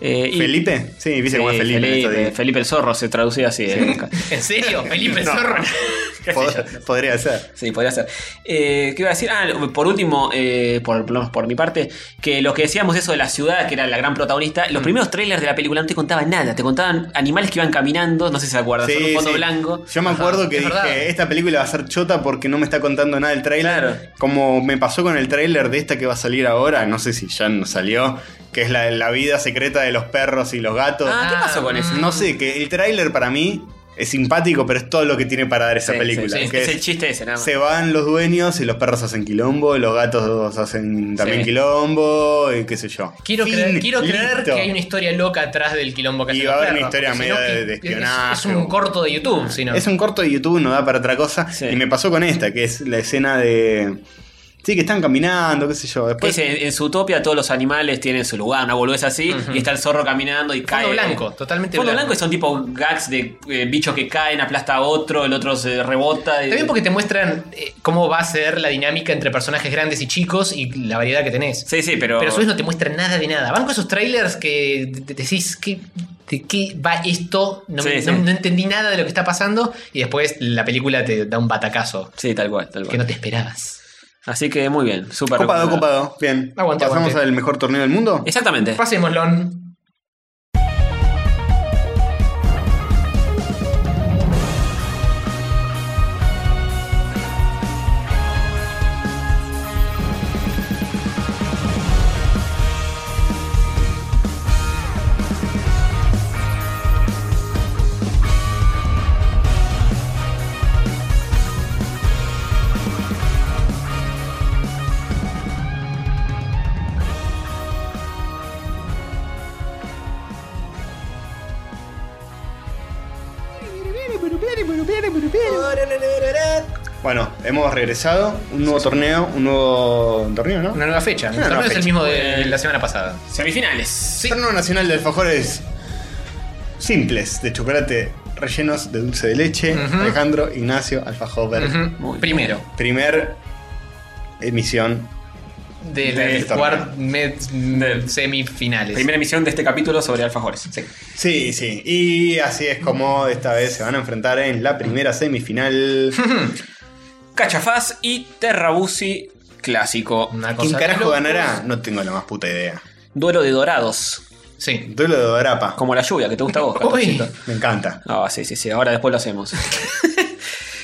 B: Eh, y-
C: ¿Felipe? Sí, viste
B: Sí,
C: cómo es Felipe. en estos
B: Felipe,
C: días.
B: Felipe el Zorro se traducía así. eh.
D: ¿En serio? Felipe
C: No.
D: Zorro.
C: Pod- podría ser.
B: Sí, podría ser. Eh, ¿Qué iba a decir? Ah, por último, eh, por, por- por mi parte, que lo que decíamos eso de la ciudad, que era la gran protagonista,
C: Mm.
B: los primeros trailers de la película no te contaban nada, te contaban animales que iban caminando, no sé si se acuerdan, son un fondo
C: sí.
B: blanco.
C: Yo me acuerdo que
D: es
C: dije,
D: verdad.
C: esta película va a ser chota porque no me está contando nada el trailer. Como me pasó con el trailer de esta que va a salir ahora, no sé si ya no salió, que es la, la vida secreta de los perros y los gatos.
B: Ah, ¿qué pasó con eso?
C: No sé, que el trailer para mí es simpático, pero es todo lo que tiene para dar esa
B: Sí,
C: película.
B: sí, sí.
C: que
B: es
C: es-
B: el chiste ese, nada más.
C: se van los dueños y los perros hacen quilombo, los gatos hacen también
B: Sí.
C: quilombo, y qué sé yo.
D: Quiero,
C: Fin,
D: creer, quiero creer
C: listo.
D: que hay una historia loca atrás del quilombo que
C: Y
D: hacen
C: va a
D: los
C: haber una historia
D: perros, porque si
C: media de-
D: no, que-
C: de
D: es-
C: espionaje
D: Es, un
C: o-
D: corto de YouTube, si no.
C: Es un corto de YouTube, no da para otra cosa.
B: Sí.
C: Y me pasó con esta, que es la escena de. Sí, que están caminando, qué sé yo. Después.
B: Dice, en, en su utopia todos los animales tienen su lugar, una boludez así,
D: Ujú.
B: y está el zorro caminando y
D: Fondo
B: cae.
D: blanco, totalmente
B: Fondo
D: blanco.
B: blanco y son tipo gags de eh, bichos que caen, aplasta a otro, el otro se rebota. y-
D: También porque te muestran eh, cómo va a ser la dinámica entre personajes grandes y chicos y la variedad que tenés.
B: Sí, sí, pero.
D: Pero a su vez no te muestran nada de nada. Van con esos trailers que te- te decís, ¿qué, ¿de qué va esto? No, me-
B: Sí, sí.
D: no- no entendí nada de lo que está pasando. Y después la película te da un batacazo
B: Sí, tal cual, tal
D: que
B: cual.
D: no te esperabas.
B: Así que muy bien, súper
C: Copado,
B: recomendado.
C: copado. Bien.
D: Aguante,
C: ¿Pasamos
D: aguante.
C: al mejor torneo del mundo?
B: Exactamente.
D: Pasémoslo.
C: Bueno, hemos regresado. Un nuevo torneo, un nuevo torneo, ¿no?
D: Una nueva fecha. El
C: Una nueva
D: torneo es el
C: fecha.
D: mismo de la semana pasada.
B: Semifinales.
C: El torneo nacional de alfajores simples, de chocolate, rellenos de dulce de leche.
D: Ujú.
C: Alejandro Ignacio Alfajover.
D: Ujú. Primero.
C: Primer emisión.
D: De
C: Del
D: las
C: torneo.
D: cuart- med- semifinales.
B: Primera emisión de este capítulo sobre alfajores.
C: Sí, sí. Y así es como esta vez se van a enfrentar en la primera semifinal.
B: Cachafaz y Terrabusi clásico.
C: ¿Quién
D: Una cosa de
C: carajo
D: locos.
C: ganará? No tengo la más puta idea.
B: Duelo de dorados.
D: Sí.
C: Duelo de Dorapa.
B: Como la lluvia, que te gusta a vos.
D: Uy.
B: Carlosito.
C: Me encanta.
B: Ah, sí, sí, sí. Ahora después lo hacemos.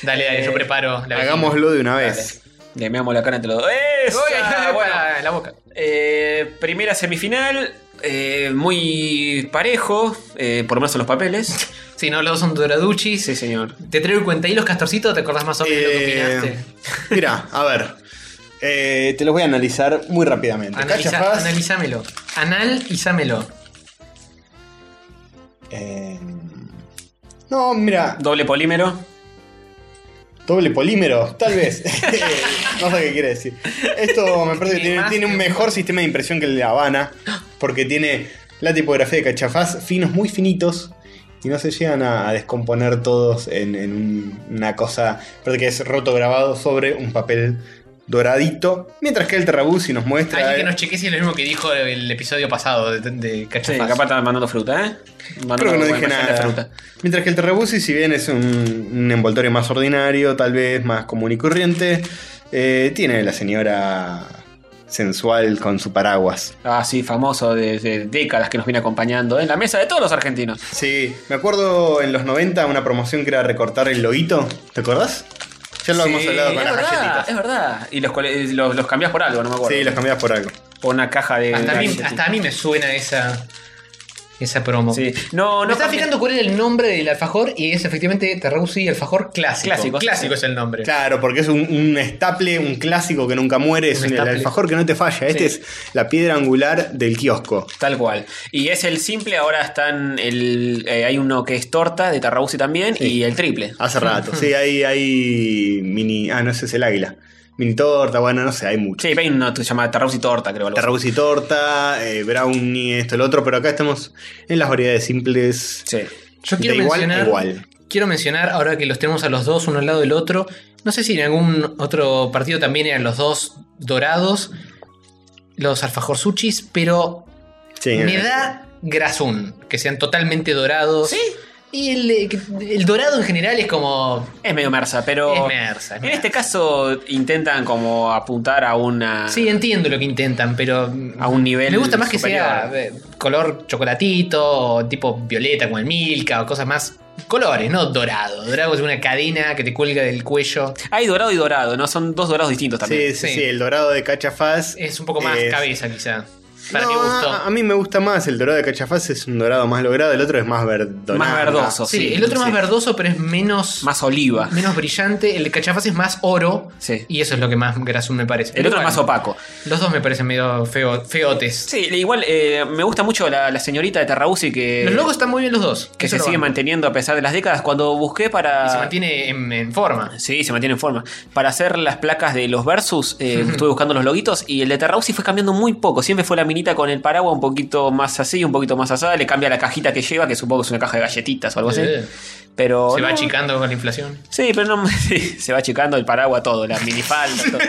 D: Dale, dale,
B: Eh,
D: yo preparo la
C: Hagámoslo de una vez.
B: Le meamos la cara entre los dos. ¡Esa!
D: Uy, ahí está,
B: Bueno,
D: para la boca.
B: eh, primera semifinal. eh, muy parejo. eh, por lo menos en los papeles.
D: Si no, los dos son doraduchis.
B: Sí, Eh, señor.
D: ¿Te traigo el cuenta y los castorcitos o te acordás más o menos de lo que opinaste?
C: mira, Eh, a ver. Eh, te los voy a analizar muy rápidamente.
D: Analiza-
C: Cachafaz,
D: analízamelo. Analízamelo.
C: eh, no, mira,
B: Doble polímero.
C: doble polímero, tal vez. no sé qué quiere decir. Esto me parece que
D: Tiene
C: tiene,
D: más
C: tiene un
D: que un-
C: mejor sistema de impresión que el de Habana, porque tiene la tipografía de cachafaz, finos muy finitos, y no se llegan a, a descomponer todos en, en un- una cosa, pero que es roto grabado sobre un papel doradito, mientras que el Terrabuzzi nos muestra...
D: Alguien que nos chequee si es lo mismo que dijo el episodio pasado de, de
B: Sí,
D: Cachafaz.
B: capaz están mandando fruta, ¿eh? Mandando
C: Creo que no
B: buena
C: dije
B: imagen de
C: nada.
B: fruta.
C: Mientras que el Terrabusi, si bien es un, un envoltorio más ordinario, tal vez más común y corriente, eh, tiene la señora sensual con su paraguas.
B: Ah, sí, famoso desde décadas que nos viene acompañando ¿eh? en la mesa de todos los argentinos.
C: Sí, me acuerdo en los 90 una promoción que era recortar el loguito. ¿Te acordás? Ya lo hemos
B: Sí,
C: hablado con
B: es
C: las
B: verdad,
C: galletitas.
B: Es verdad. Y los, cole- los, los cambiás por algo, no me acuerdo.
C: Sí, los cambiabas por algo.
B: Por una caja de.
D: hasta, a mí,
B: galletitas.
D: hasta a mí me suena esa, esa promo.
B: Sí. No,
D: Me
B: no.
D: estaba
B: cambié-
D: fijando cuál era el nombre del alfajor y es efectivamente Terrausi alfajor clásico.
B: Clásico, sí.
D: Clásico es el nombre.
C: Claro, porque es un, un estaple, un clásico que nunca muere, es
D: Un
C: el
D: estaple.
C: alfajor que no te falla. Este
B: Sí.
C: es la piedra angular del kiosco.
B: Tal cual. Y es el simple, ahora están el. eh, hay uno que es torta de Tarrabusi también. Y el triple.
C: Hace rato, sí, hay, hay mini. Ah, no, ese es el águila. Mini torta, bueno, no sé, hay mucho.
B: Sí, Pain no, se llama Tarrausi Torta, creo. algo así.
C: Tarrausi torta, eh, brownie, esto, el otro, pero acá estamos en las variedades simples.
B: Sí.
D: Yo quiero
C: de igual a
D: mencionar,
C: igual.
D: quiero mencionar, ahora que los tenemos a los dos uno al lado del otro, no sé si en algún otro partido también eran los dos dorados, los alfajor sushis, pero
C: Sí,
D: me
C: eh,
D: da grasún que sean totalmente dorados. Sí. Y el, el dorado en general es como...
B: Es medio mersa, pero.
D: Es mersa, es
B: En este
D: mersa.
B: caso intentan como apuntar a una.
D: Sí, entiendo lo que intentan, pero...
B: A un nivel.
D: Me gusta más que
B: superior.
D: sea eh, color chocolatito, o tipo violeta como el milka, o cosas más... Colores, no dorado. Dorado es una cadena que te cuelga del cuello.
B: Hay dorado y dorado, ¿no? Son dos dorados distintos
C: sí,
B: también.
C: sí,
D: sí.
C: sí, el dorado de cachafaz.
D: Es un poco más
C: es-
D: cabeza, quizá. Para
C: No,
D: mi gusto.
C: A, a mí me gusta más, el dorado de cachafaz es un dorado más logrado, el otro es más verdoso.
B: Más verdoso.
D: sí,
B: sí,
D: el otro
B: sí.
D: más verdoso, pero es menos,
B: Más oliva.
D: menos brillante. El cachafaz es más oro.
B: Sí.
D: Y eso es lo que más grasón me parece.
B: El
D: Pero
B: otro es más
D: bueno,
B: opaco.
D: Los dos me parecen medio feo, feotes.
B: Sí, igual eh, me gusta mucho la, la señorita de Tarrausi que.
D: los logos están muy bien los dos.
B: que
D: Eso
B: se
D: lo
B: sigue
D: banco.
B: manteniendo a pesar de las décadas. Cuando busqué para.
D: Y se mantiene en, en forma.
B: Sí, se mantiene en forma. Para hacer las placas de los versus, eh, estuve buscando los loguitos y el de Terrausi fue cambiando muy poco. Siempre fue la minita con el paraguas un poquito más así, un poquito más asada. Le cambia la cajita que lleva, que supongo que es una caja de galletitas o algo así.
D: Eh,
B: Pero
D: se va
B: no.
D: achicando con la inflación.
B: Sí, pero no. sí, se va achicando el paraguas todo, la minifalda, todo.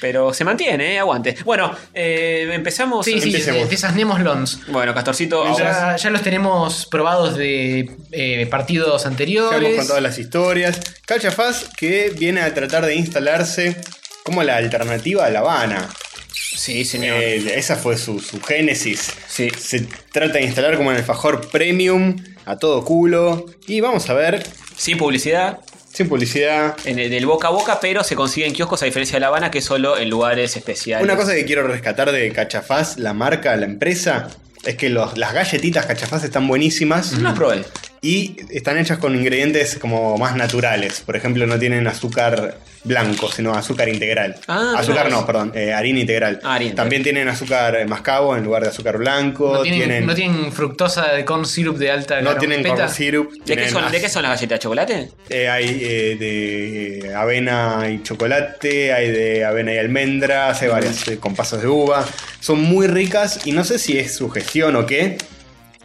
B: Pero se mantiene, eh, aguante. Bueno, eh, empezamos.
D: Sí, sí,
C: empecemos.
D: de, de esas Nemos Lons.
B: Bueno, Castorcito, a vos.
D: Ya, ya los tenemos probados de eh, partidos
C: Ya hemos
D: anteriores.
C: contado las historias. Cachafaz que viene a tratar de instalarse como la alternativa a La Habana.
B: Sí, señor.
C: Eh, esa fue su, su génesis.
B: Sí.
C: Se trata de instalar como el alfajor premium a todo culo. Y vamos a ver,
B: Sin publicidad,
C: sin publicidad,
B: en el, del boca a boca, pero se consigue en kioscos a diferencia de La Habana, que es solo en lugares especiales.
C: Una cosa que quiero rescatar de Cachafaz, la marca, la empresa, es que los- las galletitas Cachafaz están buenísimas
B: No las probé.
C: y están hechas con ingredientes como más naturales. Por ejemplo, no tienen azúcar blanco, sino azúcar integral.
B: Ah,
C: azúcar
B: mirá vos.
C: no, perdón, eh, harina integral.
B: Ah, harina
C: También tienen azúcar eh, mascabo en lugar de azúcar blanco.
D: no, tienen,
C: tienen,
D: no tienen fructosa de corn syrup de alta
C: no tienen
D: carbospeta.
C: corn syrup.
B: ¿De qué,
C: tienen
B: son,
C: az-
B: de qué son las galletas? ¿De chocolate?
C: eh, hay eh, de eh, avena y chocolate, hay de avena y almendras, hay varias eh, con pasas de uva. Son muy ricas y no sé si es su gestión o qué,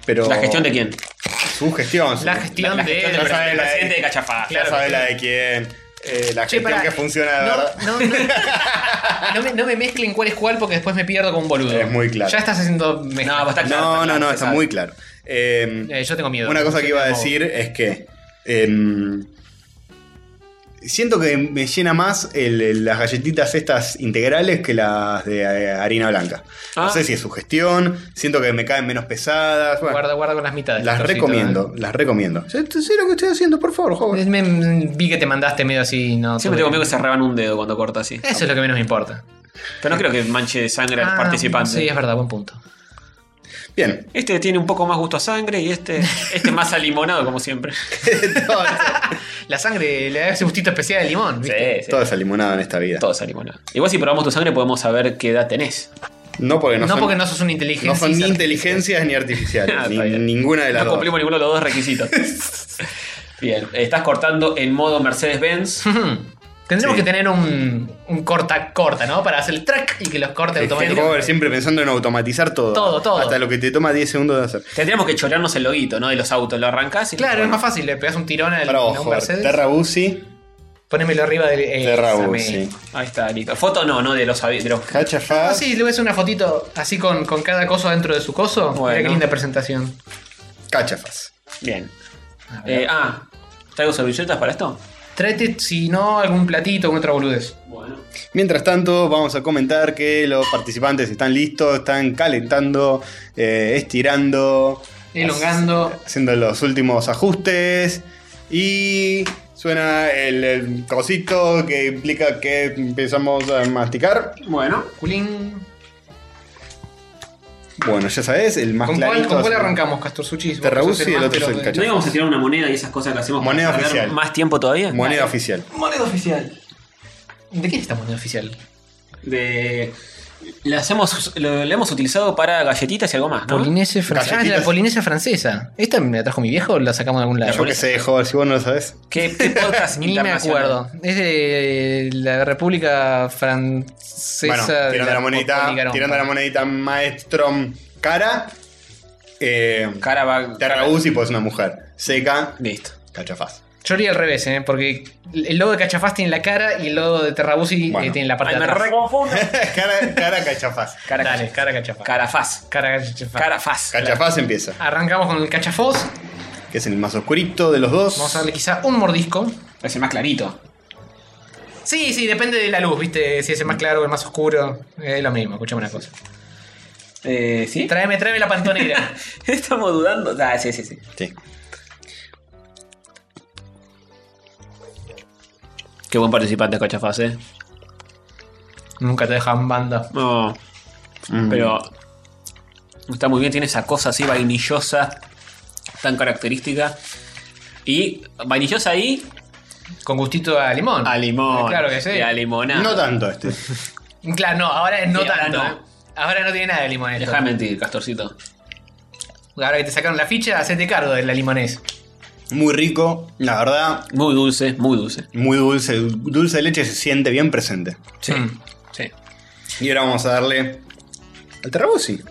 C: pero...
B: ¿La gestión de quién?
C: Su gestión. su-
D: La gestión
B: La- la
D: de,
B: gestión de
D: del
B: la-
D: presidente.
B: el presidente de Cachafaz.
C: Ya
D: Claro
C: sabe
D: que
C: la
D: sí.
C: de quién. eh, la
D: Che,
C: gestión
D: pará.
C: que funciona, de
D: no,
C: verdad.
D: no, no, no me, no me mezclen cuál es cuál porque después me pierdo con un boludo.
C: Es muy claro.
D: Ya estás haciendo. mezcla.
B: No,
C: No,
B: está claro, está
C: no,
B: claro,
C: no,
B: se
C: está
B: sabe.
C: muy claro. Eh,
D: Eh, yo tengo miedo.
C: Una cosa que iba a
D: Como-
C: decir es que em, siento que me llena más el- el- las galletitas estas integrales que las de eh, harina blanca.
B: Ah.
C: No sé si es su gestión, siento que me caen menos pesadas. bueno,
D: Guarda, guarda con las mitades.
C: las
D: Torcito,
C: recomiendo, las recomiendo. Sé sé lo que estoy haciendo, por favor,
D: eh.
C: joven.
D: Me- me- vi que te mandaste medio así. No,
B: Siempre
D: tuve-
B: tengo miedo que se arreban un dedo cuando corta así.
D: Eso es lo que menos me importa.
B: Pero no creo que manche de sangre al
D: Ah,
B: participante.
D: Sí, es verdad, buen punto.
C: Bien.
B: Este tiene un poco más gusto a sangre y este, este más a limonado, como siempre.
C: Entonces,
D: La sangre le da ese gustito especial de limón. ¿viste?
B: Sí, sí.
C: Todo es alimonado en esta vida.
B: Todo es a limonado. Igual si probamos tu sangre podemos saber qué edad tenés.
C: No porque no,
D: no
C: son,
D: porque no sos una
C: no
D: inteligencia.
C: son ni
D: artificial.
C: inteligencias ni
B: Ah,
C: artificiales.
B: está
C: ni-
B: bien.
C: ninguna de las
B: No
C: dos.
B: cumplimos ninguno de los dos requisitos. Bien, estás cortando en modo Mercedes-Benz.
D: Ujú. Tendremos
C: Sí.
D: que tener un, un corta corta, ¿no? Para hacer el track y que los corte
C: Este
D: automáticamente.
C: joven siempre pensando en automatizar todo.
D: Todo, todo.
C: Hasta lo que te toma 10 segundos de hacer.
B: Tendríamos que chorearnos el loguito, ¿no? De los autos. Lo arrancás y.
D: Claro, es más fácil, le pegas un tirón al
C: Para
D: a
C: vos,
D: un
C: joder.
D: Mercedes.
C: Terra Busi.
D: Ponémelo arriba del. eh,
C: Terra
D: esa
C: Busi.
D: me-
B: Ahí está, listo. Foto no, no de los. avi- De los...
C: Cachafaz.
D: Ah, sí, le voy a hacer una fotito así con, con cada coso dentro de su coso. Mira
B: Bueno.
D: qué linda presentación.
C: Cachafaz.
B: Bien. Eh, ah, ¿traigo servilletas para esto?
D: Tráete, si no, algún platito, algún otra boludez.
B: Bueno.
C: Mientras tanto, vamos a comentar que los participantes están listos, están calentando, eh, estirando,
D: Elongando.
C: haciendo los últimos ajustes. Y suena el, el cosito que implica que empezamos a masticar.
B: Bueno.
D: Culín.
C: Bueno, ya sabes, el más
D: ¿Con cuál,
C: clarito.
D: con cuál
C: es-
D: arrancamos, Castor Suchis?
C: Terra
D: Vos sos
C: Busi y el
D: más,
C: otro es
D: pero-
C: el cacho.
B: ¿No íbamos a tirar una moneda y esas cosas que hacemos
C: Moneda
B: para perder
C: oficial.
B: más tiempo todavía?
C: Moneda oficial.
B: Moneda oficial.
D: ¿De qué es esta moneda oficial?
B: De. Las hemos, lo, la hemos utilizado para galletitas y algo más, ¿no?
D: Polinesia francesa. Ah, es la polinesia francesa. ¿Esta me la trajo mi viejo o la sacamos de algún lado?
C: Yo que sé, joder, si vos no lo sabés.
B: ¿Qué, qué podcast
D: Ni me
B: internacional?
D: acuerdo. Es de la República Francesa.
C: Bueno,
D: de
C: tirando la monedita,
D: Policarón.
C: tirando la monedita maestro cara. Eh,
B: Cara va.
C: Terrabuzzi, pues una mujer. Seca,
B: Listo.
C: cachafaz.
D: Yo haría al revés, ¿eh? porque el logo de Cachafaz tiene la cara y el logo de Terrabusi
C: Bueno.
D: eh, tiene la parte
B: Ay,
D: de
B: me
D: atrás.
B: reconfundo.
C: cara, cara cachafaz.
B: Cara,
D: Dale, cara Cachafaz.
B: Carafaz.
D: Cara Cachafaz.
B: Carafaz.
C: Cachafaz empieza,
D: Arrancamos con el Cachafoz.
C: que es el más oscurito de los dos.
D: Vamos a darle quizá un mordisco.
B: Es el más clarito.
D: Sí, sí, depende de la luz, ¿viste? Si es el más claro o el más oscuro. Es lo mismo, escuchame una cosa.
B: Eh, ¿Sí?
D: Tráeme, tráeme la pantonera.
B: Estamos dudando. Ah, sí, sí, sí.
C: Sí.
B: Qué buen participante, Cachafaz, eh.
D: Nunca te dejan banda.
B: No.
D: Mm.
C: Mm.
B: Pero. Está muy bien, tiene esa cosa así vainillosa. Tan característica. Y vainillosa ahí
D: Con gustito a limón.
B: a limón.
D: Claro que sí.
B: Y a limonada.
C: No tanto este.
D: Mm, Claro, no, ahora es no
B: Sí, ahora
D: tanto.
B: no.
D: ¿eh? Ahora no tiene nada de limonés.
B: Deja de mentir, Castorcito.
D: Ahora que te sacaron la ficha, hacete cargo de la limonés.
C: Muy rico, la verdad.
B: Muy dulce, muy dulce.
C: Muy dulce. Dulce de leche se siente bien presente.
B: Sí.
D: Mm.
B: Sí.
C: Y ahora vamos a darle al Terrabuzzi.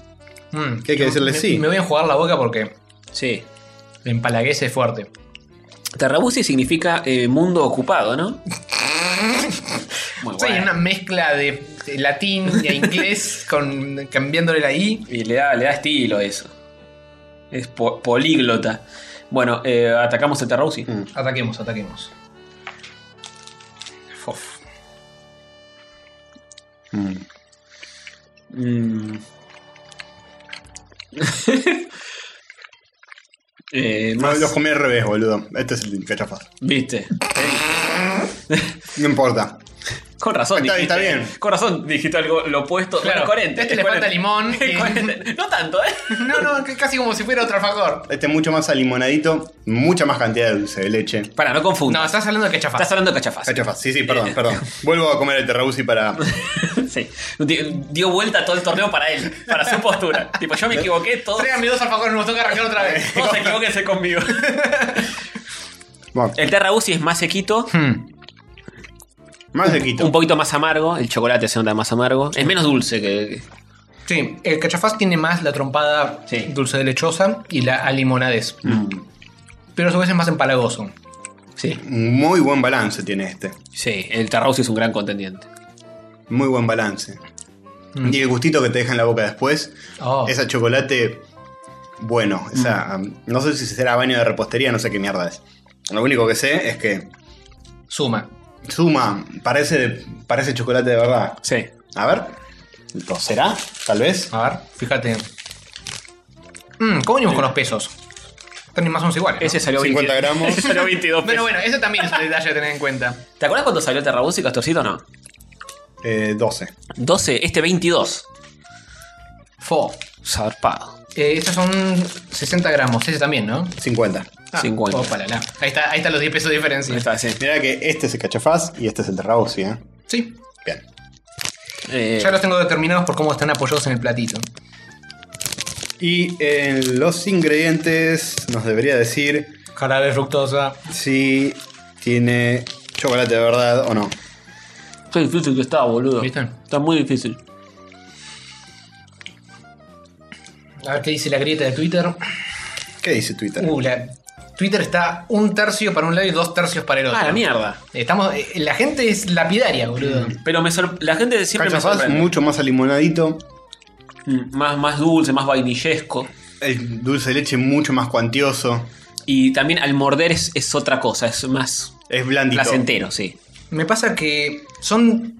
D: Mm.
C: Que hay que decirle
D: Me-
C: sí.
D: Me voy a enjuagar la boca porque
B: Sí.
D: me empalaguece fuerte.
B: Terrabusi significa eh, mundo ocupado, ¿no? Muy
D: Sí,
B: bueno.
D: una mezcla de de latín e inglés con cambiándole la I.
B: Y le da, le da estilo eso. Es po- políglota. Bueno, eh, atacamos a Terrabusi.
C: Mm.
D: Ataquemos, ataquemos. Fof.
C: Mm.
B: Mm. Eh,
C: No,
B: más-
C: los comí al revés, boludo. Este es el cachafaz.
B: Viste.
C: No importa.
B: Con razón.
C: Está-
B: dijiste-
C: está bien.
B: Con razón dijiste algo lo opuesto.
D: Claro,
B: Bueno, coherente,
D: este le
B: es
D: falta
B: coherente.
D: limón,
B: Es
D: eh.
B: coherente. No tanto, ¿eh?
D: No, no, que casi como si fuera otro alfajor.
C: Este es mucho más alimonadito, mucha más cantidad de dulce de leche.
B: Para, no confunda.
D: No, estás hablando de cachafaz.
B: Estás hablando de cachafaz.
C: Cachafaz, sí, sí, perdón, perdón. Vuelvo a comer el terrabuzzi para.
B: Sí. Di- Dio vuelta todo el torneo para él, para su postura. tipo, yo me equivoqué, todos,
D: Tráigame dos alfajores, nos toca arrancar otra vez.
B: todos equivóquense conmigo.
C: Bueno,
B: El Terra Uzi es más sequito,
C: más
B: un
C: sequito.
B: poquito más amargo. El chocolate se nota más amargo. Es menos dulce que.
D: Sí, el cachafaz tiene más la trompada
B: Sí.
D: dulce de lechosa y la alimonadez.
C: Mm,
D: Pero a su vez es más empalagoso.
B: Sí.
C: Muy buen balance tiene este.
B: Sí, el Terra Uzi es un gran contendiente.
C: Muy buen balance. Y el gustito que te deja en la boca después.
D: Oh.
C: Esa chocolate. Bueno, esa. um, No sé si será baño de repostería, no sé qué mierda es. Lo único que sé es que.
D: Suma.
C: Suma, parece, parece chocolate de verdad.
B: Sí.
C: A ver. ¿Será? Tal vez.
D: A ver, fíjate. Mm, ¿Cómo venimos con los pesos? Están más o menos iguales. ¿no?
B: Ese salió
C: 50
B: 20
C: gramos.
B: Ese salió 22
D: Bueno,
B: pesos.
D: bueno, eso también es un detalle a tener en cuenta.
B: ¿Te acuerdas cuando salió el Terra Uzi, Castorcito? No.
C: Eh, 12.
B: 12, este 22.
D: Fo.
B: Zarpado.
D: Eh, estos son 60 gramos, ese también, ¿no? Ah,
C: 50.
B: 50.
D: opalala. Ahí, está, ahí están los 10 pesos de diferencia.
B: Ahí está, sí.
C: Mirá que este es el cachafaz y este es el terrabuzzi, ¿eh?
D: Sí,
C: Bien.
B: Eh,
D: ya los tengo determinados por cómo están apoyados en el platito.
C: Y eh, los ingredientes nos debería decir
D: Jarabe fructosa.
C: si tiene chocolate de verdad o no.
B: Qué difícil que está, boludo.
D: ¿Viste?
B: Está muy difícil.
D: A ver qué dice la grieta de Twitter.
C: ¿Qué dice Twitter?
D: Uh, la- Twitter está un tercio para un lado y dos tercios para el otro.
B: Ah, la mierda.
D: Estamos, eh, la gente es lapidaria, boludo.
B: Pero me sor- la gente siempre me
C: Cachafaz
B: sorprende.
C: mucho más alimonadito.
B: Mm, Más, más dulce, más vainillesco.
C: El dulce de leche mucho más cuantioso.
B: Y también al morder es, es otra cosa, es más
C: Es blandito.
B: placentero, sí.
D: Me pasa que son.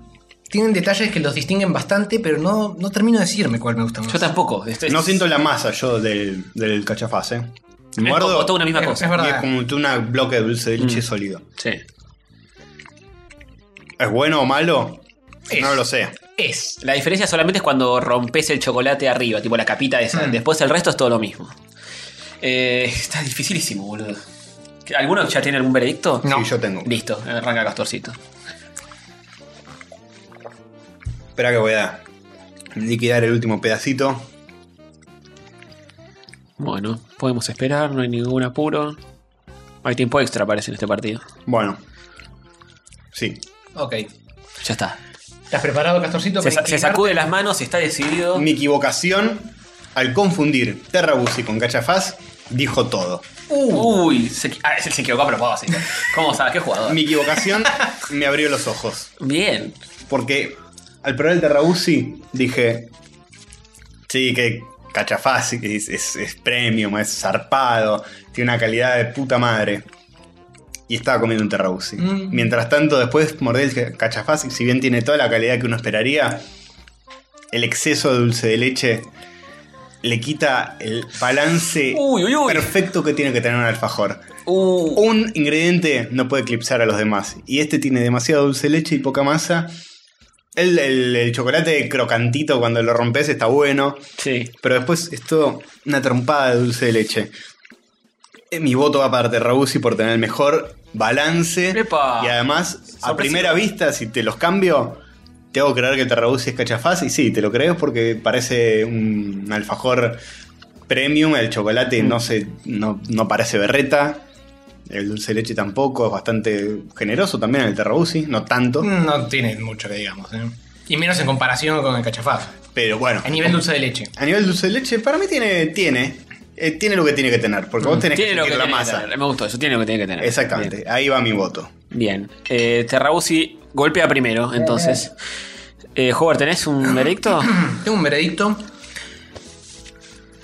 D: Tienen detalles que los distinguen bastante, pero no, no termino de decirme cuál me gusta más.
B: Yo tampoco. esto es-
C: No siento la masa yo del, del cachafaz, ¿eh?
B: es Mm.
C: Muerdo
B: como toda una misma
D: Es-
B: cosa.
D: es
C: y
D: verdad.
C: es como un bloque de dulce de leche sólido.
B: Sí.
C: ¿Es bueno o malo?
D: Es.
C: No lo sé.
D: Es.
B: La diferencia solamente es cuando rompes el chocolate arriba, tipo la capita esa.
D: Mm.
B: Después el resto es todo lo mismo. Eh, está dificilísimo, boludo. ¿Alguno ya tiene algún veredicto?
D: No.
C: Sí, yo tengo.
B: Listo, arranca Castorcito.
C: Espera que voy a liquidar el último pedacito.
B: Bueno, podemos esperar, no hay ningún apuro. Hay tiempo extra, parece, en este partido.
C: Bueno. Sí.
D: Ok.
B: Ya está.
D: ¿Estás preparado, Castorcito?
B: Se,
D: para
B: sa- se
D: inclinarte?
B: sacude las manos, está decidido.
C: Mi equivocación al confundir Terrabusi con Cachafaz dijo todo.
B: Uy, se, equi- ah, se, se equivocó a propósito. ¿Cómo sabes? ¿Qué jugador?
C: Mi equivocación me abrió los ojos.
B: Bien.
C: Porque al probar el Terrabusi dije. Sí, que Cachafaz es, es, es premium, es zarpado, tiene una calidad de puta madre. Y estaba comiendo un Terrabusi.
D: Mm.
C: Mientras tanto, después mordí el Cachafaz y si bien tiene toda la calidad que uno esperaría, el exceso de dulce de leche le quita el balance
B: Uy, uy, uy.
C: perfecto que tiene que tener un alfajor.
B: Uh,
C: Un ingrediente no puede eclipsar a los demás. Y este tiene demasiado dulce de leche y poca masa. El, el- el chocolate crocantito cuando lo rompes está bueno.
B: sí.
C: Pero después es todo una trompada de dulce de leche. Eh, Mi voto va para Terrabusi por tener el mejor balance.
B: ¡Epa!
C: Y además,
B: Sorpresivo.
C: a primera vista, si te los cambio, te hago creer que Terrabusi es cachafaz. Y sí, te lo crees porque parece un alfajor premium. El chocolate no, se, no, no parece berreta. El dulce de leche tampoco, es bastante generoso también el Terrabusi, no tanto.
D: No tiene mucho que digamos, ¿eh? Y menos en comparación con el cachafaz.
C: Pero bueno,
D: A nivel dulce de leche.
C: a nivel dulce de leche, para mí tiene, tiene, eh, tiene lo que tiene que tener. Porque vos tenés
B: Mm. Tiene
C: que
B: lo que
C: sentir la
B: tiene que
C: masa.
B: tener. Me gustó eso, tiene lo que tiene que tener.
C: Exactamente, ahí va mi voto.
B: Bien. Eh, Terrausi golpea primero, entonces. Eh, Howard, ¿tenés un veredicto?
D: Tengo un veredicto.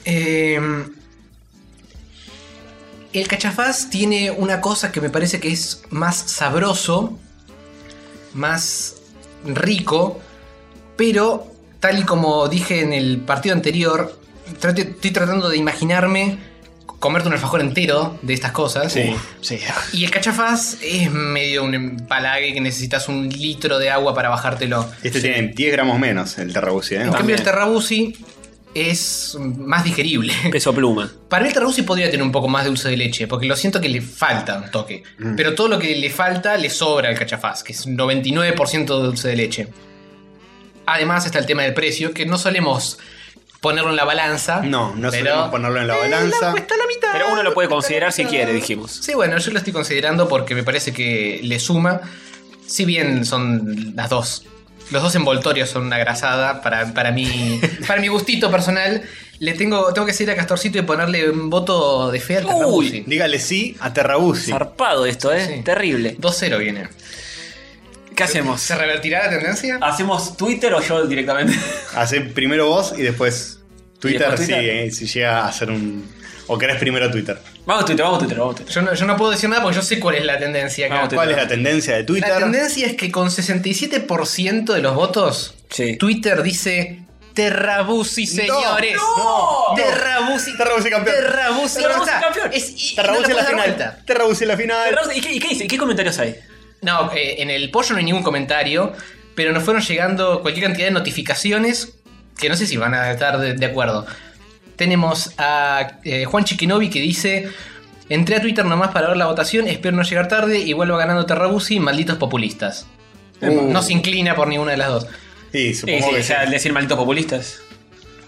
D: Eh, el cachafaz tiene una cosa que me parece que es más sabroso, más rico, pero tal y como dije en el partido anterior, trate- estoy tratando de imaginarme comerte un alfajor entero de estas cosas.
B: Eh,
C: sí.
D: Y el cachafaz es medio un empalague que necesitas un litro de agua para bajártelo.
C: Este tiene 10 gramos menos el Terrabusi, ¿eh?
D: En cambio, el
B: También.
D: terrabusi es más digerible.
B: Peso pluma.
D: Para mí, el terrabusi podría tener un poco más de dulce de leche, porque lo siento que le falta un toque.
C: Mm.
D: Pero todo lo que le falta le sobra al cachafaz, que es un 99% de dulce de leche. Además, está el tema del precio, que no solemos ponerlo en la balanza.
C: No, no
D: pero
C: solemos ponerlo en
B: eh,
C: la balanza.
D: Está a la mitad.
B: Pero uno lo puede
D: Está a la
B: considerar si
D: mitad.
B: quiere, dijimos.
D: Sí, bueno, yo lo estoy considerando porque me parece que le suma. Si bien son las dos. Los dos envoltorios son una grasada para, para, mi, para mi gustito personal. Le tengo, tengo que seguir a Castorcito y ponerle un voto de fe al Tarrabuzzi.
C: Dígale sí a Terrabusi.
B: Zarpado esto, ¿eh?
D: Sí.
B: Terrible.
D: 2-0 viene.
B: ¿Qué hacemos?
D: ¿Se revertirá la tendencia?
B: ¿Hacemos Twitter o yo directamente?
C: Hace primero vos y después Twitter,
B: después
C: si-
B: Twitter.
C: eh, Si, llega a hacer un. O querés primero Twitter.
B: vamos a Twitter, vamos a Twitter, vamos a Twitter.
D: Yo no, yo no puedo decir nada porque yo sé cuál es la tendencia acá.
B: Vamos, Twitter.
C: ¿Cuál es la tendencia de Twitter?
D: La tendencia es que con 67% de los votos,
B: Sí.
D: Twitter dice Terrabusi, señores.
C: no, no.
D: Terrabusi,
C: Terrabusi Oh. campeón.
D: Terrabusi,
B: Terrabusi
D: ya está.
B: campeón.
D: Es, y-
C: Terrabusi en
D: no
C: la
D: la puedes dar
C: final.
D: vuelta.
C: Terrabusi en la final.
B: ¿Y qué, y qué dice? ¿Qué comentarios hay?
D: No, eh, en el pollo no hay ningún comentario, pero nos fueron llegando cualquier cantidad de notificaciones que no sé si van a estar de, de acuerdo. Tenemos a eh, Juan Chiquinovi que dice: Entré a Twitter nomás para ver la votación, espero no llegar tarde y vuelvo ganando Terrabusi, malditos populistas. Mm.
C: Uh.
D: No se inclina por ninguna de las dos.
C: Sí,
B: Sí,
C: supongo
B: sí,
C: que
B: o sea,
C: sí.
B: al decir malditos populistas.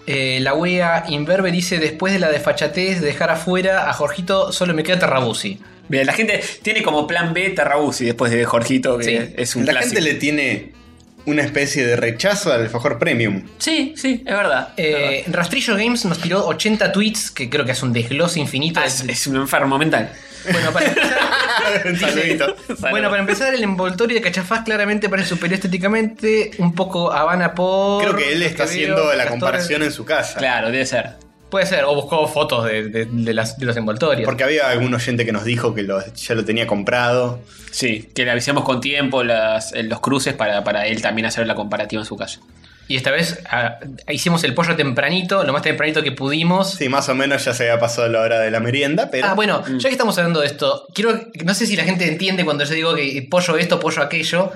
D: Eh, la wea Inverbe dice: Después de la desfachatez de dejar afuera a Jorgito, solo me queda Terrabusi.
B: Bien, la gente tiene como plan B Tarrabusi después de Jorgito, que
D: Sí.
B: es un
C: La
B: clásico.
C: gente le tiene una especie de rechazo al alfajor premium.
B: Sí, sí, es verdad. es verdad.
D: Eh, Rastrillo Games nos tiró 80 tweets, que creo que es un desglose infinito.
B: Ah, es, es un enfermo mental.
D: Bueno, para empezar,
C: Un Ah, saludito.
D: bueno, para empezar, el envoltorio de Cachafaz claramente parece superior estéticamente, un poco Habana por.
C: Creo que él
D: lo
C: está
D: veo,
C: haciendo la
D: Castores.
C: comparación en su casa.
B: Claro, debe ser.
D: Puede ser, o buscó fotos de, de- de las- de los envoltorios.
C: Porque había algún oyente que nos dijo que lo- ya lo tenía comprado.
B: Sí, que le avisemos con tiempo las- eh, los cruces para, para él también hacer la comparativa en su calle.
D: Y esta vez ah, hicimos el pollo tempranito, lo más tempranito que pudimos.
C: Sí, Mm. más o menos ya se había pasado la hora de la merienda, pero.
D: Ah, bueno, ya que estamos hablando de esto, quiero. No sé si la gente entiende cuando yo digo que pollo esto, pollo aquello,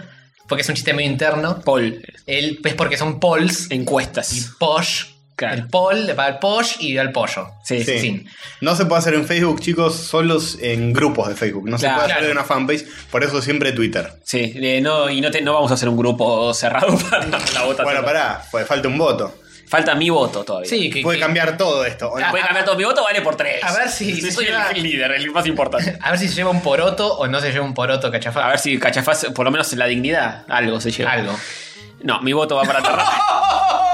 D: porque es un chiste medio interno.
B: Paul,
D: El- es porque son polls
B: encuestas.
D: y posh El pol, al posh y al pollo.
C: Sí. No se puede hacer en Facebook, chicos, solos en grupos de Facebook. No
B: Claro.
C: se puede hacer en una fanpage, por eso siempre Twitter.
B: Sí, eh, no, y no, te- no vamos a hacer un grupo cerrado para la vota.
C: Bueno, pará, pues falta un voto.
B: Falta mi voto todavía.
D: Sí, que-
C: puede
D: que-
C: cambiar todo esto. ¿o no?
B: Puede cambiar todo mi voto, vale por tres.
D: A ver si-
B: Sí, soy el, el líder, el más importante.
D: A ver si se lleva un poroto o no se lleva un poroto,
B: A
D: cachafá.
B: ver si Cachafaz, por lo menos en la dignidad, algo se lleva.
D: Algo.
B: No, mi voto va para Terra-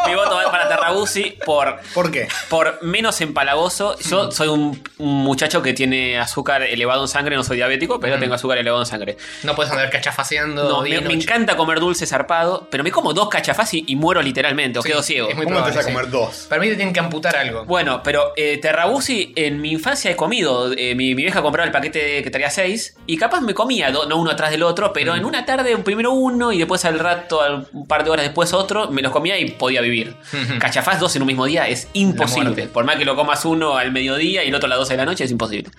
B: mi voto va para Terrabuzzi por,
C: ¿Por qué?
B: por menos empalagoso.
D: Mm.
B: Yo soy un, un muchacho que tiene azúcar elevado en sangre, no soy diabético, pero tengo azúcar elevado en sangre.
D: No puedes andar cachafaseando.
B: No,
D: Mm. día
B: me,
D: y
B: me
D: noche.
B: encanta comer dulce zarpado, pero me como dos cachafaz y, y muero literalmente, o
D: Sí,
B: quedo ciego.
D: es muy
C: ¿Cómo te
D: probable,
C: vas a
D: sí.
C: comer dos?
D: Para mí te tienen que amputar algo.
B: Bueno, pero eh, Terrabuzzi en mi infancia he comido. eh, mi, mi vieja compraba el paquete que traía seis y capaz me comía, do- no uno atrás del otro, pero en una tarde primero uno y después al rato, al- un par de horas después otro, me los comía y podía vivir.
D: Ujú.
B: Cachafaz dos en un mismo día es imposible.
D: muerte.
B: Por más que lo comas uno al mediodía y el otro a las 12 de la noche, es imposible.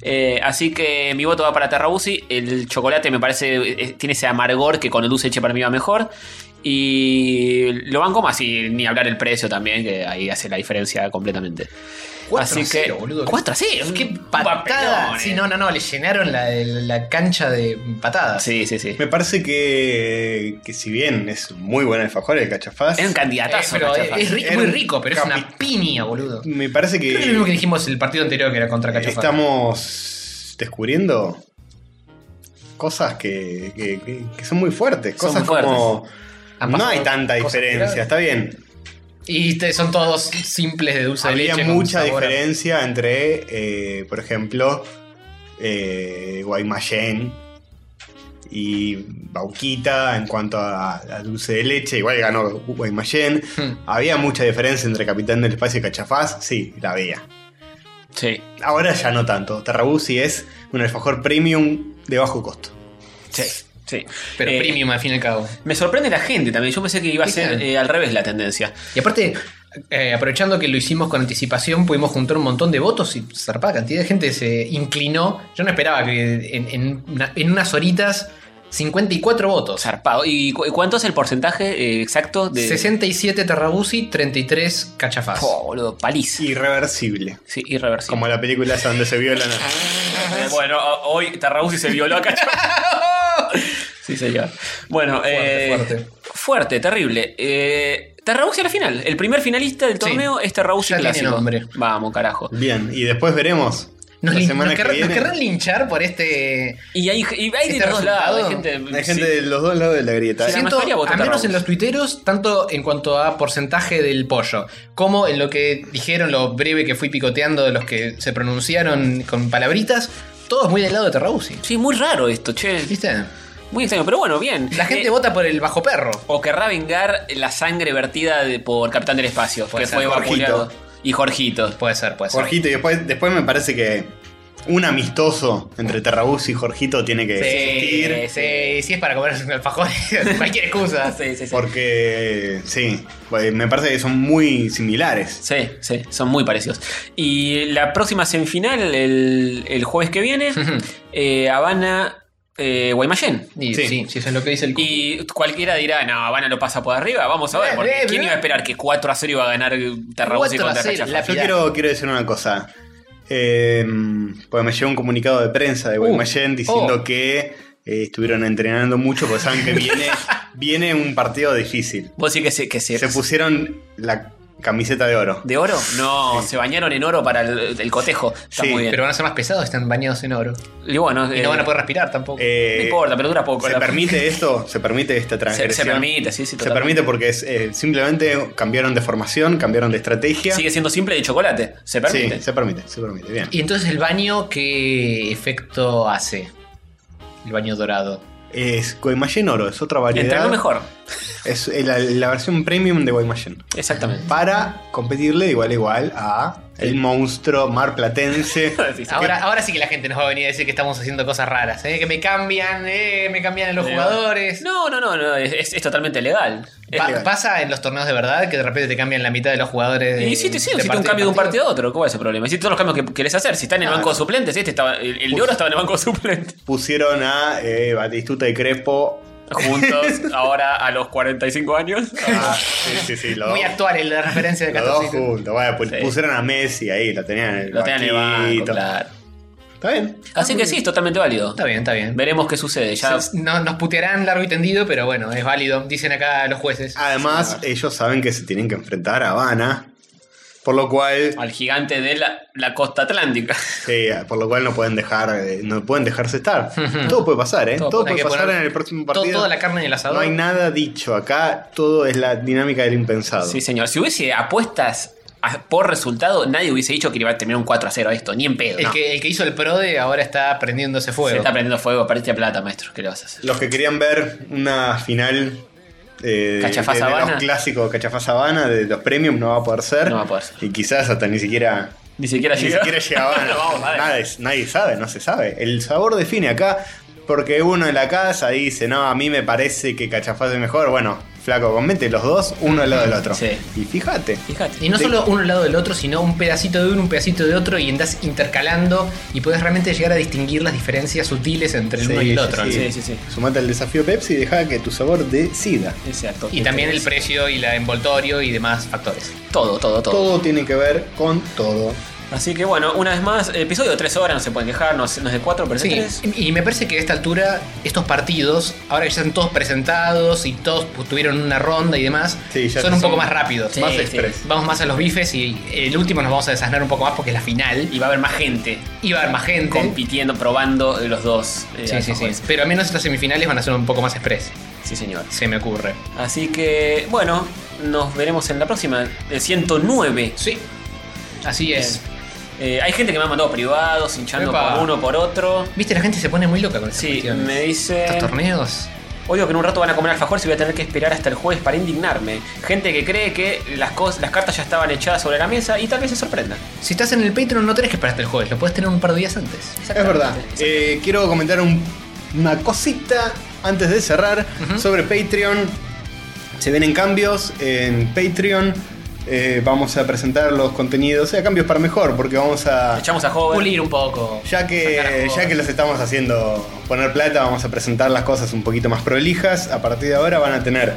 B: Eh, así que mi voto va para Terrabuzzi. El chocolate me parece, eh, tiene ese amargor que con el dulce leche para mí va mejor. Y lo banco más y ni hablar el precio también, que ahí hace la diferencia completamente.
D: Cuatro
B: Así
D: a
B: que-
D: cero, boludo.
B: cuatro a cero,
D: Qué
B: un
D: patada.
B: papelón,
D: Sí,
B: eh.
D: no, no, no. Le llenaron la, la cancha de patadas.
B: Sí, sí, sí.
C: Me parece que, que si bien es muy buen alfajor el cachafaz,
B: Es un
D: Eh,
B: candidatazo.
D: pero es,
B: Cachafaz.
D: es ri-
C: Era
D: muy
C: un
D: rico, pero es
C: capi-
D: una piña, boludo.
C: me parece
D: Creo que es lo mismo que
C: que
D: dijimos el partido anterior que era
C: Eh,
D: contra Cachafaz.
C: estamos descubriendo cosas que, que- que- que son muy fuertes.
B: Son
C: Cosas
B: muy fuertes.
C: como...
D: Han
C: No
D: pasado
C: hay tanta
D: cosas
C: diferencia,
D: tiradas.
C: está bien.
D: Y te- son todos simples de dulce de
C: Había
D: leche. con
C: mucha
D: sabor a-
C: diferencia entre, eh, por ejemplo, eh, Guaymallén y Bauquita en cuanto a, a dulce de leche. Igual ganó Guaymallén.
D: Hmm.
C: Había mucha diferencia entre Capitán del Espacio y Cachafaz. Sí, la había.
B: Sí.
C: Ahora ya no tanto. Terrabuzzi es un alfajor premium de bajo costo.
B: Sí. Sí.
D: Pero
B: Eh,
D: premium al fin y al cabo.
B: Me sorprende la gente también. Yo pensé que iba a ser
D: Fíjate.
B: eh, al revés la tendencia.
D: Y aparte, eh, aprovechando que lo hicimos con anticipación, pudimos juntar un montón de votos y zarpada cantidad de gente se inclinó. Yo no esperaba que en, en una- en unas horitas 54 votos.
B: Zarpado. ¿Y cu- cuánto es el porcentaje eh, exacto de.
D: 67 Terrabusi, 33 Cachafaz.
B: Po, boludo, paliza.
C: Irreversible.
B: Sí, irreversible.
C: Como la película esa donde se violan. a-
B: Eh, Bueno, o- hoy Tarrausi se violó a Cachafaz. sí, señor. Bueno, eh,
D: fuerte.
B: fuerte, terrible. Eh, Tarrausi a la final. El primer finalista del
D: Sí.
B: torneo es Tarrausi
D: Ya tiene
B: clásico.
D: nombre.
B: Vamos, carajo.
C: Bien, y después veremos.
D: Nos,
C: la
D: lin-
C: semana
D: nos
C: que
D: querrán, nos
C: viene.
D: querrán linchar por este.
B: Y hay, y hay de
D: Este
B: los dos lados. Hay
D: resultado,
B: gente,
C: Hay gente de los dos lados de la grieta. ¿eh?
B: Sí, la mayoría votó
D: a menos
B: Tarragos.
D: en los tuiteros, tanto en cuanto a porcentaje del pollo, como en lo que dijeron, lo breve que fui picoteando de los que se pronunciaron con palabritas, todos muy del lado de Terrabusi.
B: Sí, muy raro esto, che.
D: ¿Viste?
B: Muy extraño, pero bueno, bien.
D: La gente
B: Eh,
D: vota por el bajo perro.
B: O querrá vengar la sangre vertida de- por Capitán del Espacio,
D: Puede
B: que
D: ser.
B: fue vapuleado.
C: Jorgito.
B: Y Jorgito.
D: Puede ser, puede ser.
C: Jorgito, y después, después me parece que un amistoso entre Terrabús y Jorgito tiene que existir.
D: Sí, sí, sí, es para comer alfajores, cualquier excusa.
B: Ah, Sí, sí, sí.
C: Porque, sí, pues, me parece que son muy similares.
B: Sí, sí, son muy parecidos. Y la próxima semifinal, el, el jueves que viene, eh, Habana, eh, Guaymallén.
D: Y
C: Sí.
D: sí. sí, eso es lo que dice el cu-
B: Y cualquiera dirá, no, Habana lo pasa por arriba, vamos a ver,
D: Eh,
B: porque
D: eh,
B: ¿quién
D: eh.
B: iba a esperar que 4 a 0 iba a ganar Terrabuzzi
D: 4 a
B: contra
D: 0,
B: Cachafaz?
D: la
C: Yo
D: Mirá.
C: quiero, quiero decir una cosa. Eh, pues me llegó un comunicado de prensa de
B: Uh,
C: Guaymallén diciendo
D: oh.
C: que eh, estuvieron entrenando mucho porque saben que viene, viene un partido difícil.
B: Vos decís que se, que se-
C: Se pusieron la camiseta de oro.
B: ¿De oro? No, se bañaron en oro para el, el cotejo. Está
C: Sí,
B: muy bien.
D: Pero van a ser más pesados, están bañados en oro.
B: y bueno,
D: Y
B: eh,
D: no van a poder respirar tampoco.
C: Eh,
B: no importa, pero dura poco.
C: ¿Se
B: la-
C: permite esto? ¿Se permite esta
B: se,
C: transgresión?
B: se permite, sí, sí,
C: Se
B: totalmente.
C: permite porque es, eh, simplemente cambiaron de formación, cambiaron de estrategia.
B: Sigue siendo simple de chocolate. Se permite.
C: Sí, se permite, se permite. Bien.
D: Y entonces el baño, ¿qué efecto hace? El baño dorado.
C: Es Guaymallén Oro, es otra
B: Entre
C: variedad.
B: lo mejor.
C: Es eh, la, la versión premium de Guaymallén.
B: Exactamente.
C: Para competirle de igual a igual a el monstruo marplatense.
B: Sí, sí.
D: Ahora, ahora sí que la gente nos va a venir a decir que estamos haciendo cosas raras, ¿eh? que me cambian, eh, me cambian a los
B: Eh,
D: jugadores.
B: No, Eh, no, no, no, es, es- es totalmente legal. Es
D: Pa-
B: legal.
D: pasa en los torneos de verdad que de repente te cambian la mitad de los jugadores. de-
B: Y hiciste, sí,
D: de
B: hiciste un cambio de un
D: a
B: partido a otro. ¿Cuál es el problema? Hiciste todos los cambios que querés hacer. Si está en el
C: Ah,
B: banco
C: no.
B: de suplentes, este estaba, el, el de oro estaba en el banco de suplentes.
C: Pusieron a eh, Batistuta y Crespo
B: juntos ahora a los 45 años.
C: Ah, sí, sí, sí. Lo,
D: Muy actual el- la referencia de
C: los dos
D: Castorcito.
C: juntos. Vaya, pues
B: Sí.
C: pusieron a Messi ahí, lo tenían en el
B: Lo tenían en el banco,
C: banquito.
B: claro.
C: Está bien.
B: Así que sí, es totalmente válido.
D: Está bien, está bien.
B: Veremos qué sucede. Ya
D: Se- no- nos putearán largo y tendido, pero bueno, es válido, dicen acá los jueces.
C: Ah, Además, ellos saben que se tienen que enfrentar a Habana. Por lo cual,
B: al gigante de la, la costa atlántica.
C: sí, por lo cual no pueden dejar, eh, no pueden dejarse estar. Todo puede pasar, ¿eh?
D: Todo
C: Todo,
D: puede- hay
C: puede
D: que
C: pasar
D: poner
C: en el próximo
D: To-
C: partido.
D: toda la carne en el asador.
C: No hay nada dicho acá, todo es la dinámica del impensado.
B: Sí, señor. Si hubiese apuestas a- por resultado, nadie hubiese dicho que iba a terminar un 4 a 0 esto, ni en pedo.
D: el,
B: no.
D: que, el que hizo el PRODE ahora está prendiéndose
B: Se
D: fuego.
B: está prendiendo fuego, perdiste plata, maestro. ¿Qué le vas a hacer?
C: Los que querían ver una final eh,
B: Cachafaz
C: de, de
B: Habana.
C: los clásicos Cachafaz Habana, de los premium, no va a poder ser.
B: No va a poder ser.
C: Y quizás hasta ni siquiera
B: Ni siquiera
C: ni
B: llegó.
C: siquiera llegaban.
B: No, vamos, madre.
C: Nada es- nadie sabe, no se sabe. El sabor define acá, porque uno en la casa dice, no, a mí me parece que Cachafaz es mejor. Bueno, flaco, comete los dos, uno al lado del otro.
B: Sí.
C: Y fíjate.
B: Fíjate.
D: Y no solo uno al lado del otro, sino un pedacito de uno, un pedacito de otro, y andás intercalando y podés realmente llegar a distinguir las diferencias sutiles entre el
C: Sí,
D: uno y el
C: sí,
D: otro.
C: sí.
B: Sí, sí, sí.
C: Sumate al desafío Pepsi y deja que tu sabor decida.
B: Es cierto.
D: Y también el precio y la envoltorio y demás factores.
B: Todo, todo, todo.
C: Todo tiene que ver con todo.
B: Así que bueno, una vez más, episodio de 3 horas, no se pueden quejar, no, es no es de 4, pero es de
D: Sí,
B: 3.
D: y y me parece que a esta altura, estos partidos, ahora que ya están todos presentados y todos pues, tuvieron una ronda y demás,
C: Sí, ya
D: son un
C: son
D: poco más rápidos.
B: Sí,
D: Más-
B: sí.
C: express.
D: Vamos más a los bifes y el último nos vamos a desasnar un poco más porque es la final.
B: Y va a haber más gente
D: Y va a haber más gente.
B: compitiendo, probando eh, los dos. eh,
D: Sí, sí, sí.
B: alfajores.
D: Pero al menos estas semifinales van a ser un poco más express,
B: Sí, señor.
D: se me ocurre.
B: Así que, bueno, nos veremos en la próxima, el 109.
D: Sí. Así es.
B: Eh, hay gente que me ha mandado privados, hinchando
D: Epa.
B: por uno, por otro.
D: Viste, la gente se pone muy loca con estas
B: Sí,
D: cuestiones.
B: me dice.
D: Estos torneos.
B: Oigo que en un rato van a comer alfajores y voy a tener que esperar hasta el jueves para indignarme. Gente que cree que las, cos- las cartas ya estaban echadas sobre la mesa y tal vez se sorprendan.
D: Si estás en el Patreon no tenés que esperarte el jueves, lo puedes tener un par de días antes.
C: Es verdad. Eh, quiero comentar un- una cosita antes de cerrar sobre Patreon. Se vienen cambios en Patreon. Eh, vamos a presentar los contenidos. eh, cambios para mejor, porque vamos a.
B: Echamos a joven.
D: Pulir un poco.
C: Ya
D: Sacar
C: que,
D: a
C: ya que los estamos haciendo poner plata, vamos a presentar las cosas un poquito más prolijas. A partir de ahora van a tener,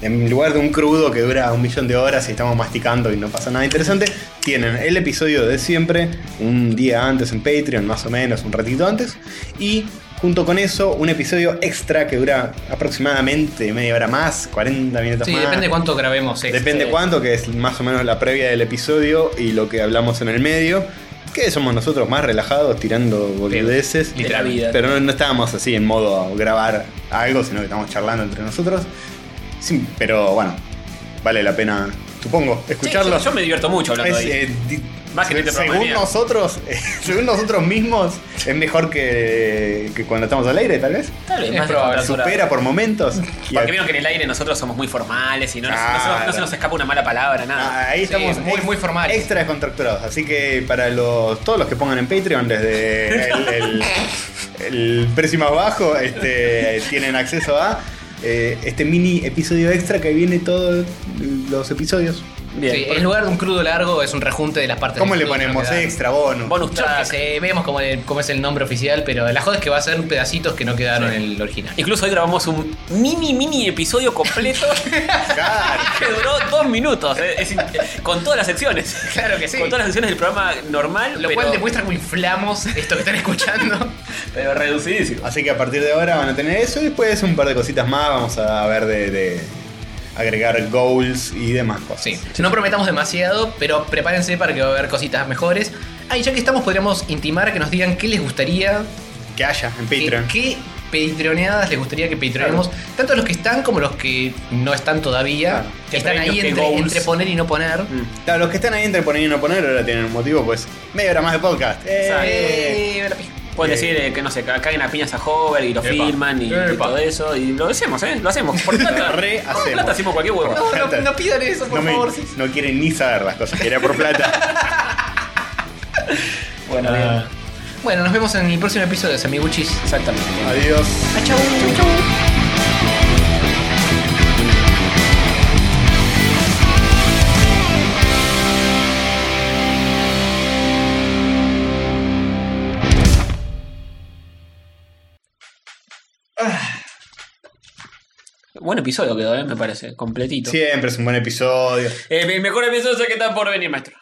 C: en lugar de un crudo que dura un millón de horas y estamos masticando y no pasa nada interesante, tienen el episodio de siempre, un día antes en Patreon, más o menos, un ratito antes. Y junto con eso, un episodio extra que dura aproximadamente media hora más, 40 minutos
D: Sí,
C: más.
D: depende cuánto grabemos. extra.
C: Depende cuánto, que es más o menos la previa del episodio y lo que hablamos en el medio. Que somos nosotros más relajados, tirando boludeces.
B: de la vida.
C: Pero no, no estábamos así en modo a grabar algo, sino que estamos charlando entre nosotros. Sí, pero bueno, vale la pena, supongo,
B: Sí,
C: escucharlo.
B: yo, yo me divierto mucho hablando
C: Es,
B: ahí.
C: eh, di-
B: Más que este programa
C: según
B: de mierda.
C: nosotros, eh, según nosotros mismos, es mejor que, que cuando estamos al aire, tal vez.
B: Tal vez
D: es
B: más de
D: probable,
B: temperatura.
C: Supera por momentos. Y
B: Porque vieron que en el aire nosotros somos muy formales y no, nos- no se, nos, no se nos escapa una mala palabra, nada.
C: Ah, Ahí
D: Sí,
C: estamos
D: muy-
C: ex-
D: muy formales.
C: Extra descontracturados. Así que para los, todos los que pongan en Patreon desde el, el- el precio más bajo, este, tienen acceso a eh, este mini episodio extra que viene todos los episodios.
B: Bien.
D: Sí, en lugar de un crudo largo es un rejunte de las partes.
C: ¿Cómo
D: del
C: le
D: crudo,
C: ponemos
D: ¿no?
C: extra bonus?
B: Bonus
D: Yo que
B: track.
D: sé, vemos cómo, le- cómo es el nombre oficial, pero la joda es que va a ser pedacitos que no quedaron en el original.
B: Incluso hoy grabamos un mini, mini episodio completo
C: Claro.
B: que duró dos minutos. eh, es in- con todas las secciones.
D: Claro que sí.
B: Con todas las secciones del programa normal,
D: Lo
B: pero,
D: cual demuestra cómo inflamos esto que están escuchando.
B: pero reducidísimo.
C: Así que a partir de ahora van a tener eso y después un par de cositas más. Vamos a ver de, de agregar goals y demás cosas.
D: Sí, no prometamos demasiado, pero prepárense para que va a haber cositas mejores. Ah, y ya que estamos, podríamos intimar a que nos digan qué les gustaría
C: Que haya en
D: ¿Qué-
C: Patreon.
D: ¿Qué, patreoneadas les gustaría que patreonemos? Tanto los que están como los que no están todavía.
C: Claro.
D: Que Mm. están
B: premios,
D: ahí
B: qué
D: entre,
B: goals.
D: entre poner y no poner.
C: Claro, los que están ahí entre poner y no poner ahora tienen un motivo, pues media hora más de podcast. ¡Eh!
D: Eh, la pija.
B: Pueden
C: Eh.
B: decir eh, que no sé, ca- caguen a piñas a Hover y lo
H: Epa.
B: filman y, y
H: Epa.
B: todo eso. Y lo hacemos, ¿eh? Lo hacemos. Por plata.
C: Re
B: Por
C: hacemos.
B: plata hacemos cualquier huevo.
D: No, no, no pidan eso, por
C: no, me-
D: favor. sí.
C: no quieren ni saber las cosas, quería por plata.
B: Bueno, bien.
D: Bueno, nos vemos en el próximo episodio de Samiguchis.
B: Exactamente.
C: Adiós.
D: Chau, chau.
B: Buen episodio quedó, eh, me parece, completito.
C: Siempre es un buen episodio.
B: Eh, mi mejor episodio es el que está por venir, maestro.